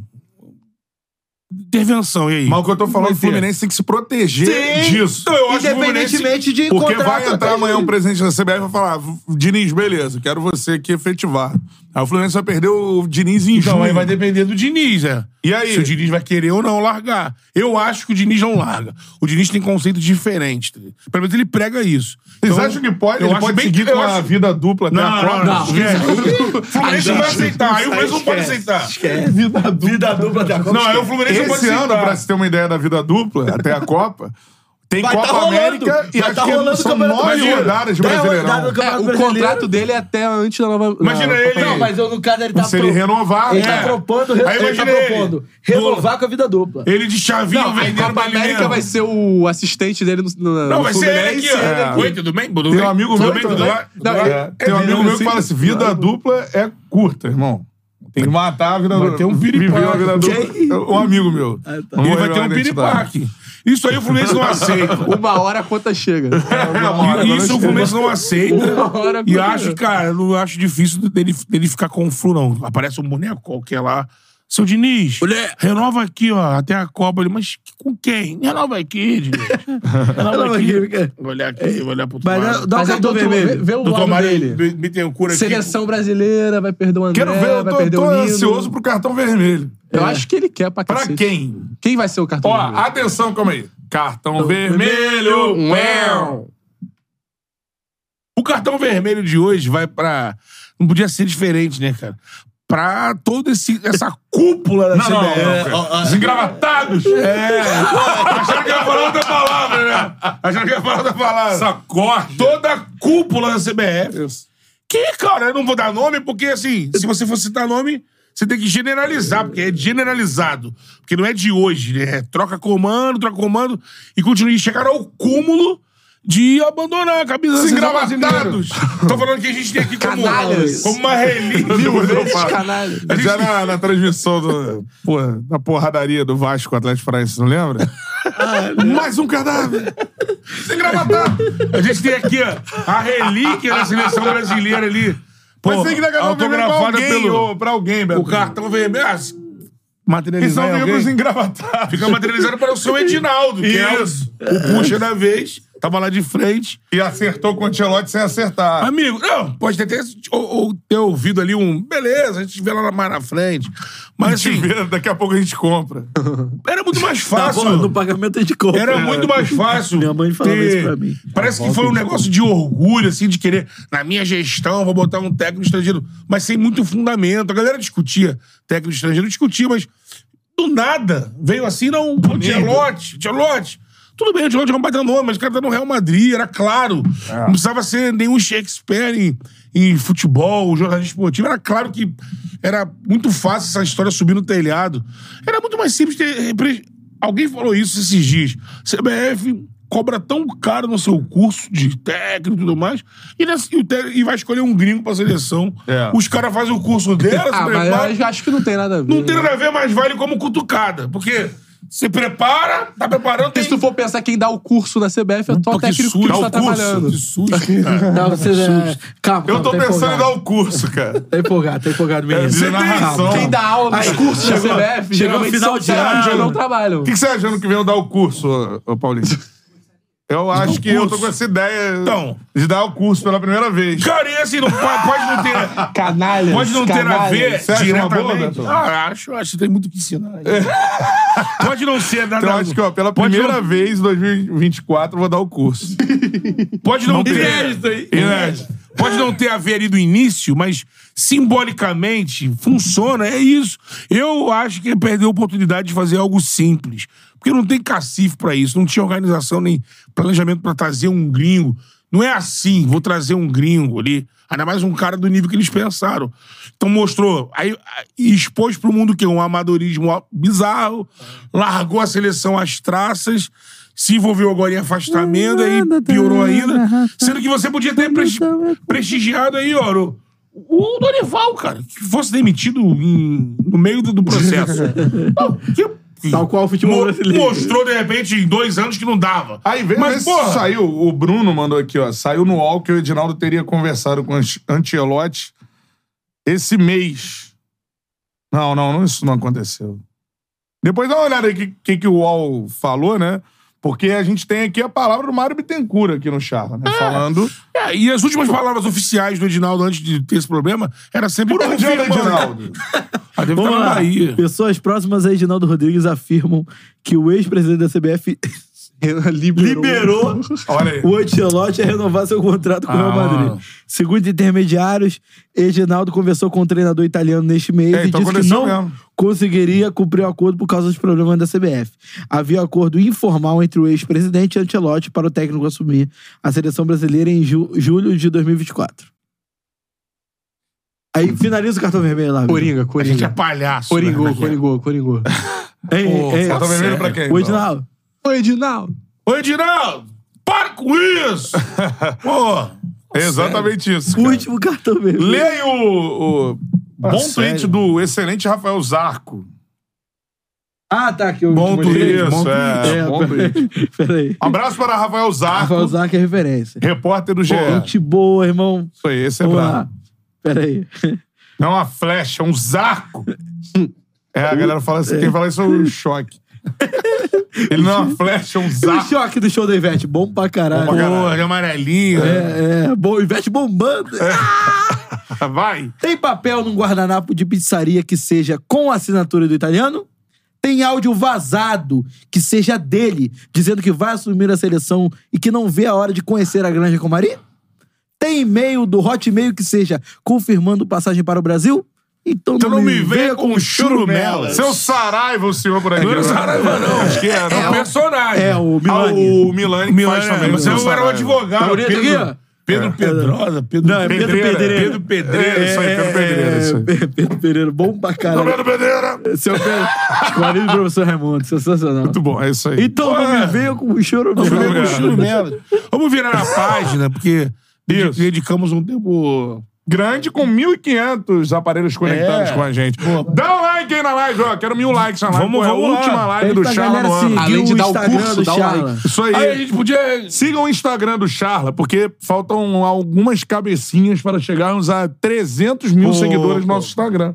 Speaker 2: intervenção, e aí?
Speaker 5: Mas o que eu tô
Speaker 2: é
Speaker 5: falando, o Fluminense tem que se proteger
Speaker 3: Sim.
Speaker 5: disso.
Speaker 2: Então, eu acho que o Fluminense...
Speaker 3: Independentemente de
Speaker 5: Porque
Speaker 3: contrato.
Speaker 5: vai entrar amanhã um presidente da CBF e vai falar: Diniz, beleza, quero você aqui efetivar. Aí o Fluminense vai perder o Diniz em
Speaker 2: Então,
Speaker 5: junho.
Speaker 2: aí vai depender do Diniz, né?
Speaker 5: E aí?
Speaker 2: Se o Diniz vai querer ou não largar. Eu acho que o Diniz não larga. O Diniz tem conceito diferente. entendeu? Pelo menos ele prega isso.
Speaker 5: Vocês
Speaker 2: Então,
Speaker 5: acham que pode,
Speaker 2: eu
Speaker 5: ele
Speaker 2: acho
Speaker 5: pode
Speaker 2: bem-
Speaker 5: seguir
Speaker 2: eu
Speaker 5: com a
Speaker 2: acho-
Speaker 5: vida dupla até
Speaker 2: Não,
Speaker 5: a Copa?
Speaker 2: não, não.
Speaker 5: esquece.
Speaker 2: O Fluminense não vai aceitar. Aí o Fluminense não pode aceitar.
Speaker 3: Vida dupla. Vida dupla da Copa.
Speaker 2: Não, aí o Fluminense não pode
Speaker 5: Esse ano,
Speaker 2: aceitar.
Speaker 5: pra se ter uma ideia da vida dupla, até a Copa, tem
Speaker 3: Vai
Speaker 5: Copa
Speaker 3: tá rolando.
Speaker 5: América e
Speaker 3: Vai
Speaker 5: acho
Speaker 3: tá
Speaker 5: que
Speaker 3: rolando
Speaker 5: são
Speaker 3: o Campeonato
Speaker 5: nove
Speaker 3: Brasileiro.
Speaker 5: rodadas de
Speaker 3: Dez
Speaker 5: Brasileirão.
Speaker 3: rodadas do
Speaker 4: É,
Speaker 3: Campeonato
Speaker 4: o
Speaker 3: Brasileiro.
Speaker 4: contrato dele é até antes da nova.
Speaker 2: Imagina
Speaker 4: da
Speaker 2: ele.
Speaker 4: Copa
Speaker 3: Não,
Speaker 4: América.
Speaker 3: mas eu, no caso ele tá
Speaker 5: Se ele renovar,
Speaker 3: Ele tá
Speaker 5: é.
Speaker 3: propondo, ele
Speaker 2: né? Aí
Speaker 3: tá
Speaker 2: imagina
Speaker 3: propondo
Speaker 2: ele.
Speaker 3: renovar com a vida dupla.
Speaker 2: Ele de chavinho
Speaker 4: Não, a
Speaker 2: vendendo
Speaker 4: Copa
Speaker 2: balinha.
Speaker 4: América vai ser o assistente dele no. no
Speaker 2: Não,
Speaker 4: no
Speaker 2: vai ser ele
Speaker 4: Fluminense.
Speaker 2: aqui, ó.
Speaker 5: É.
Speaker 2: Oi, tudo bem? Tudo
Speaker 5: Tem
Speaker 2: bem?
Speaker 5: um amigo
Speaker 2: Tudo
Speaker 5: meu,
Speaker 2: bem,
Speaker 5: que-
Speaker 2: tudo bem?
Speaker 5: Não,
Speaker 4: bem?
Speaker 5: é, tem um
Speaker 2: É,
Speaker 5: amigo
Speaker 2: é,
Speaker 5: meu que
Speaker 2: sim.
Speaker 5: fala assim: vida dupla é curta, irmão. Tem que matar a vida dupla.
Speaker 2: ter um
Speaker 5: Viveu
Speaker 2: piripaque.
Speaker 5: a vida
Speaker 3: Quem?
Speaker 5: dupla. Um amigo meu.
Speaker 3: Ah, tá.
Speaker 5: Não vou
Speaker 2: Ele vai ter
Speaker 5: revelar
Speaker 2: um
Speaker 5: a identidade.
Speaker 2: piripaque. Isso aí o Fluminense não aceita.
Speaker 4: Uma hora a conta chega.
Speaker 5: hora,
Speaker 2: E-
Speaker 5: agora
Speaker 2: É, Isso
Speaker 5: eu
Speaker 2: o Fluminense não aceita.
Speaker 4: Uma hora a
Speaker 2: E
Speaker 4: conta
Speaker 2: acho,
Speaker 4: chega.
Speaker 2: cara, eu não acho difícil dele, dele ficar com o Flu, não. Aparece um boneco qualquer lá. Seu Diniz, renova aqui, ó, até a Copa. Ele, mas com quem? Renova aqui, Diniz. Renova aqui. Vou olhar aqui, vou olhar pro
Speaker 3: Mas dá-
Speaker 2: Tomara.
Speaker 3: dá um
Speaker 4: Mas aí,
Speaker 3: cartão
Speaker 4: doutor,
Speaker 3: vermelho.
Speaker 4: vê- Vê o
Speaker 2: Do
Speaker 4: lado
Speaker 2: Tomara,
Speaker 4: dele.
Speaker 2: me, me tem um cura aqui.
Speaker 4: Seleção brasileira, vai perder o André,
Speaker 5: Quero ver, eu
Speaker 4: vai
Speaker 5: tô,
Speaker 4: perder
Speaker 5: tô
Speaker 4: o Nino.
Speaker 5: ansioso pro cartão vermelho.
Speaker 2: É.
Speaker 4: Eu acho que ele quer pra
Speaker 5: Pra
Speaker 4: cacete.
Speaker 5: quem?
Speaker 4: Quem vai ser o cartão
Speaker 5: Ó,
Speaker 4: vermelho?
Speaker 5: atenção, calma aí. Cartão vermelho. uau.
Speaker 2: O cartão vermelho de hoje vai pra. Não podia ser diferente, né, cara? Pra toda esse, essa cúpula da
Speaker 5: Não, não, não.
Speaker 2: CBF.
Speaker 5: cara. Desengravatados.
Speaker 2: É. Acharam que ia falar outra palavra, né? Acharam que ia falar outra palavra.
Speaker 5: Sacode.
Speaker 2: Toda a cúpula da CBF. Que, cara, eu não vou dar nome, porque assim, se você for citar nome, você tem que generalizar, porque é generalizado. É Porque não é de hoje, né? Troca comando, troca comando, e continua. E chegaram ao cúmulo de abandonar a camisa dos
Speaker 5: Desengravatados.
Speaker 2: Tô falando que a gente tem aqui como,
Speaker 4: Canalhas.
Speaker 2: como uma relíquia.
Speaker 5: Viu,
Speaker 2: do
Speaker 5: viu,
Speaker 2: Brasil.
Speaker 5: Fábio?
Speaker 4: Canalha.
Speaker 5: Mas era na, na transmissão do, porra, da porradaria do Vasco com o Atlético Paranaense, não lembra?
Speaker 2: Ah, é.
Speaker 5: Mais um cadáver! Desengravatado!
Speaker 2: A gente tem aqui ó, a relíquia da seleção brasileira ali. Pô,
Speaker 5: Mas tem que dar cartão vermelho pra
Speaker 2: autografada
Speaker 5: alguém,
Speaker 2: pelo
Speaker 5: ô, pra alguém, Beto.
Speaker 2: o cartão vermelho. Ah,
Speaker 5: Eles
Speaker 2: se-
Speaker 5: são
Speaker 2: materializar em alguém.
Speaker 5: veículos engravatados.
Speaker 2: Fica materializado para o seu Edinaldo, que é
Speaker 5: Isso.
Speaker 2: o, o puxa da vez. Tava lá de frente.
Speaker 5: E acertou com o Antelote sem acertar.
Speaker 2: Amigo, não, pode ter, ter, ou, ou ter ouvido ali um. Beleza, a gente vê lá mais na frente. Mas assim,
Speaker 5: Vê, Daqui a pouco a gente compra.
Speaker 2: era muito mais
Speaker 3: Tá
Speaker 2: fácil.
Speaker 3: bom, no pagamento a gente compra.
Speaker 2: Era muito mais fácil.
Speaker 3: Minha mãe falava isso pra mim. Tá
Speaker 2: Parece que foi um negócio de orgulho, assim, de querer, na minha gestão, vou botar um técnico estrangeiro, mas sem muito fundamento. A galera discutia, técnico estrangeiro discutia, mas do nada veio assim, não, o Tielote, Tielote. Tudo bem, o Tielote é um baita nome, mas o cara tá no Real Madrid, era claro. Não precisava ser nenhum Shakespeare em, em futebol, jornalismo esportivo. Era claro que era muito fácil essa história subir no telhado. Era muito mais simples ter. repre- Alguém falou isso esses dias. CBF cobra tão caro no seu curso de técnico e tudo mais, e, nessa- e o té- e vai escolher um gringo pra seleção.
Speaker 5: É.
Speaker 2: Os caras fazem o curso dela, se
Speaker 4: Ah, mas
Speaker 2: preparam.
Speaker 4: eu acho que não tem nada a ver.
Speaker 2: Não tem
Speaker 4: né?
Speaker 2: nada a ver, mas vale como cutucada. Porque se prepara, tá preparando, tem...
Speaker 4: Se tu for pensar quem dá o curso da CBF, é o atual
Speaker 2: Pô, que
Speaker 4: técnico
Speaker 2: susto,
Speaker 4: que está
Speaker 2: dá o curso,
Speaker 4: trabalhando.
Speaker 2: Que susto, cara.
Speaker 3: Não, você já... Calma,
Speaker 5: Eu
Speaker 3: calma,
Speaker 5: tô
Speaker 3: tá
Speaker 5: pensando em
Speaker 3: empolgado.
Speaker 5: dar o curso, cara.
Speaker 3: Tá empolgado, tá empolgado
Speaker 5: Quer
Speaker 3: menino.
Speaker 5: dizer, na
Speaker 3: Calma.
Speaker 5: razão.
Speaker 4: Quem dá aula nos cursos da
Speaker 3: chegou- chegou
Speaker 4: CBF, geralmente
Speaker 3: final
Speaker 4: são
Speaker 3: de
Speaker 4: técnicos que
Speaker 3: ano.
Speaker 4: não trabalham.
Speaker 5: O que, que você acha que veio dar o curso, ô, ô, Paulinho? Eu acho que eu tô
Speaker 2: curso.
Speaker 5: com essa ideia
Speaker 2: Então.
Speaker 5: de dar o curso pela primeira vez.
Speaker 2: Cara, e assim, não, po- pode não ter...
Speaker 4: Canalha.
Speaker 2: Pode não ter a ver
Speaker 5: Você acha é uma boa,
Speaker 2: diretamente.
Speaker 5: Beto?
Speaker 2: Ah, acho, acho que tem muito que ensinar. pode não ser nada...
Speaker 5: Então, eu acho que, ó, pela
Speaker 2: pode
Speaker 5: primeira
Speaker 2: não-
Speaker 5: vez em 2024, eu vou dar o curso.
Speaker 2: Pode não ter...
Speaker 3: Inédito, hein?
Speaker 2: Inédito. Pode não ter a ver ali do início, mas simbolicamente funciona, é isso. Eu acho que é perder a oportunidade de fazer algo simples. Porque não tem cacife pra isso, não tinha organização nem planejamento pra trazer um gringo. Não é assim, vou trazer um gringo ali. Ainda mais um cara do nível que eles pensaram. Então mostrou, aí e expôs pro mundo o quê? Um amadorismo bizarro, largou a seleção às traças, se envolveu agora em afastamento, aí piorou ainda. Sendo que você podia ter pres- prestigiado aí, ó, o, o Dorival, cara, que fosse demitido em- no meio do, do processo. Não, que-
Speaker 3: Tal qual o futebol brasileiro.
Speaker 2: Mostrou, de repente, em dois anos que não dava.
Speaker 5: né, Aí vem,
Speaker 2: Mas,
Speaker 5: mas
Speaker 2: porra,
Speaker 5: saiu, o Bruno mandou aqui, ó. Saiu no UOL que o Edinaldo teria conversado com o Ant- Antielotti esse mês. Não, não, não, isso não aconteceu. Depois dá uma olhada aí o que, que, que o UOL falou, né? Porque a gente tem aqui a palavra do Mário Bittencourt aqui no Charla, né? Falando.
Speaker 2: É, e as últimas palavras oficiais do Edinaldo antes de ter esse problema era sempre
Speaker 5: Por onde anda,
Speaker 2: confirmando.
Speaker 5: Edinaldo?
Speaker 2: Ah, deve
Speaker 5: tá
Speaker 3: Vamos
Speaker 2: estar na
Speaker 3: lá.
Speaker 2: Bahia.
Speaker 3: Pessoas próximas a Edinaldo Rodrigues afirmam que o ex-presidente da CBF
Speaker 4: Liberou.
Speaker 3: liberou
Speaker 5: Olha aí. Ah.
Speaker 3: o Ancelotti a renovar seu contrato com o Real Madrid. Segundo intermediários, Edinaldo conversou com o treinador italiano neste mês
Speaker 5: É,
Speaker 3: e
Speaker 5: então
Speaker 3: disse que
Speaker 5: aconteceu
Speaker 3: não
Speaker 5: mesmo.
Speaker 3: conseguiria cumprir o acordo por causa dos problemas da CBF. Havia acordo informal entre o ex-presidente e Ancelotti para o técnico assumir a seleção brasileira em ju- julho de 2024. Aí finaliza o cartão vermelho lá. amigo.
Speaker 4: Coringa,
Speaker 2: A gente é
Speaker 4: Coringa.
Speaker 2: palhaço. né,
Speaker 4: Coringou,
Speaker 2: daqui a-
Speaker 4: coringou, coringou.
Speaker 3: Ei, ei, ei,
Speaker 5: Cartão vermelho pra quem?
Speaker 3: o
Speaker 5: então?
Speaker 3: Edinaldo.
Speaker 4: é, Ô, Edinaldo.
Speaker 2: Ô, Edinaldo, para com isso! Pô,
Speaker 5: É exatamente isso.
Speaker 3: O
Speaker 5: cara.
Speaker 3: último cartão vermelho.
Speaker 5: Lê aí o, o bom
Speaker 2: Ah, sério?
Speaker 5: tweet do excelente Rafael Zarco.
Speaker 3: Ah, tá aqui. O
Speaker 5: Bom
Speaker 3: último
Speaker 5: tweet,
Speaker 3: ali.
Speaker 5: isso, é, bom
Speaker 3: pera- Peraí.
Speaker 5: Abraço para Rafael Zarco,
Speaker 3: Rafael Zarco é referência.
Speaker 5: repórter do GE.
Speaker 3: Gente boa, irmão.
Speaker 5: Isso aí, esse é
Speaker 3: Vamos
Speaker 5: brabo.
Speaker 3: lá. Peraí.
Speaker 5: Não é uma flecha, é um zarco. É, a galera fala assim, quem fala isso é um choque. Ele não é uma flecha, é um
Speaker 3: O
Speaker 5: zarco.
Speaker 3: choque do show da Ivete. Bom pra caralho.
Speaker 5: Bom pra
Speaker 2: pô, de amarelinho.
Speaker 3: É, é. Bom, Ivete bombando.
Speaker 5: É. Vai.
Speaker 3: Tem papel num guardanapo de pizzaria que seja com a assinatura do italiano? Tem áudio vazado que seja dele, dizendo que vai assumir a seleção e que não vê a hora de conhecer a Granja Comari? Tem e-mail do Hotmail que seja confirmando passagem para o Brasil? Então não,
Speaker 2: Tu não me
Speaker 3: venha
Speaker 2: vê com
Speaker 5: Churumela.
Speaker 2: churumelas.
Speaker 5: Seu Saraiva, o senhor por aqui.
Speaker 2: Não era Saraiva, não.
Speaker 5: Acho que era.
Speaker 2: É um personagem.
Speaker 3: É, o
Speaker 5: Ah,
Speaker 3: Milani. é,
Speaker 5: o Milani, que
Speaker 2: Milani,
Speaker 5: faz também.
Speaker 2: mas
Speaker 5: o seu
Speaker 2: eu era um
Speaker 5: Saraiva.
Speaker 2: advogado.
Speaker 3: Tá bonito
Speaker 2: Pedro.
Speaker 3: aqui, ó?
Speaker 2: Pedro Pedrosa, Pedro
Speaker 3: Não, é Pedro Pedreira.
Speaker 2: Pedro Pedreira.
Speaker 5: É, isso aí, Pedro Pedreira. isso aí.
Speaker 3: É, Pedro Pereira, bom pra caralho.
Speaker 5: Pedro Pedreira!
Speaker 3: Seu Pedro, marido do professor Raimundo, sensacional.
Speaker 5: Muito bom, é isso aí.
Speaker 3: Então
Speaker 2: É.
Speaker 3: vamos ver com o choro
Speaker 2: Vamos
Speaker 3: mesmo.
Speaker 2: virar Churro Melas. Vamos virar a página, porque
Speaker 5: Isso.
Speaker 2: dedicamos um tempo.
Speaker 5: Grande com 1.500 aparelhos conectados
Speaker 2: É.
Speaker 5: com a gente. Dá um like aí na live, ó. Quero mil likes na live.
Speaker 2: Vamos,
Speaker 5: Pô, é a
Speaker 2: vamos lá.
Speaker 5: última live
Speaker 3: Pede
Speaker 5: do
Speaker 3: pra
Speaker 5: Charla
Speaker 3: galera
Speaker 5: no ano.
Speaker 3: seguir
Speaker 4: Além de dar o
Speaker 3: Instagram
Speaker 4: curso,
Speaker 3: do
Speaker 4: dá o
Speaker 3: Charla.
Speaker 4: like.
Speaker 5: Isso aí.
Speaker 2: Aí a gente podia.
Speaker 5: Sigam o Instagram do Charla, porque faltam algumas cabecinhas para chegarmos a 300 mil
Speaker 2: Pô,
Speaker 5: seguidores no
Speaker 2: pô.
Speaker 5: nosso Instagram.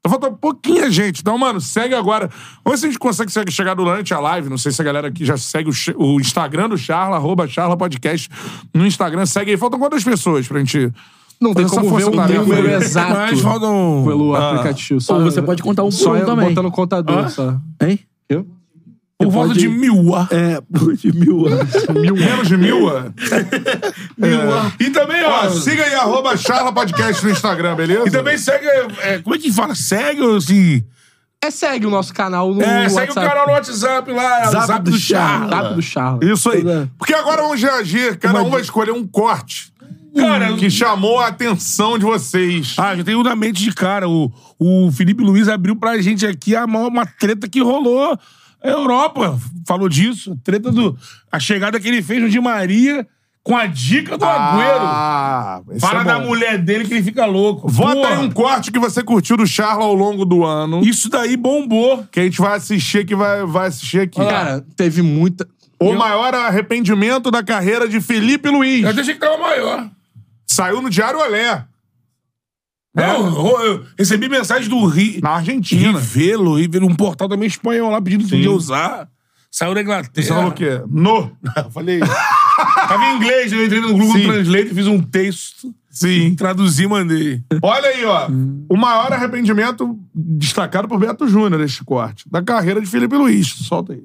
Speaker 5: Então falta pouquinha gente. Então, mano, segue agora. Vamos ver se a gente consegue se- chegar durante a live. Não sei se a galera aqui já segue o, Ch- o Instagram do Charla, arroba Charla Podcast no Instagram. Segue aí. Faltam quantas pessoas pra gente...
Speaker 4: Não tem
Speaker 5: Fazer essa
Speaker 4: como ver
Speaker 5: força
Speaker 4: o
Speaker 5: tarefa
Speaker 4: número
Speaker 5: aí.
Speaker 4: exato
Speaker 2: Mas faltam.
Speaker 4: pelo
Speaker 2: Ah,
Speaker 4: aplicativo. Só,
Speaker 3: Ou você pode contar um por
Speaker 4: só
Speaker 3: um
Speaker 4: é
Speaker 3: também.
Speaker 4: botando o contador,
Speaker 2: Hã?
Speaker 4: só.
Speaker 3: Hein?
Speaker 4: Eu?
Speaker 2: Por volta
Speaker 3: pode-
Speaker 2: de mil. ah.
Speaker 3: É, de mil anos.
Speaker 5: Mil, menos de mil? ah? É. E também, ó,
Speaker 2: Ah.
Speaker 5: siga aí, arroba Charla Podcast no Instagram, beleza?
Speaker 2: E também segue. é, como é que fala? Segue ou assim.
Speaker 4: É, segue o nosso canal no
Speaker 2: É,
Speaker 4: WhatsApp.
Speaker 2: segue o canal no WhatsApp lá, é o
Speaker 3: Zap
Speaker 2: Zap,
Speaker 3: do
Speaker 2: do
Speaker 3: Charla.
Speaker 2: Charla.
Speaker 4: Zap do Charla.
Speaker 5: Isso aí.
Speaker 3: Pois é.
Speaker 5: Porque agora vamos reagir. Cada um vai escolher um corte
Speaker 2: Cara,
Speaker 5: que chamou a atenção de vocês.
Speaker 2: Ah, já tem um na mente de cara. O, o Felipe Luiz abriu pra gente aqui a mão, uma treta que rolou. A Europa falou disso. a Treta do. A chegada que ele fez no Di Maria com a dica do Agüero.
Speaker 5: Ah, esse
Speaker 2: Fala
Speaker 5: é
Speaker 2: da
Speaker 5: bom.
Speaker 2: mulher dele que ele fica louco.
Speaker 5: Vota
Speaker 2: Porra,
Speaker 5: aí um corte que você curtiu do Charla ao longo do ano.
Speaker 2: Isso daí bombou.
Speaker 5: Que a gente vai assistir aqui, vai, vai assistir aqui.
Speaker 4: Cara, teve muita.
Speaker 5: o maior arrependimento da carreira de Felipe Luiz.
Speaker 2: Eu até achei que tava maior.
Speaker 5: Saiu no Diário Olé,
Speaker 2: Não, eu- eu recebi mensagem do Ri.
Speaker 5: na Argentina.
Speaker 2: Rivelo, Rivelo, um portal também espanhol lá pedindo pra eu usar. Saiu da Inglaterra.
Speaker 5: Você falou o quê? No.
Speaker 2: Eu falei. Tava em inglês, eu entrei no Google
Speaker 5: Sim.
Speaker 2: Translate, fiz um texto.
Speaker 5: Sim.
Speaker 2: Traduzi e mandei.
Speaker 5: Olha aí, ó. O maior arrependimento destacado por Beto Júnior, este corte. Da carreira de Felipe Luiz. Solta aí.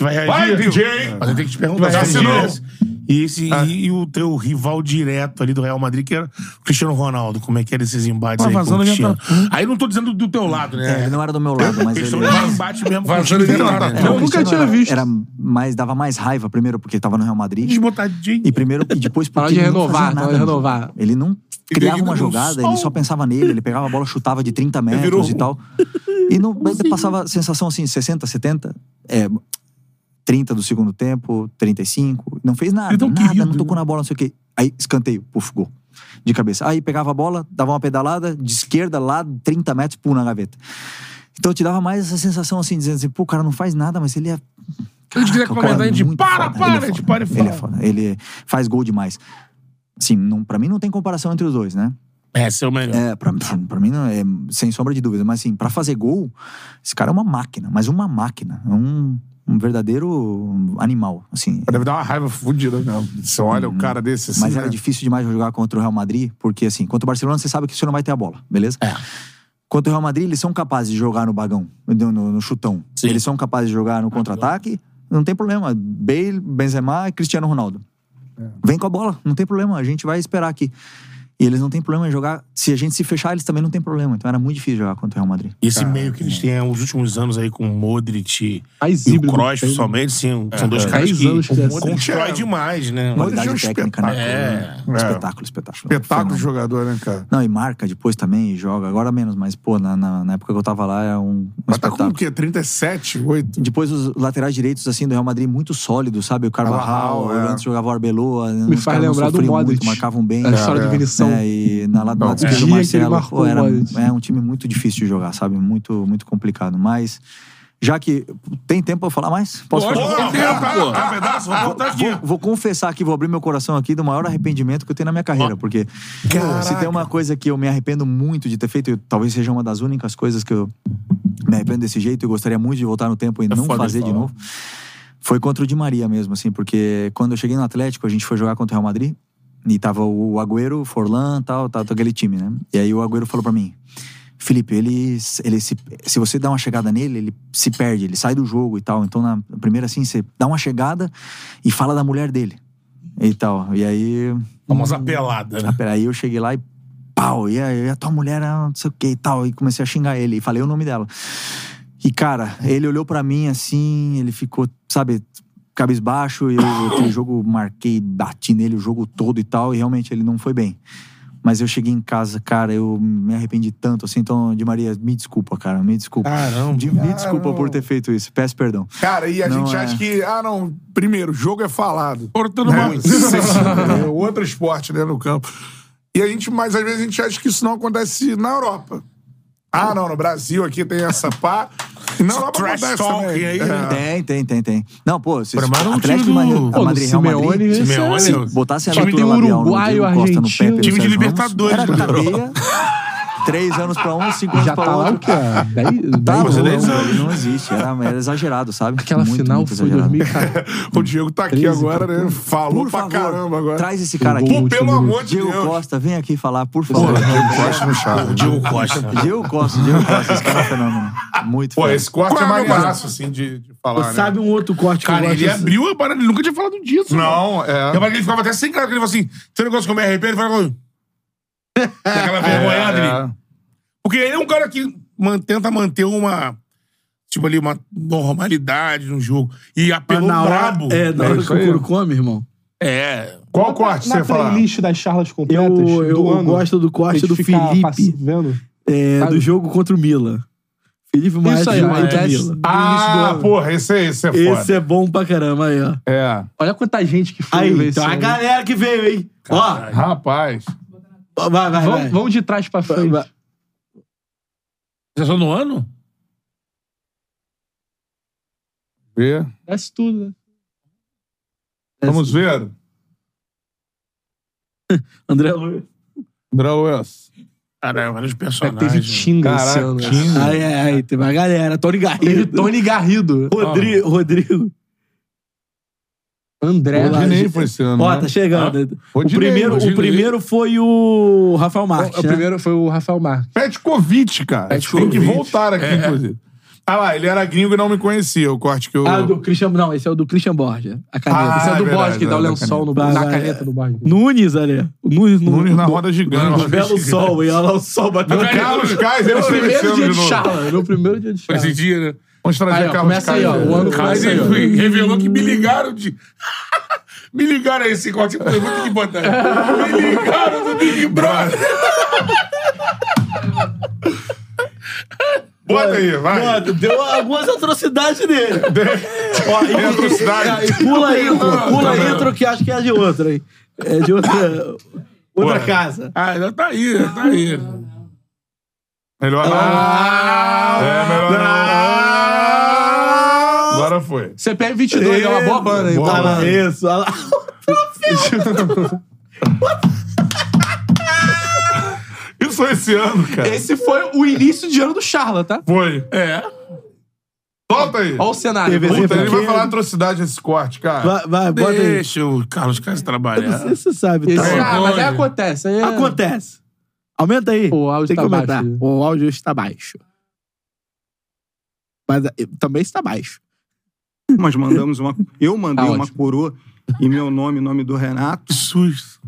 Speaker 2: Vai
Speaker 5: Vai,
Speaker 2: reagir?
Speaker 5: DJ!
Speaker 2: Mas eu tenho que te perguntar.
Speaker 5: Vai
Speaker 2: se
Speaker 5: reagir.
Speaker 2: esse- E, esse,
Speaker 5: Ah.
Speaker 2: e, e o teu rival direto ali do Real Madrid, que era o Cristiano Ronaldo. Como é que era esses embates
Speaker 5: Tá
Speaker 2: aí? com o vazando Cristiano? adiantado. Aí não tô dizendo do teu lado,
Speaker 8: É,
Speaker 2: né?
Speaker 8: ele não era do meu lado, mas
Speaker 2: Eles
Speaker 8: ele. é.
Speaker 2: estão no embate mesmo. com o
Speaker 5: Vazando
Speaker 2: time
Speaker 5: adiantado.
Speaker 2: dele, né?
Speaker 8: Não,
Speaker 4: Eu nunca
Speaker 8: isso
Speaker 4: tinha
Speaker 8: era-
Speaker 4: visto.
Speaker 8: Era mais, dava mais raiva, primeiro porque tava no Real Madrid.
Speaker 2: Desbotadinho.
Speaker 8: E primeiro, e depois porque
Speaker 4: Tava de
Speaker 8: ele não
Speaker 4: renovar,
Speaker 8: fazia
Speaker 4: tava de
Speaker 8: nada, né?
Speaker 4: renovar.
Speaker 8: Ele não criava uma jogada, ele só pensava nele, ele pegava a bola, chutava de 30 metros
Speaker 2: um virou- um-
Speaker 8: e tal. E não, mas passava a sensação assim, 60, 70, é, 30 do segundo tempo, 35, não fez nada,
Speaker 2: Então,
Speaker 8: nada,
Speaker 2: querido,
Speaker 8: não tocou na bola, não sei o quê. Aí escanteio, puf, gol. De cabeça. Aí pegava a bola, dava uma pedalada, de esquerda lá, 30 metros, pum, na gaveta. Então te dava mais essa sensação assim, dizendo assim, pô, o cara não faz nada, mas ele é.
Speaker 2: Se a gente quiser
Speaker 8: Caraca, o cara
Speaker 2: comentar, a
Speaker 8: é
Speaker 2: gente
Speaker 8: muito
Speaker 2: para,
Speaker 8: foda,
Speaker 2: para,
Speaker 8: ele é
Speaker 2: a gente
Speaker 8: foda,
Speaker 2: para e
Speaker 8: Ele é
Speaker 2: fala.
Speaker 8: foda, ele faz gol demais. Sim, não, pra mim não tem comparação entre os dois, né?
Speaker 2: Esse é o melhor.
Speaker 8: É, pra, pra mim, não é, sem sombra de dúvida. Mas, assim, pra fazer gol, esse cara é uma máquina. Mas uma máquina. É um, um verdadeiro animal, assim. Hum,
Speaker 5: Deve dar uma raiva fudida, né? Você olha o cara desse assim.
Speaker 8: Mas era
Speaker 5: né?
Speaker 8: difícil demais jogar contra o Real Madrid, porque, assim, contra o Barcelona, você sabe que você não vai ter a bola, beleza? É. Contra o Real Madrid, eles são capazes de jogar no bagão, no, no- no chutão. Eles são capazes de jogar no contra-ataque, não tem problema. Bale, Benzema e Cristiano Ronaldo. Vem com a bola, não tem problema, a gente vai esperar aqui. E eles não têm problema em jogar. Se a gente se fechar, eles também não têm problema. Então era muito difícil jogar contra o Real Madrid.
Speaker 2: E esse meio que
Speaker 5: é.
Speaker 2: eles têm é, os últimos anos aí com o Modric
Speaker 4: Mais
Speaker 2: e o
Speaker 4: híbrido
Speaker 2: Kroos,
Speaker 4: que tem.
Speaker 2: principalmente, sim, são dois caras
Speaker 4: Dez
Speaker 2: que
Speaker 4: anos que é assim.
Speaker 2: constrói demais, né?
Speaker 8: Qualidade
Speaker 5: é um
Speaker 8: técnica, né?
Speaker 2: espetáculo.
Speaker 8: É. Espetáculo, espetáculo.
Speaker 5: Espetáculo de
Speaker 8: Fenômeno.
Speaker 5: jogador, né, cara?
Speaker 8: Não, e marca depois também, e joga. Agora menos, mas, pô, na, na, na época que eu tava lá, é um, um
Speaker 5: Mas tá com o
Speaker 8: espetáculo.
Speaker 5: quê? 37, 8?
Speaker 8: Depois os laterais direitos, assim, do Real Madrid, muito sólido, sabe? O Carvajal,
Speaker 5: Carvajal, é.
Speaker 8: antes jogava o Arbeloa.
Speaker 4: Me faz lembrar do Modric.
Speaker 8: Muito, marcavam bem.
Speaker 4: A história do Vinição.
Speaker 8: É, e na lado,
Speaker 5: Bom,
Speaker 8: lado
Speaker 5: é.
Speaker 8: esquerdo, o
Speaker 4: Dia que ele
Speaker 8: Marcelo.
Speaker 4: marcou
Speaker 8: pô, era,
Speaker 4: o Modric.
Speaker 8: é um time muito difícil de jogar, sabe? Muito, muito complicado. Mas, já que tem tempo pra eu falar mais, posso
Speaker 2: Pode,
Speaker 8: falar?
Speaker 2: pode, pô. Tá um pedaço, vou cortar aqui.
Speaker 8: Vou, vou confessar aqui, vou abrir meu coração aqui do maior arrependimento que eu tenho na minha carreira, porque pô, se tem uma coisa que eu me arrependo muito de ter feito, e talvez seja uma das únicas coisas que eu me arrependo desse jeito e gostaria muito de voltar no tempo e não
Speaker 2: É foda de
Speaker 8: fazer de
Speaker 2: falar.
Speaker 8: novo. Foi contra o Di Maria mesmo, assim, porque quando eu cheguei no Atlético, a gente foi jogar contra o Real Madrid e tava o Agüero, o Forlan, tal, tal, tal, aquele time, né? E aí o Agüero falou pra mim: Felipe, ele, ele se, se você dá uma chegada nele, ele se perde, ele sai do jogo e tal. Então, na primeira, assim, você dá uma chegada e fala da mulher dele e tal. Então, E aí,
Speaker 2: Famosa pelada, né?
Speaker 8: ah, peraí, eu cheguei lá e pau, e a, e a tua mulher, ah, não sei o que e tal. E comecei a xingar ele e falei o nome dela. E cara, ele olhou pra mim assim, ele ficou, sabe, cabisbaixo. E eu, aquele jogo, marquei, bati nele o jogo todo e tal. E realmente ele não foi bem. Mas eu cheguei em casa, cara, eu me arrependi tanto assim. Então, Di Maria, me desculpa, cara, me desculpa.
Speaker 2: Caramba.
Speaker 8: De- me desculpa por ter feito isso, peço perdão.
Speaker 5: Cara, e a
Speaker 8: Não,
Speaker 5: gente
Speaker 8: é.
Speaker 5: acha que. Ah, não. Primeiro, jogo é falado.
Speaker 2: Cortando
Speaker 5: Né?
Speaker 2: uma...
Speaker 5: É outro esporte, né, no campo. E a gente, mas às vezes a gente acha que isso não acontece na Europa. Ah, não, no Brasil aqui tem essa pá. E na Europa
Speaker 2: trash
Speaker 5: acontece
Speaker 2: talk
Speaker 5: também.
Speaker 2: aí, né?
Speaker 5: É.
Speaker 8: Tem, tem, tem, tem. Não, pô, se
Speaker 2: Formaram um
Speaker 8: Atlético
Speaker 2: time do-
Speaker 8: Madrid,
Speaker 4: Pô, do
Speaker 8: Madrid, Real Madrid.
Speaker 4: Simeone, esse
Speaker 2: Simeone,
Speaker 4: é-
Speaker 2: eu-
Speaker 8: Se botasse a
Speaker 4: Time
Speaker 8: leitura
Speaker 4: tem
Speaker 8: labial
Speaker 4: uruguaio,
Speaker 8: no Diego Costa, no
Speaker 4: argentino.
Speaker 8: Pepe, no
Speaker 2: Time de
Speaker 8: Sérgio
Speaker 2: Libertadores
Speaker 8: Ramos,
Speaker 2: da
Speaker 8: era cadeia, três anos pra um, cinco anos
Speaker 4: Já
Speaker 8: pra
Speaker 4: tá lá o
Speaker 8: outro.
Speaker 4: quê? Dez-
Speaker 8: Tá
Speaker 4: dez
Speaker 8: louco,
Speaker 4: anos.
Speaker 8: velho, não existe, era, era exagerado, sabe?
Speaker 4: Aquela
Speaker 8: Muito,
Speaker 4: final
Speaker 8: muito
Speaker 4: foi
Speaker 8: exagerado.
Speaker 4: 2014.
Speaker 5: O Diego tá aqui
Speaker 4: 13,
Speaker 5: agora, né? Falou
Speaker 8: Por
Speaker 5: pra
Speaker 8: favor,
Speaker 5: caramba agora.
Speaker 8: Traz esse cara aqui.
Speaker 5: Pô, pelo amor de
Speaker 8: Diego
Speaker 5: Deus.
Speaker 8: Costa, vem aqui falar, por favor.
Speaker 5: Diego Costa no chave.
Speaker 2: Diego Costa.
Speaker 8: Diego Costa, Diego Costa, esse cara é um fenômeno. Muito
Speaker 5: Pô,
Speaker 8: fera.
Speaker 5: esse corte
Speaker 2: Qual
Speaker 5: é
Speaker 2: é o meu
Speaker 5: maneiraço, assim, de, de falar, né?
Speaker 3: Sabe um outro corte que eu
Speaker 2: Cara,
Speaker 3: gosto?
Speaker 2: ele abriu a parada, ele nunca tinha falado disso.
Speaker 5: Não, é.
Speaker 2: Eu ele ficava até sem cara, que ele falou assim: tem um negócio que eu me arrependo, ele fala. "Ah". Aquela vergonha dele.
Speaker 5: É,
Speaker 2: Porque ele é um cara que man- tenta manter uma. Tipo ali, uma normalidade no jogo. E
Speaker 3: Mas
Speaker 2: apelou
Speaker 3: na hora-
Speaker 2: brabo.
Speaker 3: É, na
Speaker 5: É
Speaker 3: hora
Speaker 5: isso
Speaker 3: que o
Speaker 5: aí.
Speaker 3: couro come, irmão.
Speaker 2: É.
Speaker 5: Qual corte você
Speaker 4: Na
Speaker 5: ia falar?
Speaker 4: playlist das charlas completas
Speaker 3: Eu, eu
Speaker 4: do ano,
Speaker 3: gosto do
Speaker 4: a
Speaker 3: corte
Speaker 4: gente
Speaker 3: do
Speaker 4: fica
Speaker 3: Felipe,
Speaker 4: passi- Vendo.
Speaker 3: é,
Speaker 4: sabe?
Speaker 3: do jogo contra o Mila. Felipe Maia
Speaker 4: Isso aí,
Speaker 3: jogo
Speaker 4: ó, é
Speaker 3: contra o
Speaker 4: that's-
Speaker 3: Mila.
Speaker 5: Ah, porra, esse, é- esse é foda.
Speaker 3: Esse é bom pra caramba aí, ó.
Speaker 5: É.
Speaker 4: Olha quanta gente que foi ver
Speaker 3: Aí,
Speaker 4: esse
Speaker 3: então, a
Speaker 4: ano.
Speaker 3: galera que veio, hein?
Speaker 5: Rapaz.
Speaker 3: Ó, vai, vai, vai.
Speaker 4: Vamos, vamos de trás pra frente.
Speaker 3: Vai.
Speaker 2: Você é só no ano?
Speaker 5: Vê.
Speaker 4: Desce tudo, né?
Speaker 5: Vamos ver.
Speaker 3: André Luiz.
Speaker 5: Draw Wells.
Speaker 2: Caralho, vários
Speaker 4: Cara,
Speaker 2: personagens.
Speaker 4: teve Tinga esse
Speaker 5: Caraca,
Speaker 4: ano. né?
Speaker 5: Tinga.
Speaker 3: Aí, aí, aí, tem uma galera. Tony
Speaker 4: Teve
Speaker 3: Garrido.
Speaker 4: Tony Garrido.
Speaker 3: Rodrigo. Rodrigo.
Speaker 4: André.
Speaker 3: Olá,
Speaker 5: Rodinei
Speaker 3: gente.
Speaker 5: foi esse ano,
Speaker 3: Ó,
Speaker 5: né?
Speaker 3: tá chegando. o,
Speaker 5: Rodinei,
Speaker 3: primeiro,
Speaker 5: Rodinei.
Speaker 3: o primeiro foi o Rafael Marques.
Speaker 4: O
Speaker 3: né?
Speaker 4: primeiro foi o Rafael Marques.
Speaker 5: Petkovic, cara.
Speaker 2: Petkovic.
Speaker 5: Tem que voltar aqui, inclusive. Ah lá, ele era gringo e não me conhecia, o corte que eu...
Speaker 3: Ah, do Christian. Não, esse é o do Christian Borja. A caneta.
Speaker 5: Ah,
Speaker 4: Esse é do
Speaker 5: é verdade,
Speaker 4: Borges, que
Speaker 5: é
Speaker 4: dá o
Speaker 5: da
Speaker 4: lençol no,
Speaker 3: caneta.
Speaker 4: na
Speaker 3: Vai,
Speaker 4: caneta do Borges.
Speaker 3: Nunes, olha. O Nunes, no-
Speaker 5: Nunes na
Speaker 3: no-
Speaker 5: roda
Speaker 3: no
Speaker 5: gigante.
Speaker 3: belo sol, e olha lá o sol batendo.
Speaker 2: Não, cara,
Speaker 5: Carlos Kaiser, eu
Speaker 4: Primeiro dia
Speaker 5: seleciono
Speaker 4: de
Speaker 5: de novo.
Speaker 4: charla. Meu primeiro dia de
Speaker 2: Foi
Speaker 4: charla.
Speaker 2: esse dia, né?
Speaker 5: Vamos trazer
Speaker 4: Aí, ó,
Speaker 5: Carlos
Speaker 4: começa aí, ó,
Speaker 5: Kaiser.
Speaker 4: o ano
Speaker 2: Cara,
Speaker 4: começa aí,
Speaker 2: ele
Speaker 4: ó.
Speaker 2: foi- revelou que me ligaram de. me ligaram a esse corte, eu falei, vou ter que botar. me ligaram do Big Brother.
Speaker 5: Bota aí, vai.
Speaker 3: Mano, deu algumas atrocidades nele. Ó, e-
Speaker 5: Tem atrocidade.
Speaker 3: e- e- Pula aí, pô, pula aí, intro, que acho que é de outra, hein? É de outra. Outra casa.
Speaker 2: Ah, ela tá aí, ela tá aí.
Speaker 3: Ah,
Speaker 5: Melhor não.
Speaker 2: Ah,
Speaker 5: É, melhor não. Agora foi.
Speaker 4: CPM 22, é uma boa banda, hein?
Speaker 5: Boa
Speaker 3: Olha lá,
Speaker 5: banda.
Speaker 3: isso, olha lá.
Speaker 5: Isso foi esse ano, cara.
Speaker 2: é
Speaker 4: Esse foi o início de ano do charla, tá?
Speaker 5: Foi. É. Solta aí.
Speaker 4: Olha o cenário.
Speaker 3: TVZ
Speaker 5: Puta, ele
Speaker 3: Porque-
Speaker 5: vai falar atrocidade esse corte, cara.
Speaker 3: Vai, vai, bota aí.
Speaker 2: Deixa o Carlos Carlos trabalhar.
Speaker 3: Você sabe,
Speaker 4: Esse-
Speaker 3: tá?
Speaker 4: ah, mas aí
Speaker 2: vergonha.
Speaker 4: acontece. Aí é...
Speaker 3: Acontece. Aumenta aí.
Speaker 4: O áudio
Speaker 3: Tem que
Speaker 4: tá
Speaker 3: aumentar.
Speaker 4: baixo.
Speaker 3: O áudio está baixo. Mas eh, também está baixo.
Speaker 9: Mas mandamos uma. Eu mandei
Speaker 4: Tá
Speaker 9: uma
Speaker 4: ótimo.
Speaker 9: coroa em meu nome, em nome do Renato,
Speaker 2: Que susto.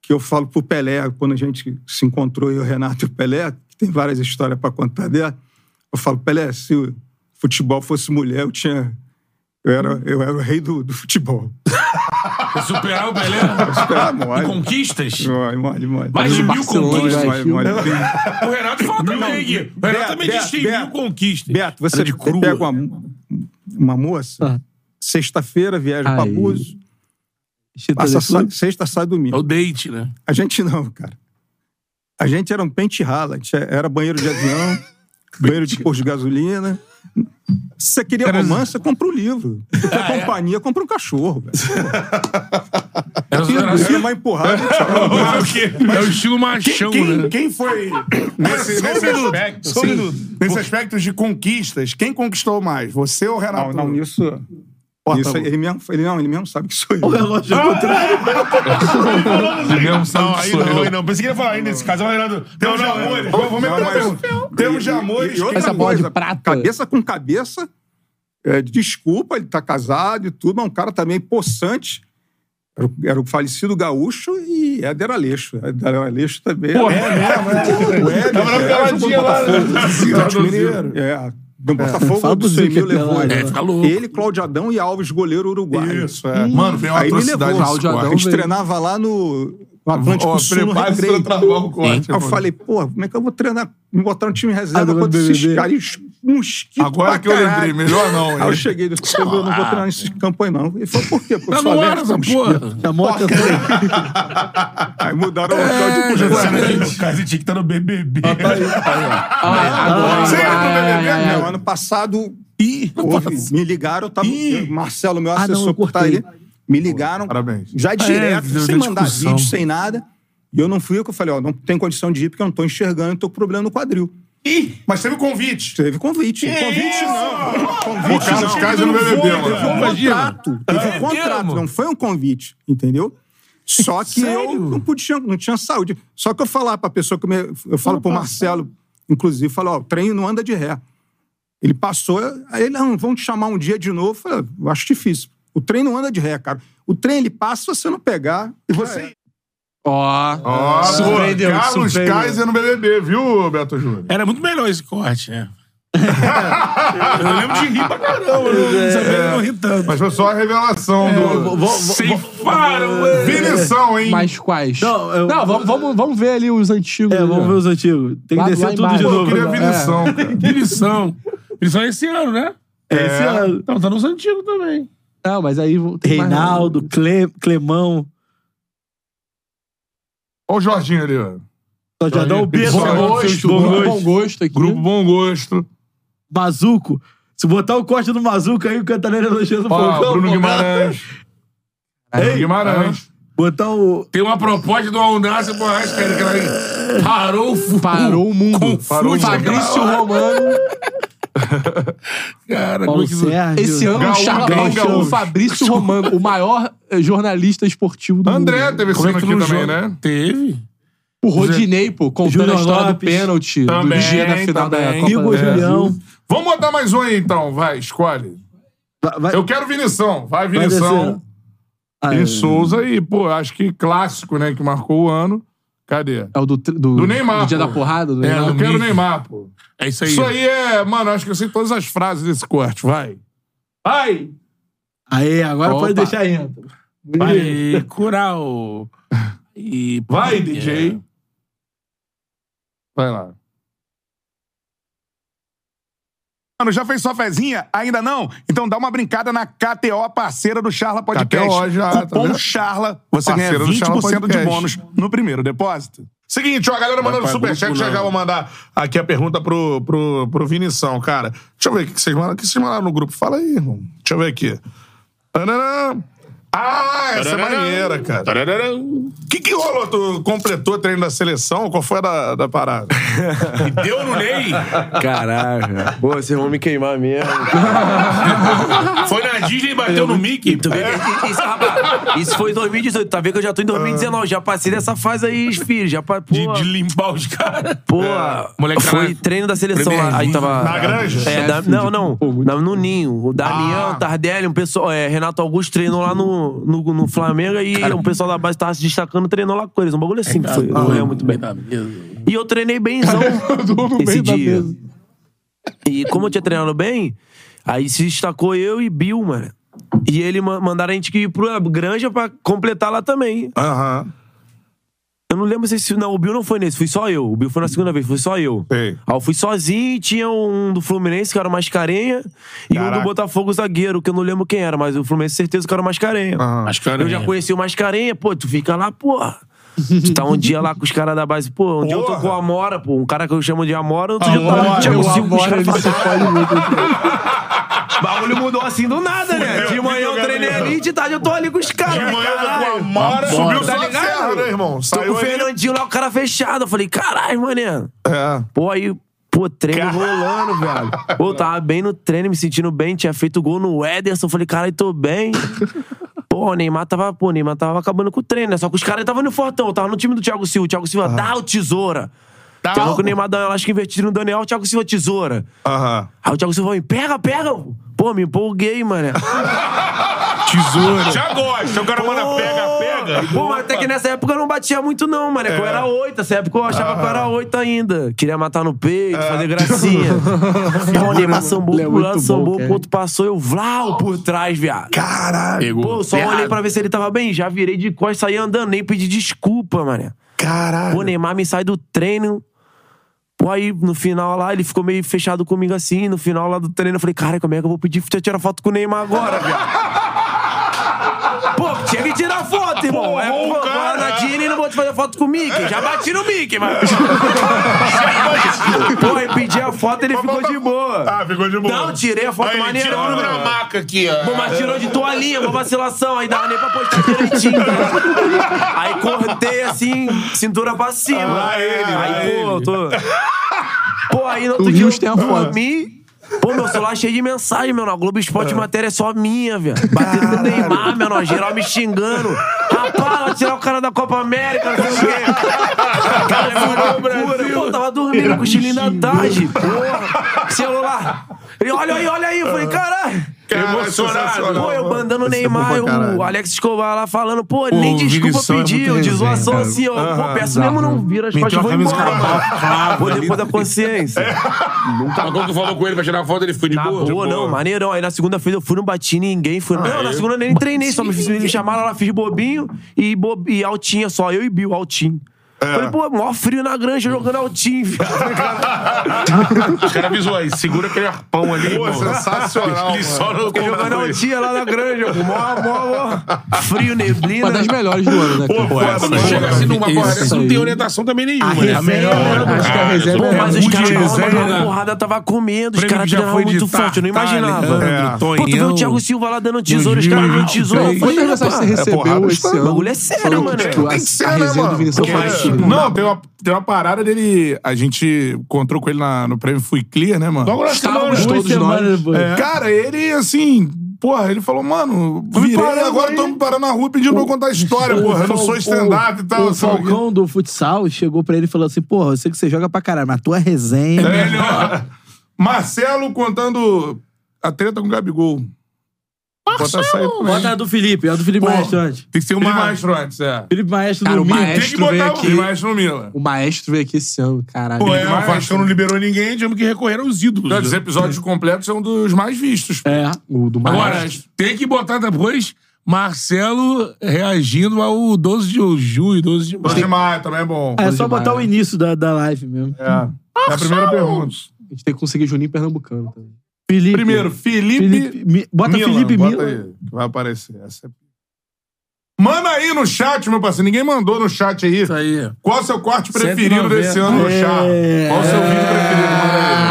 Speaker 9: que eu falo pro Pelé, quando a gente se encontrou, eu, o Renato e o Pelé, que tem várias histórias para contar dela, eu falo, Pelé, se o futebol fosse mulher, eu tinha... Eu era, eu era o rei do, do futebol.
Speaker 2: É
Speaker 1: Superar o Pelé
Speaker 5: é
Speaker 9: Superar mole.
Speaker 1: em conquistas?
Speaker 9: Mole, mole, mole.
Speaker 1: Mais de mil
Speaker 9: Mole, mole,
Speaker 1: conquistas.
Speaker 9: mole. Tem-
Speaker 1: O Renato fala também aqui. O Renato
Speaker 9: Beto,
Speaker 1: também
Speaker 9: Beto,
Speaker 1: diz que tem
Speaker 9: Beto.
Speaker 1: mil conquistas.
Speaker 9: Beto, você
Speaker 1: Era de crua.
Speaker 9: pega uma, uma moça,
Speaker 4: Ah.
Speaker 9: sexta-feira viaja para
Speaker 4: Aí.
Speaker 9: Búzios,
Speaker 4: Chita
Speaker 9: passa
Speaker 4: de flor.
Speaker 9: só- sexta, sai
Speaker 1: É o
Speaker 9: domingo.
Speaker 1: date, né?
Speaker 9: A gente não, cara. A gente era um pente rala, a gente era banheiro de avião, banheiro de posto de gasolina. Se você queria romance, você compra um livro.
Speaker 1: Ah, é?
Speaker 9: Se quer companhia, compra um cachorro. velho. um
Speaker 1: Era assim?
Speaker 9: O cara
Speaker 1: o
Speaker 9: vai empurrar.
Speaker 1: É o estilo machão,
Speaker 2: quem,
Speaker 1: né?
Speaker 2: quem foi nesse,
Speaker 1: Só um
Speaker 2: nesse
Speaker 1: minuto,
Speaker 2: aspecto?
Speaker 1: só um
Speaker 2: sim,
Speaker 1: minuto.
Speaker 2: Nesse aspecto de conquistas, quem conquistou mais? Você ou o Renato?
Speaker 9: Não, não, nisso. nisso ele, mesmo, ele, não, ele mesmo sabe que sou eu. Ah,
Speaker 3: relógio ao contrário.
Speaker 1: Não, aí não, aí não.
Speaker 2: Pensei que ia falar ainda desse
Speaker 9: é
Speaker 2: casal, Renato. Temos de amores. Vou, vou meter
Speaker 9: Não,
Speaker 2: uma
Speaker 9: mas-
Speaker 2: pergunta. Temos de é." amores.
Speaker 9: E outra
Speaker 4: Essa bola de prata.
Speaker 9: Cabeça com cabeça. é, desculpa, ele tá casado e tudo, mas um cara também possante. Era o, era o falecido gaúcho e Éder Aleixo. Éder Aleixo também. Porra, O Éder
Speaker 2: é né? Tava na
Speaker 9: é,
Speaker 2: peladinha lá, né?
Speaker 9: jogou no Botafogo.
Speaker 2: Sim,
Speaker 9: É, do Botafogo,
Speaker 3: fala
Speaker 9: do
Speaker 3: do Zico,
Speaker 9: Semil
Speaker 3: é
Speaker 9: levou
Speaker 3: pelado.
Speaker 9: ele.
Speaker 1: É, fica louco.
Speaker 9: Ele, Cláudio Adão e Alves, goleiro uruguaio. Hum.
Speaker 2: Isso, é. Mano, veio uma
Speaker 9: Aí me levou.
Speaker 2: atrocidade.
Speaker 4: Cláudio
Speaker 9: A
Speaker 4: Adão
Speaker 9: gente
Speaker 4: veio.
Speaker 9: treinava lá no no Atlântico
Speaker 2: Ó,
Speaker 9: Sul, no
Speaker 2: prepare-se
Speaker 9: Recreio.
Speaker 2: pra travar o corte,
Speaker 9: Aí eu
Speaker 2: mano.
Speaker 9: falei, pô, como é que eu vou treinar, me botar no time reserva
Speaker 3: Ah, do
Speaker 9: contra esses
Speaker 3: BBB.
Speaker 9: caras? Um mosquito
Speaker 2: Agora
Speaker 9: pra
Speaker 2: que eu
Speaker 9: caralho.
Speaker 2: lembrei, melhor não.
Speaker 9: Aí eu
Speaker 2: hein? Ah.
Speaker 9: cheguei do eu não vou treinar nesse campo aí, não. Ele falou, por quê? Porque eu
Speaker 1: Tá
Speaker 9: sou
Speaker 1: no ar
Speaker 9: alérgico a
Speaker 1: essa
Speaker 9: mosquito.
Speaker 1: porra.
Speaker 3: Chamou a atenção.
Speaker 9: Aí mudaram o local de
Speaker 2: O Kazitinho que tá no BBB.
Speaker 9: Ah,
Speaker 4: Agora-
Speaker 2: Você era do BBB?
Speaker 9: Não, ano passado
Speaker 1: Ih,
Speaker 9: houve- me ligaram, eu tava,
Speaker 2: Ih.
Speaker 9: Marcelo, meu
Speaker 3: Ah, não,
Speaker 9: assessor
Speaker 3: eu
Speaker 9: que tá
Speaker 3: cortei.
Speaker 9: aí, me ligaram
Speaker 2: Parabéns.
Speaker 9: É, já direto,
Speaker 2: É,
Speaker 1: deu-
Speaker 9: sem
Speaker 1: deu
Speaker 9: mandar
Speaker 1: discussão.
Speaker 9: vídeo, sem nada. E eu não fui, eu que falei, ó, não tem condição de ir porque eu não tô enxergando, eu tô com problema no quadril.
Speaker 2: Mas teve convite.
Speaker 9: Teve convite. convite não.
Speaker 2: O
Speaker 9: Convite
Speaker 2: Carlos
Speaker 9: não.
Speaker 2: Kaiser no BBB,
Speaker 9: Teve um
Speaker 2: mano.
Speaker 9: contrato.
Speaker 2: É
Speaker 9: Teve um contrato. Não foi um convite, entendeu? Só que eu não podia, não tinha saúde. Só que eu falar pra pessoa que me, eu falo pro Marcelo, inclusive, falo, ó, o trem não anda de ré. Ele passou, aí ele, não, vão te chamar um dia de novo. Eu falei, "Ah, eu acho difícil. O trem não anda de ré, cara. O trem ele passa se você não pegar. E você.
Speaker 4: Ó.
Speaker 2: Ó,
Speaker 4: Surpreendeu,
Speaker 2: boa. Carlos
Speaker 4: surpreendeu.
Speaker 2: Kaiser no BBB, viu, Beto Júnior?
Speaker 1: Era muito melhor esse corte, né? Eu lembro de rir pra caramba.
Speaker 5: É,
Speaker 2: É.
Speaker 1: Eu não ri tanto.
Speaker 2: Mas foi só a
Speaker 3: É,
Speaker 2: revelação do...
Speaker 1: Ceifaram, velho.
Speaker 2: Vinição, hein?
Speaker 4: Mas quais?
Speaker 3: Não, eu-
Speaker 4: Não, vamos, vamos, vamos ver ali os antigos.
Speaker 3: É, vamos ver os antigos. Tem que
Speaker 4: Lá- lá
Speaker 3: descer tudo
Speaker 4: embaixo. É.
Speaker 3: de
Speaker 2: Pô, eu
Speaker 3: novo.
Speaker 2: queria
Speaker 3: né?
Speaker 2: Vinição, cara.
Speaker 1: Punição. Punição é esse ano, né?
Speaker 3: É, esse ano.
Speaker 1: Então tá nos antigos também.
Speaker 4: Não, mas aí vão- tem mais-
Speaker 3: Reinaldo, Cle- Clemão,
Speaker 2: Olha o Jorginho ali, ó.
Speaker 3: Cláudio Adão, o Pedro,
Speaker 4: Bom
Speaker 2: Bom
Speaker 4: gosto,
Speaker 2: gosto,
Speaker 4: bom
Speaker 2: bom
Speaker 4: gosto. Bom gosto aqui.
Speaker 2: Grupo Bom Gosto.
Speaker 3: Mazuco. Se botar o corte do Mazuco aí, o Cantarelli elogiando o
Speaker 2: Ó,
Speaker 3: Fogão.
Speaker 2: Bruno
Speaker 3: pô.
Speaker 2: Guimarães. Bruno É,
Speaker 3: ah,
Speaker 2: Guimarães.
Speaker 3: Botar o...
Speaker 1: Tem uma proposta do Alnassi pro Arrascaeta, que ela parou o fu-
Speaker 4: Parou o mundo.
Speaker 1: Confuso,
Speaker 4: Parou o mundo.
Speaker 1: cara.
Speaker 4: Fabrício Romano.
Speaker 1: Cara,
Speaker 3: Paulo
Speaker 1: como é que-
Speaker 3: Sérgio.
Speaker 4: Esse ano, o
Speaker 2: Gaúcho,
Speaker 4: charlatão
Speaker 2: Gaúcho.
Speaker 4: chamou o Fabrício Romano, o maior eh, jornalista esportivo do
Speaker 2: André
Speaker 4: mundo.
Speaker 2: teve esse
Speaker 1: Como é
Speaker 2: ano
Speaker 1: que
Speaker 2: aqui
Speaker 1: não
Speaker 2: também,
Speaker 1: jogou?
Speaker 2: né?
Speaker 1: Teve.
Speaker 4: O Rodinei, pô, contando
Speaker 3: Júnior
Speaker 4: a história do
Speaker 3: Lopes.
Speaker 4: pênalti
Speaker 2: Também,
Speaker 4: do dia da final da
Speaker 2: também.
Speaker 4: Copa
Speaker 3: Igor
Speaker 4: do Brasil.
Speaker 3: Julião.
Speaker 2: Vamos botar mais um aí, então. Vai, escolhe.
Speaker 3: Vai- vai-
Speaker 2: Eu quero Vinição. Vai,
Speaker 3: vai descer.
Speaker 2: Vinição.
Speaker 3: Ah,
Speaker 2: Vini
Speaker 3: é.
Speaker 2: Souza e, pô, acho que clássico, né? Que marcou o ano. Cadê?
Speaker 4: É o do, tri- do,
Speaker 2: Do Neymar,
Speaker 4: do dia
Speaker 2: pô.
Speaker 4: da porrada, do
Speaker 2: É,
Speaker 4: Neymar.
Speaker 2: eu quero Neymar, pô.
Speaker 1: É isso aí.
Speaker 2: Isso aí é... Mano, acho que eu sei todas as frases desse corte. Vai. Vai!
Speaker 3: Aí, agora
Speaker 4: Opa.
Speaker 3: pode deixar ainda.
Speaker 5: É
Speaker 1: Vai curar o... E... é.
Speaker 2: Vai, DJ. Vai lá.
Speaker 10: Mano, já fez sua fezinha? Ainda não? Então dá uma brincada na KTO, parceira do Charla Podcast.
Speaker 2: KTO já, tá
Speaker 10: Cupom
Speaker 2: vendo?
Speaker 10: Charla, você
Speaker 2: Parceira do
Speaker 10: ganha
Speaker 2: Charla
Speaker 10: 20% de
Speaker 2: Podcast.
Speaker 10: bônus no primeiro depósito.
Speaker 2: Seguinte, ó, a galera mandando
Speaker 10: Rapaz,
Speaker 2: superchat,
Speaker 10: grupo
Speaker 2: já
Speaker 10: não.
Speaker 2: já vou mandar aqui a pergunta pro, pro, pro Vinição, cara. Deixa eu ver o que que vocês mandaram. O que vocês mandaram no grupo? Fala aí, irmão. Deixa eu ver aqui. Tarará. Ah, essa é maneira, cara. O que, que rolou? Tu completou o treino da seleção? Qual foi a da, da parada?
Speaker 1: Deu no Ney.
Speaker 11: Caraca.
Speaker 10: Pô, vocês vão me queimar mesmo.
Speaker 1: Foi na Disney e bateu no Mickey. É.
Speaker 11: Tu vê que- Isso, rapaz, isso foi em 2018. Tá vendo que eu já tô em 2019. Já passei dessa fase aí, filho. Já pa-
Speaker 1: De,
Speaker 11: pô,
Speaker 1: de limpar os caras.
Speaker 11: pô,
Speaker 1: Moleque,
Speaker 11: Foi
Speaker 1: cara,
Speaker 11: treino da seleção
Speaker 1: Premier
Speaker 11: lá. Aí
Speaker 1: League.
Speaker 11: tava.
Speaker 2: Na granja?
Speaker 11: É, da- não, não. Na- no Ninho. O Damião,
Speaker 2: Ah.
Speaker 11: Tardelli, um pessoal. é, Renato Augusto treinou lá no. no, no, no Flamengo e o pessoal da base tava se destacando, treinou lá com eles. Um bagulho
Speaker 4: É
Speaker 11: assim
Speaker 5: tá
Speaker 11: que foi. eu lembro muito bem. E eu treinei bemzão esse dia. E como eu tinha treinado bem, aí se destacou eu e Bill, mano. E ele ma- mandaram a gente que ir pra granja pra completar lá também.
Speaker 5: Aham.
Speaker 11: Eu não lembro se esse- não, o Bill não foi nesse, fui só eu. O Bill foi na segunda vez, fui só eu.
Speaker 5: Sei.
Speaker 11: Aí eu fui sozinho, tinha um do Fluminense, que era o Mascarenha, e um do
Speaker 5: Caraca.
Speaker 11: Botafogo, o zagueiro, que eu não lembro quem era, mas o Fluminense, certeza que era o Mascarenha.
Speaker 12: Ah,
Speaker 2: Mascarenha.
Speaker 11: Eu já conheci o Mascarenha, pô, tu fica lá, porra. Tu tá um dia lá com os caras da base, pô, um dia eu tô com o Amora, pô, um cara que eu chamo de Amora, outro dia eu tava com o Thiago Silva, com os caras falaram, "Ah, bagulho mudou assim do nada, né? De manhã eu treinei ali, de tarde eu tô ali com os caras.
Speaker 12: De manhã eu tô com
Speaker 11: caralho. Tá
Speaker 12: Amora, subiu só a serra, né, irmão?
Speaker 11: Tô com
Speaker 12: Saiu
Speaker 11: o
Speaker 12: ali-
Speaker 11: Fernandinho lá, o cara fechado. Eu falei, caralho, mané.
Speaker 5: É.
Speaker 11: Pô, aí, pô, treino rolando, velho. Pô, eu tava bem no treino, me sentindo bem, tinha feito gol no Ederson. eu Falei, caralho, tô bem. Pô, o Neymar tava, pô, o Neymar tava acabando com o treino, né? Só que os caras estavam no Fortão, eu tava no time do Thiago Silva. O Thiago Silva dá o tesoura. Tá. Então, o Neymar dá, acho que invertiram no Daniel, o Thiago Silva tesoura.
Speaker 5: Aham.
Speaker 11: Aí o Thiago Silva me pega, pega. Pô, me empolguei, mano.
Speaker 12: Tesoura. Já gosta. O cara manda pega, pega.
Speaker 11: Pô, mas até que nessa época eu não batia muito, não, mano. É. que Eu era oito. Nessa época eu achava que eu era oito ainda. Queria matar no peito,
Speaker 12: É.
Speaker 11: fazer gracinha. Pô, o Neymar sambou pro lado, sambou, o outro passou, eu vlau por trás, viado.
Speaker 12: Caralho.
Speaker 11: Pô, eu só olhei pra ver se ele tava bem. Já virei de costas, saí andando, nem pedi desculpa, mané.
Speaker 12: Caralho.
Speaker 11: Pô, o Neymar me sai do treino. Pô, aí no final lá, ele ficou meio fechado comigo assim. No final lá do treino, eu falei, cara, como é que eu vou pedir pra tirar foto com o Neymar agora, viado?
Speaker 4: Tá
Speaker 11: Pô, tinha que tirar foto, irmão.
Speaker 12: Pô,
Speaker 11: é,
Speaker 12: bom
Speaker 11: pô,
Speaker 12: cara.
Speaker 11: agora na Disney não vou te fazer foto com o Mickey. Já bati no Mickey, mas. pô, eu pedi a foto ele ficou de boa.
Speaker 12: Ah, ficou de boa.
Speaker 11: Não, tirei a foto
Speaker 12: Aí, tirou
Speaker 11: maneirona, mano.
Speaker 12: na maca aqui, ó.
Speaker 11: Pô, mas tirou de toalhinha, uma vacilação, aí dava nem pra postar direitinho. aí cortei assim, cintura pra cima.
Speaker 12: Ah, ele,
Speaker 11: aí,
Speaker 12: ah,
Speaker 11: pô, eu tô. Pô, aí no
Speaker 4: Tu
Speaker 11: outro dia
Speaker 4: viu
Speaker 11: eu
Speaker 4: os tempos?
Speaker 11: dormi. Pô, meu celular cheio de mensagem, meu. Na Globo Esporte matéria é só minha, velho. Batendo no Neymar, meu. nó, Geral me xingando. Rapaz, vai tirar o cara da Copa América, não sei o quê.
Speaker 2: Tá
Speaker 11: Cara, é uma loucura. Pô, tava dormindo com o chilinho da tarde. Porra. Celular. Ele, olha aí, olha aí. Eu falei, caralho.
Speaker 12: Cara, sensacional,
Speaker 11: Pô, eu
Speaker 12: mano.
Speaker 11: mandando o
Speaker 2: é
Speaker 11: Neymar, o Alex Escobar lá falando, pô, nem
Speaker 2: o
Speaker 11: desculpa
Speaker 2: Vinição é muito
Speaker 11: pediu, de
Speaker 2: resenha,
Speaker 11: zoação
Speaker 2: cara.
Speaker 11: assim, ó.
Speaker 2: Aham,
Speaker 11: Pô, peço
Speaker 2: exato.
Speaker 11: mesmo, não vira as
Speaker 2: Meteu
Speaker 11: costas e
Speaker 2: a
Speaker 11: vou
Speaker 2: camisa
Speaker 11: embora.
Speaker 2: cravada, cravada,
Speaker 11: Vou depois da consciência.
Speaker 2: Mas quando tu falou com ele pra tirar foto, ele ficou de
Speaker 11: Tá
Speaker 2: boa? De
Speaker 11: boa, não, maneirão. Aí na segunda-feira eu fui, não bati ninguém. Fui... não, na segunda eu nem treinei, só me, fiz, me chamaram lá, fiz bobinho e, bo... e altinha só, eu e Bill, altinho. Falei, pô, maior frio na granja jogando altinho, viado.
Speaker 2: Os caras avisou aí, segura aquele arpão ali,
Speaker 12: Pô,
Speaker 2: irmão.
Speaker 12: sensacional,
Speaker 2: Ele só
Speaker 12: mano.
Speaker 2: não
Speaker 11: jogando
Speaker 2: comeu isso.
Speaker 11: altinha lá na granja, pô, mó, mó, mó. Frio, neblina.
Speaker 4: Uma das melhores do ano, né? cara?
Speaker 12: Pô, essa
Speaker 2: Quando chega assim numa porra dessa, não tem orientação também nenhuma, né?
Speaker 3: resenha, né? Acho que a resenha
Speaker 11: Pô,
Speaker 3: é
Speaker 11: mas os
Speaker 2: muito
Speaker 11: caras
Speaker 2: resenha,
Speaker 11: estavam
Speaker 2: né?
Speaker 11: na porrada, tava comendo, os
Speaker 2: Prêmio
Speaker 11: caras
Speaker 2: que já
Speaker 11: treinavam
Speaker 2: foi de
Speaker 11: muito forte, eu não
Speaker 2: Tartá,
Speaker 11: imaginava.
Speaker 2: Alejandro,
Speaker 11: Pô, tu vê o
Speaker 2: Tonhão.
Speaker 11: Thiago Silva lá dando tesouro, os caras dando tesouro.
Speaker 4: Quantos
Speaker 11: Foi,
Speaker 4: mensagens você
Speaker 11: rapaz.
Speaker 4: recebeu esse ano?
Speaker 11: O bagulho é sério,
Speaker 4: Falando,
Speaker 11: mano.
Speaker 4: tipo,
Speaker 12: Tem
Speaker 4: a-
Speaker 12: que ser,
Speaker 4: a
Speaker 12: né,
Speaker 4: resenha
Speaker 12: mano?
Speaker 4: do Vinicius
Speaker 12: Porque-
Speaker 4: Faz
Speaker 2: é.
Speaker 4: tipo,
Speaker 5: Não, tem uma, tem uma parada dele. A gente encontrou com ele na- no prêmio Fui Clear, né, mano?
Speaker 4: Estávamos todos nós.
Speaker 5: É. Cara, ele, assim, porra, ele falou, mano, tô me
Speaker 12: Virei,
Speaker 5: parando agora,
Speaker 12: aí.
Speaker 5: tô me parando na rua pedindo pra eu contar a história, porra. Eu não sou stand-up e tal.
Speaker 3: O
Speaker 5: sabe?
Speaker 3: Falcão do futsal chegou pra ele e falou assim: Porra, eu sei que você joga pra caralho, mas tua resenha. É,
Speaker 5: Velho, ó. Marcelo contando a treta com o Gabigol. Bota essa aí também.
Speaker 3: Bota a do Felipe, a do Felipe é
Speaker 5: Pô,
Speaker 3: Maestro antes.
Speaker 5: Tem que ser o maestro antes, é.
Speaker 3: Felipe Maestro
Speaker 4: Cara,
Speaker 3: do
Speaker 4: o
Speaker 3: Mil.
Speaker 5: Tem que
Speaker 4: maestro veio
Speaker 5: botar
Speaker 4: aqui.
Speaker 5: o maestro no Mila.
Speaker 4: O maestro veio aqui esse ano, caralho.
Speaker 12: Pô,
Speaker 4: Ele
Speaker 12: é, o Vasco não liberou ninguém, tivemos que recorrer aos ídolos.
Speaker 5: Os né? É. episódios completos são dos mais vistos.
Speaker 3: É.
Speaker 4: O do
Speaker 2: Agora,
Speaker 4: maestro.
Speaker 2: tem que botar depois Marcelo reagindo ao 12 de julho, 12 de
Speaker 5: Dois
Speaker 2: maio.
Speaker 5: de maio também é bom.
Speaker 3: É
Speaker 5: É,
Speaker 3: só botar o início da, da live mesmo.
Speaker 5: é a primeira pergunta.
Speaker 4: A gente tem que conseguir Juninho Pernambucano também.
Speaker 3: Felipe.
Speaker 5: Primeiro, Felipe.
Speaker 3: Felipe, Mi- bota
Speaker 5: Milan,
Speaker 3: Felipe
Speaker 5: bota
Speaker 3: Mila.
Speaker 5: aí, que vai aparecer. Essa é- Manda aí no chat, meu parceiro. Ninguém mandou no chat aí.
Speaker 2: Isso aí.
Speaker 5: Qual é o seu corte preferido
Speaker 2: 190.
Speaker 5: desse ano no chat? Qual o seu vídeo preferido? Manda aí.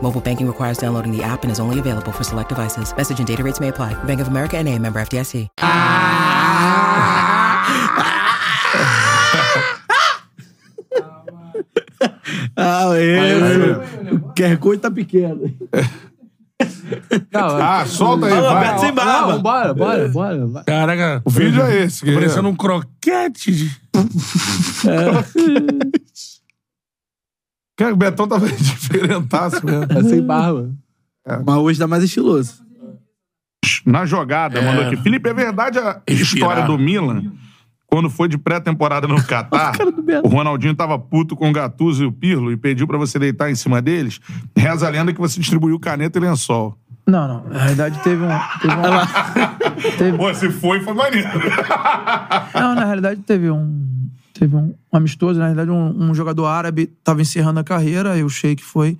Speaker 13: Mobile banking requires downloading the app and is only available for select devices. Message and data rates may apply. Bank of America and a member FDIC.
Speaker 3: Ah, isso. Quer coisa tá pequeno.
Speaker 5: É. Ah, solta aí,
Speaker 3: Alô,
Speaker 5: vai. É.
Speaker 3: Beto sem barba.
Speaker 5: Não, bora, bora,
Speaker 4: bora.
Speaker 2: Caraca,
Speaker 5: O vídeo é esse,
Speaker 2: Tô parecendo
Speaker 5: guerreiro.
Speaker 2: um croquete de.
Speaker 4: É.
Speaker 5: Cara, o Betão tava diferentaço mesmo. É.
Speaker 4: É sem barba.
Speaker 3: Mas hoje tá mais estiloso.
Speaker 5: Na jogada,
Speaker 3: É.
Speaker 5: mandou aqui. Felipe, é verdade a história do Milan? Quando foi de pré-temporada no Catar, o Ronaldinho tava puto com o Gattuso e o Pirlo e pediu pra você deitar em cima deles. Reza a lenda que você distribuiu caneta e lençol.
Speaker 14: Não, não. Na realidade, teve um. Teve um teve-
Speaker 5: Pô, se foi, foi maneiro.
Speaker 14: Não, na realidade, teve um. Teve um, um amistoso, na realidade, um, um jogador árabe estava encerrando a carreira, e o Sheik foi,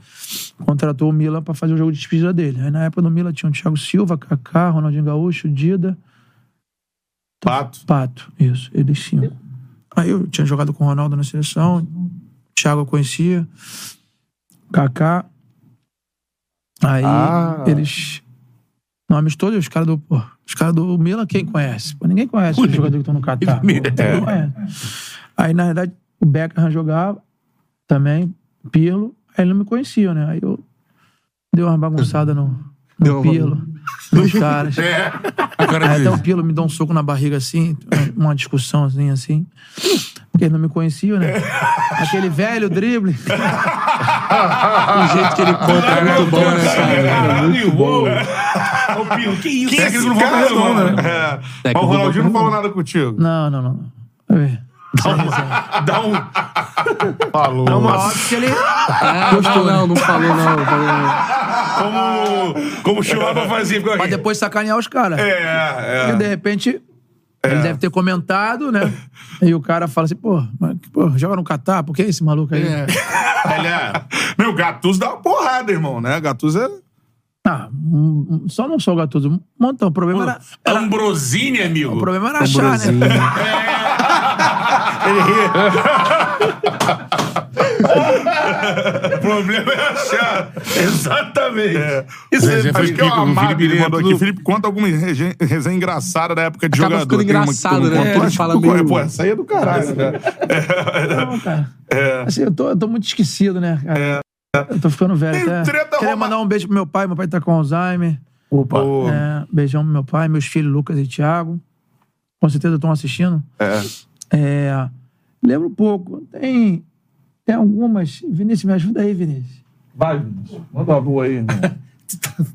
Speaker 14: contratou o Milan para fazer o jogo de despedida dele. Aí na época do Milan tinha o Thiago Silva, Kaká, Ronaldinho Gaúcho, Dida.
Speaker 5: Pato.
Speaker 14: Pato, isso, eles cinco. Aí eu tinha jogado com o Ronaldo na seleção, o Thiago eu conhecia, Kaká. Aí
Speaker 15: Ah.
Speaker 14: eles. No amistoso, os caras do. pô, os caras do Milan, quem conhece? Pô, ninguém conhece os jogadores que estão no Catar.
Speaker 15: É.
Speaker 14: Aí, na verdade, o Beckham jogava também, Pirlo. Aí ele não me conhecia, né? Aí eu dei uma bagunçada no, no Pirlo, nos caras. Aí até o Pirlo me deu um soco na barriga assim, uma discussãozinha assim. Porque ele não me conhecia, né? Aquele velho drible. o jeito que ele conta é muito bom, né, cara?
Speaker 5: Caralho, uou.
Speaker 2: Ô, Pio, que isso?
Speaker 5: É, Que
Speaker 2: Técnico não
Speaker 5: esse
Speaker 2: volta
Speaker 5: cara,
Speaker 2: não,
Speaker 5: mano?
Speaker 2: né?
Speaker 5: É. Mas o Ronaldinho não falou nada contigo.
Speaker 14: Não, não, não.
Speaker 5: Dá um. Falou. Dá uma hora que ele.
Speaker 14: Ah, Gostou, não, não falou, não. falou, não.
Speaker 2: Como, como o Churaba fazia.
Speaker 14: Pra depois sacanear os caras.
Speaker 2: É, é.
Speaker 14: Porque de repente,
Speaker 5: É.
Speaker 14: ele deve ter comentado, né? E o cara fala assim, pô, mas, pô joga no Catar, por que esse maluco aí?
Speaker 5: Ele é. Meu, Gatuso dá uma porrada, irmão, né? Gatuso é.
Speaker 14: Ah, um- um- só não sou o Gattuso. Um montão. O problema era...
Speaker 2: Ambrosini, amigo.
Speaker 14: O problema era achar, né?
Speaker 2: Ele ri. o problema é achar. Exatamente.
Speaker 5: Isso
Speaker 2: Zezé
Speaker 5: é,
Speaker 2: foi
Speaker 5: acho que é
Speaker 2: pico,
Speaker 5: o
Speaker 2: o
Speaker 5: Amado
Speaker 2: Felipe
Speaker 5: que ele mandou
Speaker 2: Neto.
Speaker 5: aqui. Felipe, conta alguma rege- resenha engraçada da época de
Speaker 2: Acaba
Speaker 5: jogador.
Speaker 2: ficando
Speaker 5: Tem uma que
Speaker 2: engraçado,
Speaker 5: tu não
Speaker 2: né?
Speaker 5: contou?
Speaker 2: Ele
Speaker 5: Acho que
Speaker 2: fala
Speaker 5: tu conhece.
Speaker 2: meio-
Speaker 5: Pô, essa aí é do caralho, né? É,
Speaker 14: Não, cara. Assim, eu tô, eu tô muito esquecido, né, cara? Eu tô ficando velho. Até. Queria mandar um beijo pro meu pai. Meu pai tá com Alzheimer.
Speaker 5: Opa.
Speaker 14: É, beijão pro meu pai, meus filhos Lucas e Thiago. Com certeza estão assistindo.
Speaker 5: É.
Speaker 14: É, lembro pouco. Tem, tem algumas. Vinícius, me ajuda aí, Vinícius.
Speaker 15: Vai, manda uma boa aí.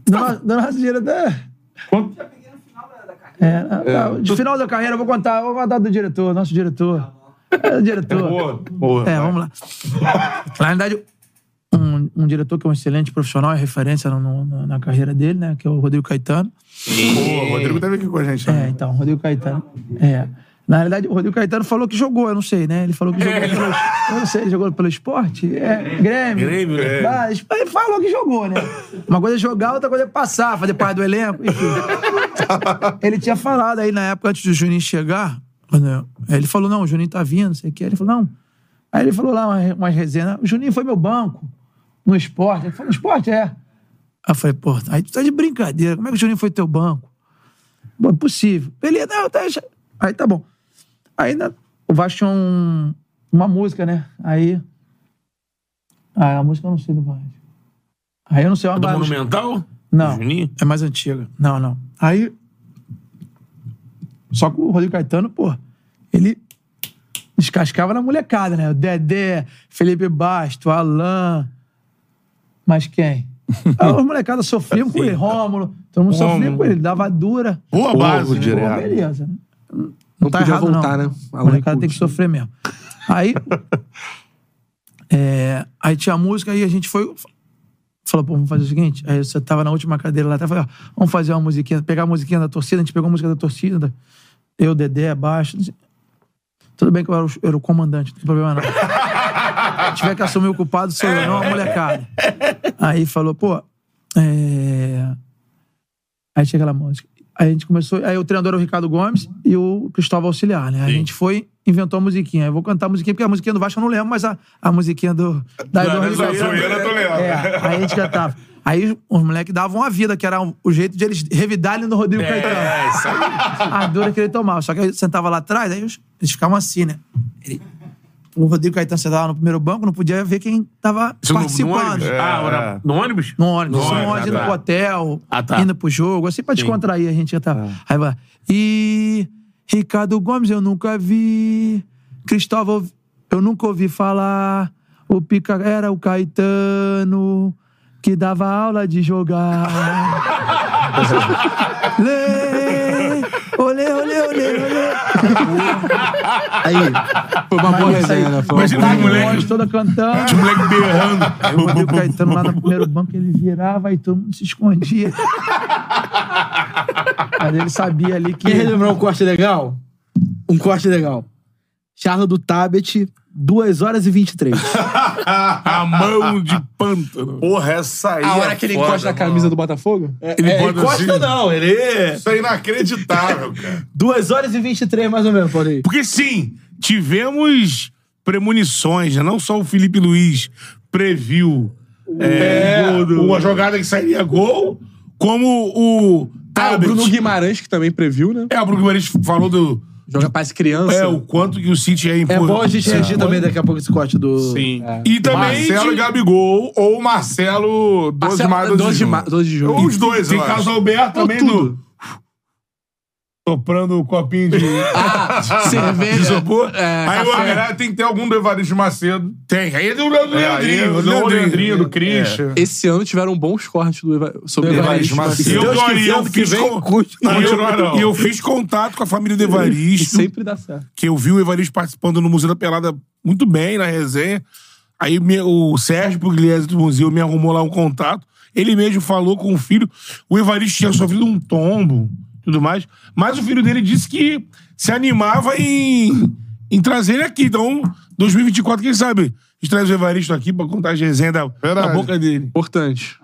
Speaker 14: Dona, dona Racineira até. É, tá,
Speaker 15: É.
Speaker 14: de final da carreira, eu vou contar, vou contar do diretor, nosso diretor. É, o diretor. é, vamos lá. Na realidade, um, um diretor que é um excelente profissional, é referência no- no- na- na carreira dele, né? Que é o Rodrigo Caetano.
Speaker 5: Pô, o Rodrigo teve aqui com a gente. né?
Speaker 14: É, então, Rodrigo Caetano. É. Na realidade, o Rodrigo Caetano falou que jogou, eu não sei, né? Ele falou que jogou pelo. Eu não sei, ele jogou pelo esporte? É, Grêmio.
Speaker 2: Grêmio, né?
Speaker 14: Mas ele falou que jogou, né? Uma coisa é jogar, outra coisa é passar, fazer parte do elenco. Enfim. Ele tinha falado aí na época antes do Juninho chegar. né? Aí Ele falou: não, o Juninho tá vindo, não sei o quê. Ele falou, não. Aí ele falou lá umas uma resenhas. O Juninho foi meu banco no esporte. Ele falou, no esporte é. Aí eu falei, pô, aí tu tá de brincadeira. Como é que o Juninho foi teu banco? Bom, impossível. Beleza, não, tá. já- Aí tá bom. Aí na- o Vasco tinha um- uma música, né? Aí. Ah, a música eu não sei do Vasco. Aí eu não sei uma
Speaker 2: Do
Speaker 14: música.
Speaker 2: Monumental?
Speaker 14: Não. É mais antiga. Não, não. Aí. Só que o Rodrigo Caetano, pô, ele descascava na molecada, né? O Dedé, Felipe Basto, Alain. Mas quem? Ah, Os molecadas sofriam com ele, Rômulo. Todo mundo sofria
Speaker 4: Rômulo.
Speaker 14: com ele, dava dura.
Speaker 4: Boa base,
Speaker 14: Pô,
Speaker 4: direto.
Speaker 14: beleza, né? Não, tá
Speaker 4: podia
Speaker 14: errado,
Speaker 4: voltar,
Speaker 14: não.
Speaker 4: né?
Speaker 14: O molecada tem que sofrer mesmo. Aí. é, aí tinha a música, aí a gente foi. Falou, pô, vamos fazer o seguinte. Aí você tava na última cadeira lá atrás, falei, ó, vamos fazer uma musiquinha, pegar a musiquinha da torcida, a gente pegou a música da torcida. Eu, Dedé, baixo. não sei. Tudo bem que eu era o, eu era o comandante, não tem problema não. tiver que assumir o culpado, sou eu, não a molecada. Aí falou, pô, é... Aí chega lá, música. Aí a gente começou. Aí o treinador era o Ricardo Gomes e o Cristóvão Auxiliar, né? Aí A gente foi, inventou a musiquinha. Eu vou cantar a musiquinha, porque a musiquinha do Vasco eu não lembro, mas a, a musiquinha do. Da
Speaker 2: Da-
Speaker 14: do
Speaker 2: da zoeira eu tô lembrando.
Speaker 14: É, aí a gente cantava. Aí os moleques davam a vida, que era um- o jeito de eles revidarem no Rodrigo Caetano. É, isso aí. A dura que ele tomava. Só que eu sentava lá atrás, aí os- eles ficavam assim, né? Ele- o Rodrigo Caetano sentava no primeiro banco, não podia ver quem tava
Speaker 2: Isso no- no
Speaker 14: participando. É.
Speaker 2: ônibus? Ah, era- no ônibus?
Speaker 14: No ônibus.
Speaker 2: No
Speaker 14: No
Speaker 2: ônibus,
Speaker 14: ônibus, indo
Speaker 2: tá.
Speaker 14: pro hotel,
Speaker 2: Ah, tá.
Speaker 14: indo pro jogo, assim pra
Speaker 2: Sim. Ah.
Speaker 14: descontrair a gente. Tá. Aí vai. E Ricardo Gomes eu nunca vi. Cristóvão eu nunca ouvi falar. O Pica era o Caetano que dava aula de jogar. Lê, olê, olê, olê, olê.
Speaker 3: Aí.
Speaker 14: Foi uma
Speaker 3: boa resenha, né? Foi
Speaker 14: Imagina
Speaker 3: uma boa
Speaker 14: os
Speaker 3: resenha.
Speaker 14: moleques toda cantando.
Speaker 2: Os moleques berrando.
Speaker 14: Aí o Rodrigo Caetano lá no primeiro banco, ele virava e todo mundo se escondia. Mas ele sabia ali que...
Speaker 3: Quer relembrar um corte legal? Um corte legal. Charla do Tabet, 2 horas e 23.
Speaker 2: A mão de pântano.
Speaker 5: Porra, essa aí.
Speaker 3: A
Speaker 5: é
Speaker 3: hora que ele
Speaker 5: foda,
Speaker 3: encosta na
Speaker 5: mano.
Speaker 4: Camisa do Botafogo?
Speaker 3: Ele é, encosta
Speaker 2: assim.
Speaker 3: não, ele...
Speaker 5: Isso é inacreditável, cara.
Speaker 3: 2 horas e 23, mais ou menos, Paulinho.
Speaker 2: Porque sim, tivemos premonições, né? Não só o Felipe Luiz previu é,
Speaker 4: É,
Speaker 2: gol do- uma jogada que sairia gol, como o
Speaker 4: Ah, o
Speaker 2: Tabet.
Speaker 4: Bruno Guimarães, que também previu, né?
Speaker 2: É, o Bruno Guimarães falou do.
Speaker 4: Joga paz criança.
Speaker 2: É, o quanto que o City é
Speaker 3: É
Speaker 2: importante.
Speaker 3: bom a gente reagir também né? daqui a pouco esse corte do... É.
Speaker 2: Sim. E também.
Speaker 5: Marcelo
Speaker 2: de-
Speaker 5: e Gabigol ou Marcelo 12 de
Speaker 4: Marcelo-
Speaker 5: maio, 12 de
Speaker 4: 12 de
Speaker 5: junho.
Speaker 4: ma- 12 de junho.
Speaker 5: Ou os dois,
Speaker 2: Tem
Speaker 5: eu acho.
Speaker 2: Carlos Alberto
Speaker 4: Ou
Speaker 2: também
Speaker 4: tudo.
Speaker 2: do. Soprando o copinho de.
Speaker 4: Ah,
Speaker 2: de
Speaker 4: cerveja.
Speaker 2: isopor.
Speaker 4: É,
Speaker 5: Aí o
Speaker 4: café.
Speaker 5: André tem que ter algum do Evaristo Macedo.
Speaker 2: Tem. Aí tem o Leandrinho.
Speaker 5: É, aí é o
Speaker 2: Leandrinho,
Speaker 5: Leandrinho, do
Speaker 2: é.
Speaker 5: Christian.
Speaker 4: Esse ano tiveram bons cortes do Eva... sobre o
Speaker 5: Evaristo
Speaker 4: Evaristo assim.
Speaker 5: Macedo.
Speaker 4: Macedo.
Speaker 5: Deus
Speaker 2: E eu, Dori,
Speaker 5: quiser,
Speaker 2: eu
Speaker 5: ano que
Speaker 2: fiz
Speaker 5: vem,
Speaker 2: con-
Speaker 5: curte, não
Speaker 2: E eu-
Speaker 5: continua, não.
Speaker 2: E eu fiz contato com a família do
Speaker 4: E
Speaker 2: Evaristo.
Speaker 4: sempre dá certo.
Speaker 2: que eu vi o Evaristo participando no Museu da Pelada muito bem na resenha. Aí me- o Sérgio Pugliese do museu me arrumou lá um contato. Ele mesmo falou com o filho. O Evaristo tinha sofrido um tombo e tudo mais. Mas o filho dele disse que se animava em, em trazer ele aqui. Então, 2024, quem sabe? A gente traz o Evaristo aqui pra contar as resenhas da, da
Speaker 5: Verdade.
Speaker 2: boca dele.
Speaker 4: Importante.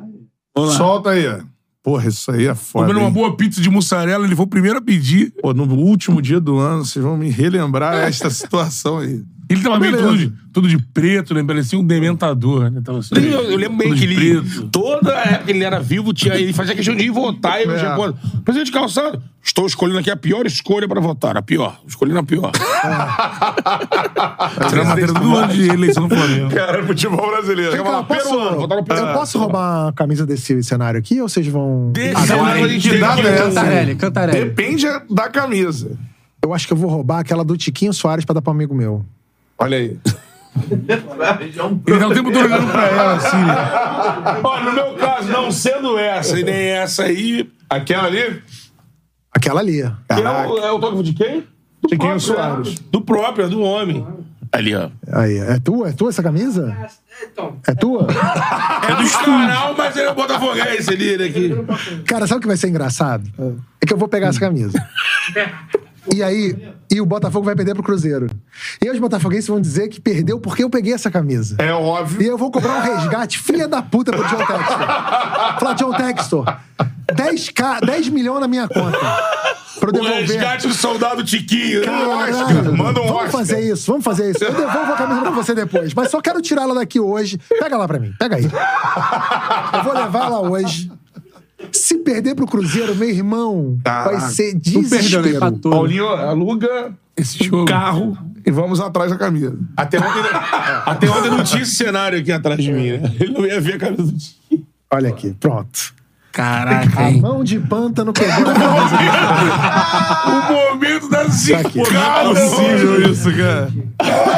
Speaker 5: Solta aí. ó. Porra, isso aí é foda.
Speaker 2: Comendo uma
Speaker 5: hein?
Speaker 2: boa pizza de mussarela, ele foi o primeiro a pedir.
Speaker 5: Pô, no último dia do ano, vocês vão me relembrar esta situação aí. Tá
Speaker 2: Ele tava meio
Speaker 5: Beleza.
Speaker 2: todo de, todo de preto, né? Parecia um dementador, né? Tava assim,
Speaker 15: Eu, eu lembro bem
Speaker 2: todo
Speaker 15: que
Speaker 2: de
Speaker 15: ele.
Speaker 2: preto.
Speaker 15: Toda a época que ele era vivo, tinha, ele fazia questão de ir votar
Speaker 5: É.
Speaker 15: e não tinha quando.
Speaker 2: Presidente Calçado, estou escolhendo aqui a pior escolha para votar. A pior. Escolhendo a pior. Será a matéria do ano de eleição do Flamengo.
Speaker 5: Cara, futebol brasileiro. Chega lá, peruano, botaram o
Speaker 2: É.
Speaker 5: peruano.
Speaker 7: posso roubar a camisa desse cenário aqui ou vocês vão.
Speaker 2: Agora a gente
Speaker 5: dá
Speaker 2: tem que-
Speaker 5: dessa.
Speaker 4: Cantarelli, Cantarelli.
Speaker 5: Depende da camisa.
Speaker 7: Eu acho que eu vou roubar aquela do Tiquinho Soares pra dar pra um amigo meu.
Speaker 5: Olha aí.
Speaker 2: Ele tá o tempo todo olhando pra ela, assim. né? Olha, no meu caso, não sendo essa e nem essa aí,
Speaker 5: Aquela ali?
Speaker 7: Aquela ali.
Speaker 2: é o, é autógrafo de quem? Do próprio,
Speaker 7: Soares.
Speaker 2: né? Do próprio, é do homem. Ali, ó.
Speaker 7: Aí, é tua? É tua essa camisa? É tua?
Speaker 2: É do Estranal, mas ele é o botafoguense ali, né? que-
Speaker 7: Cara, sabe o que vai ser engraçado? É que eu vou pegar essa camisa. E aí, e o Botafogo vai perder pro Cruzeiro. E os botafoguenses vão dizer que perdeu porque eu peguei essa camisa.
Speaker 5: É óbvio.
Speaker 7: E eu vou cobrar um resgate, filha da puta, pro John Textor. Falar, John Textor, 10K, 10 milhões na minha conta. Pra eu
Speaker 2: O
Speaker 7: devolver.
Speaker 2: resgate do soldado Tiquinho. né?
Speaker 7: Caralho.
Speaker 2: Oscar, Manda um
Speaker 7: vamos
Speaker 2: Oscar.
Speaker 7: fazer isso, vamos fazer isso. Eu devolvo a camisa pra você depois, mas só quero tirá-la daqui hoje. Pega lá pra mim, pega aí. Eu vou levar ela hoje. Se perder pro Cruzeiro, meu irmão,
Speaker 5: Tá.
Speaker 2: Tá.
Speaker 7: vai ser
Speaker 4: Perdeu, né?
Speaker 7: desespero.
Speaker 4: Empatou.
Speaker 5: Paulinho, aluga
Speaker 2: Esse jogo.
Speaker 5: carro e vamos atrás da camisa.
Speaker 2: um Até ontem, até ontem não tinha esse cenário aqui atrás de mim, né? Ele não ia ver a camisa do time.
Speaker 7: Olha aqui, pronto. Tá
Speaker 2: Caraca,
Speaker 7: A mão de pântano pegou na camisa.
Speaker 2: O momento da
Speaker 7: Tá aqui. é
Speaker 2: zicada.
Speaker 5: Possível isso, cara.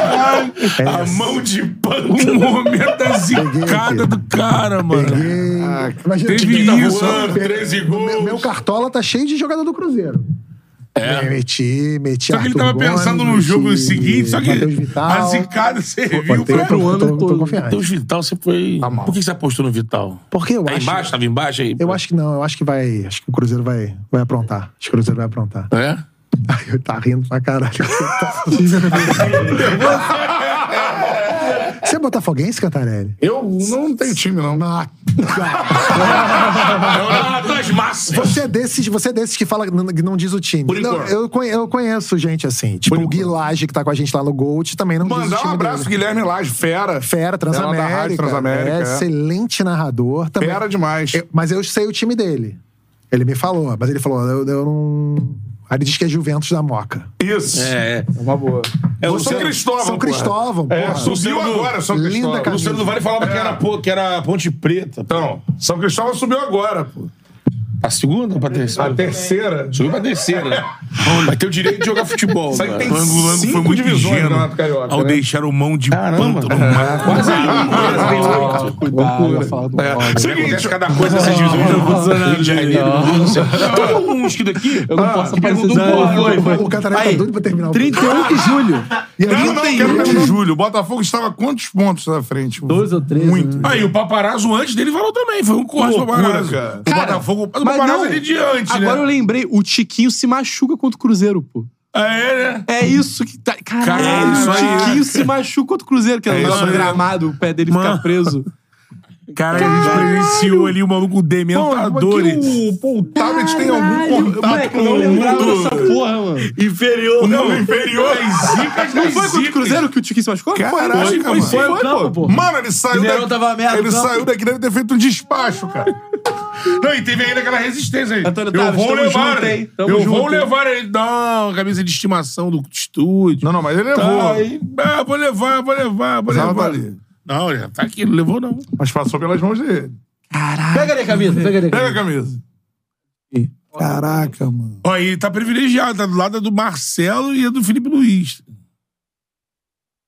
Speaker 2: A mão de pano. O momento da zicada do cara, mano.
Speaker 7: Peguei. Imagina,
Speaker 2: Teve
Speaker 7: Tiquinho
Speaker 2: isso,
Speaker 7: voando,
Speaker 2: mano, 13
Speaker 7: meu-
Speaker 2: gols.
Speaker 7: Meu cartola tá cheio de jogador do Cruzeiro. É. Meti, meti
Speaker 2: Só que ele
Speaker 7: Arthur
Speaker 2: tava
Speaker 7: Gomes,
Speaker 2: pensando no jogo
Speaker 7: meti
Speaker 2: seguinte, só que
Speaker 7: Matheus Vital.
Speaker 2: a zicada serviu
Speaker 7: Mateus,
Speaker 2: pra
Speaker 7: tô-
Speaker 2: pro
Speaker 7: tô-
Speaker 2: ano
Speaker 7: tô- tô
Speaker 2: todo.
Speaker 7: confiante.
Speaker 2: Então, o Vital, você foi.
Speaker 7: Tá mal.
Speaker 2: Por que você apostou no Vital?
Speaker 7: Porque eu
Speaker 2: Tá
Speaker 7: acho.
Speaker 2: embaixo? Tava embaixo aí?
Speaker 7: Eu acho que não, eu acho que vai. Acho que o Cruzeiro vai, vai aprontar. Acho que o Cruzeiro vai aprontar.
Speaker 2: É?
Speaker 7: Ai, eu tá rindo pra caralho. Você é botafoguense, Cantarelli?
Speaker 2: Eu não tenho time, não.
Speaker 7: Ah,
Speaker 2: Leonardo das massas.
Speaker 7: Você é desses, você é desses que fala que não- que não diz o time.
Speaker 2: Por
Speaker 7: Não,
Speaker 2: enquanto.
Speaker 7: eu, conhe- eu conheço gente assim. Tipo, o Gui Laje, que tá com a gente lá no Gold, também não diz o
Speaker 2: Mandar
Speaker 7: time
Speaker 2: um abraço,
Speaker 7: dele.
Speaker 2: Guilherme Laje, fera.
Speaker 7: Fera, Transamérica.
Speaker 2: Ela da Rádio Transamérica,
Speaker 7: é,
Speaker 2: é.
Speaker 7: Excelente narrador. Também.
Speaker 2: Fera demais.
Speaker 7: Eu- mas eu sei o time dele. Ele me falou, mas ele falou, eu, eu não... Aí ele diz que é Juventus da Moca.
Speaker 2: Isso.
Speaker 15: É,
Speaker 2: é uma boa. É o
Speaker 7: Você-
Speaker 2: São Cristóvão. porra.
Speaker 7: São Cristóvão,
Speaker 2: É,
Speaker 7: porra.
Speaker 2: subiu
Speaker 7: Luciano-
Speaker 2: agora, São
Speaker 7: Linda
Speaker 2: Cristóvão.
Speaker 7: camisa.
Speaker 2: Luciano do Vale falava que, era, pô, que era Ponte Preta. Então, São Cristóvão subiu agora, pô. A segunda ou pra terceira? A terceira. Subiu pra terceira. Vai ter o direito de jogar futebol. Isso aí cara. tem Angolano cinco divisões no Campeonato Carioca, Ao né? deixar o mão de panto no mar.
Speaker 15: Quase aí, quase tem
Speaker 2: oito. Cuidado. É. Seguinte, cada coisa essas divisões. Rio de Janeiro, Lúcia. Tem um mosquito aqui. Eu
Speaker 7: Ah,
Speaker 2: não posso
Speaker 7: aparecer.
Speaker 2: Foi, foi.
Speaker 7: O Cantarelli tá doido pra terminar o
Speaker 2: 31 de
Speaker 7: julho. E aí,
Speaker 2: Não, não,
Speaker 7: tem-
Speaker 2: quero perguntar-
Speaker 5: Em um julho, o Botafogo estava a quantos pontos na frente? Dois
Speaker 14: ou três.
Speaker 5: Muito.
Speaker 2: Aí o Paparazzo antes dele falou também. Foi um corte do
Speaker 5: Loucura,
Speaker 2: Paparazzo.
Speaker 5: cara.
Speaker 2: O Botafogo. O Paparazzo ali de antes,
Speaker 4: agora
Speaker 2: né?
Speaker 4: eu lembrei, o Tiquinho se machuca contra o Cruzeiro, pô.
Speaker 2: É, né?
Speaker 4: É isso que tá. Caralho,
Speaker 2: Cara, é isso
Speaker 4: o
Speaker 2: aí,
Speaker 4: Tiquinho
Speaker 2: cara.
Speaker 4: se machuca contra o Cruzeiro, que
Speaker 2: É
Speaker 4: é,
Speaker 2: isso
Speaker 4: lá no
Speaker 2: aí.
Speaker 4: gramado, o pé dele
Speaker 2: Mano.
Speaker 4: fica preso.
Speaker 2: Cara, a gente presenciou ali o maluco Dementadores. O, pô, o Tablet tem algum contato com o mundo
Speaker 4: porra, mano.
Speaker 2: inferior. Não, inferior. As zicas
Speaker 4: Não
Speaker 2: das
Speaker 4: foi contra o
Speaker 2: zicas.
Speaker 4: Cruzeiro que o Tiquinho se machucou?
Speaker 2: Caraca,
Speaker 4: foi,
Speaker 2: mano.
Speaker 4: foi, sim,
Speaker 2: Foi o
Speaker 4: foi,
Speaker 2: campo,
Speaker 4: pô.
Speaker 2: Mano, ele saiu
Speaker 4: Mineirão
Speaker 2: daqui.
Speaker 4: tava então. merda,
Speaker 2: ele
Speaker 4: o campo.
Speaker 2: saiu daqui, deve ter feito um despacho, cara. Não, e teve ainda aquela resistência aí.
Speaker 4: Antônio
Speaker 2: eu
Speaker 4: Taves,
Speaker 2: vou
Speaker 4: tamo
Speaker 2: levar.
Speaker 4: junto, hein? Tamo
Speaker 2: eu
Speaker 4: junto,
Speaker 2: vou
Speaker 4: hein?
Speaker 2: levar ele. Não, camisa de estimação do estúdio.
Speaker 5: Não, não, mas ele levou.
Speaker 2: Tá, aí, ah, vou levar, vou levar, vou
Speaker 5: Precisava
Speaker 2: levar.
Speaker 5: tá ali.
Speaker 2: Não, já tá aqui, não levou não.
Speaker 5: Mas passou pelas mãos dele.
Speaker 14: Pega ali a camisa, pega ali a
Speaker 2: Pega
Speaker 14: camisa.
Speaker 2: a camisa.
Speaker 7: Caraca, mano.
Speaker 2: Ó, ele tá privilegiado, tá do lado do Marcelo e do Felipe Luiz.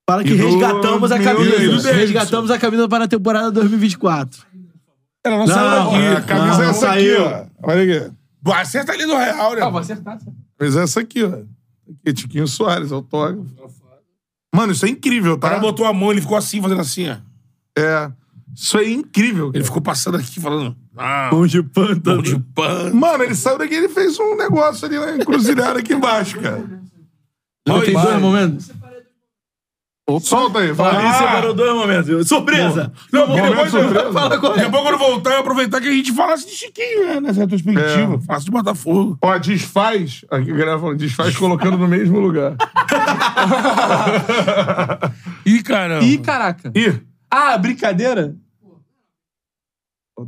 Speaker 3: Fala que
Speaker 2: E do-
Speaker 3: resgatamos a
Speaker 2: meu Deus.
Speaker 3: camisa. Resgatamos a camisa para a temporada 2024.
Speaker 2: Ela não,
Speaker 3: Não,
Speaker 2: saiu daqui.
Speaker 3: a camisa é essa aqui,
Speaker 2: ó. Olha aqui. Pô, Acerta ali no real, né?
Speaker 4: Ah, vou acertar. acertar.
Speaker 5: Mas é essa aqui, ó. Aqui, Tiquinho Soares, autógrafo. Mano, isso é incrível,
Speaker 2: O cara
Speaker 5: tá?
Speaker 2: botou a mão, ele ficou assim, fazendo assim, ó.
Speaker 5: É. Isso é incrível.
Speaker 2: Ele
Speaker 5: cara.
Speaker 2: ficou passando aqui, falando... Ah,
Speaker 3: Mão de panta.
Speaker 2: mão de pano.
Speaker 5: Mano, ele saiu daqui e ele fez um negócio ali na encruzilhada aqui embaixo, cara.
Speaker 3: Não, tem dois momentos.
Speaker 5: Solta aí,
Speaker 3: Ele
Speaker 5: vai.
Speaker 3: separou dois momentos. Surpresa!
Speaker 2: Não, porque
Speaker 5: Momento
Speaker 2: depois,
Speaker 5: surpresa.
Speaker 2: fala com ele. depois quando voltar, eu aproveitar que a gente falasse de Chiquinho, né? Nessa
Speaker 5: É.
Speaker 2: retrospectiva. Falasse de Botafogo.
Speaker 5: Ó, desfaz. Aqui, a galera falando, desfaz colocando no mesmo lugar.
Speaker 2: Ih, caramba.
Speaker 4: Ih, caraca.
Speaker 5: Ih,
Speaker 4: Ah, brincadeira?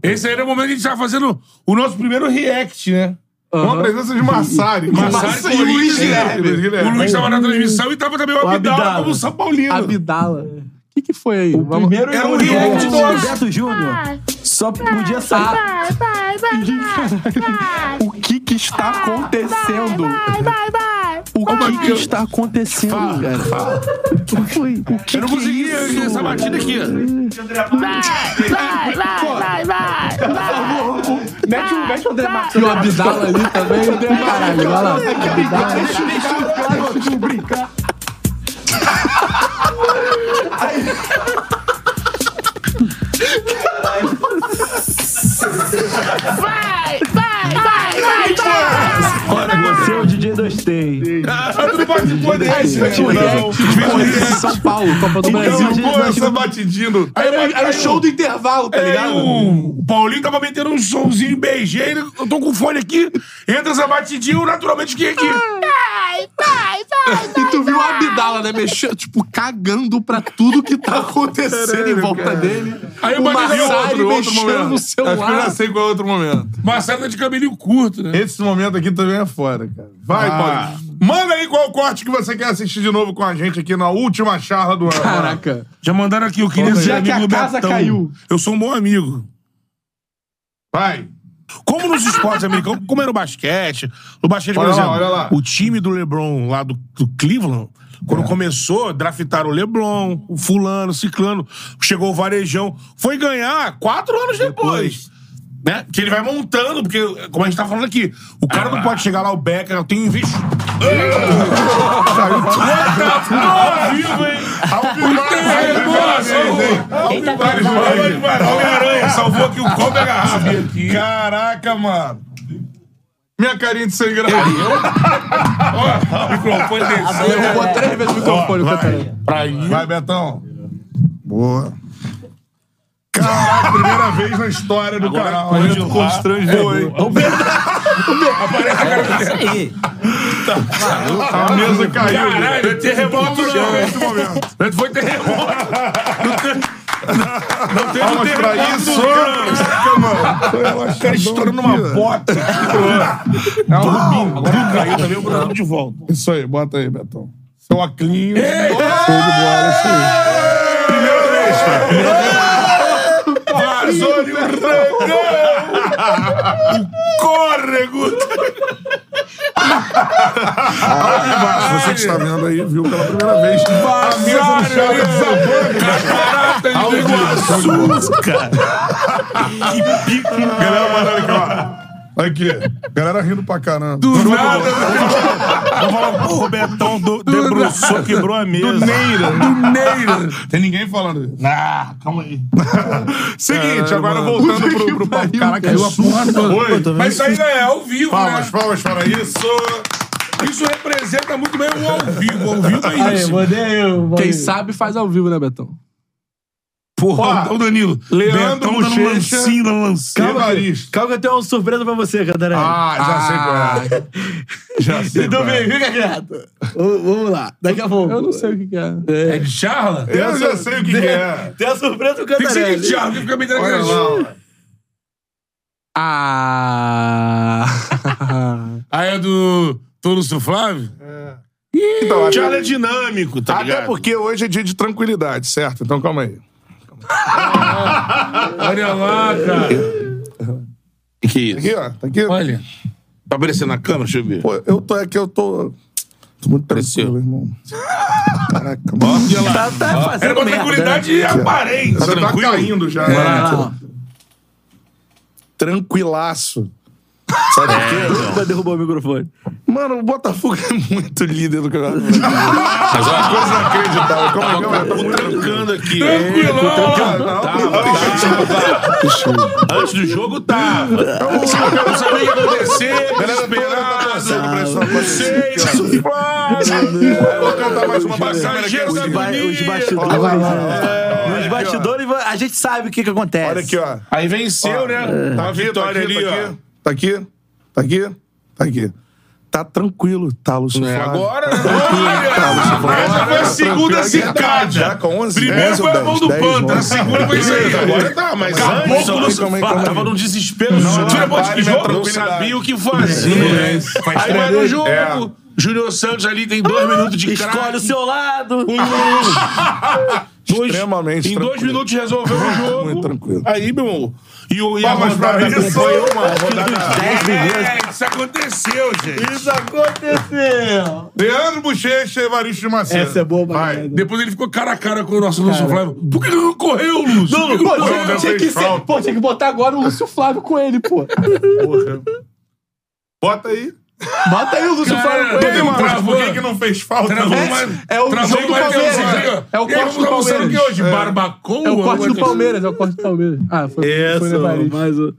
Speaker 2: Esse aí era o momento que a gente tava fazendo o nosso primeiro react, né?
Speaker 5: uma presença de Massari.
Speaker 2: Massari e Luiz Guilherme.
Speaker 5: Luiz Guilherme.
Speaker 2: O Luiz tava na transmissão e tava também o Abidal,
Speaker 3: Abidal.
Speaker 2: como São Paulino.
Speaker 4: Abdala. O que, que foi aí? O
Speaker 3: Primeiro
Speaker 2: Era um
Speaker 3: jogo
Speaker 2: react
Speaker 3: do
Speaker 2: nosso.
Speaker 3: Beto Júnior. Só podia sair.
Speaker 4: O que que está acontecendo? O que que está acontecendo, cara? O que foi? O que
Speaker 2: Eu não
Speaker 4: que é
Speaker 2: consegui
Speaker 4: isso?
Speaker 2: essa batida aqui.
Speaker 4: Mete o, mete o André Marques. E o Abdala ali também. Caralho, olha lá.
Speaker 3: Você é o DJ 2T.
Speaker 2: Eu não participou desse, né?
Speaker 4: Corinthians e São Paulo, Copa do Brasil.
Speaker 5: Então, pô, essa batidinha do...
Speaker 4: Era,
Speaker 2: um
Speaker 4: era o show do intervalo, tá
Speaker 2: Aí
Speaker 4: ligado?
Speaker 2: é, um- o o Paulinho tava metendo um somzinho em BG, ele, eu tô com fone aqui, entra essa batidinha, eu naturalmente fiquei aqui.
Speaker 4: E tu viu o Abdala, né? Mexendo, tipo, cagando pra tudo que tá acontecendo em volta dele.
Speaker 2: Aí
Speaker 4: o
Speaker 2: eu bati
Speaker 4: Massari
Speaker 2: outro, outro
Speaker 4: mexendo no
Speaker 5: Acho que eu já
Speaker 4: celular.
Speaker 5: sei qual é outro momento.
Speaker 2: Massada de cabelinho curto, né?
Speaker 5: Esse momento aqui também é fora, cara. Vai,
Speaker 2: Ah.
Speaker 5: Paulinho. Manda aí qual corte que você quer assistir de novo com a gente aqui na última charla do ano.
Speaker 4: Caraca.
Speaker 2: Já mandaram aqui, eu queria ser
Speaker 4: Já que
Speaker 2: amigo
Speaker 4: a
Speaker 2: do
Speaker 4: casa
Speaker 2: Betão.
Speaker 4: caiu.
Speaker 2: Eu sou um bom amigo.
Speaker 5: Vai.
Speaker 2: Como nos esportes americanos, como é no basquete. No basquete, por
Speaker 5: Olha lá,
Speaker 2: exemplo,
Speaker 5: olha lá.
Speaker 2: o time do LeBron lá do, do Cleveland, quando começou, draftaram o LeBron, o fulano, o ciclano, chegou o varejão, foi ganhar quatro anos depois. Né? Que ele vai montando, porque, como a gente tá falando aqui, o cara não pode chegar lá, o Becker, tem investido. Ao vivo, hein? Ao vivo, hein? Homem-Aranha salvou aqui o cobre a garrafa.
Speaker 5: Caraca, mano. Minha carinha de sem graça.
Speaker 2: O microfone desceu.
Speaker 4: Levou três vezes o microfone, o Cantarelli.
Speaker 5: Vai, Betão.
Speaker 2: Boa. Caralho, primeira vez na história do
Speaker 1: Agora,
Speaker 2: canal.
Speaker 1: quando eu lá,
Speaker 2: constrangedor, hein?
Speaker 1: Aparece a cara do Isso aí.
Speaker 2: Tá.
Speaker 1: tá
Speaker 2: A mesa caiu.
Speaker 1: Caralho, é terremoto não nesse momento. Não foi terremoto. Não teve
Speaker 2: Palmas pra
Speaker 1: terremoto
Speaker 2: isso.
Speaker 1: no campo.
Speaker 2: relaxadão
Speaker 1: O
Speaker 5: Tá
Speaker 1: cara estourou numa bota.
Speaker 2: É o Rubinho.
Speaker 1: Agora caiu também, o Bruno de volta.
Speaker 2: Isso aí, bota aí, Betão. Seu aclinho.
Speaker 1: Ei!
Speaker 2: Show de bola, isso aí.
Speaker 1: Primeiro vez, cara. Primeira vez. Vazou de um dragão. O córrego.
Speaker 2: Mas Você que está vendo aí, viu pela primeira vez. A mesa do Charles
Speaker 1: Caparata de Iguaçu, cara. Que pico.
Speaker 2: Galera, olha aqui, ó. Aqui. Galera rindo pra caramba.
Speaker 1: Do nada.
Speaker 5: Eu falo, pô, o Betão do, debruçou,
Speaker 2: nada.
Speaker 5: quebrou
Speaker 1: é
Speaker 5: a mesa.
Speaker 2: Do Neira.
Speaker 1: Do Neira.
Speaker 2: Tem ninguém falando isso.
Speaker 1: Ah, calma aí.
Speaker 2: Seguinte,
Speaker 1: Caralho,
Speaker 2: agora
Speaker 1: mano.
Speaker 2: voltando
Speaker 1: Puta que
Speaker 2: pro, pro papo.
Speaker 1: pariu,
Speaker 2: Caraca,
Speaker 1: caiu a porra toda.
Speaker 2: Oi.
Speaker 1: Pô, também. Mas isso aí não é ao vivo,
Speaker 2: Palmas,
Speaker 1: né?
Speaker 2: palmas para isso.
Speaker 1: Isso representa muito bem o ao vivo. O ao vivo é
Speaker 4: Aí,
Speaker 1: isso.
Speaker 4: mandei Quem
Speaker 1: mandei.
Speaker 4: sabe faz ao vivo, né, Betão?
Speaker 1: Porra, o Danilo.
Speaker 2: Leandro
Speaker 1: Betão dando
Speaker 2: Bochecha.
Speaker 1: lancinho na lancinha.
Speaker 2: Calma,
Speaker 1: Evaristo.
Speaker 3: Calma que eu tenho uma surpresa pra você, Cantarelli.
Speaker 2: Ah, já sei
Speaker 1: Ah.
Speaker 2: qual é. Já sei
Speaker 3: Então
Speaker 2: qual é.
Speaker 3: vem, fica quieto. V- Vamos lá, daqui a pouco.
Speaker 4: Eu não sei o que que é.
Speaker 1: É de charla?
Speaker 2: Eu já sei o que, que é.
Speaker 3: Tem a surpresa do
Speaker 1: Tem que ser
Speaker 3: Cantarelli.
Speaker 1: de charla, que fica me dando
Speaker 2: Olha lá.
Speaker 4: Ah...
Speaker 1: Aí é do Torusso Flávio?
Speaker 2: Então, até-
Speaker 5: Charlie é dinâmico, tá
Speaker 2: Até
Speaker 5: ligado?
Speaker 2: porque hoje é dia de tranquilidade, certo? Então calma aí.
Speaker 1: Olha lá, cara.
Speaker 5: Que que é isso?
Speaker 2: Aqui, ó. Tá aqui.
Speaker 1: Olha.
Speaker 5: Tá aparecendo na câmera? Deixa eu ver.
Speaker 2: Pô, eu tô aqui, eu tô. Tô muito tranquilo, irmão. Caraca, mano.
Speaker 5: Olha lá.
Speaker 16: Tá, tá fazendo
Speaker 1: Era uma
Speaker 16: merda,
Speaker 1: tranquilidade e aparente.
Speaker 2: Você tá
Speaker 5: tranquilo?
Speaker 2: caindo já.
Speaker 16: né? Vai lá,
Speaker 2: né?
Speaker 16: ó.
Speaker 2: Tranquilaço.
Speaker 5: É,
Speaker 2: Sabe por quê?
Speaker 3: Vai derrubar o microfone.
Speaker 2: Mano, o Botafogo é muito líder do campeonato. brasileiro.
Speaker 5: Mas
Speaker 2: Uma
Speaker 5: olha,
Speaker 2: coisa inacreditável. Como é que eu tô
Speaker 5: tô
Speaker 2: muito
Speaker 5: trancando aqui.
Speaker 1: Tranquilão.
Speaker 5: Antes do jogo tava. Não sabia o que ia acontecer.
Speaker 2: desesperado?
Speaker 5: Sei,
Speaker 2: Vou cantar mais uma bacana.
Speaker 5: passageiro da
Speaker 16: Vai, os
Speaker 5: agonia.
Speaker 16: bastidores.
Speaker 3: Os bastidores, a gente sabe o que que acontece.
Speaker 2: Olha aqui, ó.
Speaker 5: Aí venceu, né?
Speaker 2: Tá
Speaker 5: Tá a
Speaker 2: aqui, tá
Speaker 5: vitória
Speaker 2: aqui,
Speaker 5: ali, ó.
Speaker 2: tá aqui. Tá aqui, tá aqui, tá aqui. Tá tranquilo, tá, Lúcio
Speaker 5: É,
Speaker 2: Flávio.
Speaker 5: agora.
Speaker 2: Flávio. Tá
Speaker 5: Olha! Essa foi a segunda
Speaker 2: Já
Speaker 5: cicada.
Speaker 2: com 11,
Speaker 5: Primeiro
Speaker 2: 10
Speaker 5: foi
Speaker 2: ou
Speaker 5: a mão
Speaker 2: 10,
Speaker 5: do
Speaker 2: 10,
Speaker 5: Panta, a
Speaker 2: 11.
Speaker 5: segunda foi isso aí. Agora tá, mas
Speaker 2: Acabou
Speaker 5: antes
Speaker 2: com o
Speaker 5: olha
Speaker 2: Lúcio
Speaker 5: como é que
Speaker 2: Flávio.
Speaker 5: tá. Tava num desespero. Não,
Speaker 2: Tira
Speaker 5: tira um
Speaker 2: a bola de
Speaker 5: de
Speaker 2: jogo.
Speaker 5: jogo. Não sabia o que fazer. Aí vai no jogo.
Speaker 2: É. Ah,
Speaker 5: Júnior Santos ali tem dois minutos de craque.
Speaker 3: Escolhe o seu lado.
Speaker 5: Dois-
Speaker 2: Extremamente
Speaker 5: Em dois
Speaker 2: tranquilo.
Speaker 5: minutos resolveu o jogo.
Speaker 2: Muito tranquilo.
Speaker 5: Aí, meu irmão. E, o, e a
Speaker 2: Palmas pra
Speaker 5: rodada
Speaker 2: isso.
Speaker 5: acompanhou uma rodada.
Speaker 1: É, isso aconteceu, gente.
Speaker 3: Isso aconteceu.
Speaker 2: Leandro Bochecha e Evaristo de Macedo.
Speaker 16: Essa é boa, pra
Speaker 4: né?
Speaker 2: Vai.
Speaker 16: caralho.
Speaker 1: Depois ele ficou cara a cara com o nosso Lúcio Flávio. Por que ele não correu, Lúcio? Não,
Speaker 4: Pô,
Speaker 2: Não,
Speaker 4: tinha,
Speaker 2: não
Speaker 4: tinha
Speaker 2: fez
Speaker 4: que ser,
Speaker 2: falta.
Speaker 4: pô, tinha que botar agora o Lúcio Flávio com ele, pô.
Speaker 2: Bota aí.
Speaker 4: Bota aí o Lúcio
Speaker 1: Cara,
Speaker 4: Flávio com ele,
Speaker 1: tem
Speaker 4: mano.
Speaker 1: uma-
Speaker 2: Mas por
Speaker 1: É, Travou.
Speaker 2: que, que não fez falta?
Speaker 1: Travou,
Speaker 2: Não,
Speaker 1: mas-
Speaker 4: É o
Speaker 1: Travou
Speaker 4: jogo do
Speaker 1: o Matheus
Speaker 4: Palmeiras.
Speaker 1: ali, ó.
Speaker 4: É o
Speaker 1: E aí,
Speaker 4: corte do
Speaker 1: vamos almoçar o que
Speaker 4: Palmeiras.
Speaker 1: hoje?
Speaker 4: É.
Speaker 1: Barbacoa?
Speaker 4: É o corte do
Speaker 1: Alguma coisa assim.
Speaker 4: Palmeiras, é o corte do Palmeiras. Ah, foi, foi no Evaristo.
Speaker 16: mais um.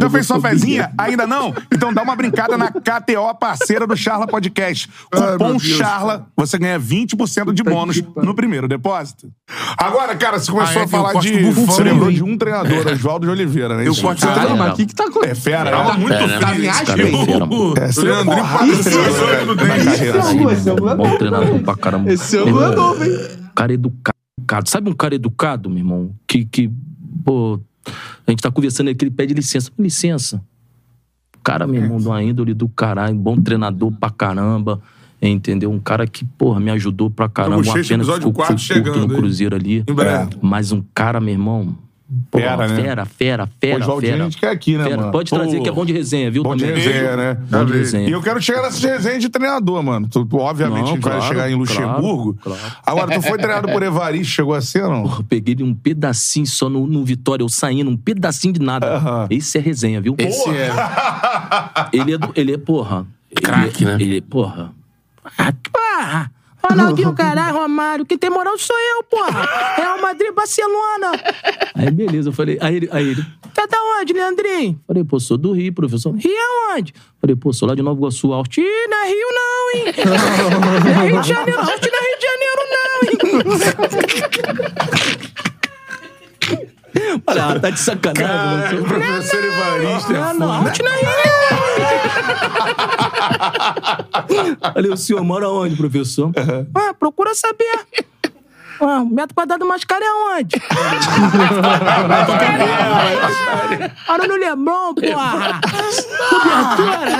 Speaker 9: Já fez sua fezinha? Ainda não? Então dá uma brincada na KTO, parceira do Charla Podcast.
Speaker 2: meu
Speaker 9: Cupom
Speaker 2: Deus.
Speaker 9: Charla, você ganha 20% de bônus no primeiro depósito.
Speaker 2: Agora, cara, você
Speaker 9: Ah,
Speaker 2: começou
Speaker 9: é
Speaker 2: a
Speaker 9: que eu
Speaker 2: falar
Speaker 9: gosto
Speaker 2: de.
Speaker 9: do bufão,
Speaker 2: Você lembrou
Speaker 9: hein?
Speaker 2: de um treinador, Oswaldo de Oliveira, né?
Speaker 9: Eu
Speaker 2: Isso.
Speaker 9: gosto
Speaker 4: Caralho,
Speaker 9: de
Speaker 4: mas o que que tá
Speaker 2: É
Speaker 4: acontecendo?
Speaker 2: fera,
Speaker 5: Tava
Speaker 2: né?
Speaker 5: muito
Speaker 4: Tá
Speaker 5: frio.
Speaker 4: me
Speaker 5: esse
Speaker 4: achando, hein?
Speaker 5: Pô,
Speaker 2: É, você
Speaker 4: um
Speaker 2: lembrou de quatro treinadores
Speaker 1: cara,
Speaker 5: é
Speaker 2: do
Speaker 1: na
Speaker 2: Dennis.
Speaker 4: Esse ângulo, esse ângulo né? é novo,
Speaker 5: assim, treinador
Speaker 4: né?
Speaker 5: pra caramba.
Speaker 4: Esse ângulo é novo, hein?
Speaker 5: cara educado. Sabe um cara educado, meu irmão? Que, que pô, a gente tá conversando aqui, ele pede licença. Licença. Cara, meu irmão, de uma índole do caralho, bom treinador pra caramba, entendeu? Um cara que, porra, me ajudou pra caramba. Uma
Speaker 2: Então, Bochecha,
Speaker 5: pena que
Speaker 2: episódio
Speaker 5: ficou,
Speaker 2: quatro
Speaker 5: ficou curto
Speaker 2: chegando,
Speaker 5: no
Speaker 2: hein?
Speaker 5: Cruzeiro ali.
Speaker 2: Em breve.
Speaker 5: Mas um cara, meu irmão, porra,
Speaker 2: Fera, né?
Speaker 5: fera, fera,
Speaker 2: O
Speaker 5: fera,
Speaker 2: Oswaldinho a
Speaker 5: fera.
Speaker 2: gente quer aqui, né,
Speaker 5: Fera.
Speaker 2: mano?
Speaker 5: Pode trazer
Speaker 2: Pô,
Speaker 5: que é bom de resenha, viu?
Speaker 2: Bom de
Speaker 5: também.
Speaker 2: resenha, né?
Speaker 5: Bom de resenha.
Speaker 2: E eu quero chegar nessas resenhas de treinador, mano. Tu, tu, obviamente
Speaker 5: Não,
Speaker 2: a gente
Speaker 5: claro,
Speaker 2: vai chegar em Luxemburgo.
Speaker 5: claro, claro.
Speaker 2: Agora, tu foi treinado por Evaristo, chegou a ser, não?
Speaker 5: Porra, peguei de um pedacinho só no, no Vitória, eu saindo, um pedacinho de nada.
Speaker 2: Aham.
Speaker 5: Esse é resenha, viu? Porra. Ele é, do, ele é porra. Craque, né? Ele é porra. Ah, porra! Ronaldinho, caralho, Romário, quem tem moral sou eu, porra! Real Madrid, Barcelona! Aí, beleza, eu falei. Aí ele, aí ele. Tá da onde, Leandrinho? Falei, pô, sou do Rio, professor. Rio é aonde? Falei, pô, sou lá de Nova Iguaçu, Alto. Ih, não é Rio, não, hein? Não é Rio de Janeiro, Alto não é Rio de Janeiro, não, hein?
Speaker 15: Olha, ela tá de sacanagem.
Speaker 5: Cara, o professor Evaristo é
Speaker 15: Não, não,
Speaker 5: foda.
Speaker 15: out na Olha, o senhor mora onde, professor? Ah, procura saber. Ah, o metro quadrado mais caro é onde? Olha no Leblon, porra! Cobertura!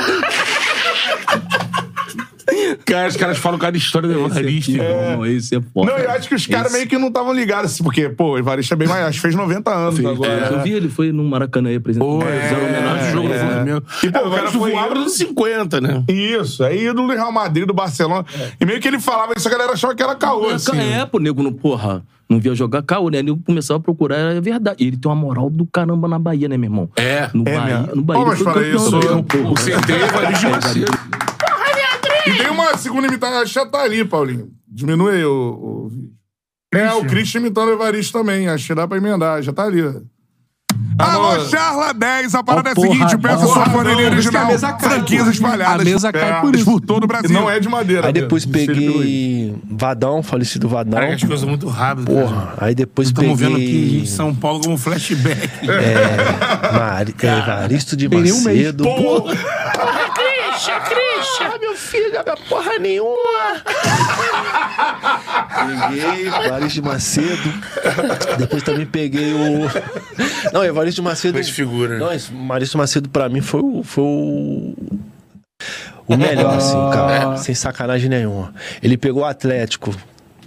Speaker 5: Cara, os caras falam cada história do Evaristo. irmão.
Speaker 15: Esse é foda.
Speaker 2: Não, eu acho que os caras
Speaker 5: Esse-
Speaker 2: meio que não estavam ligados, assim, porque, pô, o Evaristo é bem mais. Acho que fez 90 anos agora.
Speaker 15: É, Eu vi, ele foi no Maracanã aí apresentando.
Speaker 2: Pô, é,
Speaker 15: Fizeram homenagem ao jogo do Flamengo.
Speaker 2: E, pô,
Speaker 5: É, o
Speaker 2: o cara
Speaker 5: cara foi
Speaker 2: foi
Speaker 5: ídolo
Speaker 2: dos 50, né? Isso, aí ídolo do Real Madrid, do Barcelona. E meio que ele falava isso, a galera achava que era caô, assim.
Speaker 15: É, pô, nego, não, porra, não via jogar caô, né? Nego começava a procurar, é verdade. E ele tem uma moral do caramba na Bahia, né, meu irmão?
Speaker 5: É.
Speaker 15: No
Speaker 5: É
Speaker 15: Bahia,
Speaker 5: mesmo.
Speaker 15: no Bahia.
Speaker 5: Pô, mas fala isso, eu- o CT é Evaristo
Speaker 15: É,
Speaker 5: Macedo.
Speaker 2: E tem uma segunda imitação, acho que já tá ali, Paulinho. Diminui o. o... É, o Christian imitando o Evaristo também. Acho que dá pra emendar, já tá ali. Alô, Charla 10, a parada
Speaker 5: Ó,
Speaker 2: é a seguinte:
Speaker 5: porra,
Speaker 2: peça
Speaker 5: ó,
Speaker 2: sua
Speaker 5: porra,
Speaker 2: forneria
Speaker 5: não, por isso que a
Speaker 2: original.
Speaker 5: mesa cai,
Speaker 2: franquias
Speaker 5: pô.
Speaker 2: espalhadas.
Speaker 5: A mesa cai
Speaker 2: é,
Speaker 5: por isso.
Speaker 2: Por todo o Brasil.
Speaker 17: Não
Speaker 2: é de madeira.
Speaker 17: Aí depois
Speaker 2: Pedro.
Speaker 17: peguei Vadão, falecido Vadão.
Speaker 5: Cara, as coisas muito rápido.
Speaker 17: Porra, aí depois peguei...
Speaker 5: Estamos vendo aqui em São Paulo como flashback.
Speaker 17: É, Mari... é, Evaristo de
Speaker 5: Tem nenhum um mês.
Speaker 17: Macedo.
Speaker 5: Porra.
Speaker 15: Crixa, Crixa! meu filho, não é porra nenhuma!
Speaker 17: Peguei Evaristo de Macedo. Depois também peguei o. Não, Evaristo de Macedo.
Speaker 5: Mas figura.
Speaker 17: Não, esse Evaristo Macedo pra mim foi o. Foi o... o melhor, assim, cara. Sem sacanagem nenhuma. Ele pegou o Atlético.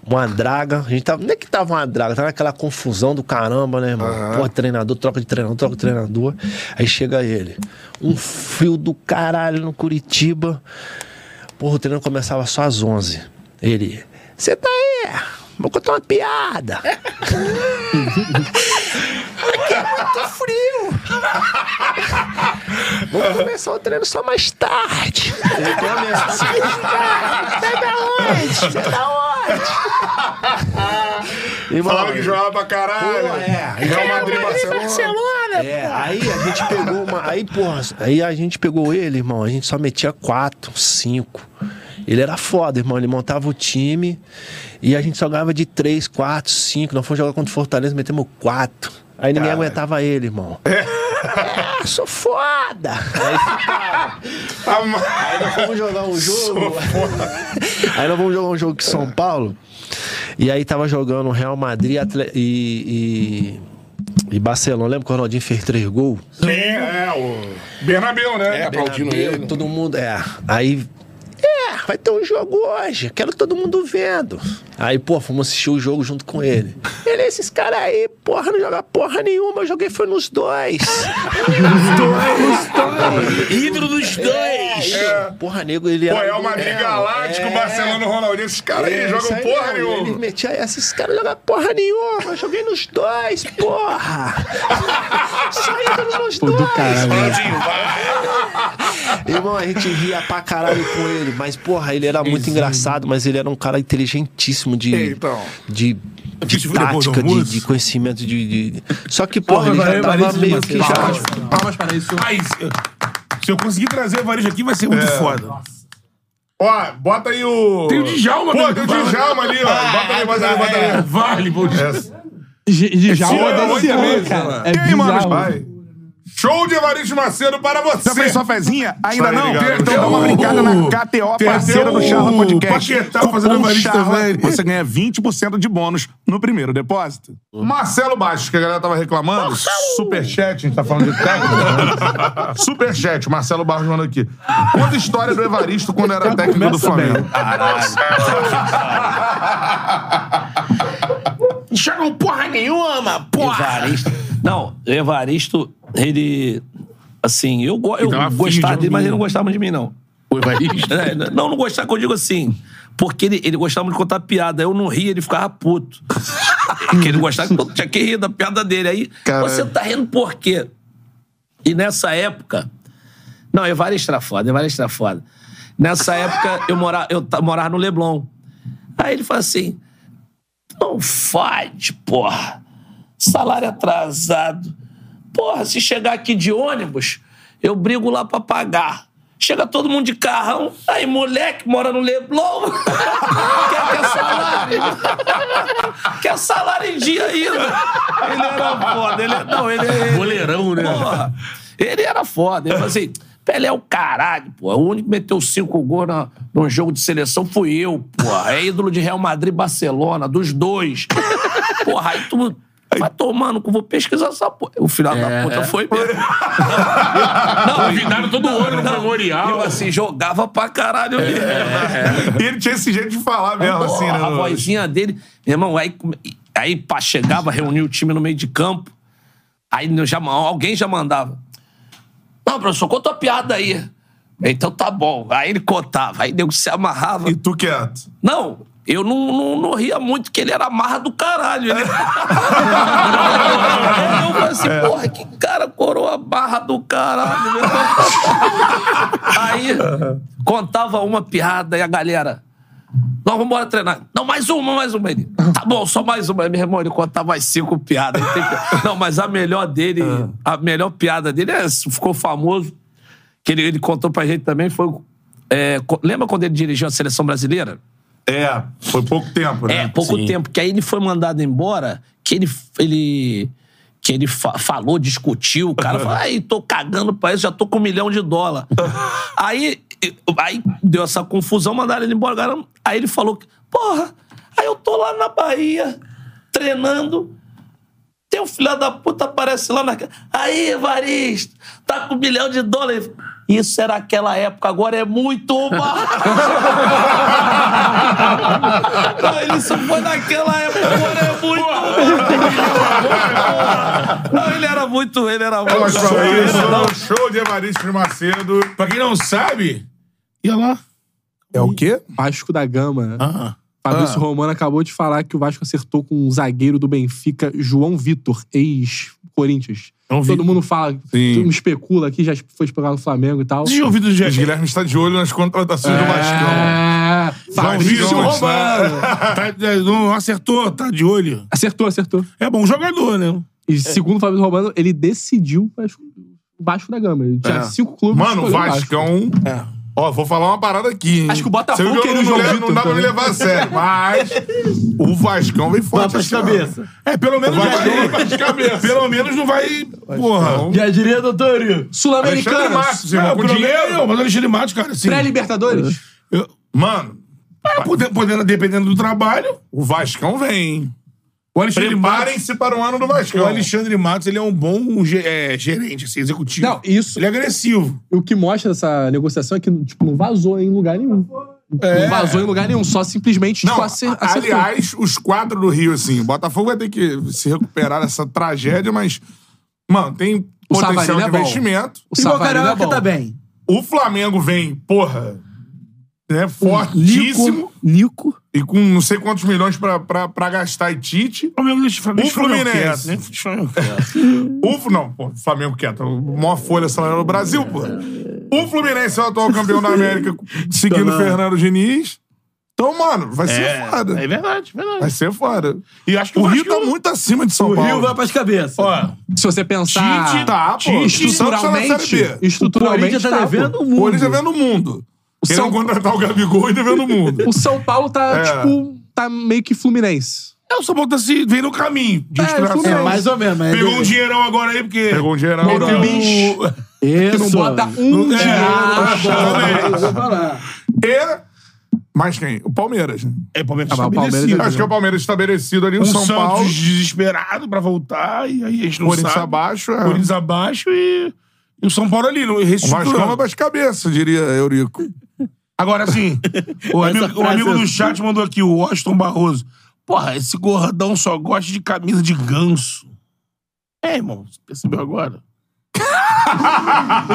Speaker 17: Uma draga, a gente tava. Não é que tava uma draga, tava naquela confusão do caramba, né, irmão? Pô, treinador, troca de treinador, troca de treinador. Aí chega ele. Um frio do caralho no Curitiba. Porra, o treino começava só às 11. Ele, você tá aí? Vou contar uma piada. Aqui é muito frio. Vamos começar o treino só mais tarde. Ele começa mais tarde. Sai pra onde? Sai pra onde? Irmão,
Speaker 2: Falava que jogava pra caralho.
Speaker 17: Pô, é.
Speaker 2: Real Madrid, Barcelona.
Speaker 17: É, aí a gente pegou uma. Aí, porra, aí a gente pegou ele, irmão. A gente só metia quatro, cinco. Ele era foda, irmão. Ele montava o time e a gente só ganhava de três, quatro, cinco. Nós fomos jogar contra o Fortaleza, metemos quatro. Aí ninguém aguentava ele, irmão. Ah, sou foda! Aí ficava. Aí nós fomos jogar um jogo. Aí nós vamos jogar um jogo com São Paulo. E aí tava jogando Real Madrid Atle- e, e, e Barcelona. Lembra que o Ronaldinho fez três gols?
Speaker 2: Sim, é, o Bernabéu, né? É, aplaudindo ele.
Speaker 17: Todo mundo, é. Aí. É, vai ter um jogo hoje. Quero todo mundo vendo. Aí, pô, fomos assistir o jogo junto com ele. Ele, esses caras aí, porra, não joga porra nenhuma. Eu joguei foi nos dois. nos dois. Ídolo dos dois. É, Porra, nego, ele
Speaker 2: Pô,
Speaker 17: era
Speaker 2: é uma
Speaker 17: do-
Speaker 2: liga galáctico,
Speaker 17: é.
Speaker 2: Barcelona e Ronaldinho. Esses caras aí
Speaker 17: É,
Speaker 2: jogam
Speaker 17: isso aí
Speaker 2: porra
Speaker 17: mesmo.
Speaker 2: nenhuma.
Speaker 17: Ele metia essa, esses caras jogam porra nenhuma. Eu joguei nos dois, porra. Só ídolo nos dois. Irmão, a gente ria pra caralho com ele, mas porra, ele era muito engraçado, mas ele era um cara inteligentíssimo de.
Speaker 2: Então.
Speaker 17: De, de
Speaker 5: Isso foi depois do
Speaker 17: tática, de,
Speaker 5: almoço?
Speaker 17: de conhecimento, de, de- Só que, porra, ele
Speaker 18: é
Speaker 5: Porra,
Speaker 17: já tava
Speaker 5: Evaristo de
Speaker 17: meio que
Speaker 5: Macedo.
Speaker 17: já. tipo,
Speaker 5: Palmas, palmas para isso. Aí, se- se eu conseguir trazer o Evaristo aqui, vai ser muito
Speaker 2: É.
Speaker 5: foda.
Speaker 2: Ó, bota aí o.
Speaker 5: Tem o Djalma,
Speaker 2: Pô,
Speaker 5: né?
Speaker 2: tem o Djalma ali, ó. Bota ali, bota ali, bota ali.
Speaker 5: É, vale, pô.
Speaker 2: Esse
Speaker 5: Djalma
Speaker 2: ano é
Speaker 5: da
Speaker 2: oito
Speaker 5: Siamese,
Speaker 2: anos,
Speaker 5: cara.
Speaker 2: cara.
Speaker 5: É
Speaker 2: E aí, mano,
Speaker 5: bizarro.
Speaker 2: vai. Show de Evaristo Macedo para você. Já fez sua fezinha?
Speaker 5: Ainda não?
Speaker 2: Então dá uma brincada na KTO, parceira do Charla Podcast.
Speaker 5: Paquetá fazendo
Speaker 2: Com
Speaker 5: Evaristo
Speaker 2: Charla,
Speaker 5: também.
Speaker 2: Você ganha 20% de bônus no primeiro depósito. Marcelo Baixo, que a galera tava reclamando. Superchat, a gente tá falando de técnico. né? Superchat, Marcelo Baixo mandando aqui. Conta a história do Evaristo quando era técnico do
Speaker 5: começa bem.
Speaker 2: Flamengo.
Speaker 15: Jogam porra nenhuma, porra!
Speaker 17: Evaristo.
Speaker 15: Não, Evaristo, ele. Assim, eu, go- eu
Speaker 5: Ele tava
Speaker 15: gostava
Speaker 5: fingindo
Speaker 15: dele, mas ele
Speaker 5: mesmo.
Speaker 15: não gostava de mim, não.
Speaker 5: O Evaristo?
Speaker 15: É, não, não gostava, que eu digo assim. Porque ele, ele gostava muito de contar piada. Eu não ria, ele ficava puto. que ele gostava que eu tinha que rir da piada dele. Aí, você tá rindo por quê? E nessa época. Não, Evaristo era foda, Evaristo era foda. Nessa época, eu morava, eu ta- morava no Leblon. Aí ele falou assim: não fode, porra. Salário atrasado. Porra, se chegar aqui de ônibus, eu brigo lá pra pagar. Chega todo mundo de carrão. Aí, moleque, mora no Leblon. quer, quer salário. quer salário em dia ainda. Ele era foda. Ele, é- não, ele, ele
Speaker 1: Boleirão, né?
Speaker 15: Porra, ele era foda. Ele falou assim: Pelé é o caralho, pô. O único que meteu cinco gols na, num jogo de seleção fui eu, pô. É ídolo de Real Madrid e Barcelona, dos dois. Porra, aí tu. Vai tomando, que eu vou pesquisar essa porra. O final da puta foi mesmo. Não,
Speaker 1: Convidaram todo o olho no memorial.
Speaker 15: Eu assim, jogava pra caralho
Speaker 2: É.
Speaker 15: mesmo.
Speaker 2: E ele tinha esse jeito de falar mesmo,
Speaker 15: Porra,
Speaker 2: assim, né?
Speaker 15: A
Speaker 2: Lu?
Speaker 15: vozinha dele. Meu irmão, aí, come- aí pá, chegava, reunia o time no meio de campo. Aí eu já, alguém já mandava. Não, professor, conta a piada aí. Então tá bom. Aí ele contava, aí nego se amarrava. E
Speaker 2: tu quieto?
Speaker 15: Não, eu não, não, não ria muito, que ele era amarra do caralho. Né? Aí eu falei assim, porra, que cara coroa barra do caralho. né? Aí contava uma piada e a galera. Nós vamos embora treinar. Não, mais uma, mais uma. Ele, tá bom, só mais uma. Aí, Meu irmão, ele conta mais cinco piadas. Ele tem que- Não, mas a melhor dele, a melhor piada dele é, ficou famoso, que ele, ele contou pra gente também, foi... é, co- lembra quando ele dirigiu a seleção brasileira?
Speaker 2: É, foi pouco tempo, né?
Speaker 15: É, pouco
Speaker 2: Sim.
Speaker 15: tempo. Que aí ele foi mandado embora, que ele... ele que ele fa- falou, discutiu, o cara falou, ai, tô cagando pra isso, já tô com um milhão de dólar. aí, aí deu essa confusão, mandaram ele embora. cara. Aí ele falou, que, porra, aí eu tô lá na Bahia, treinando, teu um filho da puta aparece lá na... ca- Aí, Evaristo, tá com um milhão de dólares. Isso era aquela época, agora é muito mais. Não, isso foi naquela época, agora é muito mais. Não, ele era muito... Ele era muito...
Speaker 2: Palmas pra
Speaker 15: Ele
Speaker 2: isso,
Speaker 15: não-
Speaker 2: o show de Evaristo de Macedo. Pra quem não sabe, ia lá.
Speaker 4: É o quê? Ah. Vasco da Gama. né?
Speaker 1: Ah.
Speaker 4: Fabrício Romano acabou de falar que o Vasco acertou com o zagueiro do Benfica, João Vitor, ex-Corinthians. Todo mundo fala, todo mundo especula aqui, já foi especular no Flamengo e tal.
Speaker 2: Vocês já ouviram do Gerson? Guilherme está de olho nas contratações do Vascão.
Speaker 1: Fabrício
Speaker 2: João Vitor,
Speaker 1: Romano.
Speaker 2: né?
Speaker 1: Tá- não acertou, tá de olho.
Speaker 4: Acertou, acertou.
Speaker 1: É bom jogador, né?
Speaker 4: E segundo o Fabrício Romano, ele decidiu o Vasco- o Vasco da Gama. Ele tinha
Speaker 2: É.
Speaker 4: cinco clubes.
Speaker 2: Mano, o
Speaker 4: escolheu
Speaker 2: Vascão. Ó, vou falar uma parada aqui. hein?
Speaker 4: Acho que o Botafogo
Speaker 2: Você viu
Speaker 4: queria
Speaker 2: eu
Speaker 4: o
Speaker 2: não,
Speaker 4: João
Speaker 2: levo-
Speaker 4: Vitor
Speaker 2: não dá pra me
Speaker 4: também.
Speaker 2: levar a sério, mas o Vascão vem forte.
Speaker 1: pras
Speaker 2: esse ano.
Speaker 1: cabeça.
Speaker 2: É, pelo menos
Speaker 1: O
Speaker 2: o
Speaker 1: Vascão
Speaker 2: Vascão
Speaker 1: vai pras cabeça.
Speaker 2: Pelo menos não vai. Porra.
Speaker 1: Já diria, doutor
Speaker 2: Alexandre Matos, irmão, com dinheiro.
Speaker 1: Mas Alexandre Matos, cara,
Speaker 2: assim-
Speaker 1: sim.
Speaker 4: Pré-Libertadores?
Speaker 2: Eu- Mano, é, podendo, podendo- dependendo do trabalho, o Vascão vem. hein?
Speaker 1: O Alexandre
Speaker 2: Preparem-se para o ano do Vascão.
Speaker 1: O Alexandre Matos, ele é um bom ge- é, gerente, assim, executivo.
Speaker 4: Não, isso.
Speaker 1: Ele é agressivo.
Speaker 4: O que mostra essa negociação é que tipo, não vazou em lugar nenhum.
Speaker 2: É.
Speaker 4: Não vazou em lugar nenhum, só simplesmente
Speaker 2: Não,
Speaker 4: tipo, acer- acertou.
Speaker 2: aliás, os quatro do Rio, assim, o Botafogo vai ter que se recuperar dessa tragédia, mas, mano, tem
Speaker 4: O
Speaker 2: potencial
Speaker 4: Savarino
Speaker 2: de
Speaker 4: é bom.
Speaker 2: investimento.
Speaker 4: O E o Savarino é Carioca bom. tá
Speaker 2: bem. O Flamengo vem, porra, né, fortíssimo.
Speaker 3: Nico. Nico.
Speaker 2: E com não sei quantos milhões pra, pra, pra gastar e Tite. O Flamengo deixa
Speaker 1: Flamengo
Speaker 2: O um Fluminense.
Speaker 1: quieto, né? Deixa o Flamengo
Speaker 2: O, Flu- não, pô, Flamengo quieto. A maior é folha salarial do Brasil, pô. O Fluminense é o atual campeão da América,
Speaker 12: Então,
Speaker 2: seguindo o Fernando Diniz. Então, mano, vai ser
Speaker 1: É,
Speaker 2: foda.
Speaker 1: é verdade, verdade.
Speaker 2: Vai ser foda. E acho que
Speaker 1: o
Speaker 2: o Rio
Speaker 1: Vasco-
Speaker 2: tá muito acima de São
Speaker 1: o
Speaker 2: Paulo.
Speaker 1: Rio vai
Speaker 2: pras cabeças. Ó,
Speaker 4: Se você pensar.
Speaker 2: Tite tá, pô. Tite, o Santos tá na Série B.
Speaker 4: estruturalmente.
Speaker 2: O Corinthians tá devendo o mundo. O Corinthians tá devendo o mundo. Querendo contratar o Gabigol e devendo o mundo.
Speaker 4: O São Paulo tá,
Speaker 2: É.
Speaker 4: tipo, tá meio que Fluminense.
Speaker 1: É, o São Paulo tá se vem no caminho. De
Speaker 2: Tá,
Speaker 4: É,
Speaker 1: inspiração.
Speaker 4: Fluminense. É, mais ou menos, mas é
Speaker 1: Pegou
Speaker 4: do-
Speaker 1: um dinheirão agora aí, porque.
Speaker 2: Pegou um dinheirão.
Speaker 1: Meteu
Speaker 2: Não.
Speaker 1: um-
Speaker 2: Isso.
Speaker 4: Que não bota um
Speaker 2: Não- é,
Speaker 4: dinheiro. Ah,
Speaker 2: E. Mas quem? O Palmeiras. né?
Speaker 1: É, o Palmeiras
Speaker 2: Ah, mas o
Speaker 1: estabelecido.
Speaker 2: Palmeiras é Acho que é o Palmeiras estabelecido ali, o,
Speaker 1: O
Speaker 2: São
Speaker 1: Santos
Speaker 2: Paulo.
Speaker 1: desesperado pra voltar, e aí a gente não
Speaker 2: Corinthians
Speaker 1: sabe.
Speaker 2: abaixo, é.
Speaker 1: Corinthians abaixo e, e o São Paulo ali,
Speaker 2: O
Speaker 1: não
Speaker 2: Vascão vai
Speaker 1: reestruturando.
Speaker 2: pras cabeças, diria Eurico.
Speaker 1: Agora sim, o
Speaker 2: Essa
Speaker 1: amigo, o
Speaker 2: frase
Speaker 1: amigo
Speaker 2: é-
Speaker 1: do chat mandou aqui, o Washington Barroso. Porra, esse gordão só gosta de camisa de ganso. É, irmão, você percebeu agora?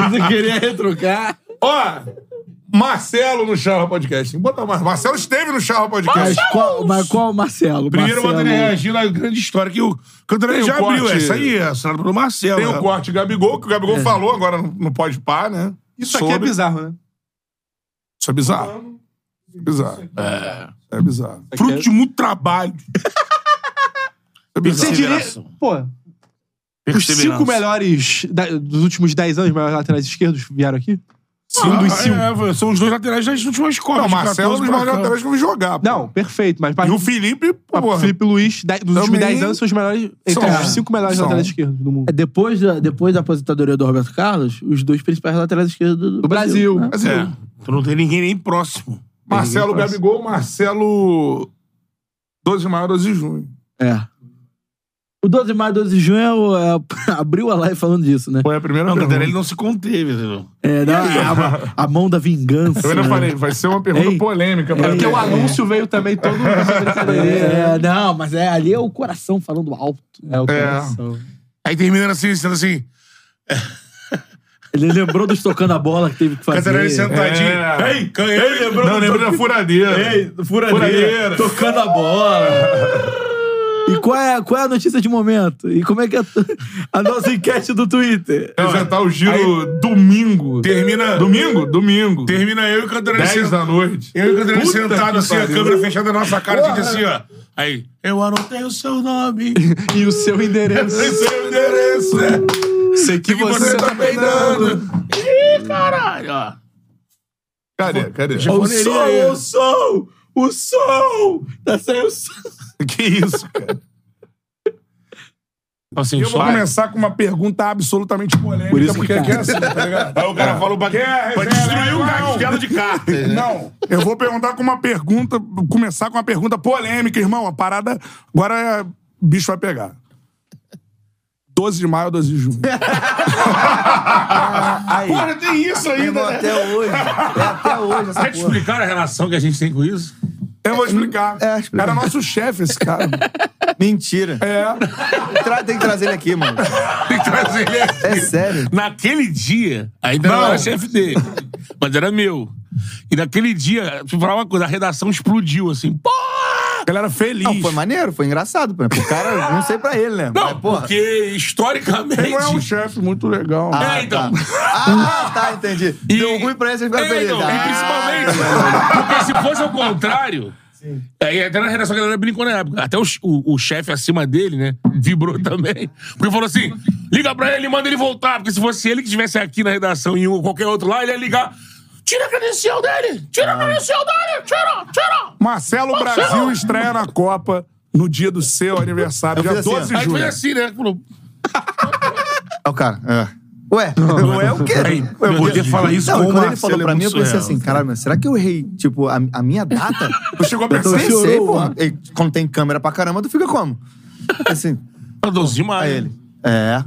Speaker 2: Você queria retrucar? Ó, Marcelo no Charra Podcast. Bota mais. Marcelo esteve no Charra Podcast.
Speaker 3: Mas qual, mas qual o Marcelo?
Speaker 1: Primeiro
Speaker 3: Marcelo.
Speaker 1: manda ele reagir na grande história que o Cantarelli
Speaker 2: Tem
Speaker 1: já
Speaker 2: um
Speaker 1: abriu.
Speaker 2: corte-
Speaker 1: Essa aí, é assinada pelo Marcelo. né?
Speaker 2: Tem o corte Gabigol, que o Gabigol falou agora no- no Pode Par, né?
Speaker 4: Isso aqui é
Speaker 2: Sobre-
Speaker 4: bizarro, né?
Speaker 2: Isso é bizarro. Isso é bizarro.
Speaker 1: É.
Speaker 2: É bizarro.
Speaker 1: Fruto de muito trabalho.
Speaker 2: É
Speaker 4: Você
Speaker 2: bizarro.
Speaker 4: diria. Pô. Os cinco melhores da- dos últimos dez anos, melhores laterais esquerdos vieram aqui?
Speaker 2: Sim, um é. dos cinco. Ah, são os dois laterais das últimas Copas.
Speaker 4: Não,
Speaker 2: de
Speaker 4: Marcelo
Speaker 2: 14
Speaker 4: é um dos
Speaker 2: pra
Speaker 4: maiores
Speaker 2: cá.
Speaker 4: laterais que eu vi jogar, Não, perfeito. Mas,
Speaker 2: E o Felipe,
Speaker 4: O
Speaker 2: porra.
Speaker 4: Felipe Luiz, dez- dos últimos
Speaker 2: Também
Speaker 4: 10 anos, são os melhores. Entre
Speaker 3: São.
Speaker 4: os 5 melhores
Speaker 3: São.
Speaker 4: laterais esquerdos do mundo.
Speaker 3: É, depois, da, depois da aposentadoria do Roberto Carlos, os dois principais laterais esquerdos do, do Brasil. né?
Speaker 2: Mas é. Tu não tem ninguém nem próximo.
Speaker 5: Marcelo
Speaker 2: Ninguém
Speaker 5: Gabigol, Marcelo. 12 de maio, 12 de junho.
Speaker 3: É. O 12 de maio, 12 de junho, é o- é o- abriu a live falando disso, né?
Speaker 5: Foi a primeira
Speaker 2: Não,
Speaker 3: pergunta.
Speaker 2: Cantarelli não se conteve, né, entendeu?
Speaker 3: É, dá a, a mão da vingança.
Speaker 5: Eu ainda
Speaker 3: né?
Speaker 5: falei, vai ser uma pergunta
Speaker 3: Ei.
Speaker 5: polêmica.
Speaker 3: É porque o anúncio
Speaker 4: veio também todo
Speaker 3: É, não, mas é, ali é o coração falando alto. É
Speaker 2: É. Aí terminando assim, sendo assim.
Speaker 3: Ele lembrou dos tocando a bola que teve que fazer.
Speaker 2: Cantarelli sentadinho.
Speaker 3: É.
Speaker 2: Ei, can- ei, lembrou
Speaker 3: Não,
Speaker 2: do-
Speaker 3: lembrou da furadeira.
Speaker 2: Ei, do furadeira.
Speaker 3: Furadeira.
Speaker 2: Tocando a bola.
Speaker 3: E qual é, qual é a notícia de momento? E como é que é a, nossa enquete do Twitter?
Speaker 5: Apresentar o giro domingo.
Speaker 2: Termina.
Speaker 5: Domingo? Domingo.
Speaker 2: Termina eu e o Cantarelli
Speaker 5: 10 da noite.
Speaker 2: Eu e o Cantarelli
Speaker 5: Puta que
Speaker 2: sentado assim, a
Speaker 5: pariu.
Speaker 2: câmera fechada na nossa cara, a gente
Speaker 5: Porra.
Speaker 2: assim, ó. Aí. Eu anotei o seu nome.
Speaker 4: e o seu endereço.
Speaker 19: É
Speaker 2: e seu endereço. é.
Speaker 4: Sei que você tá peidando.
Speaker 2: Ih, caralho, ó.
Speaker 5: Cadê? Cadê?
Speaker 2: O sol, o
Speaker 3: sol, o sol. Tá saindo o sol.
Speaker 5: Que isso, cara?
Speaker 2: Assim,
Speaker 5: eu vou
Speaker 2: vai.
Speaker 5: começar com uma pergunta absolutamente polêmica,
Speaker 2: Por isso que
Speaker 5: porque aqui é
Speaker 2: cara.
Speaker 5: assim, tá ligado?
Speaker 2: Aí o cara fala pra-
Speaker 5: Quer
Speaker 2: pra
Speaker 5: resenha
Speaker 2: destruir o
Speaker 5: legal?
Speaker 2: castelo de cartas, né?
Speaker 5: Não, eu vou perguntar com uma pergunta, começar com uma pergunta polêmica, irmão. A parada, agora o bicho vai pegar. 12 de maio, 12 de junho.
Speaker 2: É Porra, tem isso ainda.
Speaker 5: Lembra até
Speaker 2: hoje. É até hoje.
Speaker 5: essa
Speaker 2: Quer te
Speaker 5: porra.
Speaker 2: explicar a relação que a gente tem com isso?
Speaker 5: Eu vou explicar.
Speaker 18: É,
Speaker 5: Era nosso chefe, esse cara.
Speaker 18: Mentira.
Speaker 5: É.
Speaker 18: Tem que trazer ele aqui, mano.
Speaker 2: Tem que trazer ele aqui.
Speaker 18: É sério.
Speaker 2: Naquele dia, ainda não,
Speaker 18: Não.
Speaker 2: era chefe dele, mas era meu. E naquele dia, tu falar uma coisa, a redação explodiu assim. Pô!
Speaker 5: Galera feliz.
Speaker 18: Não, foi maneiro, foi engraçado. pô. Pro cara, não sei pra ele, né?
Speaker 2: Não, porque historicamente.
Speaker 18: Ele não é um
Speaker 5: chefe muito legal.
Speaker 18: Ah,
Speaker 2: é, então.
Speaker 18: Ah, tá, entendi. Deu ruim pra ele, vocês ficaram
Speaker 2: É,
Speaker 18: felizes.
Speaker 2: então, e principalmente, porque se fosse ao contrário. Aí até na redação a galera brincou na época. Até o, ch- o, o chefe acima dele, né? Vibrou também. Porque falou assim: liga pra ele, manda ele voltar. Porque se fosse ele que estivesse aqui na redação e um, qualquer outro lá, ele ia ligar. Tira a credencial dele! Tira a credencial dele! Tira! Tira!
Speaker 5: Marcelo Brasil estreia na Copa no dia do seu aniversário, dia 12 de
Speaker 2: Aí foi
Speaker 5: junho.
Speaker 2: assim, né? Falou,
Speaker 18: É o cara. É. Ué, não, é o quê?
Speaker 2: Aí,
Speaker 18: Eu
Speaker 2: poder falar isso
Speaker 18: não,
Speaker 2: com o
Speaker 18: quando ele
Speaker 2: Marcelo
Speaker 18: falou
Speaker 2: é
Speaker 18: pra mim, eu
Speaker 2: muito
Speaker 18: pensei
Speaker 2: surreal,
Speaker 18: assim, caralho, mas será que eu errei, tipo, a, a minha data?
Speaker 2: Tu chegou a
Speaker 18: Eu
Speaker 2: pensar?
Speaker 18: pensei,
Speaker 2: Chorou,
Speaker 18: pô.
Speaker 2: mano.
Speaker 18: E Quando tem câmera pra caramba, tu fica como? Assim.
Speaker 2: Eu dou demais.
Speaker 18: ele. É.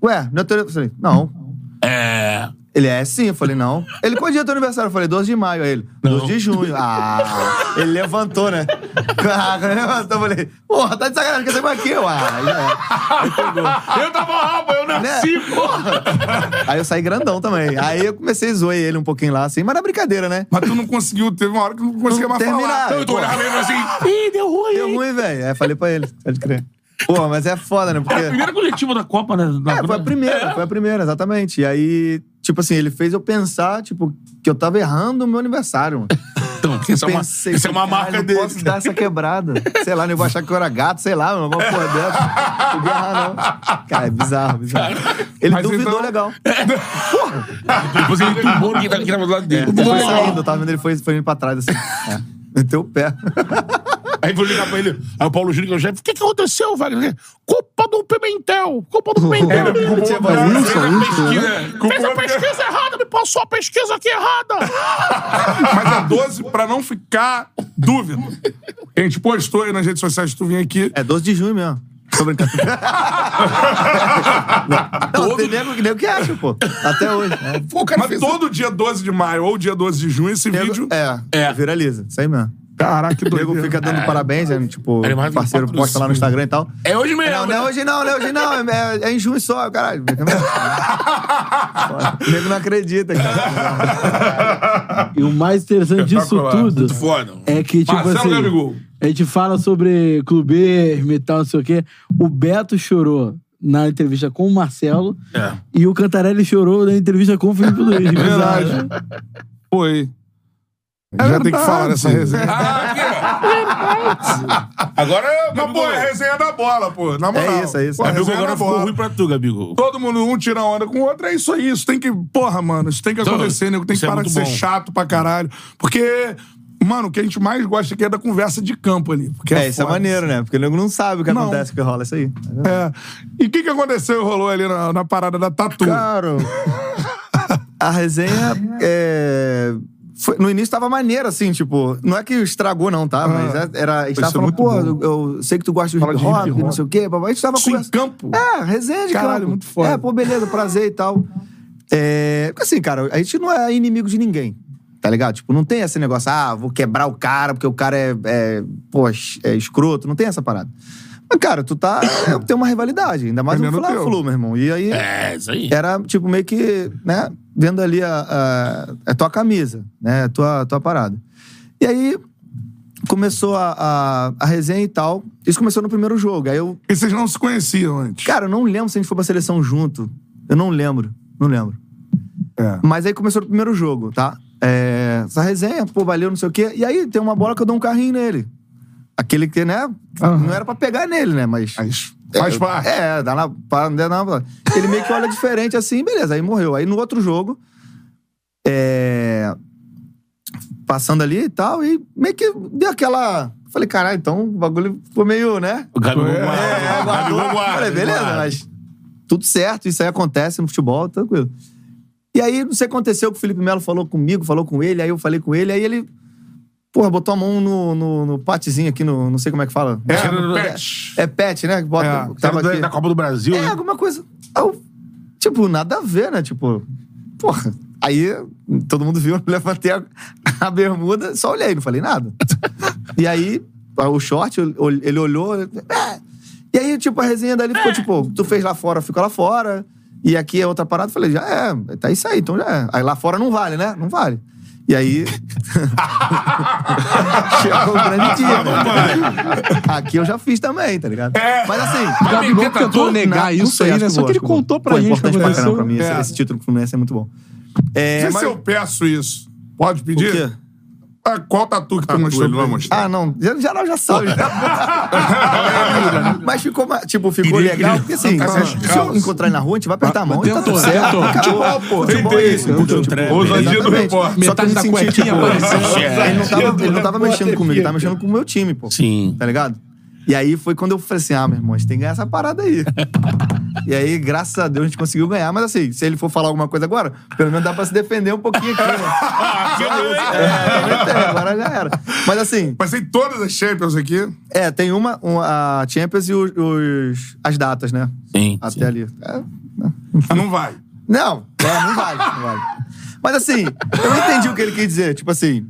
Speaker 18: Ué, não é teu... eu falei, Não.
Speaker 2: É.
Speaker 18: Ele é sim, eu falei, não. Ele, qual dia é teu aniversário? Eu falei, 12 de maio. Aí ele, 12 de junho. Ah, ele levantou, né? Caraca, ele levantou. Eu falei, porra, tá de sacanagem, quer saber pra quê? Ah, já é. Ele pegou.
Speaker 2: Eu tava lá, pô, eu
Speaker 18: Né?
Speaker 2: nasci, porra!
Speaker 18: Aí eu saí grandão também. Aí eu comecei a zoar ele um pouquinho lá, assim, mas era brincadeira, né?
Speaker 5: Mas tu não conseguiu, teve uma hora que não conseguia mais falar.
Speaker 18: terminar.
Speaker 5: Então eu tô olhando
Speaker 2: ele assim, ih, deu ruim.
Speaker 18: Deu ruim, velho. Aí eu falei pra ele, pode crer. Pô, mas é foda, né?
Speaker 2: Era a
Speaker 18: Porque...
Speaker 2: primeira coletiva da Copa, né? Da-
Speaker 18: É, foi a primeira, foi a primeira, exatamente. E aí, tipo assim, ele fez eu pensar, tipo, que eu tava errando o meu aniversário, mano.
Speaker 2: Então, isso é uma- isso é uma marca
Speaker 18: não
Speaker 2: dele.
Speaker 5: né?"
Speaker 18: posso dar essa quebrada. Sei lá, não vou achar que eu era gato, sei lá, mano, alguma porra dessa. Não podia errar, não. Cara, é bizarro, bizarro. Ele duvidou
Speaker 5: então
Speaker 18: legal.
Speaker 2: Depois ele tá tombou ninguém tava- que tava do lado dele.
Speaker 18: Tá. É, ele foi saindo, eu tava vendo ele foi, foi indo pra trás, assim. É. Meteu o pé.
Speaker 2: Aí vou ligar pra ele. Aí o Paulo Júnior, que é o chefe, o que, que aconteceu, Wagner? Culpa do Pimentel! Culpa do Pimentel!
Speaker 18: É, culpa-
Speaker 2: Fez a
Speaker 18: culpa-
Speaker 2: pesquisa-
Speaker 18: Wilson, Wilson,
Speaker 5: né?
Speaker 2: fez a pesquisa errada, me passou a pesquisa aqui errada!
Speaker 5: Mas é 12 pra não ficar dúvida. A gente postou aí nas redes sociais, tu vem aqui.
Speaker 18: É 12 de junho mesmo. Tô brincando. Não, tem nego, nego que acha, pô. Até hoje. né?
Speaker 5: Mas todo dia 12 de maio ou dia 12 de junho, esse vídeo.
Speaker 18: É, viraliza. Isso aí mesmo.
Speaker 5: Caraca, que doido.
Speaker 18: O nego fica dando parabéns, né? tipo, o parceiro posta lá no Instagram e tal.
Speaker 2: É hoje mesmo.
Speaker 18: Não, não é hoje não, não é hoje não. É, é em junho só, caralho. O nego não acredita, cara.
Speaker 3: E o mais interessante disso tudo é que, tipo
Speaker 18: Marcelo
Speaker 3: assim,
Speaker 18: Gabigol.
Speaker 3: a gente fala sobre clubismo e tal, não sei o quê. O Beto chorou na entrevista com o Marcelo
Speaker 2: É.
Speaker 3: e o Cantarelli chorou na entrevista com o Felipe Luiz.
Speaker 12: É
Speaker 3: Bizarro.
Speaker 5: Foi. Já tem que falar dessa resenha.
Speaker 2: Ah, aqui, ó.
Speaker 12: Agora é uma boa resenha da bola, pô. Na moral.
Speaker 2: É isso, é isso.
Speaker 12: Pô,
Speaker 2: Gabigol
Speaker 12: resenha
Speaker 2: agora
Speaker 12: da
Speaker 2: ficou
Speaker 12: bola.
Speaker 2: ruim pra tu, Gabigol.
Speaker 12: Todo mundo, um tira onda com o outro, é isso aí. Isso tem que. Porra, mano, isso tem que
Speaker 2: Então,
Speaker 12: acontecer, nego. Tem que
Speaker 2: isso é
Speaker 12: parar
Speaker 2: muito
Speaker 12: de ser
Speaker 2: bom.
Speaker 12: chato pra caralho. Porque, mano, o que a gente mais gosta aqui é da conversa de campo ali. Porque é,
Speaker 18: É, isso é
Speaker 12: foda.
Speaker 18: maneiro, né? Porque o nego não sabe o que
Speaker 12: Não.
Speaker 18: acontece, o que rola isso aí. tá
Speaker 12: É. E o que, que aconteceu e rolou ali na, na parada da tatu?
Speaker 18: Claro. A resenha é, foi- no início tava maneira, assim, tipo, não é que estragou, não,
Speaker 12: Ah.
Speaker 18: tá? Mas é- era. A gente
Speaker 8: Isso é
Speaker 18: tava falando,
Speaker 8: muito
Speaker 18: pô,
Speaker 8: bom.
Speaker 18: eu, eu sei que tu gosta de
Speaker 8: Fala
Speaker 18: hip
Speaker 8: de
Speaker 18: hop,
Speaker 8: hip-hop.
Speaker 18: não sei o quê, babá. A gente tava
Speaker 8: Isso em
Speaker 18: campo. É, resenha de
Speaker 8: Caralho,
Speaker 18: campo.
Speaker 8: muito foda.
Speaker 18: É, pô, beleza, prazer e tal. É, porque assim, cara, a gente não é inimigo de ninguém. Tá ligado? Tipo, não tem esse negócio, ah, vou quebrar o cara porque o cara é, é pô, é escroto. Não tem essa parada. Mas, cara, tu tá. tem uma rivalidade, ainda mais um
Speaker 12: Vendendo o teu.
Speaker 18: Fla-Flu, meu irmão. E aí.
Speaker 12: É, isso aí.
Speaker 18: Era, tipo, meio que, né, vendo ali a, a, a tua camisa, né, a tua, a tua parada. E aí começou a, a, a resenha e tal. Isso começou no primeiro jogo. Aí eu.
Speaker 12: E vocês não se conheciam antes?
Speaker 18: Cara, eu não lembro se a gente foi pra seleção junto. Eu não lembro. Não lembro.
Speaker 12: É.
Speaker 18: Mas aí começou o primeiro jogo, tá? É, essa resenha, pô, valeu, não sei o quê. E aí tem uma bola que eu dou um carrinho nele. Aquele que, né? Não era pra pegar nele, né? Mas.
Speaker 12: faz
Speaker 18: é,
Speaker 12: parte.
Speaker 18: É, dá na, pá, dá na. Ele meio que olha diferente assim, beleza, aí morreu. Aí no outro jogo. É. Passando ali e tal, e meio que deu aquela. Falei, caralho, então o bagulho ficou meio, né?
Speaker 2: O Gabigol
Speaker 18: É,
Speaker 2: guarda.
Speaker 18: é, guardou.
Speaker 2: Gabigol guarda,
Speaker 18: Falei, beleza,
Speaker 2: guarda.
Speaker 18: mas tudo certo, isso aí acontece no futebol, tranquilo. E aí, não sei o que aconteceu, que o Felipe Melo falou comigo, falou com ele, aí eu falei com ele, aí ele, porra, botou a mão no, no, no patezinho aqui, no, não sei como é que fala.
Speaker 12: É,
Speaker 18: Tira
Speaker 12: no
Speaker 18: do-
Speaker 12: pet.
Speaker 18: É, pet, né? que Bota,
Speaker 12: É,
Speaker 18: que tava
Speaker 12: tira do-
Speaker 18: aqui.
Speaker 12: da Copa do Brasil,
Speaker 18: É,
Speaker 12: né?
Speaker 18: alguma coisa. Aí eu, tipo, nada a ver, né? Tipo, porra. Aí todo mundo viu, eu levantei a, a bermuda, só olhei, não falei nada. e aí, o short, ele olhou, é, e aí, tipo, a resenha dali ficou tipo, tu fez lá fora, ficou lá fora. E aqui é outra parada. Falei, já é, tá isso aí, então já é. Aí lá fora não vale, né? Não vale. E aí. Chegou o grande dia. né? Aqui eu já fiz também, tá ligado? Mas assim.
Speaker 4: Mas Gabigol meter tentou tatu? negar
Speaker 18: Não,
Speaker 4: isso
Speaker 18: não sei,
Speaker 4: aí,
Speaker 18: acho
Speaker 4: né? Só
Speaker 18: vou,
Speaker 4: que ele
Speaker 18: acho vou.
Speaker 4: contou pra
Speaker 18: Pô, é
Speaker 4: gente o que
Speaker 18: importante pra caramba pra mim.
Speaker 4: aconteceu.
Speaker 18: Esse, esse título do Fluminense é muito bom.
Speaker 12: É,
Speaker 18: É,
Speaker 12: Não sei
Speaker 18: mas-
Speaker 12: se eu peço isso. Pode pedir?
Speaker 18: O quê?
Speaker 12: Ah, qual tatu que tu mostrou?
Speaker 18: ele vai
Speaker 12: mostrar.
Speaker 18: Ah, não. Já, já já sabe. já. Mas ficou, ma- tipo, ficou
Speaker 12: Queria que
Speaker 18: legal.
Speaker 12: ele-
Speaker 18: Porque assim,
Speaker 12: Tá
Speaker 18: se se eu encontrar ele na rua, a gente vai apertar a mão e tá
Speaker 12: tentou,
Speaker 18: tudo certo.
Speaker 12: tentou.
Speaker 18: Acabou, pô. Futebol é isso.
Speaker 12: Puta,
Speaker 18: Tipo,
Speaker 12: treme. Ousadia do
Speaker 18: exatamente.
Speaker 12: repórter.
Speaker 18: Só que eu
Speaker 12: Metade
Speaker 18: me
Speaker 12: da
Speaker 18: senti,
Speaker 12: cuequinha
Speaker 18: tipo,
Speaker 12: aparecendo.
Speaker 18: Ele não tava, ele não tava mexendo comigo, ele tava mexendo com o meu time, pô.
Speaker 2: Sim.
Speaker 18: Tá ligado? E aí foi quando eu falei assim, ah, meu irmão, a gente tem que ganhar essa parada aí. E aí, graças a Deus, a gente conseguiu ganhar. Mas assim, se ele for falar alguma coisa agora, pelo menos dá pra se defender um pouquinho aqui,
Speaker 20: Ah,
Speaker 18: né? É, agora já era. Mas assim...
Speaker 12: Passei todas as Champions aqui.
Speaker 18: É, tem uma, um- a Champions e os, os- as datas, né?
Speaker 2: Sim.
Speaker 18: Até ali. É,
Speaker 12: Ah, Não vai.
Speaker 18: não, é, não vale, não vale. Mas assim, eu entendi o que ele quis dizer. Tipo assim,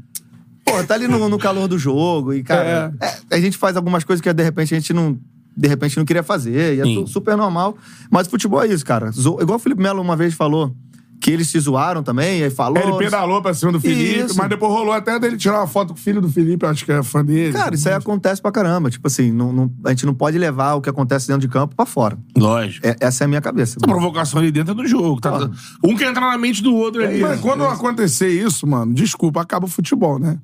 Speaker 18: pô, tá ali no, no calor do jogo e, cara, é, a gente faz algumas coisas que de repente a gente não. De repente não queria fazer, e é tu- super normal. Mas futebol é isso, cara. Zo- igual o Felipe Melo uma vez falou que eles se zoaram também, e aí falou.
Speaker 12: Ele pedalou pra cima do Felipe,
Speaker 18: Isso.
Speaker 12: mas depois rolou até dele tirar uma foto com o filho do Felipe, acho que é fã dele.
Speaker 18: Cara, isso aí acontece pra caramba. Tipo assim, não- não- a gente não pode levar o que acontece dentro de campo pra fora.
Speaker 2: Lógico.
Speaker 18: essa é a minha cabeça.
Speaker 2: A provocação ali dentro é do jogo. Tá? Um quer entrar na mente do outro ali.
Speaker 12: Mas quando acontecer isso, mano, desculpa, acaba o futebol, né?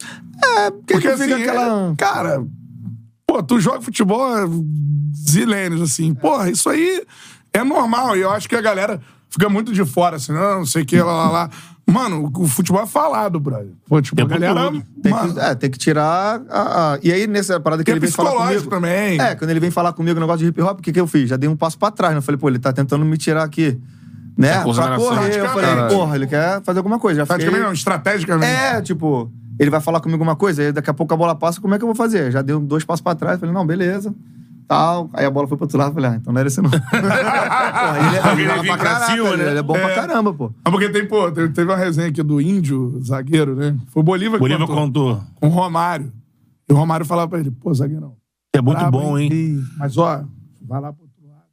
Speaker 12: É, porque,
Speaker 18: não fica aquela-
Speaker 12: é, Cara, pô, tu joga futebol é, zilênios, assim. Porra, isso aí é normal. E eu acho que a galera fica muito de fora, assim, não, não sei o que, lá, lá, lá. Mano, o futebol é falado, brother. Pô, tipo, a galera...
Speaker 18: Tem que, é, tem que tirar. a- a- E aí, nessa parada que
Speaker 12: Porque
Speaker 18: ele
Speaker 12: é
Speaker 18: vem falar
Speaker 12: psicológico
Speaker 18: comigo.
Speaker 12: também.
Speaker 18: É, quando ele vem falar comigo o negócio de hip hop, o que, que eu fiz? Já dei um passo pra trás, né? Eu falei, pô, ele tá tentando me tirar aqui. Né?
Speaker 12: Essa
Speaker 18: Pra
Speaker 12: consagração.
Speaker 18: correr. Eu falei,
Speaker 12: Praticamente.
Speaker 18: porra, ele quer fazer alguma coisa. Já
Speaker 12: Praticamente
Speaker 18: fiquei-
Speaker 12: não, estrategicamente.
Speaker 18: É, tipo, ele vai falar comigo uma coisa, aí daqui a pouco a bola passa, como é que eu vou fazer? Já dei dois passos pra trás, falei, não, beleza. Tal. Aí a bola foi pro outro lado, falei, ah, então não era esse não. Porra, ele é-
Speaker 12: Porque ele
Speaker 18: joga
Speaker 12: vem
Speaker 18: pra
Speaker 12: pra
Speaker 18: caraca,
Speaker 12: cima,
Speaker 18: ele
Speaker 12: né?
Speaker 18: é bom pra caramba, pô.
Speaker 12: Ah, porque tem, pô, teve teve uma resenha aqui do índio, zagueiro, né? Foi o Bolívar que
Speaker 2: Bolívar contou.
Speaker 12: Com o Romário. E o Romário falava pra ele, pô, zagueirão.
Speaker 2: É muito bom, hein?
Speaker 12: Mas, ó, vai lá pro outro lado.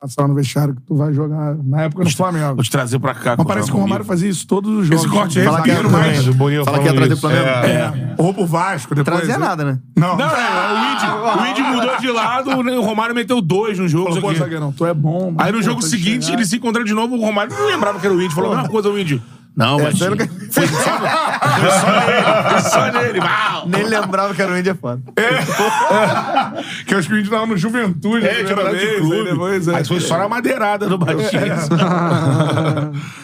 Speaker 12: Passar lá no vestiário que tu vai jogar na época no Flamengo.
Speaker 2: Vou te trazer pra cá.
Speaker 12: Mas parece que o Romário fazia isso todos os jogos.
Speaker 2: Esse corte aí, é
Speaker 12: Fala
Speaker 2: zagueiro
Speaker 12: que era
Speaker 2: mais.
Speaker 12: Flamengo, Bolívar
Speaker 2: Fala que
Speaker 12: falando
Speaker 2: ia trazer
Speaker 12: isso.
Speaker 2: o Flamengo.
Speaker 12: É. Ou pro Vasco, depois.
Speaker 2: Trazia nada,
Speaker 18: né?
Speaker 12: Não.
Speaker 2: Não, é, o Indy, o Indy mudou de lado, né, o Romário meteu dois no jogo.
Speaker 12: Falou,
Speaker 2: isso aqui.
Speaker 12: pô, zagueirão, tu é bom.
Speaker 19: é
Speaker 2: Aí no jogo seguinte, eles se encontraram de novo, o Romário não lembrava que era o Indy. Falou a mesma coisa, o Indy.
Speaker 19: Não, mas.
Speaker 21: Essa eu nunca-
Speaker 19: Foi só, foi só nele. Foi só nele. Uau!
Speaker 21: Nem lembrava que era o Índia foda.
Speaker 19: É. Que eu acho que o índio tava no Juventude. né?
Speaker 21: É, que era de clube.
Speaker 19: Mas foi só na madeirada do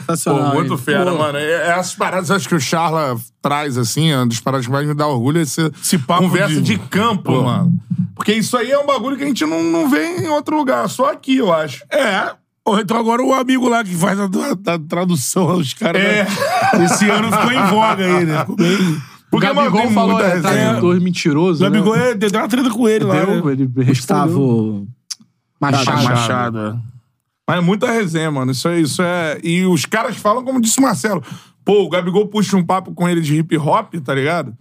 Speaker 19: baixista.
Speaker 2: Pô, muito fera, mano. É- Essas paradas, acho que o Charla traz, assim, é uma das paradas que mais me dá orgulho é essa conversa de,
Speaker 19: de-
Speaker 2: campo,
Speaker 19: Pô.
Speaker 2: mano. Porque isso aí é um bagulho que a gente não, não vê em outro lugar, só aqui, eu acho.
Speaker 19: É. Ou então agora o amigo lá que faz a, a- a tradução aos caras.
Speaker 2: É.
Speaker 19: né? Esse ano ficou em voga aí, né? Ficou bem.
Speaker 4: Porque o Gabigol
Speaker 19: Gabigol
Speaker 4: falou,
Speaker 19: muita
Speaker 4: é,
Speaker 19: resenha.
Speaker 4: tradutor mentiroso. né?
Speaker 19: Gabigol é, deu uma treta com ele lá.
Speaker 4: Deu,
Speaker 19: né?
Speaker 4: ele
Speaker 19: Gustavo
Speaker 4: Machado.
Speaker 2: Tá, Machado, é. Mas é muita resenha, mano. Isso é, isso é. E os caras falam, como disse o Marcelo. Pô, o Gabigol puxa um papo com ele de hip hop, tá ligado?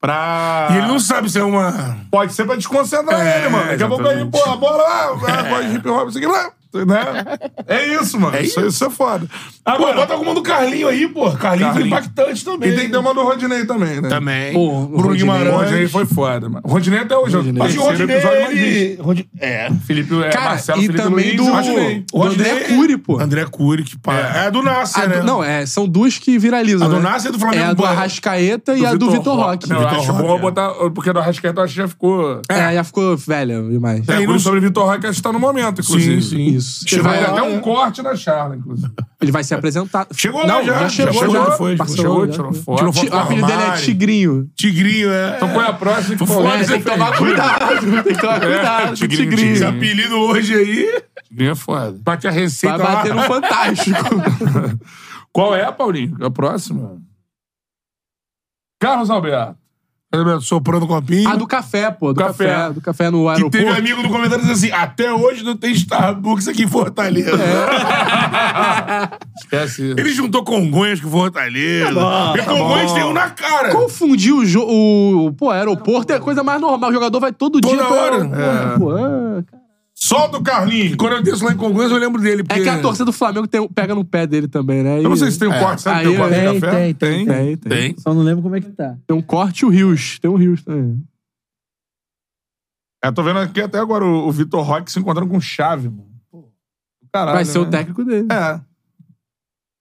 Speaker 2: Pra.
Speaker 19: E ele não sabe se é uma.
Speaker 2: Pode ser pra desconcentrar
Speaker 19: É,
Speaker 2: ele, mano. Daqui a pouco ele,
Speaker 19: exatamente.
Speaker 2: pô, a bola lá, é. de hip hop, isso aqui lá. Né? É isso, mano.
Speaker 19: É
Speaker 2: isso, isso é foda.
Speaker 19: Agora, bota alguma do Carlinho aí, pô. Carlinho, foi impactante também.
Speaker 2: E tem que dar uma do Rodinei também, né?
Speaker 19: Também.
Speaker 2: Pô, o Bruno
Speaker 19: Rodinei.
Speaker 2: Guimarães. O Rodinei
Speaker 19: Rodinei
Speaker 2: foi foda, mano. O Rodinei até hoje.
Speaker 19: Rodinei.
Speaker 2: Mas o
Speaker 19: Terceiro
Speaker 2: Rodinei,
Speaker 19: episódio mais
Speaker 2: ele-
Speaker 19: visto. Rodinei- É. Felipe, é,
Speaker 4: Cara,
Speaker 19: Marcelo,
Speaker 4: e
Speaker 19: Felipe
Speaker 4: também
Speaker 19: Luiz,
Speaker 4: do-
Speaker 19: Rodinei.
Speaker 4: do André
Speaker 2: é
Speaker 19: Rodinei-
Speaker 4: Cury, pô.
Speaker 19: André Cury, que pá. É, do Nasser,
Speaker 4: A
Speaker 19: né?
Speaker 4: do- Não, é, são duas que viralizam.
Speaker 19: A do
Speaker 4: né?
Speaker 19: Nasser e do Flamengo
Speaker 4: É a do
Speaker 19: Banco.
Speaker 4: Arrascaeta e
Speaker 19: Do
Speaker 4: a do
Speaker 19: Vitor
Speaker 4: Vitor Roque.
Speaker 2: Não, eu acho bom eu botar. Porque do Arrascaeta eu acho que já ficou.
Speaker 4: É, já ficou velha demais.
Speaker 2: É, não... sobre o Vitor Roque acho que tá no momento, inclusive.
Speaker 4: Sim, sim. Isso.
Speaker 2: Tiraram
Speaker 4: Chegou
Speaker 2: até
Speaker 4: lá,
Speaker 2: um
Speaker 4: né?
Speaker 2: corte na Charla, inclusive.
Speaker 4: Ele vai ser apresentado.
Speaker 2: Chegou
Speaker 4: não,
Speaker 2: lá já, já
Speaker 4: chegou,
Speaker 2: chegou,
Speaker 4: já.
Speaker 2: já foi,
Speaker 4: Passou,
Speaker 2: chegou,
Speaker 4: já.
Speaker 2: tirou foto.
Speaker 4: Ti-
Speaker 2: Tirou
Speaker 4: O
Speaker 2: foto
Speaker 4: apelido
Speaker 2: do
Speaker 4: dele é
Speaker 2: armário.
Speaker 4: Tigrinho.
Speaker 19: Tigrinho, é.
Speaker 2: Então põe a próxima
Speaker 4: Foi,
Speaker 2: que for.
Speaker 4: é,
Speaker 2: Você tem que tomar cuidado.
Speaker 4: Tem que tomar cuidado com o
Speaker 2: É, Tigrinho,
Speaker 4: Tigrinho.
Speaker 2: Tigrinho.
Speaker 4: Esse
Speaker 19: apelido hoje aí.
Speaker 2: Tigrinho é foda. Bate a receita
Speaker 4: Vai bater
Speaker 2: lá.
Speaker 4: no Fantástico.
Speaker 2: Qual é, Paulinho? A próxima? Carlos Alberto.
Speaker 19: Alberto, soprando copinho.
Speaker 4: A Ah, do café, pô. Do
Speaker 19: Café.
Speaker 4: café. Do café no
Speaker 19: Que
Speaker 4: aeroporto.
Speaker 19: teve amigo no comentário dizendo assim: até hoje não tem Starbucks aqui em Fortaleza. É.
Speaker 2: Esquece
Speaker 19: Ele juntou Congonhas com
Speaker 4: Tá
Speaker 19: Fortaleza. Porque Congonhas tem um na cara.
Speaker 4: Confundir o jogo. O... Pô, aeroporto é a coisa mais normal. O jogador vai todo dia.
Speaker 19: Toda
Speaker 4: pra-
Speaker 19: hora.
Speaker 4: Pô, pô, ah, cara.
Speaker 19: Solta o Carlinhos. É. Quando eu desço lá em Congonhas, eu lembro dele.
Speaker 4: É que a torcida do Flamengo tem- pega no pé dele também, né?
Speaker 19: Eu não
Speaker 4: E-
Speaker 19: sei se tem um
Speaker 4: é.
Speaker 19: corte, sabe que tem um corte de
Speaker 4: tem,
Speaker 19: café?
Speaker 4: Tem, tem, tem, tem.
Speaker 19: Tem.
Speaker 4: Só não lembro como é que tá. Tem um corte e o Rios. Tem um Rios também.
Speaker 19: É,
Speaker 2: Eu tô vendo aqui até agora o, o Vitor Roque se encontrando com o Chave, mano. Pô, Caralho,
Speaker 4: Vai ser
Speaker 2: né?
Speaker 4: o técnico dele.
Speaker 2: É.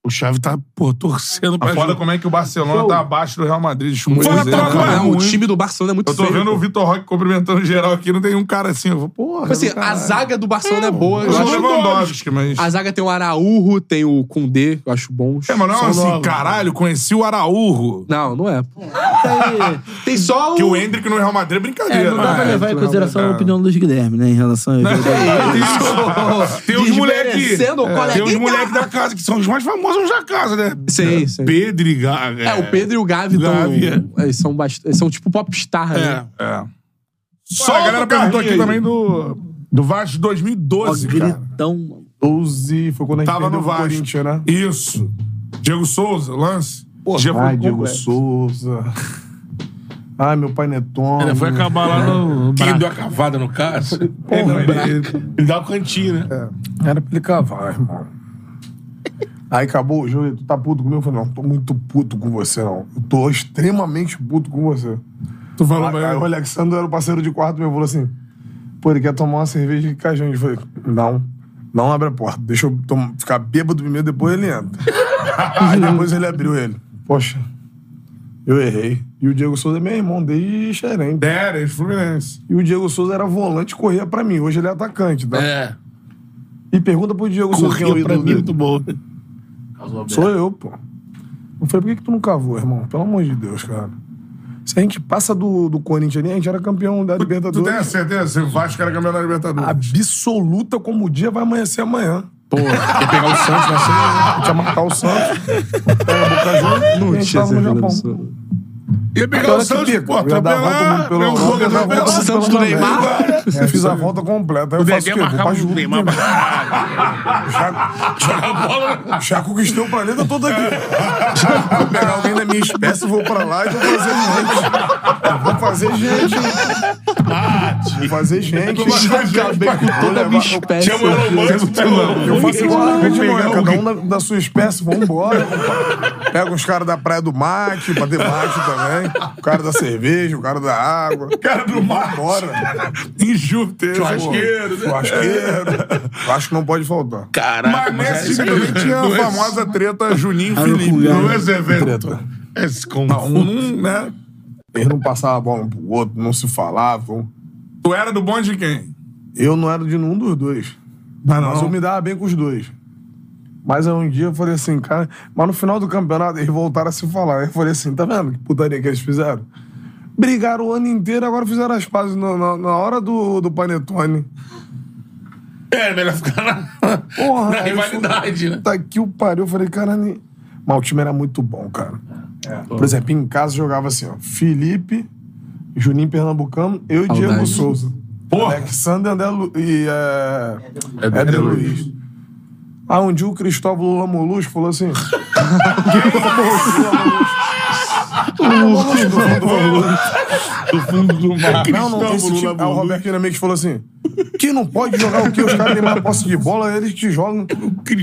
Speaker 19: O Chave tá, pô, torcendo
Speaker 2: A
Speaker 19: pra
Speaker 2: foda
Speaker 19: jogo.
Speaker 2: como é que o Barcelona
Speaker 19: Pô.
Speaker 2: tá abaixo do Real Madrid. Desculpa
Speaker 19: Fala,
Speaker 2: dizer,
Speaker 19: troca,
Speaker 2: né?
Speaker 19: mano.
Speaker 4: Não, o time do Barcelona é muito
Speaker 2: Eu tô
Speaker 4: feio.
Speaker 2: vendo o Vitor Roque cumprimentando geral aqui, não tem um cara assim. Eu vou, porra.
Speaker 4: assim, a zaga do Barcelona é, boa.
Speaker 2: Eu
Speaker 4: eu
Speaker 2: acho
Speaker 4: acho.
Speaker 2: Lewandowski, mas.
Speaker 4: A zaga tem o Araújo, tem o Kundê, eu acho bom.
Speaker 2: É, mas não é
Speaker 4: São
Speaker 2: assim,
Speaker 4: novos.
Speaker 2: caralho, conheci o Araújo.
Speaker 4: Não, não é. Tem, tem só o...
Speaker 2: Que o Hendrick no Real Madrid é brincadeira.
Speaker 3: É, não dá pra
Speaker 2: né?
Speaker 3: levar em
Speaker 2: Não,
Speaker 3: consideração
Speaker 2: cara.
Speaker 3: a opinião do Luiz Guilherme, né? Em relação a.
Speaker 19: Tem os moleques.
Speaker 3: Desmerecendo o
Speaker 19: Tem os
Speaker 3: coleguinha.
Speaker 19: moleques da casa, que são os mais
Speaker 2: um
Speaker 19: famosos da casa, né?
Speaker 4: Sim, sim.
Speaker 19: Pedro e Gaga.
Speaker 4: É, o Pedro e o Gavi, tão- eles são, bast... eles são tipo popstar, né?
Speaker 2: É. Só a galera perguntou aqui também do, do Vasco de 2012, cara.
Speaker 3: Gritão.
Speaker 2: 12 foi quando
Speaker 1: a gente
Speaker 2: Tava
Speaker 1: perdeu
Speaker 2: no
Speaker 1: pro
Speaker 2: Vasco.
Speaker 1: Corinthians, né?
Speaker 2: Isso. Diego Souza, lance. Diego,
Speaker 19: um
Speaker 1: Ai, Diego
Speaker 2: Souza.
Speaker 1: Souza. Ai, meu pai Neton.
Speaker 19: Ele foi acabar lá no. Quem deu a cavada no caso? ele, ele dá o cantinho, né?
Speaker 1: Era pra ele cavar, irmão. Aí acabou o jogo, tu tá puto comigo? Eu falei, não, tô muito puto com você, não. Eu tô extremamente puto com você.
Speaker 2: Tu falou
Speaker 1: aí, aí o Alexandre era o parceiro de quarto meu, falou assim, pô, ele quer tomar uma cerveja de cajão. Eu falei, não, não abre a porta. Deixa eu tom- ficar bêbado primeiro, depois ele entra. aí depois ele abriu ele. Poxa, eu errei. E o Diego Souza é meu irmão desde Xerém.
Speaker 2: Dera, ele Fluminense.
Speaker 1: E o Diego Souza era volante e corria pra mim. Hoje ele é atacante, tá?
Speaker 19: É.
Speaker 1: E pergunta pro Diego Souza quem é o
Speaker 19: Correu pra
Speaker 1: ídolo
Speaker 19: mim,
Speaker 1: dele.
Speaker 19: muito bom.
Speaker 2: É.
Speaker 1: Sou eu, pô. Eu falei, por que, que tu não cavou, irmão? Pelo amor de Deus, cara. Se a gente passa do, do Corinthians ali, a gente era campeão da
Speaker 2: Tu
Speaker 1: Libertadores.
Speaker 2: tem a certeza? O Vasco era campeão da Libertadores.
Speaker 1: Absoluta como o dia vai amanhecer amanhã.
Speaker 4: Pô,
Speaker 1: Ia pegar o Santos na né? sexta, tinha marcar o Santos. Pega a boca junto. Não tinha no Japão.
Speaker 19: Ia pegar o Santos, pô,
Speaker 1: Eu ia dar a volta
Speaker 19: atropelar.
Speaker 1: pelo
Speaker 19: meu jogo,
Speaker 1: eu ia dar a volta
Speaker 19: atropelar.
Speaker 1: pelo
Speaker 19: Santos do
Speaker 1: Flamengo.
Speaker 19: Neymar.
Speaker 1: Eu fiz a volta completa. Aí eu
Speaker 19: O
Speaker 1: faço o
Speaker 19: Dedé
Speaker 1: quê? Vou
Speaker 19: marcava
Speaker 1: pra
Speaker 19: o
Speaker 1: Júlio.
Speaker 19: Neymar pra caralho.
Speaker 1: Joga a bola. Já conquistei o planeta todo aqui. Vou pegar alguém da minha espécie, vou pra lá e vou fazer um monte. Eu Vou fazer gente. Vou fazer gente.
Speaker 2: Vou
Speaker 1: Acabei com toda a minha espécie.
Speaker 2: Chama o Elon Musk,
Speaker 1: Eu
Speaker 2: não.
Speaker 1: eu faço igual a gente,
Speaker 2: Não,
Speaker 1: cada um da, da sua espécie, vambora. compadre. Pega os caras da Praia do Mate, pra ter mate também. O cara da cerveja, o cara da água. O cara do mate. Vambora.
Speaker 2: Injusto.
Speaker 1: Churrasqueiro. Churrasqueiro. Eu acho que não pode faltar.
Speaker 2: Caraca,
Speaker 1: mas
Speaker 2: mas
Speaker 1: nesse
Speaker 2: essa-
Speaker 1: também tinha a
Speaker 2: Dois.
Speaker 1: famosa treta Juninho
Speaker 2: Ah,
Speaker 1: Felipe.
Speaker 2: com galo.
Speaker 1: é treta. Não, um, né? É, Eles não passavam a bola um pro outro, não se falavam.
Speaker 2: Tu era do bonde de quem?
Speaker 1: Eu não era de nenhum dos dois.
Speaker 2: é
Speaker 1: Mas eu me dava bem com os dois. Mas aí um dia eu falei assim, cara. Mas no final do campeonato eles voltaram a se falar. Eu falei assim, tá vendo que putaria que eles fizeram? Brigaram o ano inteiro, agora fizeram as pazes na, na- na hora do, do Panetone.
Speaker 2: É, melhor ficar na,
Speaker 1: Porra,
Speaker 2: na
Speaker 1: aí eu
Speaker 2: rivalidade, né?
Speaker 1: Puta que o pariu. Eu falei, cara, nem... mas o time era muito bom, cara.
Speaker 2: É.
Speaker 1: Por exemplo, em casa jogava assim, ó. Felipe, Juninho Pernambucano, eu e
Speaker 2: Saudade.
Speaker 1: Diego Souza. Porra! Alexandre André Lu... e é... Éder, Luiz. Ah, um dia o Cristóvão Lamoluz falou assim... ah, Do fundo do
Speaker 2: mar.
Speaker 1: Não, não, esse
Speaker 2: Cristóvão
Speaker 1: time,
Speaker 2: Lula
Speaker 1: ah, o Roberto Dinamite falou assim: que não pode jogar o quê? Os caras têm mais posse de bola, eles te jogam.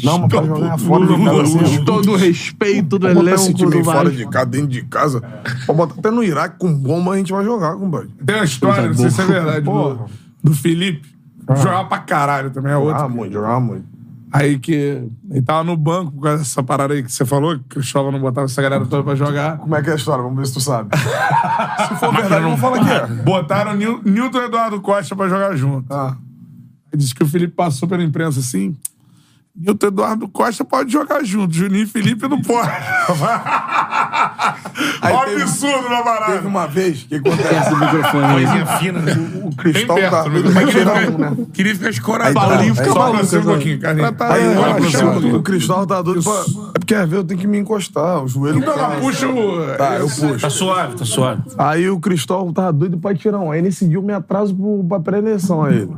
Speaker 1: Não, mas pra jogar fora de casa. Assim,
Speaker 4: Todo o respeito do
Speaker 1: Vamos botar esse
Speaker 4: elenco
Speaker 1: time
Speaker 4: do
Speaker 1: aí fora
Speaker 4: Vasco.
Speaker 1: de casa, dentro de casa. Vamos botar até no Iraque com bomba, a gente vai jogar, compadre.
Speaker 2: Tem uma história, não sei se é verdade, do,
Speaker 1: Porra. Ah.
Speaker 2: do Felipe. Jogava pra caralho também, é outro.
Speaker 1: muito, jogava muito.
Speaker 2: Aí que. Ele tava no banco com essa parada aí que você falou, que o Cristóvão não botava essa galera toda pra jogar.
Speaker 1: Como é que é a história? Vamos ver se tu sabe.
Speaker 2: se for
Speaker 1: verdade, não fala que é.
Speaker 2: Botaram Nil- Nilton e Eduardo Costa pra jogar junto.
Speaker 1: Ah.
Speaker 2: Aí Diz que o Felipe passou pela imprensa assim. Nilton e Eduardo Costa pode jogar junto, Juninho e Felipe não pode. Olha o absurdo na parada.
Speaker 1: Teve uma vez que acontece.
Speaker 2: Perto do microfone. Coisinha
Speaker 1: fina. O, o
Speaker 2: Bem
Speaker 1: cristal
Speaker 2: perto,
Speaker 1: tá
Speaker 2: né?
Speaker 1: doido pra tirar um, né?
Speaker 2: Queria ficar
Speaker 1: Aí
Speaker 2: escorado.
Speaker 1: tá,
Speaker 2: Paulinho
Speaker 1: aí
Speaker 2: fica
Speaker 1: só
Speaker 2: maluco
Speaker 1: pra
Speaker 2: um
Speaker 1: você,
Speaker 2: pouquinho, Carlinhos.
Speaker 1: Tá, tá,
Speaker 2: Aí, olha
Speaker 1: aí,
Speaker 2: pra
Speaker 1: relaxa,
Speaker 2: cima um
Speaker 1: o
Speaker 2: pouquinho.
Speaker 1: cristal tá doido pra... É porque às vezes eu tenho que me encostar, o joelho...
Speaker 2: Então,
Speaker 1: cai.
Speaker 2: ela puxa o-
Speaker 1: Tá, eu
Speaker 2: Tá
Speaker 1: puxo.
Speaker 2: suave, tá suave.
Speaker 1: Aí o Cristóvão tava doido pra tirar um. Aí nesse dia eu me atraso pro, pra pré-eleição. Aí ele,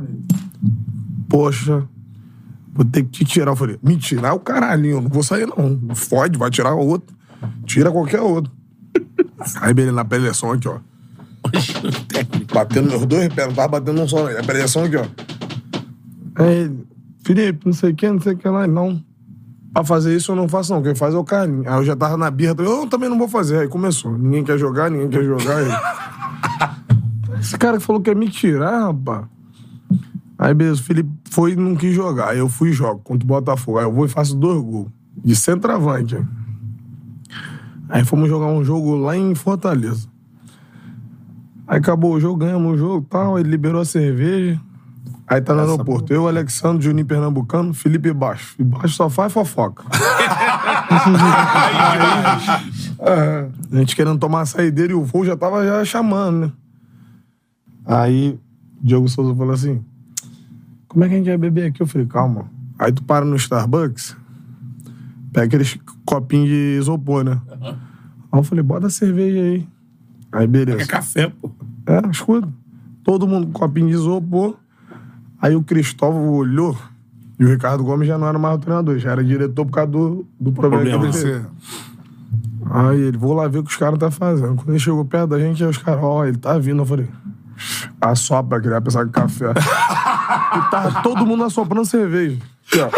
Speaker 1: poxa, vou ter que te tirar. Eu falei, me tirar o caralhinho, eu não vou sair não. Fode, vai tirar outro. Tira qualquer outro. Aí ele na pré-eleição aqui, ó. Batendo meus dois pés, não tava batendo um só. não. Na
Speaker 2: é
Speaker 1: pré-eleição aqui, ó. Aí ele, Felipe, não sei o que, não sei o que lá. Ele, Não, Pra fazer isso eu não faço, não. Quem faz é o Carlinhos. Aí eu já tava na birra, eu também não vou fazer. Aí começou. Ninguém quer jogar, ninguém quer jogar. Aí- Esse cara que falou que ia me tirar, rapaz. Aí beleza, o Felipe foi e não quis jogar. Aí eu fui e jogo contra o Botafogo. Aí eu vou e faço dois gols. De centroavante. Aí fomos jogar um jogo lá em Fortaleza. Aí acabou o jogo, ganhamos o jogo e tal. Ele liberou a cerveja. Aí tá no aeroporto. Eu, Alexandre, Juninho Pernambucano, Felipe e Baixo. E Baixo só faz fofoca. É, a gente querendo tomar a saideira e o voo já tava já chamando, né? Aí Diogo Souza falou assim: Como é que a gente vai beber aqui? Eu falei, calma. Aí tu para no Starbucks, pega aqueles copinhos de isopor, né? Aí eu falei, bota a cerveja aí. Aí beleza. É
Speaker 2: café, pô.
Speaker 1: É, escuta. Todo mundo com copinho de isopor. Aí o Cristóvão olhou e o Ricardo Gomes já não era mais o treinador, já era diretor por causa do, do problema, que
Speaker 2: Problema,
Speaker 1: ele teve. Aí ele, vou lá ver o que os caras tá fazendo. Quando ele chegou perto da gente, aí os caras, ó, ele tá vindo. Eu falei, assopra, que ele vai pensar que é café. e tava todo mundo assoprando cerveja. Aqui, ó.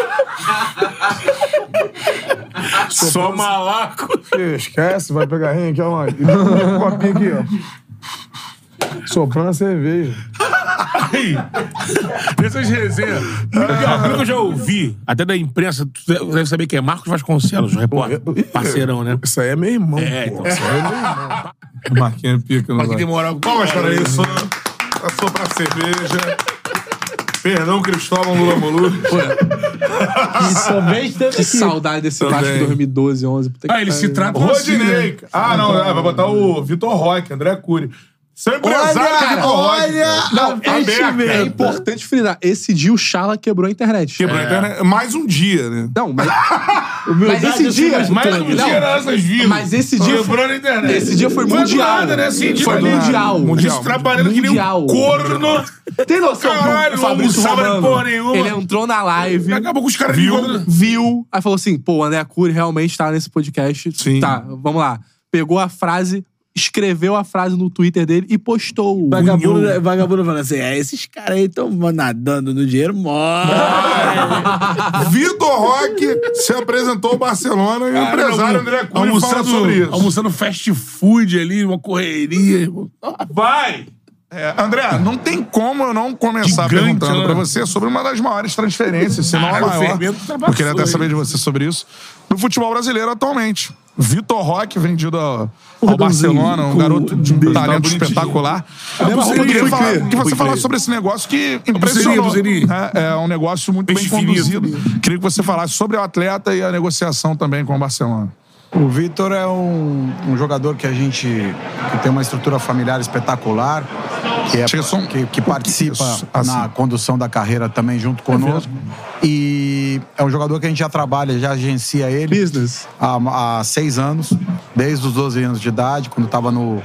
Speaker 2: Só malaco.
Speaker 1: Esquece, vai pegar rinha aqui, ó. E um copinho aqui, ó. Soprando a cerveja.
Speaker 2: Aí, essas resenhas. Alguém que eu já ouvi, até da imprensa, tu deve saber quem é Marcos Vasconcelos, o repórter. Parceirão, né?
Speaker 1: Isso aí é meu irmão.
Speaker 2: É, então.
Speaker 1: Isso aí é meu irmão.
Speaker 2: Marquinhos pica,
Speaker 1: Marquinhos
Speaker 2: Marquinhos
Speaker 1: tem
Speaker 2: moral.
Speaker 1: moral.
Speaker 2: Palmas para isso. Passou pra cerveja. Perdão, Cristóvão Lula Molu.
Speaker 4: também Que saudade desse
Speaker 2: Também.
Speaker 4: Vasco 2012, 11. Puta que
Speaker 2: Ah, ele se
Speaker 4: pariu.
Speaker 2: trata assim, né? Ah, não, ah, vai botar o Vitor Roque, André Cury. Seu empresário
Speaker 4: Olha,
Speaker 2: do Vitor Roque.
Speaker 4: olha!
Speaker 2: Não, tá
Speaker 4: Não, este
Speaker 2: aberta.
Speaker 4: mesmo. é importante frisar. Esse dia o Chala quebrou a internet.
Speaker 2: Quebrou a internet. Mais um dia, né?
Speaker 4: Não, mas... O meu mas esse dia...
Speaker 2: Mais um
Speaker 4: Não,
Speaker 2: dia nessas vidas.
Speaker 4: Mas esse dia...
Speaker 2: Quebrou na internet.
Speaker 4: Esse dia foi,
Speaker 2: do
Speaker 4: mundial.
Speaker 2: Nada, né? Assim, de
Speaker 4: foi
Speaker 2: do nada.
Speaker 4: mundial.
Speaker 2: Eles trabalhando que nem um corno.
Speaker 4: Tem noção?
Speaker 2: Caralho,
Speaker 4: o Fabrício
Speaker 2: não sabe
Speaker 4: Romano,
Speaker 2: porra nenhuma.
Speaker 4: Ele entrou na live.
Speaker 2: Acabou com os caras
Speaker 4: viu,
Speaker 2: ligando.
Speaker 4: viu. Aí falou assim: pô, o André Cury realmente tá nesse podcast. Sim. Tá, vamos lá. Pegou a frase. escreveu a frase no Twitter dele e postou.
Speaker 3: Vagabundo, vagabundo falando assim: é, esses caras aí estão nadando no dinheiro, morre.
Speaker 12: Vitor Roque se apresentou ao Barcelona e o
Speaker 2: Cara,
Speaker 12: empresário
Speaker 2: almo-
Speaker 12: André Cunha fala
Speaker 2: almoçando,
Speaker 12: sobre isso.
Speaker 2: Almoçando fast food ali, uma correria. irmão.
Speaker 12: Vai! É, André, não tem como eu não
Speaker 1: Tá
Speaker 12: começar
Speaker 2: Gigante,
Speaker 12: perguntando
Speaker 2: né?
Speaker 12: pra você sobre uma das maiores transferências,
Speaker 5: Ah,
Speaker 12: se não a
Speaker 2: Cara, o
Speaker 12: maior.
Speaker 2: Fermento
Speaker 12: Eu
Speaker 5: tá
Speaker 2: trapaceou,
Speaker 1: é
Speaker 12: queria até
Speaker 2: hein?
Speaker 12: saber de você sobre isso. No futebol brasileiro atualmente. Vitor Roque, Ah, vendido ao, ao
Speaker 2: Redondinho,
Speaker 12: Barcelona, um
Speaker 2: com
Speaker 12: garoto de um
Speaker 2: dedo, tá
Speaker 12: talento
Speaker 2: bonitinho.
Speaker 12: espetacular.
Speaker 2: É,
Speaker 12: Eu
Speaker 2: Buceri,
Speaker 12: queria
Speaker 2: foi
Speaker 12: falar-
Speaker 2: crer,
Speaker 12: que você
Speaker 2: foi
Speaker 12: falasse
Speaker 2: crer.
Speaker 12: sobre esse negócio que
Speaker 2: É, Buceri,
Speaker 12: impressionou.
Speaker 2: Buceri.
Speaker 12: É, é um negócio muito
Speaker 2: Peixe
Speaker 12: bem
Speaker 2: finito.
Speaker 12: conduzido. Queria que você falasse sobre o atleta e a negociação também com o Barcelona.
Speaker 20: O Vitor é um, um jogador que a gente que tem uma estrutura familiar espetacular, que, é-
Speaker 2: um
Speaker 20: que- que participa na condução da carreira também junto conosco. e é um jogador que a gente já trabalha, já agencia ele Há, há seis anos, desde os 12 anos de idade, quando estava no.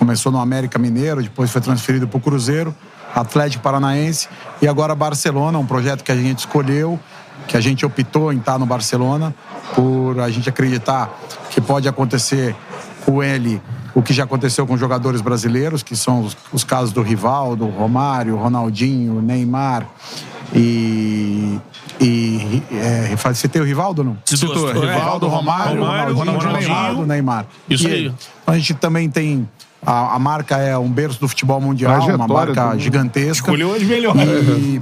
Speaker 20: Começou no América Mineiro, depois foi transferido para o Cruzeiro, Atlético Paranaense e agora Barcelona, um projeto que a gente escolheu que a gente optou em estar no Barcelona, por a gente acreditar que pode acontecer com ele o que já aconteceu com jogadores brasileiros, que são os, os casos do Rivaldo, Romário, Ronaldinho, Neymar e. E é, fa- citei o Rivaldo, não?
Speaker 12: Citou,
Speaker 20: Citou,
Speaker 12: citou.
Speaker 20: Rivaldo, Romário,
Speaker 12: Romário,
Speaker 20: Ronaldinho,
Speaker 12: Ronaldinho.
Speaker 20: Ronaldo, Neymar.
Speaker 12: Isso aí.
Speaker 20: E ele- A gente também tem. A, a marca é um berço do futebol mundial, uma
Speaker 12: Trajetória
Speaker 20: marca
Speaker 12: do-
Speaker 20: gigantesca.
Speaker 12: Escolheu as melhores.
Speaker 20: E-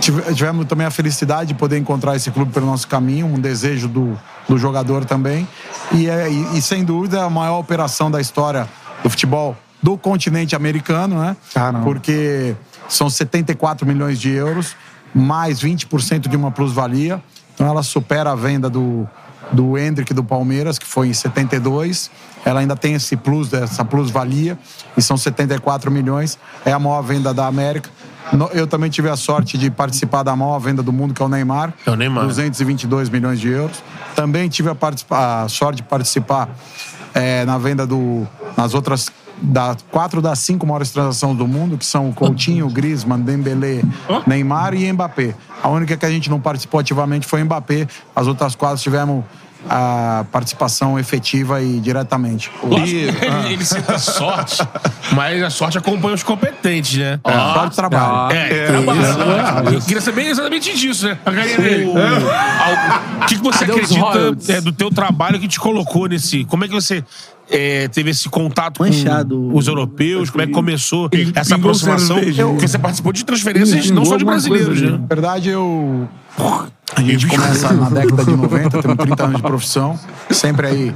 Speaker 20: Tive- Tivemos também a felicidade de poder encontrar esse clube pelo nosso caminho, um desejo do, do jogador também. E, é, e, e, sem dúvida a maior operação da história do futebol do continente americano, né? Porque são 74 milhões de euros, mais 20% de uma plusvalia. Então ela supera a venda do, do Hendrick do Palmeiras, que foi em 72. Ela ainda tem esse plus, essa plusvalia, e são 74 milhões. É a maior venda da América. No- Eu também tive a sorte de participar da maior venda do mundo, que é o Neymar.
Speaker 17: É o Neymar.
Speaker 20: 222 milhões de euros. Também tive a, participa- a sorte de participar eh, na venda do. nas outras. Da, quatro das cinco maiores transações do mundo, que são o Coutinho, Griezmann, Dembélé, Neymar e Mbappé. A única que a gente não participou ativamente foi Mbappé. As outras quatro tivemos a participação efetiva e diretamente.
Speaker 2: Lógico,
Speaker 12: ah.
Speaker 2: ele, ele cita sorte, mas a sorte acompanha os competentes, né?
Speaker 20: É,
Speaker 2: Ó.
Speaker 20: sorte e trabalho.
Speaker 2: É,
Speaker 20: É,
Speaker 2: trabalho.
Speaker 20: isso.
Speaker 2: Eu queria saber exatamente disso, né? A carreira dele.
Speaker 20: O-
Speaker 2: Ao- O que, que você
Speaker 20: É. Cadê os royalties?
Speaker 2: acredita é, do teu trabalho que te colocou nesse... Como é que você... é, teve esse contato
Speaker 3: Manchado.
Speaker 2: com os europeus, como é que começou essa
Speaker 20: Pingou
Speaker 2: aproximação?
Speaker 20: cerveja.
Speaker 2: Porque você participou de transferências não só de brasileiros, né?
Speaker 20: Na verdade, eu. A gente começa na década de 90, temos 30 anos de profissão, sempre aí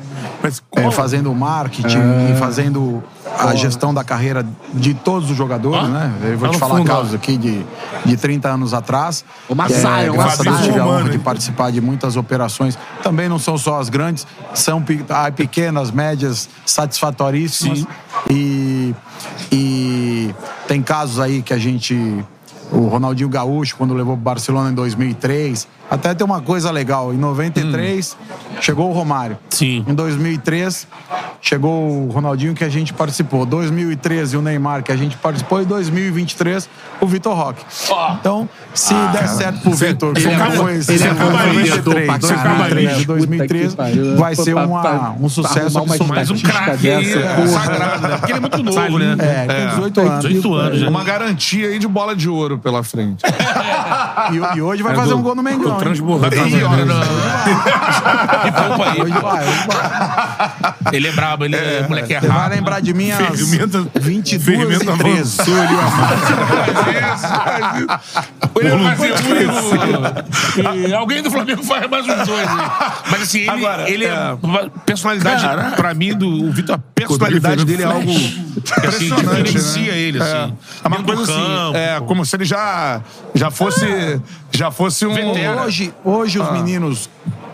Speaker 20: é, fazendo o marketing e fazendo a gestão da carreira de todos os jogadores, né? Eu
Speaker 1: Lá
Speaker 20: vou
Speaker 1: no
Speaker 20: te falar
Speaker 1: fundo,
Speaker 20: casos
Speaker 1: ó.
Speaker 20: aqui de, de 30 anos atrás.
Speaker 1: O Massaro,
Speaker 20: é,
Speaker 1: o
Speaker 20: graças a Deus,
Speaker 1: Fabrício
Speaker 20: tive a
Speaker 1: Romano,
Speaker 20: honra de
Speaker 1: hein?
Speaker 20: participar de muitas operações. Também não são só as grandes, são pe- ah, pequenas, médias, satisfatoríssimas. E, e tem casos aí que a gente. O Ronaldinho Gaúcho, quando levou pro Barcelona em 2003. Até tem uma coisa legal. Em 93, chegou o Romário. Sim. Em 2003, chegou o Ronaldinho, que a gente participou. 2013, o Neymar, que a gente participou. E 2023, o Vitor Roque. Então, se
Speaker 1: Ah,
Speaker 20: der
Speaker 1: cara.
Speaker 20: certo pro
Speaker 1: Você-
Speaker 20: Vitor,
Speaker 1: ele
Speaker 20: como
Speaker 1: acaba-
Speaker 20: foi esse né?
Speaker 1: ele é
Speaker 20: ano,
Speaker 1: acabaria,
Speaker 20: 2023,
Speaker 1: Dom, pra caralho.
Speaker 20: 2023,
Speaker 1: Puta que
Speaker 20: 2013,
Speaker 1: pariu. né?
Speaker 20: vai ser uma-
Speaker 1: Pra- pra-
Speaker 20: um sucesso
Speaker 1: pra arrumar
Speaker 20: absoluto.
Speaker 1: mais um
Speaker 20: craque
Speaker 1: aí, sagrado, né?
Speaker 12: Porque ele é muito
Speaker 20: novo, Salinha. né? É, tem 18 anos.
Speaker 12: 18 anos,
Speaker 2: né?
Speaker 20: já.
Speaker 12: Uma garantia aí de bola de ouro pela frente.
Speaker 20: E, e
Speaker 1: É
Speaker 20: hoje vai fazer um gol no Mengão. É hein?
Speaker 12: Ih, olha, não.
Speaker 2: Ele é brabo, ele é, moleque é
Speaker 20: Você
Speaker 2: rápido.
Speaker 20: vai lembrar de mim às
Speaker 2: Fermenta-
Speaker 20: 22
Speaker 2: fermenta
Speaker 20: e 13.
Speaker 2: Ele vai fazer um erro. E Alguém do Flamengo faz mais uns dois. né? Mas assim, ele, ele é. uma Personalidade, pra mim, do, o Vitor, a personalidade dele é algo que assim, diferencia ele, assim.
Speaker 12: É uma coisa assim, é, como se ele já, já fosse. Já fosse um.
Speaker 20: Hoje, hoje
Speaker 2: Ah.
Speaker 1: Ah.
Speaker 20: os meninos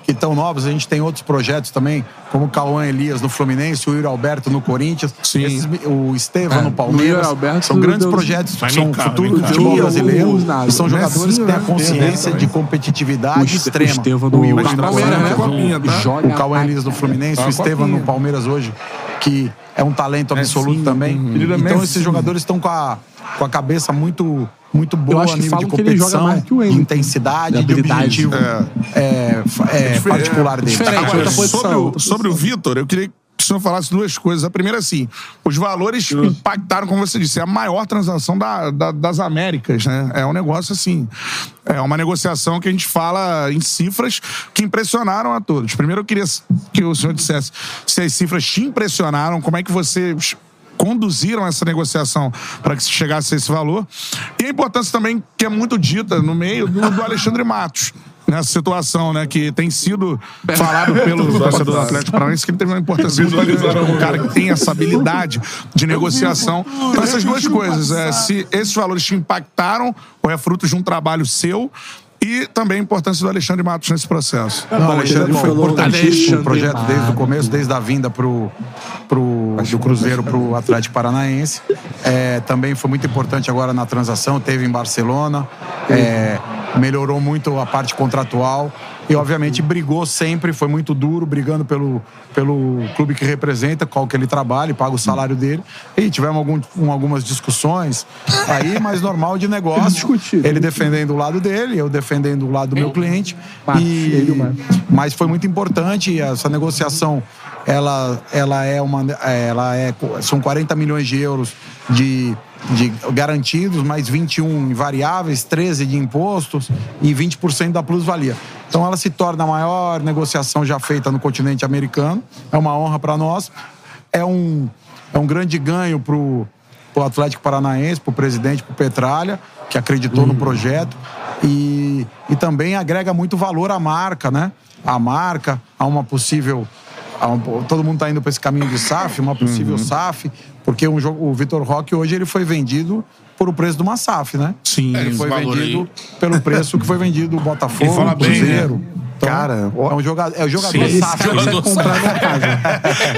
Speaker 20: que estão novos, a gente tem outros projetos também, como o Cauã Elias no Fluminense, o Yuri Alberto no Corinthians, esses mi- o Estevão
Speaker 1: É,
Speaker 20: no
Speaker 1: o Yuri
Speaker 20: Palmeiras.
Speaker 1: Alberto
Speaker 20: são grandes
Speaker 1: deu-
Speaker 20: projetos,
Speaker 1: Mas
Speaker 20: são
Speaker 1: vem
Speaker 20: o
Speaker 1: cá,
Speaker 20: futuro
Speaker 1: vem
Speaker 20: do
Speaker 1: cá.
Speaker 20: futebol
Speaker 1: Dia,
Speaker 20: brasileiro.
Speaker 1: o- nada.
Speaker 20: E são jogadores
Speaker 1: Messinho,
Speaker 20: que têm a
Speaker 1: né?
Speaker 20: consciência
Speaker 1: Também.
Speaker 20: de competitividade
Speaker 1: O Este- o
Speaker 20: extrema.
Speaker 1: Estevão no-
Speaker 20: Yuri
Speaker 1: Mas
Speaker 20: no
Speaker 1: Palmeiras,
Speaker 20: Palmeiras,
Speaker 1: né? Copinha, tá?
Speaker 20: o Cauã Elias no Fluminense,
Speaker 1: Tá,
Speaker 20: o Estevão no
Speaker 1: copinha.
Speaker 20: Palmeiras hoje, que é um talento absoluto também.
Speaker 1: Ele é
Speaker 20: Então esses
Speaker 1: Messinho.
Speaker 20: jogadores estão com a, com a cabeça muito, muito boa
Speaker 1: acho
Speaker 20: a
Speaker 1: que
Speaker 20: nível de
Speaker 1: falam que ele joga
Speaker 20: competição,
Speaker 1: mais que o
Speaker 20: de intensidade, de
Speaker 1: habilidade.
Speaker 20: objetivo é,
Speaker 12: É.
Speaker 20: fa- é,
Speaker 12: Difer-
Speaker 20: particular
Speaker 12: é,
Speaker 20: dele.
Speaker 12: Agora, sobre, o, sobre o Vitor, eu queria
Speaker 5: senhor falasse duas coisas. A primeira, assim, os valores impactaram, como você disse, é a maior transação da- da- das Américas, né? É um negócio assim. É uma negociação que a gente fala em cifras que impressionaram a todos. Primeiro, eu queria que o senhor dissesse se as cifras te impressionaram, como é que você conduziram essa negociação para que se chegasse a esse valor. E a importância também que é muito dita no meio do, do Alexandre Matos. Nessa situação, né? Que tem sido falado pelo torcedor do Atlético Paranaense que ele teve uma importância muito grande. Um cara que tem essa habilidade de negociação. Então, essas duas coisas. É, se esses valores te impactaram ou é fruto de um trabalho seu e também a importância do Alexandre Matos nesse processo.
Speaker 20: Não, o Alexandre foi importantíssimo
Speaker 5: Alexandre
Speaker 20: o projeto
Speaker 5: Matos.
Speaker 20: desde o começo, desde a vinda pro, pro, do Cruzeiro para o Atlético Paranaense. É, também foi muito importante agora na transação, teve em Barcelona. É, melhorou muito a parte contratual e, obviamente, brigou sempre, foi muito duro, brigando pelo, pelo clube que representa, qual que ele trabalha, e paga o salário dele. E tivemos algum, um- algumas discussões aí, mas normal de negócio. Ele defendendo o lado dele, eu defendendo o lado do meu cliente. e- mas foi muito importante e essa negociação. Ela, ela é uma. Ela é, são 40 milhões de euros de de garantidos, mais 21 em variáveis, 13 de impostos e 20% da plusvalia. Então ela se torna a maior negociação já feita no continente americano. É uma honra para nós. É um, é um grande ganho para o Atlético Paranaense, para o presidente, para o Petralha, que acreditou no projeto. E, e também agrega muito valor à marca, né? À marca, a uma possível Há um po- todo mundo está indo para esse caminho de SAF, uma possível SAF, porque um jogo, o Vitor Roque hoje ele foi vendido por o preço de uma SAF, né? Sim, ele
Speaker 2: esse
Speaker 20: foi
Speaker 2: valor
Speaker 20: vendido
Speaker 2: aí.
Speaker 20: pelo preço que foi vendido o Botafogo,
Speaker 2: E fala
Speaker 20: o
Speaker 2: bem, né?
Speaker 20: Cruzeiro. Cara, é um jogador, é um jogador
Speaker 5: Sim.
Speaker 20: SAF. tá
Speaker 5: Esse cara consegue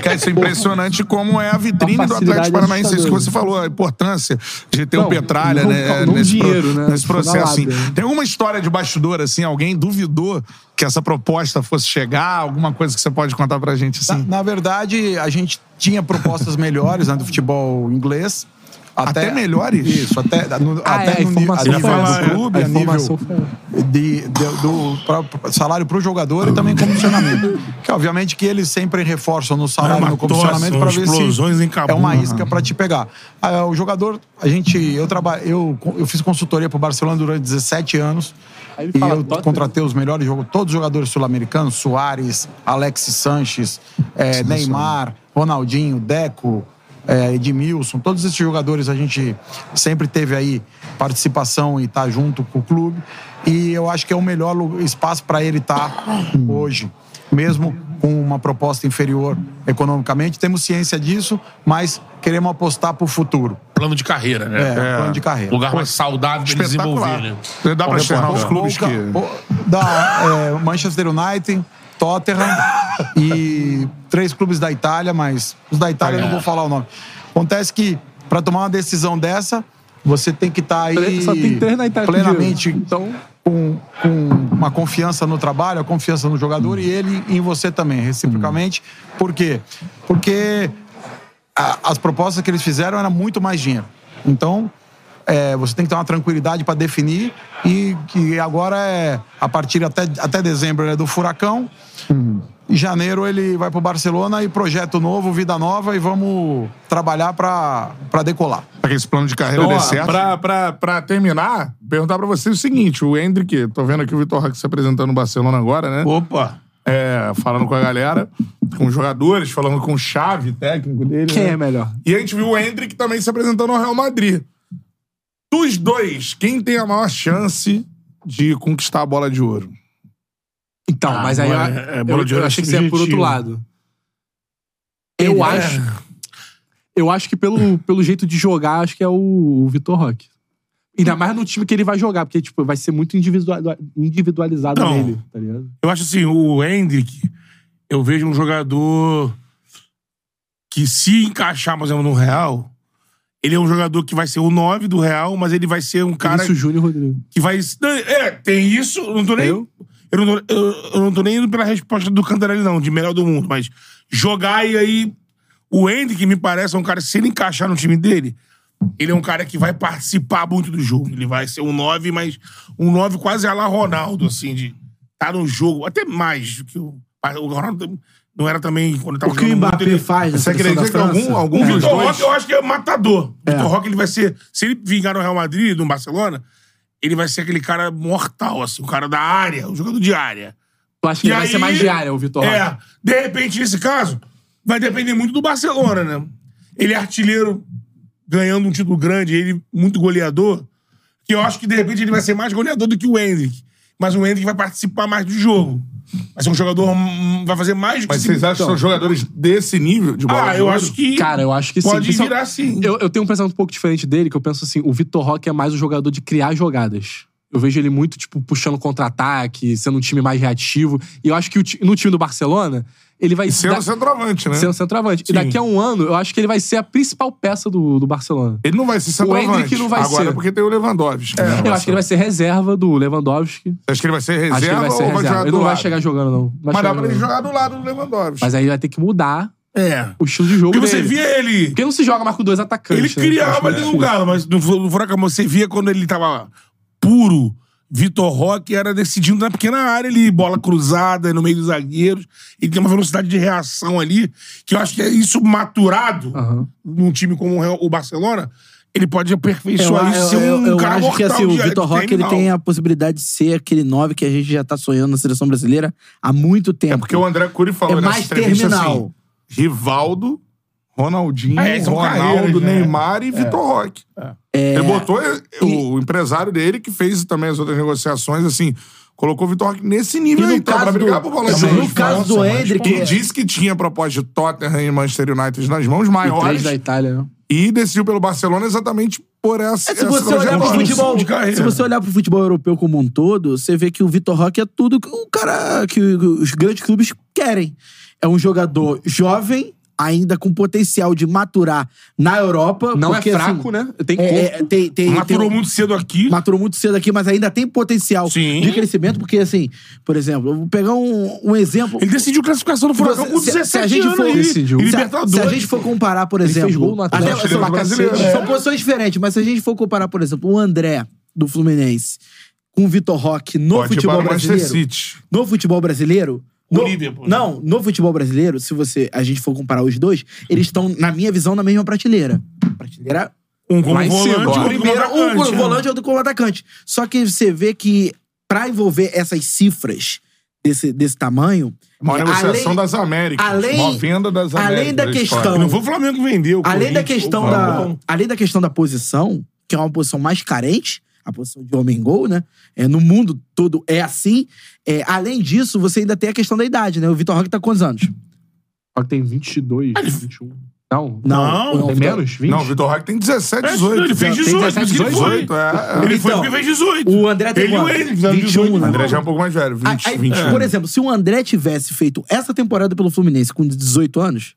Speaker 5: Cara, isso é impressionante como é a vitrine do Atlético Paranaense. Isso que você falou, a importância de ter
Speaker 2: Não,
Speaker 5: um Petralha,
Speaker 2: não-
Speaker 5: né?
Speaker 2: não
Speaker 5: nesse,
Speaker 2: dinheiro, né?
Speaker 5: nesse processo,
Speaker 2: Falado,
Speaker 5: assim.
Speaker 2: né?
Speaker 5: Tem alguma história de bastidor, assim? Alguém duvidou que essa proposta fosse chegar? Alguma coisa que você pode contar pra gente, assim?
Speaker 20: Na verdade, a gente tinha propostas melhores né, do futebol inglês. Até,
Speaker 5: Até melhores?
Speaker 20: Isso, até, no,
Speaker 5: Ah, é, a
Speaker 20: até no ni- a
Speaker 5: informação
Speaker 20: nível
Speaker 5: foi essa.
Speaker 20: do clube,
Speaker 5: A
Speaker 20: a, nível
Speaker 5: informação
Speaker 20: de, de- do pra- pra- salário para o jogador e também comissionamento. que obviamente que eles sempre reforçam no
Speaker 2: É
Speaker 20: salário e
Speaker 2: uma
Speaker 20: no comissionamento
Speaker 2: torção,
Speaker 20: para ver
Speaker 2: explosões
Speaker 20: se
Speaker 2: em Cabum,
Speaker 20: é uma
Speaker 2: né?
Speaker 20: isca para te pegar. Ah, o jogador, a gente, eu, traba, eu, eu fiz consultoria para o Barcelona durante 17 anos. E eu contratei os melhores jogadores, todos os jogadores sul-americanos, Soares, Alex Sanches, eh, Neymar, Ronaldinho, Deco, eh, Edmilson, todos esses jogadores a gente sempre teve aí participação e tá junto com o clube. E eu acho que é o melhor lu- espaço para ele estar hoje. Mesmo com uma proposta inferior economicamente, temos ciência disso, mas queremos apostar para o futuro.
Speaker 2: Plano de carreira, né?
Speaker 20: É, plano de carreira.
Speaker 2: Lugar mais
Speaker 20: Pô,
Speaker 2: saudável de desenvolver, né?
Speaker 20: Por exemplo, pouca- pou- Dá, é, Manchester United, Tottenham e três clubes da Itália, mas os da Itália eu
Speaker 2: É.
Speaker 20: não vou falar o nome. Acontece que, pra tomar uma decisão dessa, você tem que tá estar aí
Speaker 4: Só tem três na Itália com
Speaker 20: plenamente então, com, com uma confiança no trabalho, a confiança no jogador e ele em você também, reciprocamente. Por quê? Porque a- as propostas que eles fizeram era muito mais dinheiro. Então, é, você tem que ter uma tranquilidade para definir e que agora é a partir até, até dezembro ele é do furacão.
Speaker 4: Uhum.
Speaker 20: Em janeiro ele vai para o Barcelona e projeto novo, vida nova e vamos trabalhar para decolar.
Speaker 5: Para que esse plano de carreira
Speaker 20: Então,
Speaker 5: dê
Speaker 20: ó,
Speaker 5: certo.
Speaker 20: pra-
Speaker 5: pra, pra terminar, perguntar pra vocês o seguinte: o Hendrick, tô vendo aqui o Vitor Roque se apresentando no Barcelona agora, né? Opa! É, falando com a galera, com os jogadores, falando com o Chave, técnico dele.
Speaker 4: Quem
Speaker 5: né?
Speaker 4: é melhor?
Speaker 5: E a gente viu o Hendrick também se apresentando ao Real Madrid. Dos dois, quem tem a maior chance de conquistar a bola de ouro?
Speaker 4: Então, mas
Speaker 1: Ah,
Speaker 4: aí eu,
Speaker 1: é,
Speaker 4: eu- eu achei que você ia por outro lado. Eu
Speaker 2: é.
Speaker 5: Ele-
Speaker 4: acho. Eu acho que pelo, pelo jeito de jogar, acho que é o, o Vitor Roque. Ainda mais no time que ele vai jogar, porque tipo, vai ser muito individua- individualizado
Speaker 2: Não.
Speaker 4: nele, tá ligado?
Speaker 2: Eu acho assim, o Hendrick, eu vejo um jogador que se encaixar, por exemplo, no Real, ele é um jogador que vai ser o 9 do Real, mas ele vai ser um cara
Speaker 4: Isso, Júnior Rodrigo.
Speaker 2: que vai... Não, É, tem isso, eu não tô nem... Eu? não tô, eu, eu não tô nem indo pela resposta do Cantarelli, não, de melhor do mundo, mas jogar e aí... O Hendrick, me parece, é um cara, se ele encaixar no time dele, ele é um cara que vai participar muito do jogo. Ele vai ser um 9, mas um 9 quase a la Ronaldo, assim, de tá no jogo, até mais do que o. O Ronaldo Não era também quando tava
Speaker 14: O que o
Speaker 2: jogando muito,
Speaker 14: Mbappé
Speaker 2: ele-
Speaker 14: faz na
Speaker 2: Você
Speaker 14: seleção
Speaker 2: acredita
Speaker 14: da
Speaker 2: que algum,
Speaker 14: França?
Speaker 2: algum
Speaker 14: É.
Speaker 2: dos
Speaker 14: Vitor
Speaker 2: dois-
Speaker 14: Roque,
Speaker 2: eu acho que é matador.
Speaker 14: É.
Speaker 2: Vitor Roque, ele vai ser... Se ele vingar no Real Madrid, no Barcelona, ele vai ser aquele cara mortal, assim. O cara da área, o jogador de área.
Speaker 4: Tu acha que ele vai ser mais de área, o Vitor
Speaker 2: É.
Speaker 4: Roque?
Speaker 2: De repente, nesse caso, vai depender muito do Barcelona, né? Ele é artilheiro, ganhando um título grande, ele muito goleador. Que eu acho que, de repente, ele vai ser mais goleador do que o Hendrick. Mas o Hendrick vai participar mais do jogo. Vai ser um jogador... hum, Vai fazer mais...
Speaker 5: Mas vocês
Speaker 2: Então,
Speaker 5: acham que são jogadores desse nível de bola
Speaker 2: Ah,
Speaker 5: de
Speaker 2: eu
Speaker 5: ouro?
Speaker 2: acho que...
Speaker 4: Cara, eu acho que sim. é
Speaker 2: Pode
Speaker 4: Pessoal,
Speaker 2: virar sim.
Speaker 4: Eu, eu tenho um pensamento um pouco diferente dele, que eu penso assim, o Vitor Roque é mais um jogador de criar jogadas. Eu vejo ele muito, tipo, puxando contra-ataque, sendo um time mais reativo. E eu acho que o ti- no time do Barcelona, ele vai...
Speaker 5: Sendo centroavante, né?
Speaker 4: Sendo centroavante.
Speaker 5: Sim.
Speaker 4: E daqui a um ano, eu acho que ele vai ser a principal peça do, do Barcelona.
Speaker 5: Ele não vai ser
Speaker 4: O
Speaker 5: centroavante.
Speaker 4: Hendrick não vai
Speaker 5: Agora
Speaker 4: ser.
Speaker 5: é porque tem o Lewandowski. né?
Speaker 2: É,
Speaker 4: eu acho que ele vai ser reserva do Lewandowski.
Speaker 5: Acho que ele vai ser
Speaker 4: Acho que ele
Speaker 5: reserva
Speaker 4: vai ser
Speaker 5: ou vai
Speaker 4: reserva.
Speaker 5: jogar
Speaker 4: Ele
Speaker 5: do
Speaker 4: não vai
Speaker 5: lado?
Speaker 4: chegar jogando, não.
Speaker 5: Mas
Speaker 4: Vai
Speaker 5: dá
Speaker 4: chegar
Speaker 5: pra ele
Speaker 4: jogando.
Speaker 5: jogar do lado do Lewandowski.
Speaker 4: Mas aí vai ter que mudar
Speaker 2: É.
Speaker 4: o estilo de jogo
Speaker 2: Porque você
Speaker 4: dele.
Speaker 2: via ele-
Speaker 4: Porque não se joga mais com dois atacantes.
Speaker 2: Ele
Speaker 4: né? Eu acho meio
Speaker 2: criava
Speaker 5: um
Speaker 2: ali no
Speaker 4: difícil.
Speaker 2: Galo, mas no, no Furacão você via quando ele tava puro, Vitor Roque era decidindo na pequena área ali, bola cruzada no meio dos zagueiros. Ele tem uma velocidade de reação ali, que eu acho que é isso maturado num time como o Real- o Barcelona, ele pode aperfeiçoar isso e ser
Speaker 3: eu,
Speaker 2: um
Speaker 3: eu
Speaker 2: cara
Speaker 3: acho que
Speaker 2: mortal
Speaker 3: assim, o
Speaker 2: de-
Speaker 3: Vitor
Speaker 2: de
Speaker 3: Roque ele
Speaker 2: terminal.
Speaker 3: tem a possibilidade de ser aquele 9 que a gente já tá sonhando na seleção brasileira há muito tempo. É
Speaker 5: Porque o André Cury falou
Speaker 3: É
Speaker 5: nessa
Speaker 3: mais
Speaker 5: entrevista
Speaker 3: terminal.
Speaker 5: assim, Rivaldo, Ronaldinho,
Speaker 3: É, são
Speaker 5: Ronaldo,
Speaker 3: carreiras, né? É.
Speaker 5: Neymar e Vitor Roque. Ele botou eh, o empresário dele, que fez também as outras negociações, assim... Colocou o Vitor Roque nesse nível
Speaker 3: E no
Speaker 5: aí, então, pra
Speaker 3: caso
Speaker 5: brigar
Speaker 3: do-
Speaker 5: por bola
Speaker 3: Não,
Speaker 5: de
Speaker 3: mas
Speaker 5: ouro.
Speaker 3: no caso do
Speaker 5: Nossa, mas-
Speaker 3: Hendrick- é.
Speaker 5: E disse que tinha proposta de Tottenham e Manchester United nas mãos maiores.
Speaker 4: E três da Itália, né?
Speaker 5: E decidiu pelo Barcelona exatamente por essa.
Speaker 3: É, se
Speaker 5: essa
Speaker 3: você olhar pro
Speaker 5: trajetória.
Speaker 3: futebol,
Speaker 5: De carreira.
Speaker 3: se você olhar pro futebol europeu como um todo, você vê que o Vitor Roque é tudo que o cara que os grandes clubes querem. É um jogador jovem, ainda com potencial de maturar na Europa.
Speaker 4: Não é
Speaker 3: porque,
Speaker 4: fraco, né? Tem
Speaker 3: é,
Speaker 4: corpo.
Speaker 3: é, tem- tem-
Speaker 4: Maturou
Speaker 3: tem-
Speaker 4: muito cedo aqui.
Speaker 3: Maturou muito cedo aqui, mas ainda tem potencial de crescimento, porque assim, por exemplo, eu vou pegar um, um exemplo.
Speaker 2: Ele decidiu classificação no Furacão com 17 anos aí,
Speaker 3: decidiu.
Speaker 2: em
Speaker 3: Se, a-
Speaker 2: Libertadores.
Speaker 3: se a gente for comparar, por
Speaker 2: Ele fez
Speaker 3: exemplo,
Speaker 2: gol no Atlético,
Speaker 3: até-
Speaker 2: ele
Speaker 3: são,
Speaker 2: é brasileiro,
Speaker 3: são
Speaker 2: né?
Speaker 3: são posições diferentes, mas se a gente for comparar, por exemplo, o André do Fluminense com o Vitor Roque no
Speaker 5: Pode ir
Speaker 3: futebol
Speaker 5: para o Manchester
Speaker 3: brasileiro.
Speaker 5: City. né?
Speaker 3: No futebol brasileiro.
Speaker 2: O
Speaker 3: No,
Speaker 2: Liverpool.
Speaker 3: não, no futebol brasileiro, se você a gente for comparar os dois, eles estão, na minha visão, na mesma prateleira. Prateleira
Speaker 2: Um como
Speaker 3: lá em
Speaker 2: volante,
Speaker 3: cima.
Speaker 2: outro como
Speaker 3: Primeira, um
Speaker 2: atacante,
Speaker 3: como
Speaker 2: né?
Speaker 3: volante, outro como atacante. Só que você vê que pra envolver essas cifras desse, desse tamanho...
Speaker 5: Uma
Speaker 3: é,
Speaker 5: negociação
Speaker 3: além-
Speaker 5: das Américas.
Speaker 3: além-
Speaker 5: uma venda das Américas.
Speaker 3: além da questão-
Speaker 5: história.
Speaker 3: Não foi o
Speaker 2: Flamengo vendeu.
Speaker 3: Além da questão da, além da questão da posição, que é uma posição mais carente, a posição de homem gol, né? É, no mundo todo é assim. É, além disso, você ainda tem a questão da idade, né? O Vitor Roque tá com quantos anos?
Speaker 4: Só que tem 22, 21. Não,
Speaker 3: Não,
Speaker 4: tem
Speaker 3: Vitor-
Speaker 4: menos? 20?
Speaker 5: Não, o Vitor Roque tem 17, 18.
Speaker 4: É,
Speaker 2: né?
Speaker 4: ele fez
Speaker 5: Tem
Speaker 4: 18, por isso que ele
Speaker 5: 18,
Speaker 4: foi.
Speaker 5: é.
Speaker 4: Ele foi
Speaker 3: Então,
Speaker 4: porque
Speaker 2: fez 18.
Speaker 3: O André tem
Speaker 5: Ele e o
Speaker 3: quanto?
Speaker 5: Henrique fizeram
Speaker 3: 21.
Speaker 5: 18. O André já é um pouco mais velho, 20,
Speaker 3: né? Ah, Aí,
Speaker 5: 21.
Speaker 3: Por exemplo, se o André tivesse feito essa temporada pelo Fluminense com 18 anos,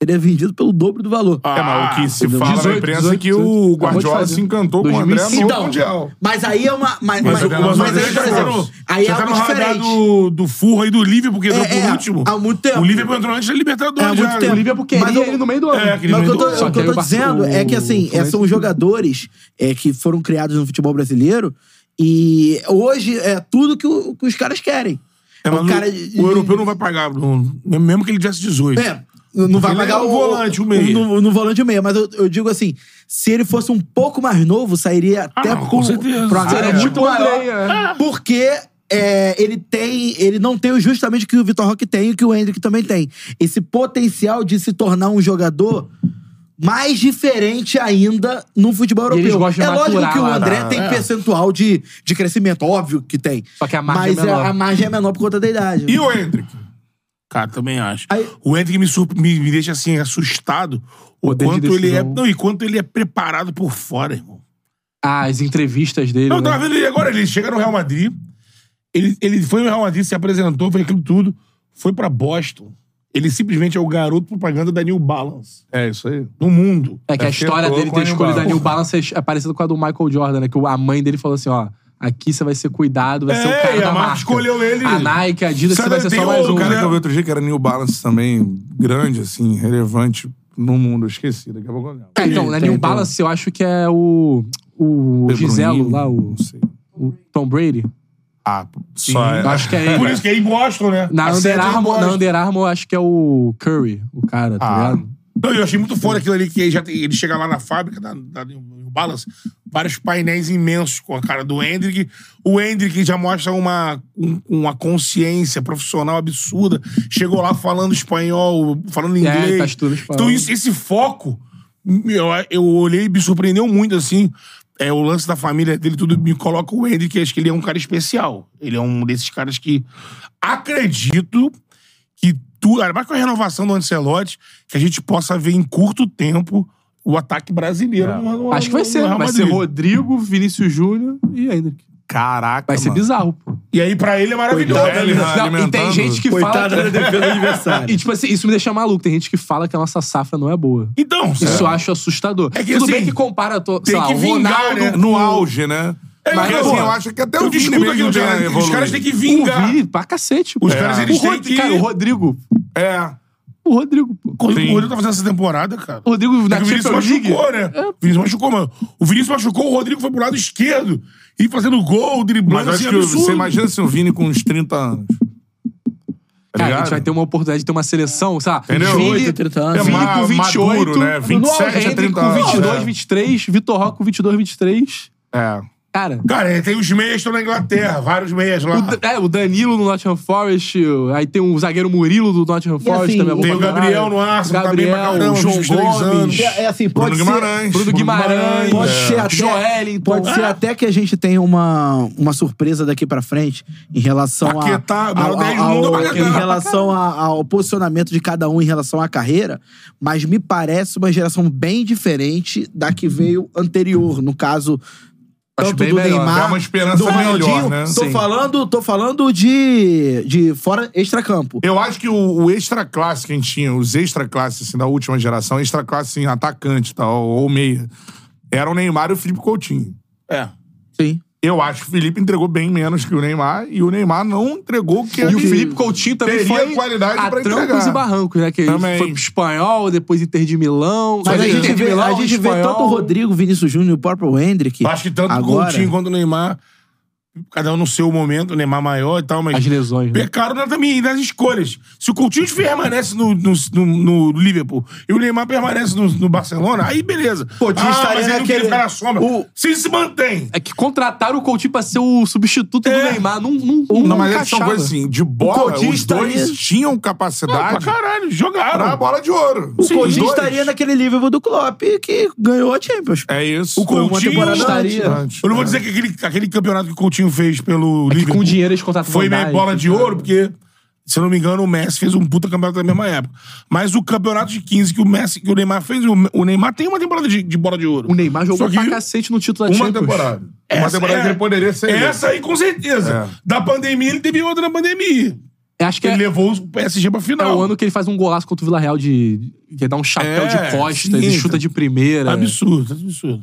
Speaker 3: seria vendido pelo dobro do valor.
Speaker 5: É, mas
Speaker 3: Ah,
Speaker 5: o que se fala na
Speaker 2: 18,
Speaker 5: imprensa é
Speaker 2: 18,
Speaker 5: que o
Speaker 2: acabou de
Speaker 5: Guardiola
Speaker 2: fazer.
Speaker 5: se encantou com o André no
Speaker 3: Então,
Speaker 5: Mundial.
Speaker 3: Mas aí é uma. Mas, mas,
Speaker 2: Mas, mas,
Speaker 3: mas, aí, por exemplo, aí é
Speaker 2: tá
Speaker 3: algo
Speaker 2: no radar
Speaker 3: diferente.
Speaker 2: do, do Furra e do Liverpool, porque entrou
Speaker 3: É,
Speaker 2: por
Speaker 3: é,
Speaker 2: último.
Speaker 3: há muito tempo.
Speaker 2: O Liverpool entrou antes da Libertadores.
Speaker 3: É, há muito
Speaker 2: já.
Speaker 3: tempo.
Speaker 2: O Liverpool
Speaker 3: Mas
Speaker 2: queria
Speaker 3: eu-
Speaker 2: ele no meio do ano.
Speaker 3: É,
Speaker 2: É,
Speaker 3: mas o que eu tô, o que
Speaker 2: Só que
Speaker 3: eu
Speaker 2: aí
Speaker 3: tô
Speaker 2: o né? Bar-
Speaker 3: dizendo é que, assim, é, são jogadores é, que foram criados no futebol brasileiro e hoje é tudo que, o- que os caras querem.
Speaker 2: É, mas
Speaker 3: o
Speaker 2: o,
Speaker 3: cara de-
Speaker 2: o europeu não vai pagar, Bruno. mesmo que ele tivesse 18.
Speaker 3: É, não vai
Speaker 2: Ele é
Speaker 3: pagar
Speaker 2: um
Speaker 3: o
Speaker 2: volante, o meia.
Speaker 3: No, no volante o meia, mas eu, eu digo assim, se ele fosse um pouco mais novo, sairia até
Speaker 2: Ah, não,
Speaker 3: com,
Speaker 2: com certeza.
Speaker 3: pra uma
Speaker 2: Seria
Speaker 3: grana
Speaker 2: tipo
Speaker 3: muito
Speaker 2: o
Speaker 3: maior,
Speaker 2: Andrei, é.
Speaker 3: porque é, ele tem, ele não tem justamente o que o Vitor Roque tem e o que o Hendrick também tem. Esse potencial de se tornar um jogador mais diferente ainda no futebol
Speaker 4: E
Speaker 3: europeu.
Speaker 4: eles gostam de
Speaker 3: é lógico
Speaker 4: maturar
Speaker 3: que o
Speaker 4: lá,
Speaker 3: André
Speaker 4: tá?
Speaker 3: tem
Speaker 4: É.
Speaker 3: percentual de, de crescimento, óbvio que tem.
Speaker 4: Só que a margem
Speaker 3: Mas
Speaker 4: é menor.
Speaker 3: a margem é menor por conta da idade.
Speaker 2: E o Hendrick? Cara, também acho. O Hendrick me, surp- me, me deixa assim, assustado. O
Speaker 4: Poder de
Speaker 2: quanto ele é.
Speaker 4: decisão.
Speaker 2: Não, e quanto ele é preparado por fora, irmão.
Speaker 4: Ah, as entrevistas dele.
Speaker 2: Não, eu
Speaker 4: né?
Speaker 2: tava vendo ele agora, ele chega no Real Madrid. Ele, ele foi no Real Madrid, se apresentou, foi aquilo tudo. Foi pra Boston. Ele simplesmente é o garoto propaganda da New Balance.
Speaker 5: É isso aí. Tá
Speaker 2: No mundo.
Speaker 4: É que a história dele ter escolhido a New Balance é- é parecida com a do Michael Jordan, né? Que o- a mãe dele falou assim, ó... Aqui você vai ser cuidado, vai ser
Speaker 5: É,
Speaker 4: o cara
Speaker 5: e a
Speaker 4: da
Speaker 5: marca
Speaker 4: marca.
Speaker 5: escolheu ele.
Speaker 4: A Nike, a Adidas, você
Speaker 5: Sabe,
Speaker 4: vai ser
Speaker 5: tem
Speaker 4: só mais um.
Speaker 5: cara que eu vi outro dia que era New Balance também, grande, assim, relevante no mundo. Eu esqueci, daqui a pouco eu lembro.
Speaker 4: É, então, né, New Balance eu acho que é o... O
Speaker 5: De Bruyne,
Speaker 4: Giselo lá, o... O Tom Brady.
Speaker 5: Ah,
Speaker 2: Sim, acho que é ele.
Speaker 5: Por isso que é em Boston, né?
Speaker 4: Na
Speaker 2: A
Speaker 4: Under,
Speaker 2: sede é em
Speaker 4: Armour, na
Speaker 2: Boston.
Speaker 4: Under Armour, acho que é o Curry, o cara, tá
Speaker 2: Ah.
Speaker 4: ligado?
Speaker 2: Não, eu achei muito foda aquilo ali que já tem- ele chega lá na fábrica da, da New Balance, vários painéis imensos com a cara do Hendrick. O Hendrick já mostra uma, um- uma consciência profissional absurda. Chegou lá falando espanhol, falando
Speaker 4: É,
Speaker 2: inglês.
Speaker 4: tá estudando espanhol.
Speaker 2: Então, isso- esse foco, eu, eu olhei e me surpreendeu muito, assim. É, o lance da família dele, tudo me coloca o Hendrick, acho que ele é um cara especial. Ele é um desses caras que acredito que tu, ainda mais com a renovação do Ancelotti, que a gente possa ver em curto tempo o ataque brasileiro. no- no-
Speaker 4: Acho que vai
Speaker 2: no
Speaker 4: ser.
Speaker 2: Real
Speaker 4: Vai ser
Speaker 2: Madrid.
Speaker 4: Rodrigo, Vinícius Júnior e Hendrick.
Speaker 5: Caraca.
Speaker 4: Vai ser
Speaker 2: mano.
Speaker 4: bizarro, pô.
Speaker 2: E aí, pra ele é maravilhoso.
Speaker 4: Coitado,
Speaker 2: né? Ele
Speaker 4: não, e tem gente que fala.
Speaker 2: Coitado da defesa do adversário.
Speaker 4: e tipo assim, isso me deixa maluco. Tem gente que fala que a nossa safra não é boa.
Speaker 2: Então,
Speaker 4: Isso eu
Speaker 2: é.
Speaker 4: acho assustador.
Speaker 2: É que,
Speaker 4: Tudo bem
Speaker 2: assim,
Speaker 4: que compara. To, sei
Speaker 2: tem
Speaker 4: lá,
Speaker 2: que
Speaker 4: o
Speaker 2: vingar,
Speaker 4: Ronaldo
Speaker 2: né?
Speaker 4: com-
Speaker 2: No
Speaker 5: auge, né?
Speaker 2: É,
Speaker 5: Mas,
Speaker 2: mas,
Speaker 5: assim,
Speaker 2: pô,
Speaker 5: eu acho que até
Speaker 2: eu
Speaker 5: o Vini
Speaker 2: discuto
Speaker 5: mesmo
Speaker 2: aquilo,
Speaker 5: tem
Speaker 2: cara,
Speaker 5: evoluído.
Speaker 2: os caras têm que
Speaker 4: O
Speaker 2: vingar.
Speaker 4: Vini, pra cacete.
Speaker 2: Os caras, eles
Speaker 4: o
Speaker 2: têm
Speaker 4: Rodrigo,
Speaker 2: que-
Speaker 4: Cara, o Rodrigo.
Speaker 2: É.
Speaker 4: O Rodrigo, pô.
Speaker 2: O Rodrigo,
Speaker 4: Sim.
Speaker 2: o Rodrigo tá fazendo essa temporada, cara.
Speaker 4: O Rodrigo na
Speaker 2: É que o Vinícius
Speaker 4: Champions League-
Speaker 2: machucou, né?
Speaker 5: É.
Speaker 2: O Vinícius machucou, mano. O Vinícius machucou, o Rodrigo foi pro lado esquerdo e fazendo gol,
Speaker 5: Mas acho
Speaker 2: driblando, assim,
Speaker 5: que
Speaker 2: absurdo.
Speaker 5: você imagina se o Vini com uns 30 anos.
Speaker 2: tá
Speaker 4: Cara, a
Speaker 5: ligado?
Speaker 4: gente vai ter uma oportunidade de ter uma seleção, sei lá.
Speaker 5: Entendeu?
Speaker 4: Vini,
Speaker 5: 28, 30 anos.
Speaker 4: Vini
Speaker 5: É ma-
Speaker 4: com 28,
Speaker 5: maduro, né? 27 a
Speaker 4: Henrique
Speaker 5: 30
Speaker 4: com
Speaker 5: anos,
Speaker 4: 22,
Speaker 5: é.
Speaker 4: 23, Vitor Roque com 22, 23.
Speaker 5: É.
Speaker 4: Cara.
Speaker 2: Cara, tem os meias que estão na Inglaterra, vários meias lá.
Speaker 4: O, Da- é, o Danilo no Nottingham Forest, aí tem o zagueiro Murilo do Nottingham Forest
Speaker 2: assim,
Speaker 4: também. é bom
Speaker 2: tem
Speaker 4: pra
Speaker 2: o Gabriel
Speaker 4: caralho.
Speaker 2: no Arsenal, tá bem
Speaker 4: Gabriel,
Speaker 2: pra caramba,
Speaker 4: o João
Speaker 2: uns 23
Speaker 4: Gomes.
Speaker 2: anos.
Speaker 3: É assim, pode
Speaker 4: Bruno
Speaker 3: ser.
Speaker 4: Guimarães. Bruno Guimarães. Ah.
Speaker 3: Pode
Speaker 4: É.
Speaker 3: ser até,
Speaker 4: Joelinton.
Speaker 3: Pode ser até que a gente tenha uma, uma surpresa daqui pra frente em relação a-
Speaker 2: Paquetá,
Speaker 3: ao,
Speaker 2: maior 10 do
Speaker 3: ao-
Speaker 2: mundo,
Speaker 3: ao-
Speaker 2: Paquetá.
Speaker 3: em relação a- ao posicionamento de cada um em relação à carreira, mas me parece uma geração bem diferente da que veio anterior, no caso
Speaker 5: Acho
Speaker 3: tanto
Speaker 5: bem
Speaker 3: do
Speaker 5: melhor.
Speaker 3: Neymar,
Speaker 5: É uma esperança
Speaker 3: do Ronaldinho.
Speaker 5: melhor, né?
Speaker 3: Tô
Speaker 5: Sim.
Speaker 3: falando, tô falando de de fora extracampo.
Speaker 5: Eu acho que o, o extra classe que a gente tinha, os extra classes assim, da última geração, extra classe em atacante e tal, ou meia, eram o Neymar e o Felipe Coutinho.
Speaker 2: É.
Speaker 3: Sim.
Speaker 5: Eu acho que o Felipe entregou bem menos que o Neymar e o Neymar não entregou o que
Speaker 4: E o
Speaker 5: ele
Speaker 4: Felipe Coutinho também
Speaker 5: teria
Speaker 4: foi
Speaker 5: qualidade
Speaker 4: a
Speaker 5: pra
Speaker 4: trancos
Speaker 5: entregar.
Speaker 4: e barrancos, né? Que ele
Speaker 5: Também.
Speaker 4: foi pro Espanhol, depois Inter de Milão.
Speaker 3: Mas a
Speaker 4: Inter
Speaker 3: gente,
Speaker 4: de
Speaker 3: vê, a
Speaker 4: Milão,
Speaker 3: gente vê
Speaker 4: Espanhol.
Speaker 3: tanto o Rodrigo, o Vinícius Júnior, o próprio Hendrick.
Speaker 2: Acho que tanto o
Speaker 3: agora,
Speaker 2: Coutinho quanto o Neymar, cada um no seu momento, o Neymar maior e tal, mas.
Speaker 4: As lesões. Né?
Speaker 2: Pecaram na- também nas escolhas. Se o Coutinho permanece no, no, no- no Liverpool e o Neymar permanece no, no Barcelona, aí beleza.
Speaker 4: Coutinho
Speaker 2: ah,
Speaker 4: estaria
Speaker 2: mas ele não
Speaker 4: naquele-
Speaker 2: queria ficar na sombra.
Speaker 4: O-
Speaker 2: Se ele se mantém. É.
Speaker 4: É que contrataram o Coutinho pra ser o substituto do Neymar. Não, não, não,
Speaker 5: Não, mas são
Speaker 4: encaixava.
Speaker 5: coisas assim, de
Speaker 4: O
Speaker 5: bola,
Speaker 4: Coutinho
Speaker 5: os
Speaker 4: estaria-
Speaker 5: dois tinham capacidade.
Speaker 4: Não, pra
Speaker 2: caralho, jogaram.
Speaker 5: Pra Ah, bola de ouro.
Speaker 3: O
Speaker 5: Sim, os
Speaker 3: Coutinho
Speaker 5: dois.
Speaker 3: estaria naquele nível do Klopp que ganhou a Champions.
Speaker 5: É isso.
Speaker 3: O Coutinho estaria.
Speaker 2: Eu não vou dizer que aquele, aquele campeonato que o Coutinho fez
Speaker 4: é.
Speaker 2: pelo
Speaker 4: que
Speaker 2: Liverpool
Speaker 4: com dinheiro eles contratam
Speaker 2: foi
Speaker 4: Van
Speaker 2: meio
Speaker 4: Dijk,
Speaker 2: bola de
Speaker 4: cara.
Speaker 2: ouro, porque, se eu não me engano, o Messi fez um puta campeonato da mesma época. Mas o campeonato de 15 que o Messi, que o Neymar fez, o, o Neymar tem uma temporada de, de bola de ouro.
Speaker 4: O Neymar jogou
Speaker 2: Só que
Speaker 4: pra cacete no título da
Speaker 2: uma
Speaker 4: Champions.
Speaker 2: temporada. é
Speaker 5: Uma temporada que ele poderia ser ele. É.
Speaker 2: Essa aí, né? É. com certeza. Da pandemia, ele teve outra na pandemia.
Speaker 4: Acho que
Speaker 2: ele
Speaker 4: é-
Speaker 2: levou o PSG pra final.
Speaker 4: É o ano que ele faz um golaço contra o Vila Real de. Que dá um chapéu
Speaker 2: É,
Speaker 4: de costas
Speaker 2: sim,
Speaker 4: e chuta de primeira.
Speaker 2: Absurdo, absurdo.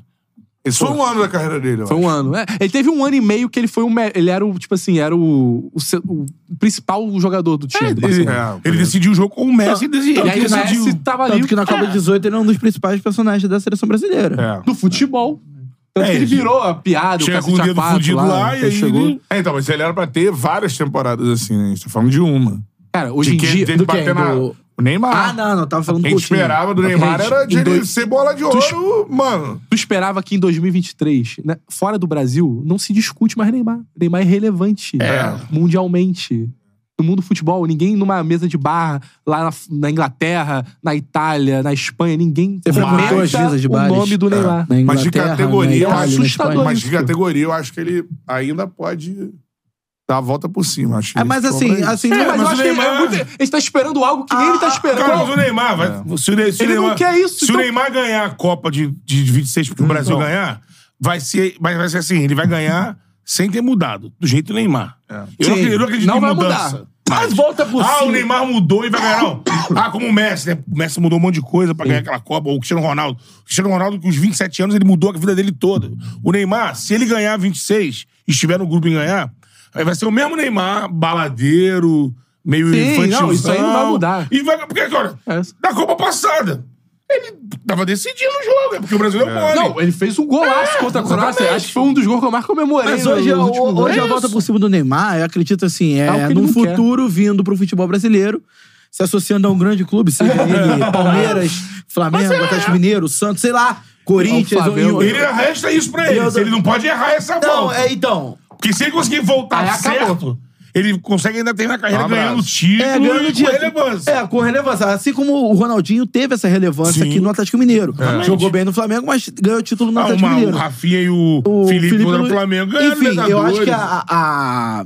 Speaker 5: Esse foi um ano da carreira dele, eu
Speaker 4: Foi um ano. É, ele teve um ano e meio que ele foi um. Ele era o, tipo assim, era o, o, se- o principal jogador do time. do
Speaker 2: É, Ele,
Speaker 4: Barcelona.
Speaker 2: ele decidiu o jogo com o Messi
Speaker 4: Tanto-
Speaker 2: decidiu.
Speaker 4: tanto que o
Speaker 2: decidiu.
Speaker 4: Messi tava ali.
Speaker 3: Tanto que na Copa
Speaker 4: É.
Speaker 3: 18 ele é um dos principais personagens da seleção brasileira.
Speaker 4: Do futebol. Tanto
Speaker 5: É,
Speaker 4: que Então, ele
Speaker 5: ele-
Speaker 4: virou a piada,
Speaker 5: Chega
Speaker 4: o
Speaker 5: com o
Speaker 4: cacete a
Speaker 5: dedo
Speaker 4: quatro
Speaker 5: fudido lá, e aí.
Speaker 4: chegou.
Speaker 5: ele- É, então, mas ele era pra ter várias temporadas assim, né? A gente tá falando de uma.
Speaker 4: Cara, hoje
Speaker 5: de
Speaker 4: em
Speaker 5: quem-
Speaker 4: dia-
Speaker 5: dele
Speaker 4: do
Speaker 5: bater
Speaker 4: quem?
Speaker 5: na-
Speaker 4: Do-
Speaker 5: O Neymar.
Speaker 3: Ah, não, não, tava falando do
Speaker 5: Quem
Speaker 3: Coutinho.
Speaker 5: esperava do Neymar
Speaker 4: Gente,
Speaker 5: era de
Speaker 4: em
Speaker 5: ele
Speaker 4: dois-
Speaker 5: ser bola de
Speaker 4: Tu
Speaker 5: ouro,
Speaker 4: es-
Speaker 5: mano.
Speaker 4: Tu esperava que em 2023, né, fora do Brasil, não se discute mais Neymar. Neymar é relevante
Speaker 5: É.
Speaker 4: mundialmente. No mundo do futebol, ninguém numa mesa de bar lá na, na Inglaterra, na Itália, na Espanha, ninguém comenta
Speaker 3: frequentou as
Speaker 5: tá
Speaker 3: mesas de
Speaker 4: o
Speaker 3: bares?
Speaker 4: nome do
Speaker 3: É.
Speaker 4: Neymar. É um
Speaker 3: Na
Speaker 5: Mas de
Speaker 3: Inglaterra,
Speaker 5: categoria,
Speaker 4: né?
Speaker 3: na
Speaker 5: eu
Speaker 3: Itália,
Speaker 5: acho
Speaker 3: na Espanha.
Speaker 5: Mas de categoria, eu acho que ele ainda pode dar a volta por cima. Acho que
Speaker 3: É, mas
Speaker 5: ele
Speaker 3: assim,
Speaker 5: sobra isso.
Speaker 3: assim,
Speaker 4: É,
Speaker 3: não-
Speaker 4: mas, eu
Speaker 2: mas
Speaker 4: acho
Speaker 2: o
Speaker 4: que ele, é
Speaker 2: Neymar-
Speaker 4: muito, ele tá esperando algo que nem
Speaker 5: Ah,
Speaker 4: ele tá esperando.
Speaker 2: Cara, mas o Neymar, vai, se, o- se o
Speaker 4: Ele não
Speaker 2: Neymar,
Speaker 4: quer isso,
Speaker 2: Se
Speaker 4: então-
Speaker 2: o Neymar ganhar a Copa de, de 26, porque o Brasil
Speaker 5: Então.
Speaker 2: ganhar, vai ser, vai, vai ser assim: ele vai ganhar sem ter mudado, do jeito Neymar.
Speaker 9: É.
Speaker 2: Eu, não,
Speaker 4: Sim.
Speaker 2: acredito- eu não acredito
Speaker 4: Não
Speaker 2: em
Speaker 4: vai
Speaker 2: mudança.
Speaker 4: mudar. Mas volta por
Speaker 2: Ah, o
Speaker 4: cima.
Speaker 2: Neymar mudou e vai ganhar, não. Ah, como o Messi, né? O Messi mudou um monte de coisa pra ganhar aquela Copa. Ou o Cristiano Ronaldo. O Cristiano Ronaldo, com os 27 anos, ele mudou a vida dele toda. O Neymar, se ele ganhar 26 e estiver no grupo e ganhar, aí vai ser o mesmo Neymar, baladeiro, meio
Speaker 4: Sim,
Speaker 2: infantilzão.
Speaker 4: não, isso aí não vai mudar.
Speaker 2: E vai, porque, olha, na Copa passada,
Speaker 14: Ele tava decidindo o jogo, é porque o Brasil é bom,
Speaker 4: Não, ele fez um
Speaker 2: É,
Speaker 4: golaço contra a Croácia. Acho que foi um dos gols que eu mais comemorei.
Speaker 3: Mas hoje, é
Speaker 4: no, no
Speaker 3: hoje,
Speaker 4: é último gol.
Speaker 3: a volta por cima do Neymar, eu acredito assim, é,
Speaker 4: É o que ele
Speaker 3: num
Speaker 4: não quer.
Speaker 3: futuro vindo pro futebol brasileiro, se associando a um grande clube, seja ele Palmeiras, Flamengo, Atlético Mineiro, Santos, sei lá, Corinthians... ou- ou-
Speaker 14: Ele arrasta isso pra ele.
Speaker 3: Eu-
Speaker 14: Ele não pode errar essa
Speaker 3: Não,
Speaker 14: volta.
Speaker 3: é, então...
Speaker 14: Porque se ele conseguir voltar
Speaker 3: Aí acabou.
Speaker 14: Tá certo, ele consegue ainda terminar a carreira
Speaker 3: Um abraço.
Speaker 14: ganhando título
Speaker 3: É, ganhando
Speaker 14: e
Speaker 3: título.
Speaker 14: com relevância.
Speaker 3: É, com relevância. Assim como o Ronaldinho teve essa relevância aqui no Atlético Mineiro.
Speaker 14: É.
Speaker 3: Jogou bem no Flamengo, mas ganhou título no
Speaker 14: Ah,
Speaker 3: Atlético
Speaker 14: uma-
Speaker 3: Mineiro.
Speaker 14: o Rafinha e o, Felipe, contra o
Speaker 3: Luiz-
Speaker 14: Flamengo ganharam
Speaker 3: Enfim, eu
Speaker 14: Libertadores.
Speaker 3: acho que a, a- a-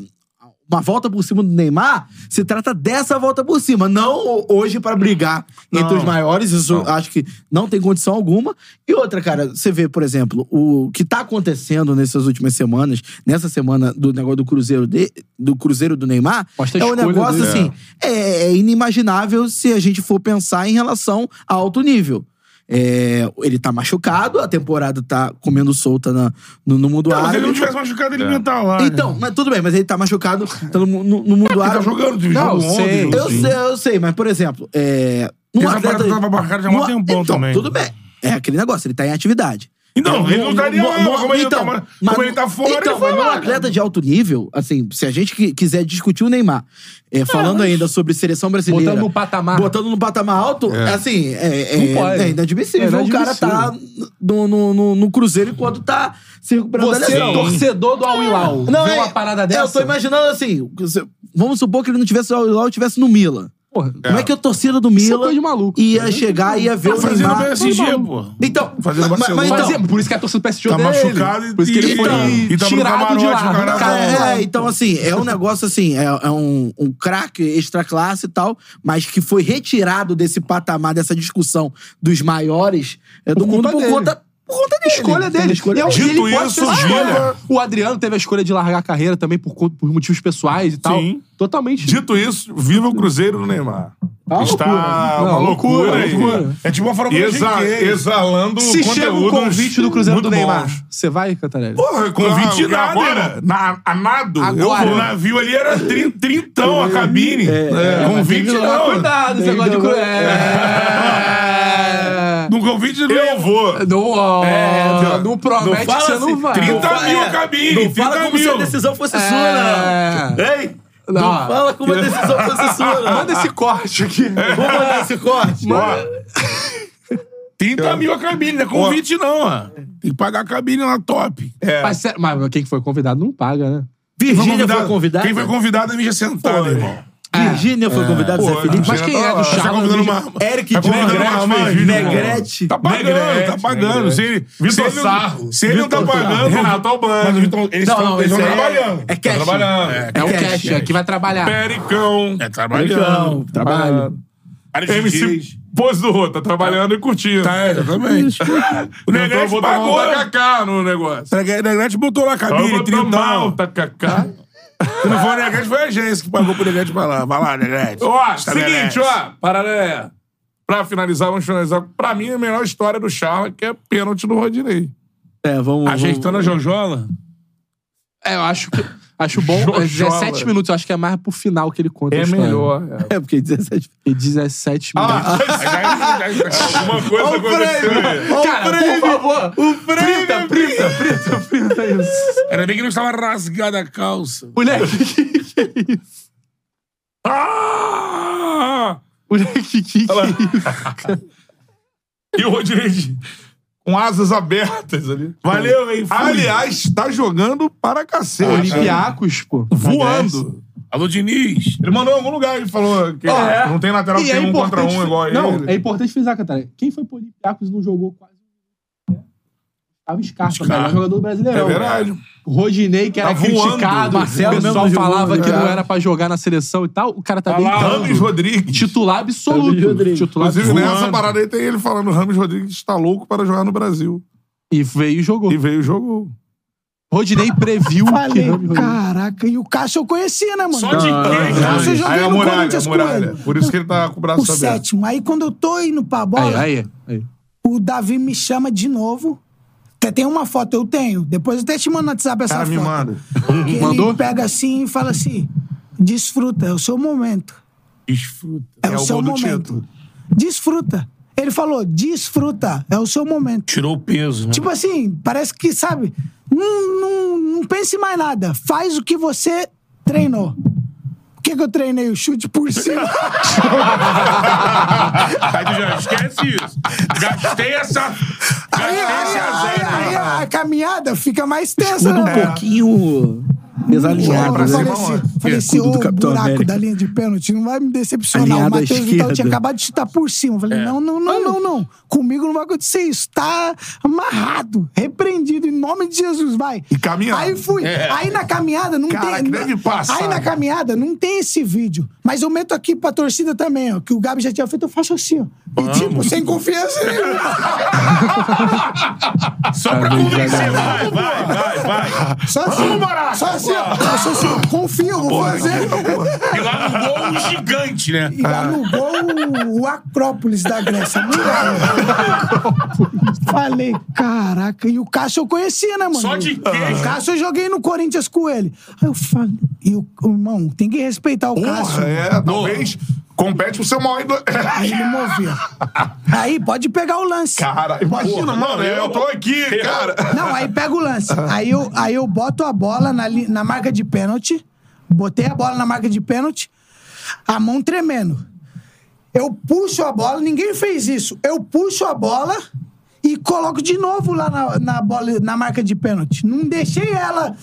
Speaker 3: uma volta por cima do Neymar se trata dessa volta por cima, não hoje pra brigar entre os maiores, isso eu acho que não tem condição alguma. E outra, cara, você vê, por exemplo, o que tá acontecendo nessas últimas semanas, nessa semana do negócio do Cruzeiro de- do Cruzeiro do Neymar,
Speaker 4: Mostra a
Speaker 3: é um
Speaker 4: escolha
Speaker 3: negócio
Speaker 4: dele.
Speaker 14: né?
Speaker 3: assim, é inimaginável se a gente for pensar em relação a alto nível. É, ele tá machucado, a temporada tá comendo solta na- no, no mundo
Speaker 14: Não, mas
Speaker 3: árabe.
Speaker 14: ele não tivesse machucado, ele não ia estar lá. né?
Speaker 3: Então, mas tudo bem, mas ele tá machucado tá no, no, no mundo
Speaker 14: tá
Speaker 3: árabe.
Speaker 14: jogando, teve
Speaker 3: não,
Speaker 14: jogo ontem,
Speaker 3: sei.
Speaker 14: jogo
Speaker 3: Eu
Speaker 14: assim.
Speaker 3: sei, eu sei, mas por exemplo, é.
Speaker 14: Essa parada tava marcada já há mó
Speaker 3: numa-
Speaker 14: tempão
Speaker 3: então,
Speaker 14: também.
Speaker 3: Tudo bem. É aquele negócio, ele tá em atividade.
Speaker 14: Então, ele não estaria lá, como ele tá- como ele tá fora, ele
Speaker 3: então,
Speaker 14: foi
Speaker 3: mas num
Speaker 14: lá,
Speaker 3: atleta de alto nível, assim, se a gente qui- quiser discutir o Neymar, é, falando ainda sobre seleção brasileira.
Speaker 4: Botando no patamar.
Speaker 3: Botando no patamar alto,
Speaker 4: É.
Speaker 3: assim, é,
Speaker 4: Não
Speaker 3: é,
Speaker 4: pode.
Speaker 3: é inadmissível.
Speaker 4: É
Speaker 3: O cara tá no, no, no- no Cruzeiro enquanto tá se recuperando da
Speaker 4: Você, é
Speaker 3: lesão.
Speaker 4: torcedor do Al Hilal,
Speaker 3: Não,
Speaker 4: vê
Speaker 3: é,
Speaker 4: uma parada
Speaker 3: Eu tô
Speaker 4: dessa?
Speaker 3: imaginando assim, vamos supor que ele não tivesse o Hilal, tivesse no Milan. Como é que a torcida do Milan ia chegar e ia ver
Speaker 4: Tá
Speaker 3: o
Speaker 4: fazendo
Speaker 3: Neymar...
Speaker 4: PSG,
Speaker 14: pô.
Speaker 3: Então,
Speaker 14: Fazendo
Speaker 3: mas, mas
Speaker 14: Barcelona.
Speaker 3: então,
Speaker 14: Fazendo-
Speaker 4: Por isso que a torcida do PSG
Speaker 14: Tá
Speaker 4: odeia ele.
Speaker 14: machucado e-
Speaker 4: Por isso que ele
Speaker 14: e
Speaker 4: foi
Speaker 14: tá- e tá no
Speaker 4: tirado de
Speaker 14: camarote,
Speaker 4: lá.
Speaker 14: no
Speaker 4: do
Speaker 14: carnaval.
Speaker 4: cara.
Speaker 3: É, então assim, é um negócio assim, é, é um, um craque extra classe e tal, mas que foi retirado desse patamar, dessa discussão dos maiores é, do mundo por
Speaker 4: dele.
Speaker 3: conta, por conta dele. É
Speaker 4: escolha dele.
Speaker 3: Entendeu? Escolha
Speaker 4: E eu-
Speaker 3: dele.
Speaker 4: ele pode ter essa escolha. O Adriano teve a escolha de largar a carreira também por, conta- por motivos pessoais e tal.
Speaker 2: Sim.
Speaker 4: Totalmente.
Speaker 2: Dito isso, viva o Cruzeiro do Neymar.
Speaker 4: Tá uma
Speaker 2: Está
Speaker 4: loucura.
Speaker 2: uma
Speaker 3: né?
Speaker 14: né?
Speaker 4: Não,
Speaker 2: loucura,
Speaker 4: loucura,
Speaker 2: aí.
Speaker 4: loucura.
Speaker 2: É tipo uma
Speaker 14: forma
Speaker 2: Exa Exalando
Speaker 4: Se chega o
Speaker 2: conteúdos
Speaker 4: convite do Cruzeiro
Speaker 2: muito
Speaker 4: do Neymar,
Speaker 2: bons.
Speaker 4: você vai, Cantarelli?
Speaker 2: Porra, convite de nada, era. Na, a nado.
Speaker 4: Agora.
Speaker 2: Eu, o navio ali era tri- trintão a cabine. É, convite
Speaker 4: tem que tomar
Speaker 2: não.
Speaker 4: cuidado, esse
Speaker 2: Tem
Speaker 4: negócio de
Speaker 2: que
Speaker 4: cru-
Speaker 2: tomar-
Speaker 4: É.
Speaker 2: No convite não. Eu vou.
Speaker 4: Não,
Speaker 2: É,
Speaker 4: não promete que você não vai.
Speaker 2: 30
Speaker 4: Não
Speaker 2: mil
Speaker 4: fala- é.
Speaker 2: a cabine.
Speaker 4: não fala
Speaker 2: 30
Speaker 4: como se
Speaker 2: mil. É.
Speaker 4: a decisão né?
Speaker 3: fosse sua, não.
Speaker 2: Ei!
Speaker 4: É. Não, ó.
Speaker 3: Fala como a decisão fosse sua. não.
Speaker 4: Manda esse corte aqui.
Speaker 2: É.
Speaker 3: Vou
Speaker 14: É.
Speaker 3: mandar esse corte.
Speaker 4: Manda-
Speaker 14: 30 mil a cabine, não é convite não, ó. Tem que pagar a cabine lá top.
Speaker 4: Mas, sério, mas quem foi convidado não paga, né?
Speaker 3: Virgínia foi convidada?
Speaker 14: Quem foi convidado é mídia sentada, irmão.
Speaker 2: Ah,
Speaker 14: é.
Speaker 3: Virgínia foi convidada, Zé Felipe.
Speaker 4: Mas quem é do
Speaker 14: Tá
Speaker 4: Charles?
Speaker 14: convidando uma...
Speaker 3: Eric
Speaker 14: tá convidando
Speaker 3: Negrete,
Speaker 14: uma mãe,
Speaker 3: Negrete.
Speaker 4: É
Speaker 14: irmão.
Speaker 3: Negrete.
Speaker 14: Tá pagando,
Speaker 2: Negrete,
Speaker 14: tá pagando. Se ele,
Speaker 2: Vitor
Speaker 14: se ele não-
Speaker 2: Sarro.
Speaker 14: Se ele não tá
Speaker 2: Vitor Sarro.
Speaker 14: pagando...
Speaker 2: Renato Albani.
Speaker 14: Mas o Vitor- Eles
Speaker 2: Não,
Speaker 14: estão
Speaker 2: não,
Speaker 14: eles
Speaker 2: esse
Speaker 14: estão
Speaker 2: é-
Speaker 14: trabalhando.
Speaker 2: é
Speaker 14: Estão
Speaker 2: cash.
Speaker 14: trabalhando.
Speaker 4: É o cash, é que vai trabalhar.
Speaker 2: Pericão.
Speaker 14: É trabalhando.
Speaker 2: Trabalho. MC Pose do Rô, tá trabalhando e curtindo.
Speaker 14: Tá, exatamente. o
Speaker 2: Então eu
Speaker 14: Negrete
Speaker 2: vou dar
Speaker 14: pagou.
Speaker 2: um tacacá no negócio.
Speaker 14: O Negrete botou lá é a
Speaker 2: Eu
Speaker 14: cabine,
Speaker 2: vou tomar
Speaker 14: trintão.
Speaker 2: um tacacá.
Speaker 14: Se não for o Negrete, foi a agência que pagou pro Negrete pra lá. Vai lá, Negrete. Tá,
Speaker 2: Ó,
Speaker 14: Estabelece.
Speaker 2: seguinte, ó, parada é. Pra finalizar, vamos finalizar. Pra mim, a melhor história do Charla, que é pênalti do Rodinei.
Speaker 3: É, vamos.
Speaker 2: Ajeitando a Jojola?
Speaker 4: É, eu acho que. Acho bom.
Speaker 2: Jojola.
Speaker 4: é 17 minutos, eu acho que é mais pro final que ele conta. a
Speaker 2: É
Speaker 4: história.
Speaker 2: melhor.
Speaker 3: É, porque 17.
Speaker 4: E 17
Speaker 2: Ah,
Speaker 4: minutos.
Speaker 2: Alguma coisa
Speaker 4: Olha o
Speaker 2: aconteceu.
Speaker 4: prêmio,
Speaker 2: aí.
Speaker 4: olha o Cara, por prêmio, favor.
Speaker 2: O
Speaker 4: é
Speaker 2: prêmio! Prita, prita, prita, prita é isso.
Speaker 14: Ainda bem que não estava rasgada a calça.
Speaker 4: Moleque, que que é isso?
Speaker 2: Ah!
Speaker 4: Moleque, que que é isso?
Speaker 2: E o Rodinei de- com asas abertas ali.
Speaker 14: Valeu, hein? Fui.
Speaker 2: Aliás, tá jogando para cacete.
Speaker 4: Olympiacos,
Speaker 2: Tipo,
Speaker 4: pô.
Speaker 2: Voando.
Speaker 14: Alô, Diniz.
Speaker 2: Ele mandou em algum lugar e falou que
Speaker 4: Ó, é.
Speaker 2: não tem lateral que
Speaker 4: E é
Speaker 2: tem um contra
Speaker 4: importante-
Speaker 2: um igual
Speaker 4: Não,
Speaker 2: ele.
Speaker 4: é importante frisar, Catarina. Quem foi pro Olympiacos e não jogou quase. né? Tava Scarpa,
Speaker 2: Scarpa.
Speaker 4: o melhor jogador do Brasileirão.
Speaker 2: É verdade.
Speaker 4: O Rodinei, que era
Speaker 2: Tá voando.
Speaker 4: criticado,
Speaker 2: Marcelo
Speaker 4: o pessoal
Speaker 2: mesmo jogou,
Speaker 4: falava
Speaker 2: né?
Speaker 4: que não era pra jogar na seleção e tal. O cara tá
Speaker 2: Tá lá,
Speaker 4: deitando.
Speaker 2: Rames Rodrigues.
Speaker 4: Titular absoluto. Titular
Speaker 2: Inclusive,
Speaker 4: absoluto.
Speaker 2: nessa parada aí tem ele falando: Rames Rodrigues está louco para jogar no Brasil.
Speaker 4: E veio e jogou.
Speaker 2: E veio e jogou.
Speaker 4: Rodinei previu que
Speaker 22: Falei,
Speaker 4: Rames Rodrigues.
Speaker 22: caraca, e o Cássio eu conhecia, né, mano?
Speaker 2: Só de quem?
Speaker 22: O Cássio eu joguei
Speaker 2: Aí a
Speaker 22: no
Speaker 2: muralha, a
Speaker 22: Corinthians com
Speaker 2: muralha.
Speaker 22: ele.
Speaker 2: Ah, Por isso que ele tá com o braço
Speaker 22: O
Speaker 2: aberto.
Speaker 22: sétimo. Aí quando eu tô indo pra bola,
Speaker 4: Aí, aí, aí.
Speaker 22: o Davi me chama de novo. Até tem uma foto, eu tenho. Depois eu até te mando no WhatsApp essa
Speaker 2: Cara,
Speaker 22: foto.
Speaker 2: me manda.
Speaker 22: Que
Speaker 4: Mandou?
Speaker 22: Ele pega assim e fala assim: desfruta, é o seu momento.
Speaker 2: Desfruta.
Speaker 22: É, o seu momento. Desfruta. Ele falou, desfruta, é o seu momento.
Speaker 2: Tirou o peso. né?
Speaker 22: Tipo assim, parece que, sabe, não, não, não pense mais nada. Faz o que você treinou. O que, que eu treinei? O chute por cima.
Speaker 2: Aí tu já esquece isso. Gastei essa. Gastei esse azeite.
Speaker 22: Aí a, a caminhada fica mais tensa,
Speaker 15: Tudo um
Speaker 2: É.
Speaker 22: né?
Speaker 15: pouquinho desalinhado.
Speaker 22: Eu
Speaker 15: né?
Speaker 22: falei assim, falei assim, ô,
Speaker 15: Escudo do Capitão
Speaker 22: buraco
Speaker 15: América.
Speaker 22: da linha de pênalti, não vai me decepcionar. O
Speaker 15: Alinhada à
Speaker 22: Matheus Vital tinha
Speaker 15: esquerda.
Speaker 22: acabado de chutar por cima. Eu Falei, não, não, não, não, não. Comigo não vai acontecer isso. Tá amarrado, repreendido, em nome de Jesus, vai. E
Speaker 5: caminhada.
Speaker 22: Aí fui.
Speaker 5: É.
Speaker 22: Aí na caminhada não
Speaker 5: Cara,
Speaker 22: tem...
Speaker 5: que deve passar,
Speaker 22: Aí na
Speaker 5: cara.
Speaker 22: caminhada não tem esse vídeo. Mas eu meto aqui pra torcida também, ó, que o Gabi já tinha feito, eu faço assim, ó. E tipo, sem confiança nenhuma.
Speaker 2: Só pra convencer. Vai, vai, vai, vai.
Speaker 22: Só assim, só assim, ó. Só assim, ó. Confia, eu vou fazer.
Speaker 2: E lá no gol, um gigante, né?
Speaker 22: E lá no gol, o Acrópolis da Grécia. Milagre. Falei, caraca. E o Cássio eu conhecia, né, mano?
Speaker 2: Só de quê?
Speaker 22: O Cássio eu joguei no Corinthians com ele. Aí eu falei, e o, irmão, tem que respeitar o Cássio.
Speaker 5: É, talvez compete pro seu maior ídolo.
Speaker 22: Aí ele movia. Aí pode pegar o lance.
Speaker 5: Cara, imagina, mano, eu tô aqui, cara.
Speaker 22: Não, aí pega o lance. Aí eu, aí eu boto a bola na, li- na marca de pênalti. Botei a bola na marca de pênalti, a mão tremendo. Eu puxo a bola, ninguém fez isso. Eu puxo a bola e coloco de novo lá na, na, bola, na marca de pênalti. Não deixei ela.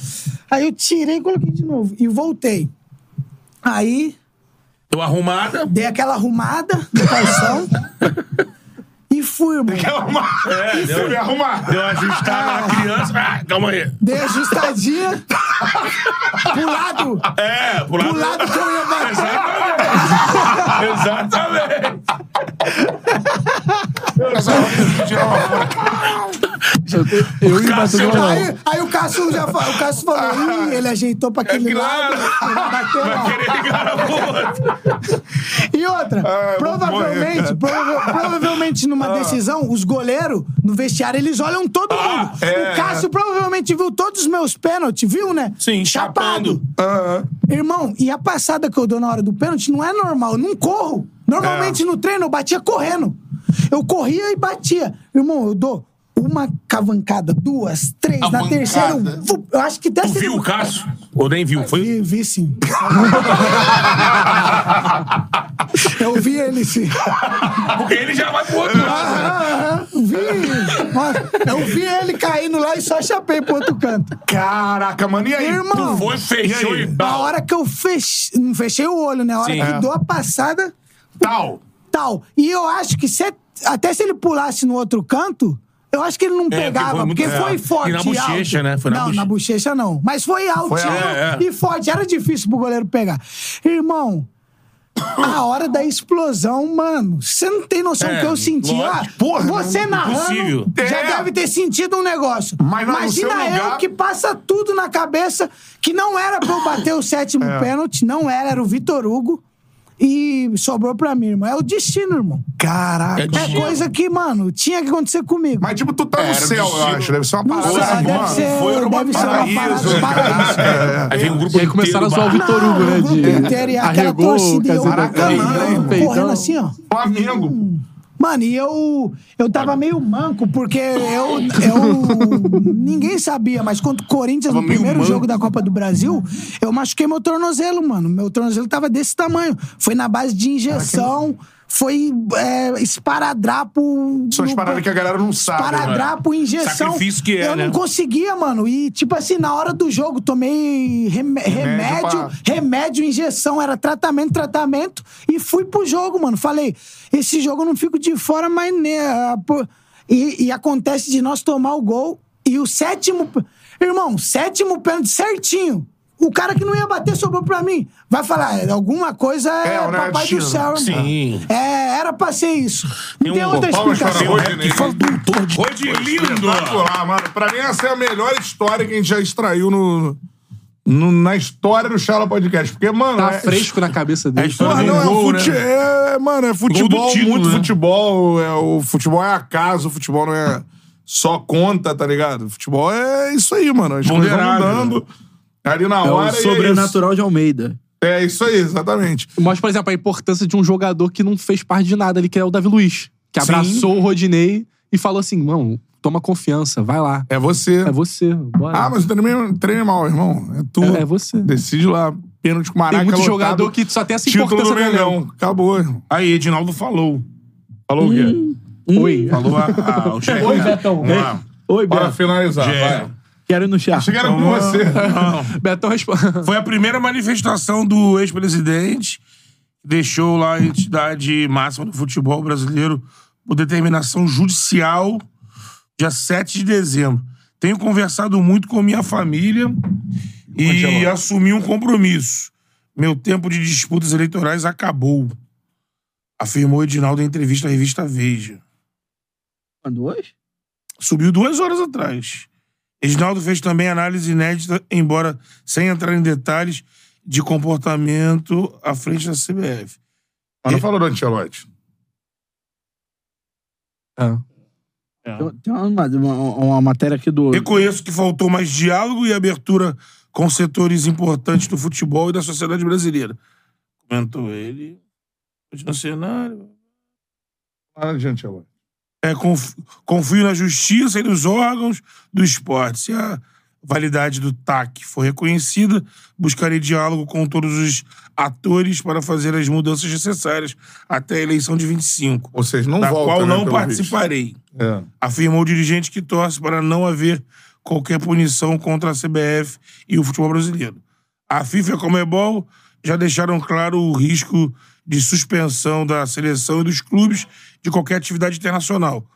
Speaker 22: Aí eu tirei e coloquei de novo. E voltei. Aí
Speaker 2: Deu arrumada.
Speaker 22: Dei aquela arrumada no calção. e fui, irmão.
Speaker 2: É, deu,
Speaker 22: me arrumar.
Speaker 2: Deu uma ajustada na criança. Ah, calma aí.
Speaker 22: Dei ajustadinha. pro lado.
Speaker 2: É, pro lado.
Speaker 22: Pro lado que eu ia
Speaker 2: bater. Exatamente.
Speaker 5: é
Speaker 22: Eu
Speaker 2: ia bater no
Speaker 22: aí, é, aí o Cássio já fa- o Cássio falou, "Ih, ele ajeitou pra aquele lado. Bateu lá. E outra, provavelmente,
Speaker 5: morrer, cara.
Speaker 22: prova- provavelmente numa decisão, os goleiros no vestiário, eles olham todo mundo.
Speaker 5: é.
Speaker 22: o Cássio provavelmente viu todos os meus pênaltis, viu, né? Sim, chapado. Irmão, e a passada que eu dou na hora do pênalti não é normal, eu não corro. Normalmente no treino eu batia correndo. Eu corria e batia. Irmão, eu dou uma cavancada, duas, três, na terceira eu, vup, eu acho que até
Speaker 2: Tu viu o Cássio? Ou nem viu? Foi?
Speaker 22: Vi, vi sim. Eu vi ele sim.
Speaker 2: Porque ele já vai pro outro
Speaker 5: Ah,
Speaker 2: lado.
Speaker 22: Aham, aham, vi. Nossa, eu vi ele caindo lá e só chapei pro outro canto.
Speaker 5: Caraca, mano, e aí? Tu
Speaker 22: Irmão,
Speaker 5: foi, fechou e
Speaker 22: A
Speaker 5: pau.
Speaker 22: hora que eu fechei. Não fechei o olho, né? A hora
Speaker 5: Sim.
Speaker 22: que
Speaker 5: É.
Speaker 22: dou a passada. Tal. Tal. E eu acho que se, é, até se ele pulasse no outro canto. Eu acho que ele não
Speaker 2: porque
Speaker 22: pegava,
Speaker 2: foi muito-
Speaker 22: porque foi
Speaker 2: é.
Speaker 22: forte.
Speaker 2: E na bochecha,
Speaker 22: alto.
Speaker 2: né? Foi na
Speaker 22: não, na bochecha não. Mas foi alto
Speaker 2: Foi alto, é, é.
Speaker 22: e forte. Era difícil pro goleiro pegar. Irmão, a hora da explosão, mano. Você não tem noção
Speaker 5: É,
Speaker 22: que eu senti.
Speaker 5: lógico.
Speaker 22: Ah,
Speaker 5: Porra,
Speaker 22: você
Speaker 5: não-
Speaker 22: narrando
Speaker 5: impossível.
Speaker 22: já
Speaker 5: É.
Speaker 22: deve ter sentido um negócio.
Speaker 5: Mas lá no
Speaker 22: Imagina
Speaker 5: seu
Speaker 22: eu
Speaker 5: lugar-
Speaker 22: que passa tudo na cabeça, que não era pra eu bater o sétimo
Speaker 5: É.
Speaker 22: pênalti, não era, era o Vitor Hugo. E sobrou pra mim, irmão. É o destino, irmão.
Speaker 5: Caraca. É
Speaker 22: É
Speaker 5: destino.
Speaker 22: coisa que, mano, tinha que acontecer comigo. Mas,
Speaker 5: tipo, tu tá no céu, eu acho. Deve ser uma parada. assim,
Speaker 22: deve
Speaker 5: mano.
Speaker 22: ser, deve ser uma parada
Speaker 5: Aí vem um grupo
Speaker 4: Aí começaram a zoar o
Speaker 5: inteiro,
Speaker 4: Vitor Hugo, né?
Speaker 22: O
Speaker 4: De...
Speaker 22: grupo inteiro e aquela
Speaker 4: Arregou,
Speaker 22: torcida né, e eu
Speaker 5: né,
Speaker 4: Maracanã,
Speaker 5: então.
Speaker 22: correndo assim, ó. Flamengo. Mano, e eu, eu tava meio manco, porque eu, eu ninguém sabia, mas contra o Corinthians, no primeiro jogo da Copa do Brasil, eu machuquei meu tornozelo, mano. Meu tornozelo tava desse tamanho. Foi na base de injeção, foi é, esparadrapo...
Speaker 5: São as
Speaker 22: no-
Speaker 5: paradas que a galera não sabe.
Speaker 22: Esparadrapo,
Speaker 5: né?
Speaker 22: injeção.
Speaker 5: Sacrifício que é,
Speaker 22: Eu
Speaker 5: né?
Speaker 22: não conseguia, mano. E, tipo assim, na hora do jogo, tomei rem- remédio, remédio, injeção, era tratamento, tratamento. E fui pro jogo, mano. Falei, esse jogo eu não fico de fora, mas. Né, ah, pô. e, e acontece de nós tomar o gol. E o sétimo. Irmão, sétimo pênalti certinho. O cara que não ia bater sobrou pra mim. Vai falar, alguma coisa é,
Speaker 2: É, né,
Speaker 22: papai do
Speaker 2: tiro.
Speaker 22: céu, irmão.
Speaker 2: Sim. um
Speaker 22: É, era pra ser isso. Não tem um assim, outra
Speaker 5: Palmas para
Speaker 22: explicação.
Speaker 5: Rodney. Espetacular, mano. Pra mim, essa é a melhor história que a gente já extraiu no, no- na história do Chala Podcast. Porque, mano.
Speaker 4: Tá
Speaker 5: é-
Speaker 4: fresco na cabeça dele.
Speaker 5: Porra, não, é,
Speaker 1: né?
Speaker 5: fute... é, mano, é futebol,
Speaker 4: título,
Speaker 5: muito
Speaker 4: né?
Speaker 5: futebol. É, o futebol é acaso, o futebol não é só conta, tá ligado? O futebol é isso aí, mano. As coisas vão
Speaker 15: Ponderável.
Speaker 5: mudando ali na
Speaker 4: É o
Speaker 5: hora. e
Speaker 4: sobrenatural
Speaker 15: de Almeida.
Speaker 5: É isso aí, exatamente.
Speaker 4: Mostra, por exemplo, a importância de um jogador que não fez parte de nada ali, que é o Davi Luiz. que abraçou o Rodinei e falou assim, mano, toma confiança, vai lá.
Speaker 5: É você.
Speaker 4: É você, bora.
Speaker 5: Ah, mas o treino, treino é mal, irmão. É tu.
Speaker 4: É, é você.
Speaker 5: Decide lá. Pênalti com o Maraca
Speaker 4: Tem muito
Speaker 5: lotado,
Speaker 4: jogador que só tem essa
Speaker 5: título
Speaker 4: importância
Speaker 5: do
Speaker 4: no
Speaker 5: Mengão.
Speaker 4: elenco.
Speaker 5: Acabou, irmão. Aí, Edinaldo falou. Falou
Speaker 4: Hum,
Speaker 5: o quê?
Speaker 4: Oi.
Speaker 5: Falou a, a, o chefe.
Speaker 4: Oi,
Speaker 5: né?
Speaker 4: Betão.
Speaker 5: Vamos lá.
Speaker 4: Oi,
Speaker 5: Bora
Speaker 4: Beto.
Speaker 5: finalizar,
Speaker 4: Gê.
Speaker 5: vai.
Speaker 4: Quero ir no chá.
Speaker 5: Chegaram com você.
Speaker 4: Betão responde.
Speaker 2: Foi a primeira manifestação do ex-presidente que deixou lá a entidade máxima do futebol brasileiro por determinação judicial dia 7 de dezembro. Tenho conversado muito com minha família
Speaker 5: é
Speaker 2: e assumi um compromisso. Meu tempo de disputas eleitorais acabou. Afirmou Edinaldo em entrevista à revista Veja.
Speaker 3: Mandou hoje?
Speaker 2: Subiu duas horas atrás. Reginaldo fez também análise inédita, embora sem entrar em detalhes, de comportamento à frente da CBF.
Speaker 5: Mas não falou do Ancelotti.
Speaker 2: É.
Speaker 3: Tem- Tem uma, uma, um, uma matéria aqui do...
Speaker 2: Reconheço que faltou mais diálogo e abertura com setores importantes do futebol e da sociedade brasileira. Comentou ele. Hoje no cenário.
Speaker 5: Nada de Ancelotti.
Speaker 2: É, conf- confio na justiça e nos órgãos do esporte. Se a validade do TAC for reconhecida, buscarei diálogo com todos os atores para fazer as mudanças necessárias até a eleição de 25.
Speaker 5: Ou seja, não
Speaker 2: da
Speaker 5: volta,
Speaker 2: qual
Speaker 5: né,
Speaker 2: não
Speaker 5: pelo visto.
Speaker 2: participarei.
Speaker 5: É.
Speaker 2: Afirmou o dirigente que torce para não haver qualquer punição contra a CBF e o futebol brasileiro. A FIFA e a Comebol já deixaram claro o risco de suspensão da seleção e dos clubes de qualquer atividade internacional,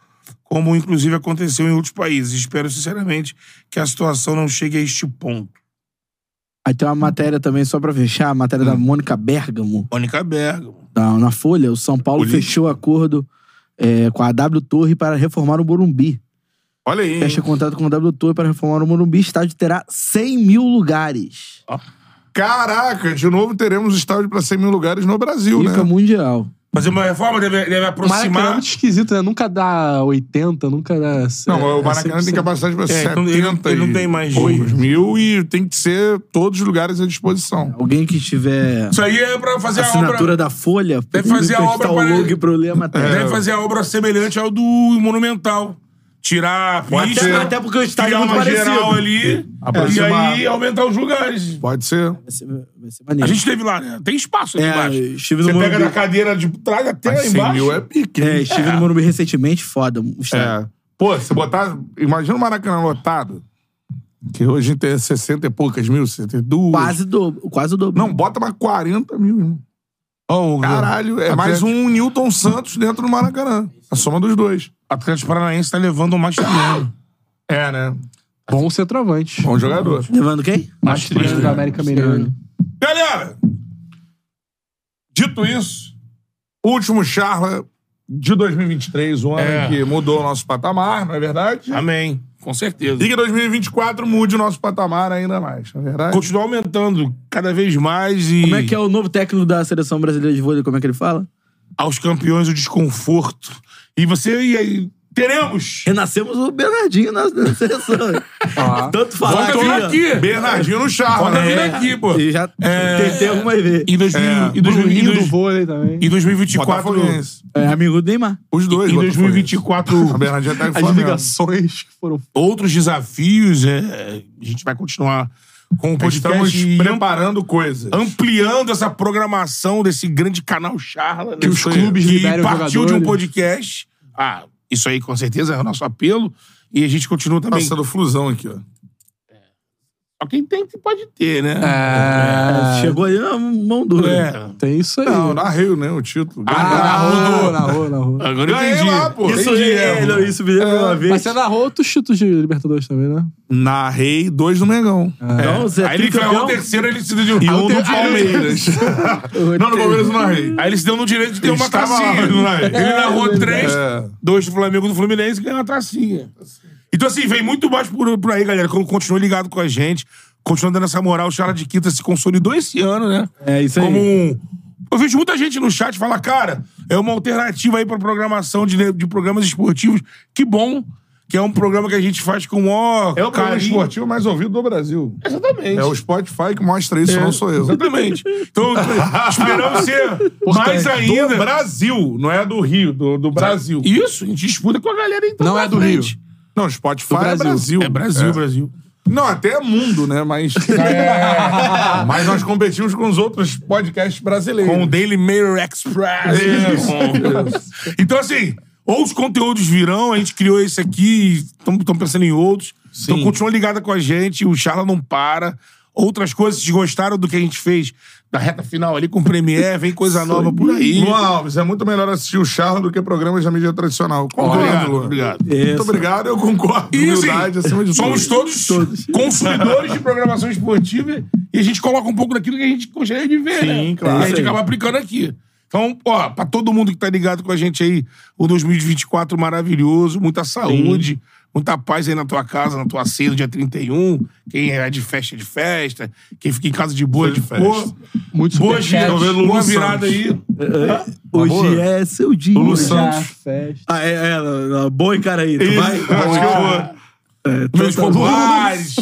Speaker 2: como inclusive aconteceu em outros países. Espero sinceramente que a situação não chegue a este ponto.
Speaker 3: Aí tem uma matéria também, só pra fechar, a matéria
Speaker 5: Hum.
Speaker 3: da Mônica Bergamo.
Speaker 2: Mônica Bergamo.
Speaker 3: Na, na Folha, o São Paulo fechou acordo é, com a W Torre para reformar o Morumbi.
Speaker 5: Olha aí.
Speaker 3: Fecha contrato com a W Torre para reformar o Morumbi. Estádio terá 100 mil lugares.
Speaker 5: Caraca, de novo teremos estádio pra 100 mil lugares no Brasil,
Speaker 3: Fica
Speaker 5: né?
Speaker 3: mundial.
Speaker 2: Fazer uma reforma deve, deve
Speaker 4: Maracanã é
Speaker 2: aproximar.
Speaker 4: muito esquisito, né? Nunca dá 80, nunca dá...
Speaker 5: Não,
Speaker 4: é,
Speaker 5: o Maracanã
Speaker 4: 100%.
Speaker 5: tem capacidade pra
Speaker 4: É,
Speaker 5: 70
Speaker 4: então ele- ele não tem mais
Speaker 5: poucos
Speaker 4: jeito.
Speaker 5: mil e tem que ser todos os lugares à disposição.
Speaker 3: Alguém que tiver...
Speaker 2: Isso aí é pra fazer a
Speaker 3: assinatura
Speaker 2: obra-
Speaker 3: da Folha.
Speaker 2: Deve fazer a obra
Speaker 3: para...
Speaker 2: para-
Speaker 3: o logo e problema até.
Speaker 5: É,
Speaker 2: Deve fazer a obra semelhante ao do Monumental. Tirar a
Speaker 5: Pode
Speaker 2: pista,
Speaker 5: ser. Até porque o estádio
Speaker 2: criar
Speaker 5: é muito
Speaker 2: uma
Speaker 5: parecido.
Speaker 2: geral ali
Speaker 5: Aproximar.
Speaker 2: e aí aumentar os lugares.
Speaker 5: Pode ser.
Speaker 2: A gente teve lá, né? Tem espaço aqui
Speaker 3: É,
Speaker 2: embaixo.
Speaker 3: estive no
Speaker 2: Você pega
Speaker 3: Morumbi.
Speaker 2: na cadeira de trás até lá
Speaker 5: Mas 100
Speaker 2: embaixo.
Speaker 5: mil é pique. hein?
Speaker 3: É, estive no Morumbi recentemente, foda. o estádio.
Speaker 5: Pô, se botar. Imagina o Maracanã lotado. Que hoje tem 60 e poucas mil, 62.
Speaker 3: Quase dobro. Quase o dobro.
Speaker 5: Não, bota mais 40 mil, irmão. Caralho, é
Speaker 2: Atlético.
Speaker 5: mais um Newton Santos dentro do Maracanã. A soma dos dois.
Speaker 2: Atlético Paranaense tá levando o Mastriano.
Speaker 5: É, né?
Speaker 4: Bom centroavante.
Speaker 5: Bom jogador.
Speaker 3: Levando quem?
Speaker 4: Mastriano da América Mineiro.
Speaker 5: Galera, dito isso, último charla de 2023, um ano
Speaker 2: É.
Speaker 5: que mudou o nosso patamar, não é verdade?
Speaker 2: Amém. Com certeza.
Speaker 5: E que 2024 mude o nosso patamar ainda mais, não é verdade?
Speaker 2: Continua aumentando cada vez mais e
Speaker 3: Como é que é o novo técnico da seleção brasileira de vôlei? Como é que ele fala?
Speaker 2: aos campeões o desconforto. E você e aí, teremos.
Speaker 3: Renascemos o Bernardinho na, na seleção.
Speaker 5: Ah.
Speaker 3: Tanto falar
Speaker 2: Volta vir
Speaker 3: aqui.
Speaker 2: aqui.
Speaker 5: Bernardinho no charla.
Speaker 2: Volta
Speaker 5: né?
Speaker 2: vir aqui, pô. É.
Speaker 3: E já tentei algumas vezes.
Speaker 2: Em 2000 e 2000
Speaker 4: Bruninho do vôlei também.
Speaker 2: Em 2024.
Speaker 5: É. Botafoguense.
Speaker 3: É amigo do Neymar.
Speaker 5: Os dois,
Speaker 2: Em
Speaker 5: Botafoguense.
Speaker 2: 2024.
Speaker 5: A Bernardinha tá em
Speaker 4: As
Speaker 5: Flamengo.
Speaker 4: ligações que foram...
Speaker 2: outros desafios. É, a gente vai continuar com o
Speaker 5: Estamos
Speaker 2: podcast e am-
Speaker 5: preparando coisas.
Speaker 2: ampliando essa programação desse grande canal Charla. né?
Speaker 4: Que os
Speaker 2: Isso aí.
Speaker 4: clubes
Speaker 2: que
Speaker 4: liberem os
Speaker 2: partiu de um
Speaker 4: jogadores.
Speaker 2: podcast. Ah, isso aí com certeza é o nosso apelo. E a gente continua também.
Speaker 5: Nossa, do Flusão aqui, ó.
Speaker 2: Só quem tem que pode ter, né?
Speaker 3: É, Chegou aí na mão dura.
Speaker 2: É.
Speaker 4: Tem isso aí.
Speaker 5: Não, na Rio, né? O título.
Speaker 2: Ah,
Speaker 4: Ah, narrou, narrou, narrou.
Speaker 2: Agora eu
Speaker 5: Ganhei
Speaker 2: entendi.
Speaker 5: lá, pô.
Speaker 3: Isso,
Speaker 5: Entendi,
Speaker 3: é,
Speaker 5: é,
Speaker 3: não, isso me lembra uma vez.
Speaker 4: Mas você narrou outros títulos de Libertadores também, né?
Speaker 5: Narrei dois no Mengão.
Speaker 3: Não, você é
Speaker 2: Aí ele ganhou o
Speaker 3: tricampeão.
Speaker 2: terceiro, ele se deu
Speaker 5: E
Speaker 2: Ah,
Speaker 5: um
Speaker 2: o ter-
Speaker 5: no Palmeiras. não, no Palmeiras eu não narrei.
Speaker 2: Aí ele se deu no direito de ter uma
Speaker 5: Estava lá,
Speaker 2: tracinha.
Speaker 12: né?
Speaker 5: mas
Speaker 2: é?
Speaker 5: não
Speaker 12: É.
Speaker 5: narrei.
Speaker 2: Ele narrou três,
Speaker 5: É.
Speaker 2: dois do Flamengo e do Fluminense e ganhou uma tracinha. Então, assim, vem muito mais por, por aí, galera. Quando continua ligado com a gente, continua dando essa moral, o Charla de Quinta se consolidou esse ano, né?
Speaker 3: É isso aí.
Speaker 2: Como um. Eu vejo muita gente no chat falar, cara, é uma alternativa aí pra programação de, de programas esportivos. Que bom que é um programa que a gente faz com o maior
Speaker 12: É o programa
Speaker 2: carinho.
Speaker 12: esportivo mais ouvido do Brasil.
Speaker 2: Exatamente.
Speaker 12: É o Spotify que mostra isso,
Speaker 2: É,
Speaker 12: não sou eu.
Speaker 2: Exatamente. Então, esperamos ser mais
Speaker 12: Importante.
Speaker 2: ainda.
Speaker 12: Do Brasil, não é do Rio, do, do Brasil.
Speaker 2: Isso, a gente disputa com a galera então.
Speaker 12: Não
Speaker 2: lá
Speaker 12: é do
Speaker 2: na
Speaker 12: Rio.
Speaker 2: frente.
Speaker 12: Não, Spotify
Speaker 2: Do
Speaker 12: é
Speaker 2: Brasil.
Speaker 12: Brasil.
Speaker 2: É Brasil, Brasil.
Speaker 12: Não, até é mundo, né? Mas. É. Mas nós competimos com os outros podcasts brasileiros.
Speaker 2: Com o Daily Mail Express.
Speaker 12: Isso.
Speaker 2: É, Com- Então, assim, outros conteúdos virão, a gente criou esse aqui, estamos pensando em outros. Então, continua ligada com a gente, o Charla não para. Outras coisas, se gostaram do que a gente fez da reta final ali com o Premiere, vem coisa nova por aí.
Speaker 12: Luan Alves, é muito melhor assistir o Charla do que programas da mídia tradicional. Concordo,
Speaker 2: Obrigado,
Speaker 12: Luan.
Speaker 2: obrigado.
Speaker 12: Muito
Speaker 2: Isso.
Speaker 12: obrigado, eu concordo.
Speaker 2: E, assim,
Speaker 12: Humildade acima de tudo.
Speaker 2: somos todos, consumidores de programação esportiva e a gente coloca um pouco daquilo que a gente gostaria de ver,
Speaker 12: Sim,
Speaker 2: né?
Speaker 12: claro.
Speaker 2: E a gente
Speaker 12: Sim.
Speaker 2: acaba aplicando aqui. Então, ó, pra todo mundo que tá ligado com a gente aí, o 2024 maravilhoso, muita saúde, muita paz aí na tua casa, na tua ceia no dia 31. Quem é de festa, é de festa. Quem fica em casa de boa, é de
Speaker 12: Festa.
Speaker 2: boa.
Speaker 12: Muito
Speaker 2: boa,
Speaker 12: superchat.
Speaker 2: gira,
Speaker 12: Vou ver Lulu
Speaker 2: boa virada
Speaker 12: Santos.
Speaker 2: aí.
Speaker 12: É,
Speaker 2: Hã?
Speaker 3: Hoje
Speaker 2: Boa.
Speaker 3: é seu dia.
Speaker 2: Lulu
Speaker 3: Hoje é a
Speaker 2: Santos.
Speaker 3: festa. Ah, é, é, não, boi, cara aí. Tu
Speaker 2: Isso,
Speaker 3: vai?
Speaker 2: acho que eu vou.
Speaker 3: É, então
Speaker 2: Meus
Speaker 3: tá bom.
Speaker 2: populares.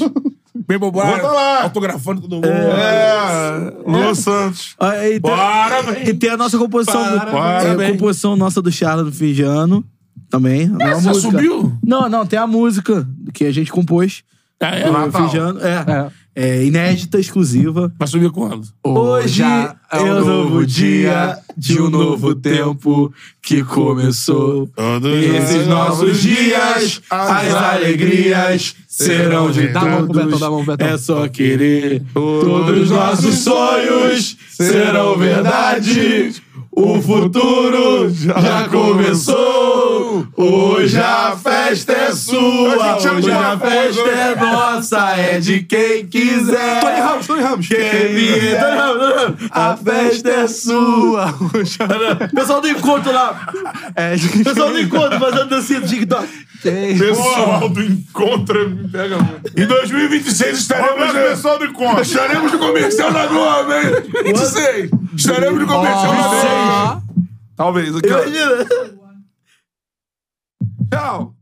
Speaker 2: Bem populares.
Speaker 3: Bota lá.
Speaker 2: Autografando todo
Speaker 12: É.
Speaker 2: mundo.
Speaker 3: Lulu
Speaker 12: Santos.
Speaker 3: É. Ah, e, tem,
Speaker 2: Parabéns.
Speaker 3: e tem a nossa composição. do-
Speaker 2: Parabéns.
Speaker 3: É, a composição nossa do Charla no fim de ano. Também. a
Speaker 2: Essa
Speaker 3: nova música.
Speaker 2: subiu?
Speaker 3: Não, não, tem a música que a gente compôs.
Speaker 2: Ah, é?
Speaker 3: do
Speaker 2: Natal.
Speaker 3: fim de ano. É. É. inédita, exclusiva.
Speaker 2: Vai subir quando?
Speaker 3: Hoje é um novo dia de um novo tempo que começou.
Speaker 4: Esses nossos dias, as alegrias serão de
Speaker 3: Dá a mão pro
Speaker 4: todos.
Speaker 3: Betão, dá a mão pro Betão.
Speaker 4: É só querer. Todos os nossos sonhos serão verdade. O futuro já começou. Hoje a festa é sua. Hoje a festa é nossa. É de quem quiser. Tony Ramos, Tony Ramos. Quem vier.
Speaker 3: Tony Ramos, Tony Ramos.
Speaker 4: A festa é sua. Hoje a-
Speaker 3: Pessoal do encontro lá. Pessoal do encontro fazendo dancinha do TikTok.
Speaker 12: Pessoal do encontro me pega muito.
Speaker 2: Em 2026
Speaker 12: Um
Speaker 2: estaremos.
Speaker 12: abraço, pessoal do encontro.
Speaker 2: Estaremos no comercial da Globo, hein? 26. Estaremos no comercial da Globo.
Speaker 12: Talvez. Aqui, ó. Tchau.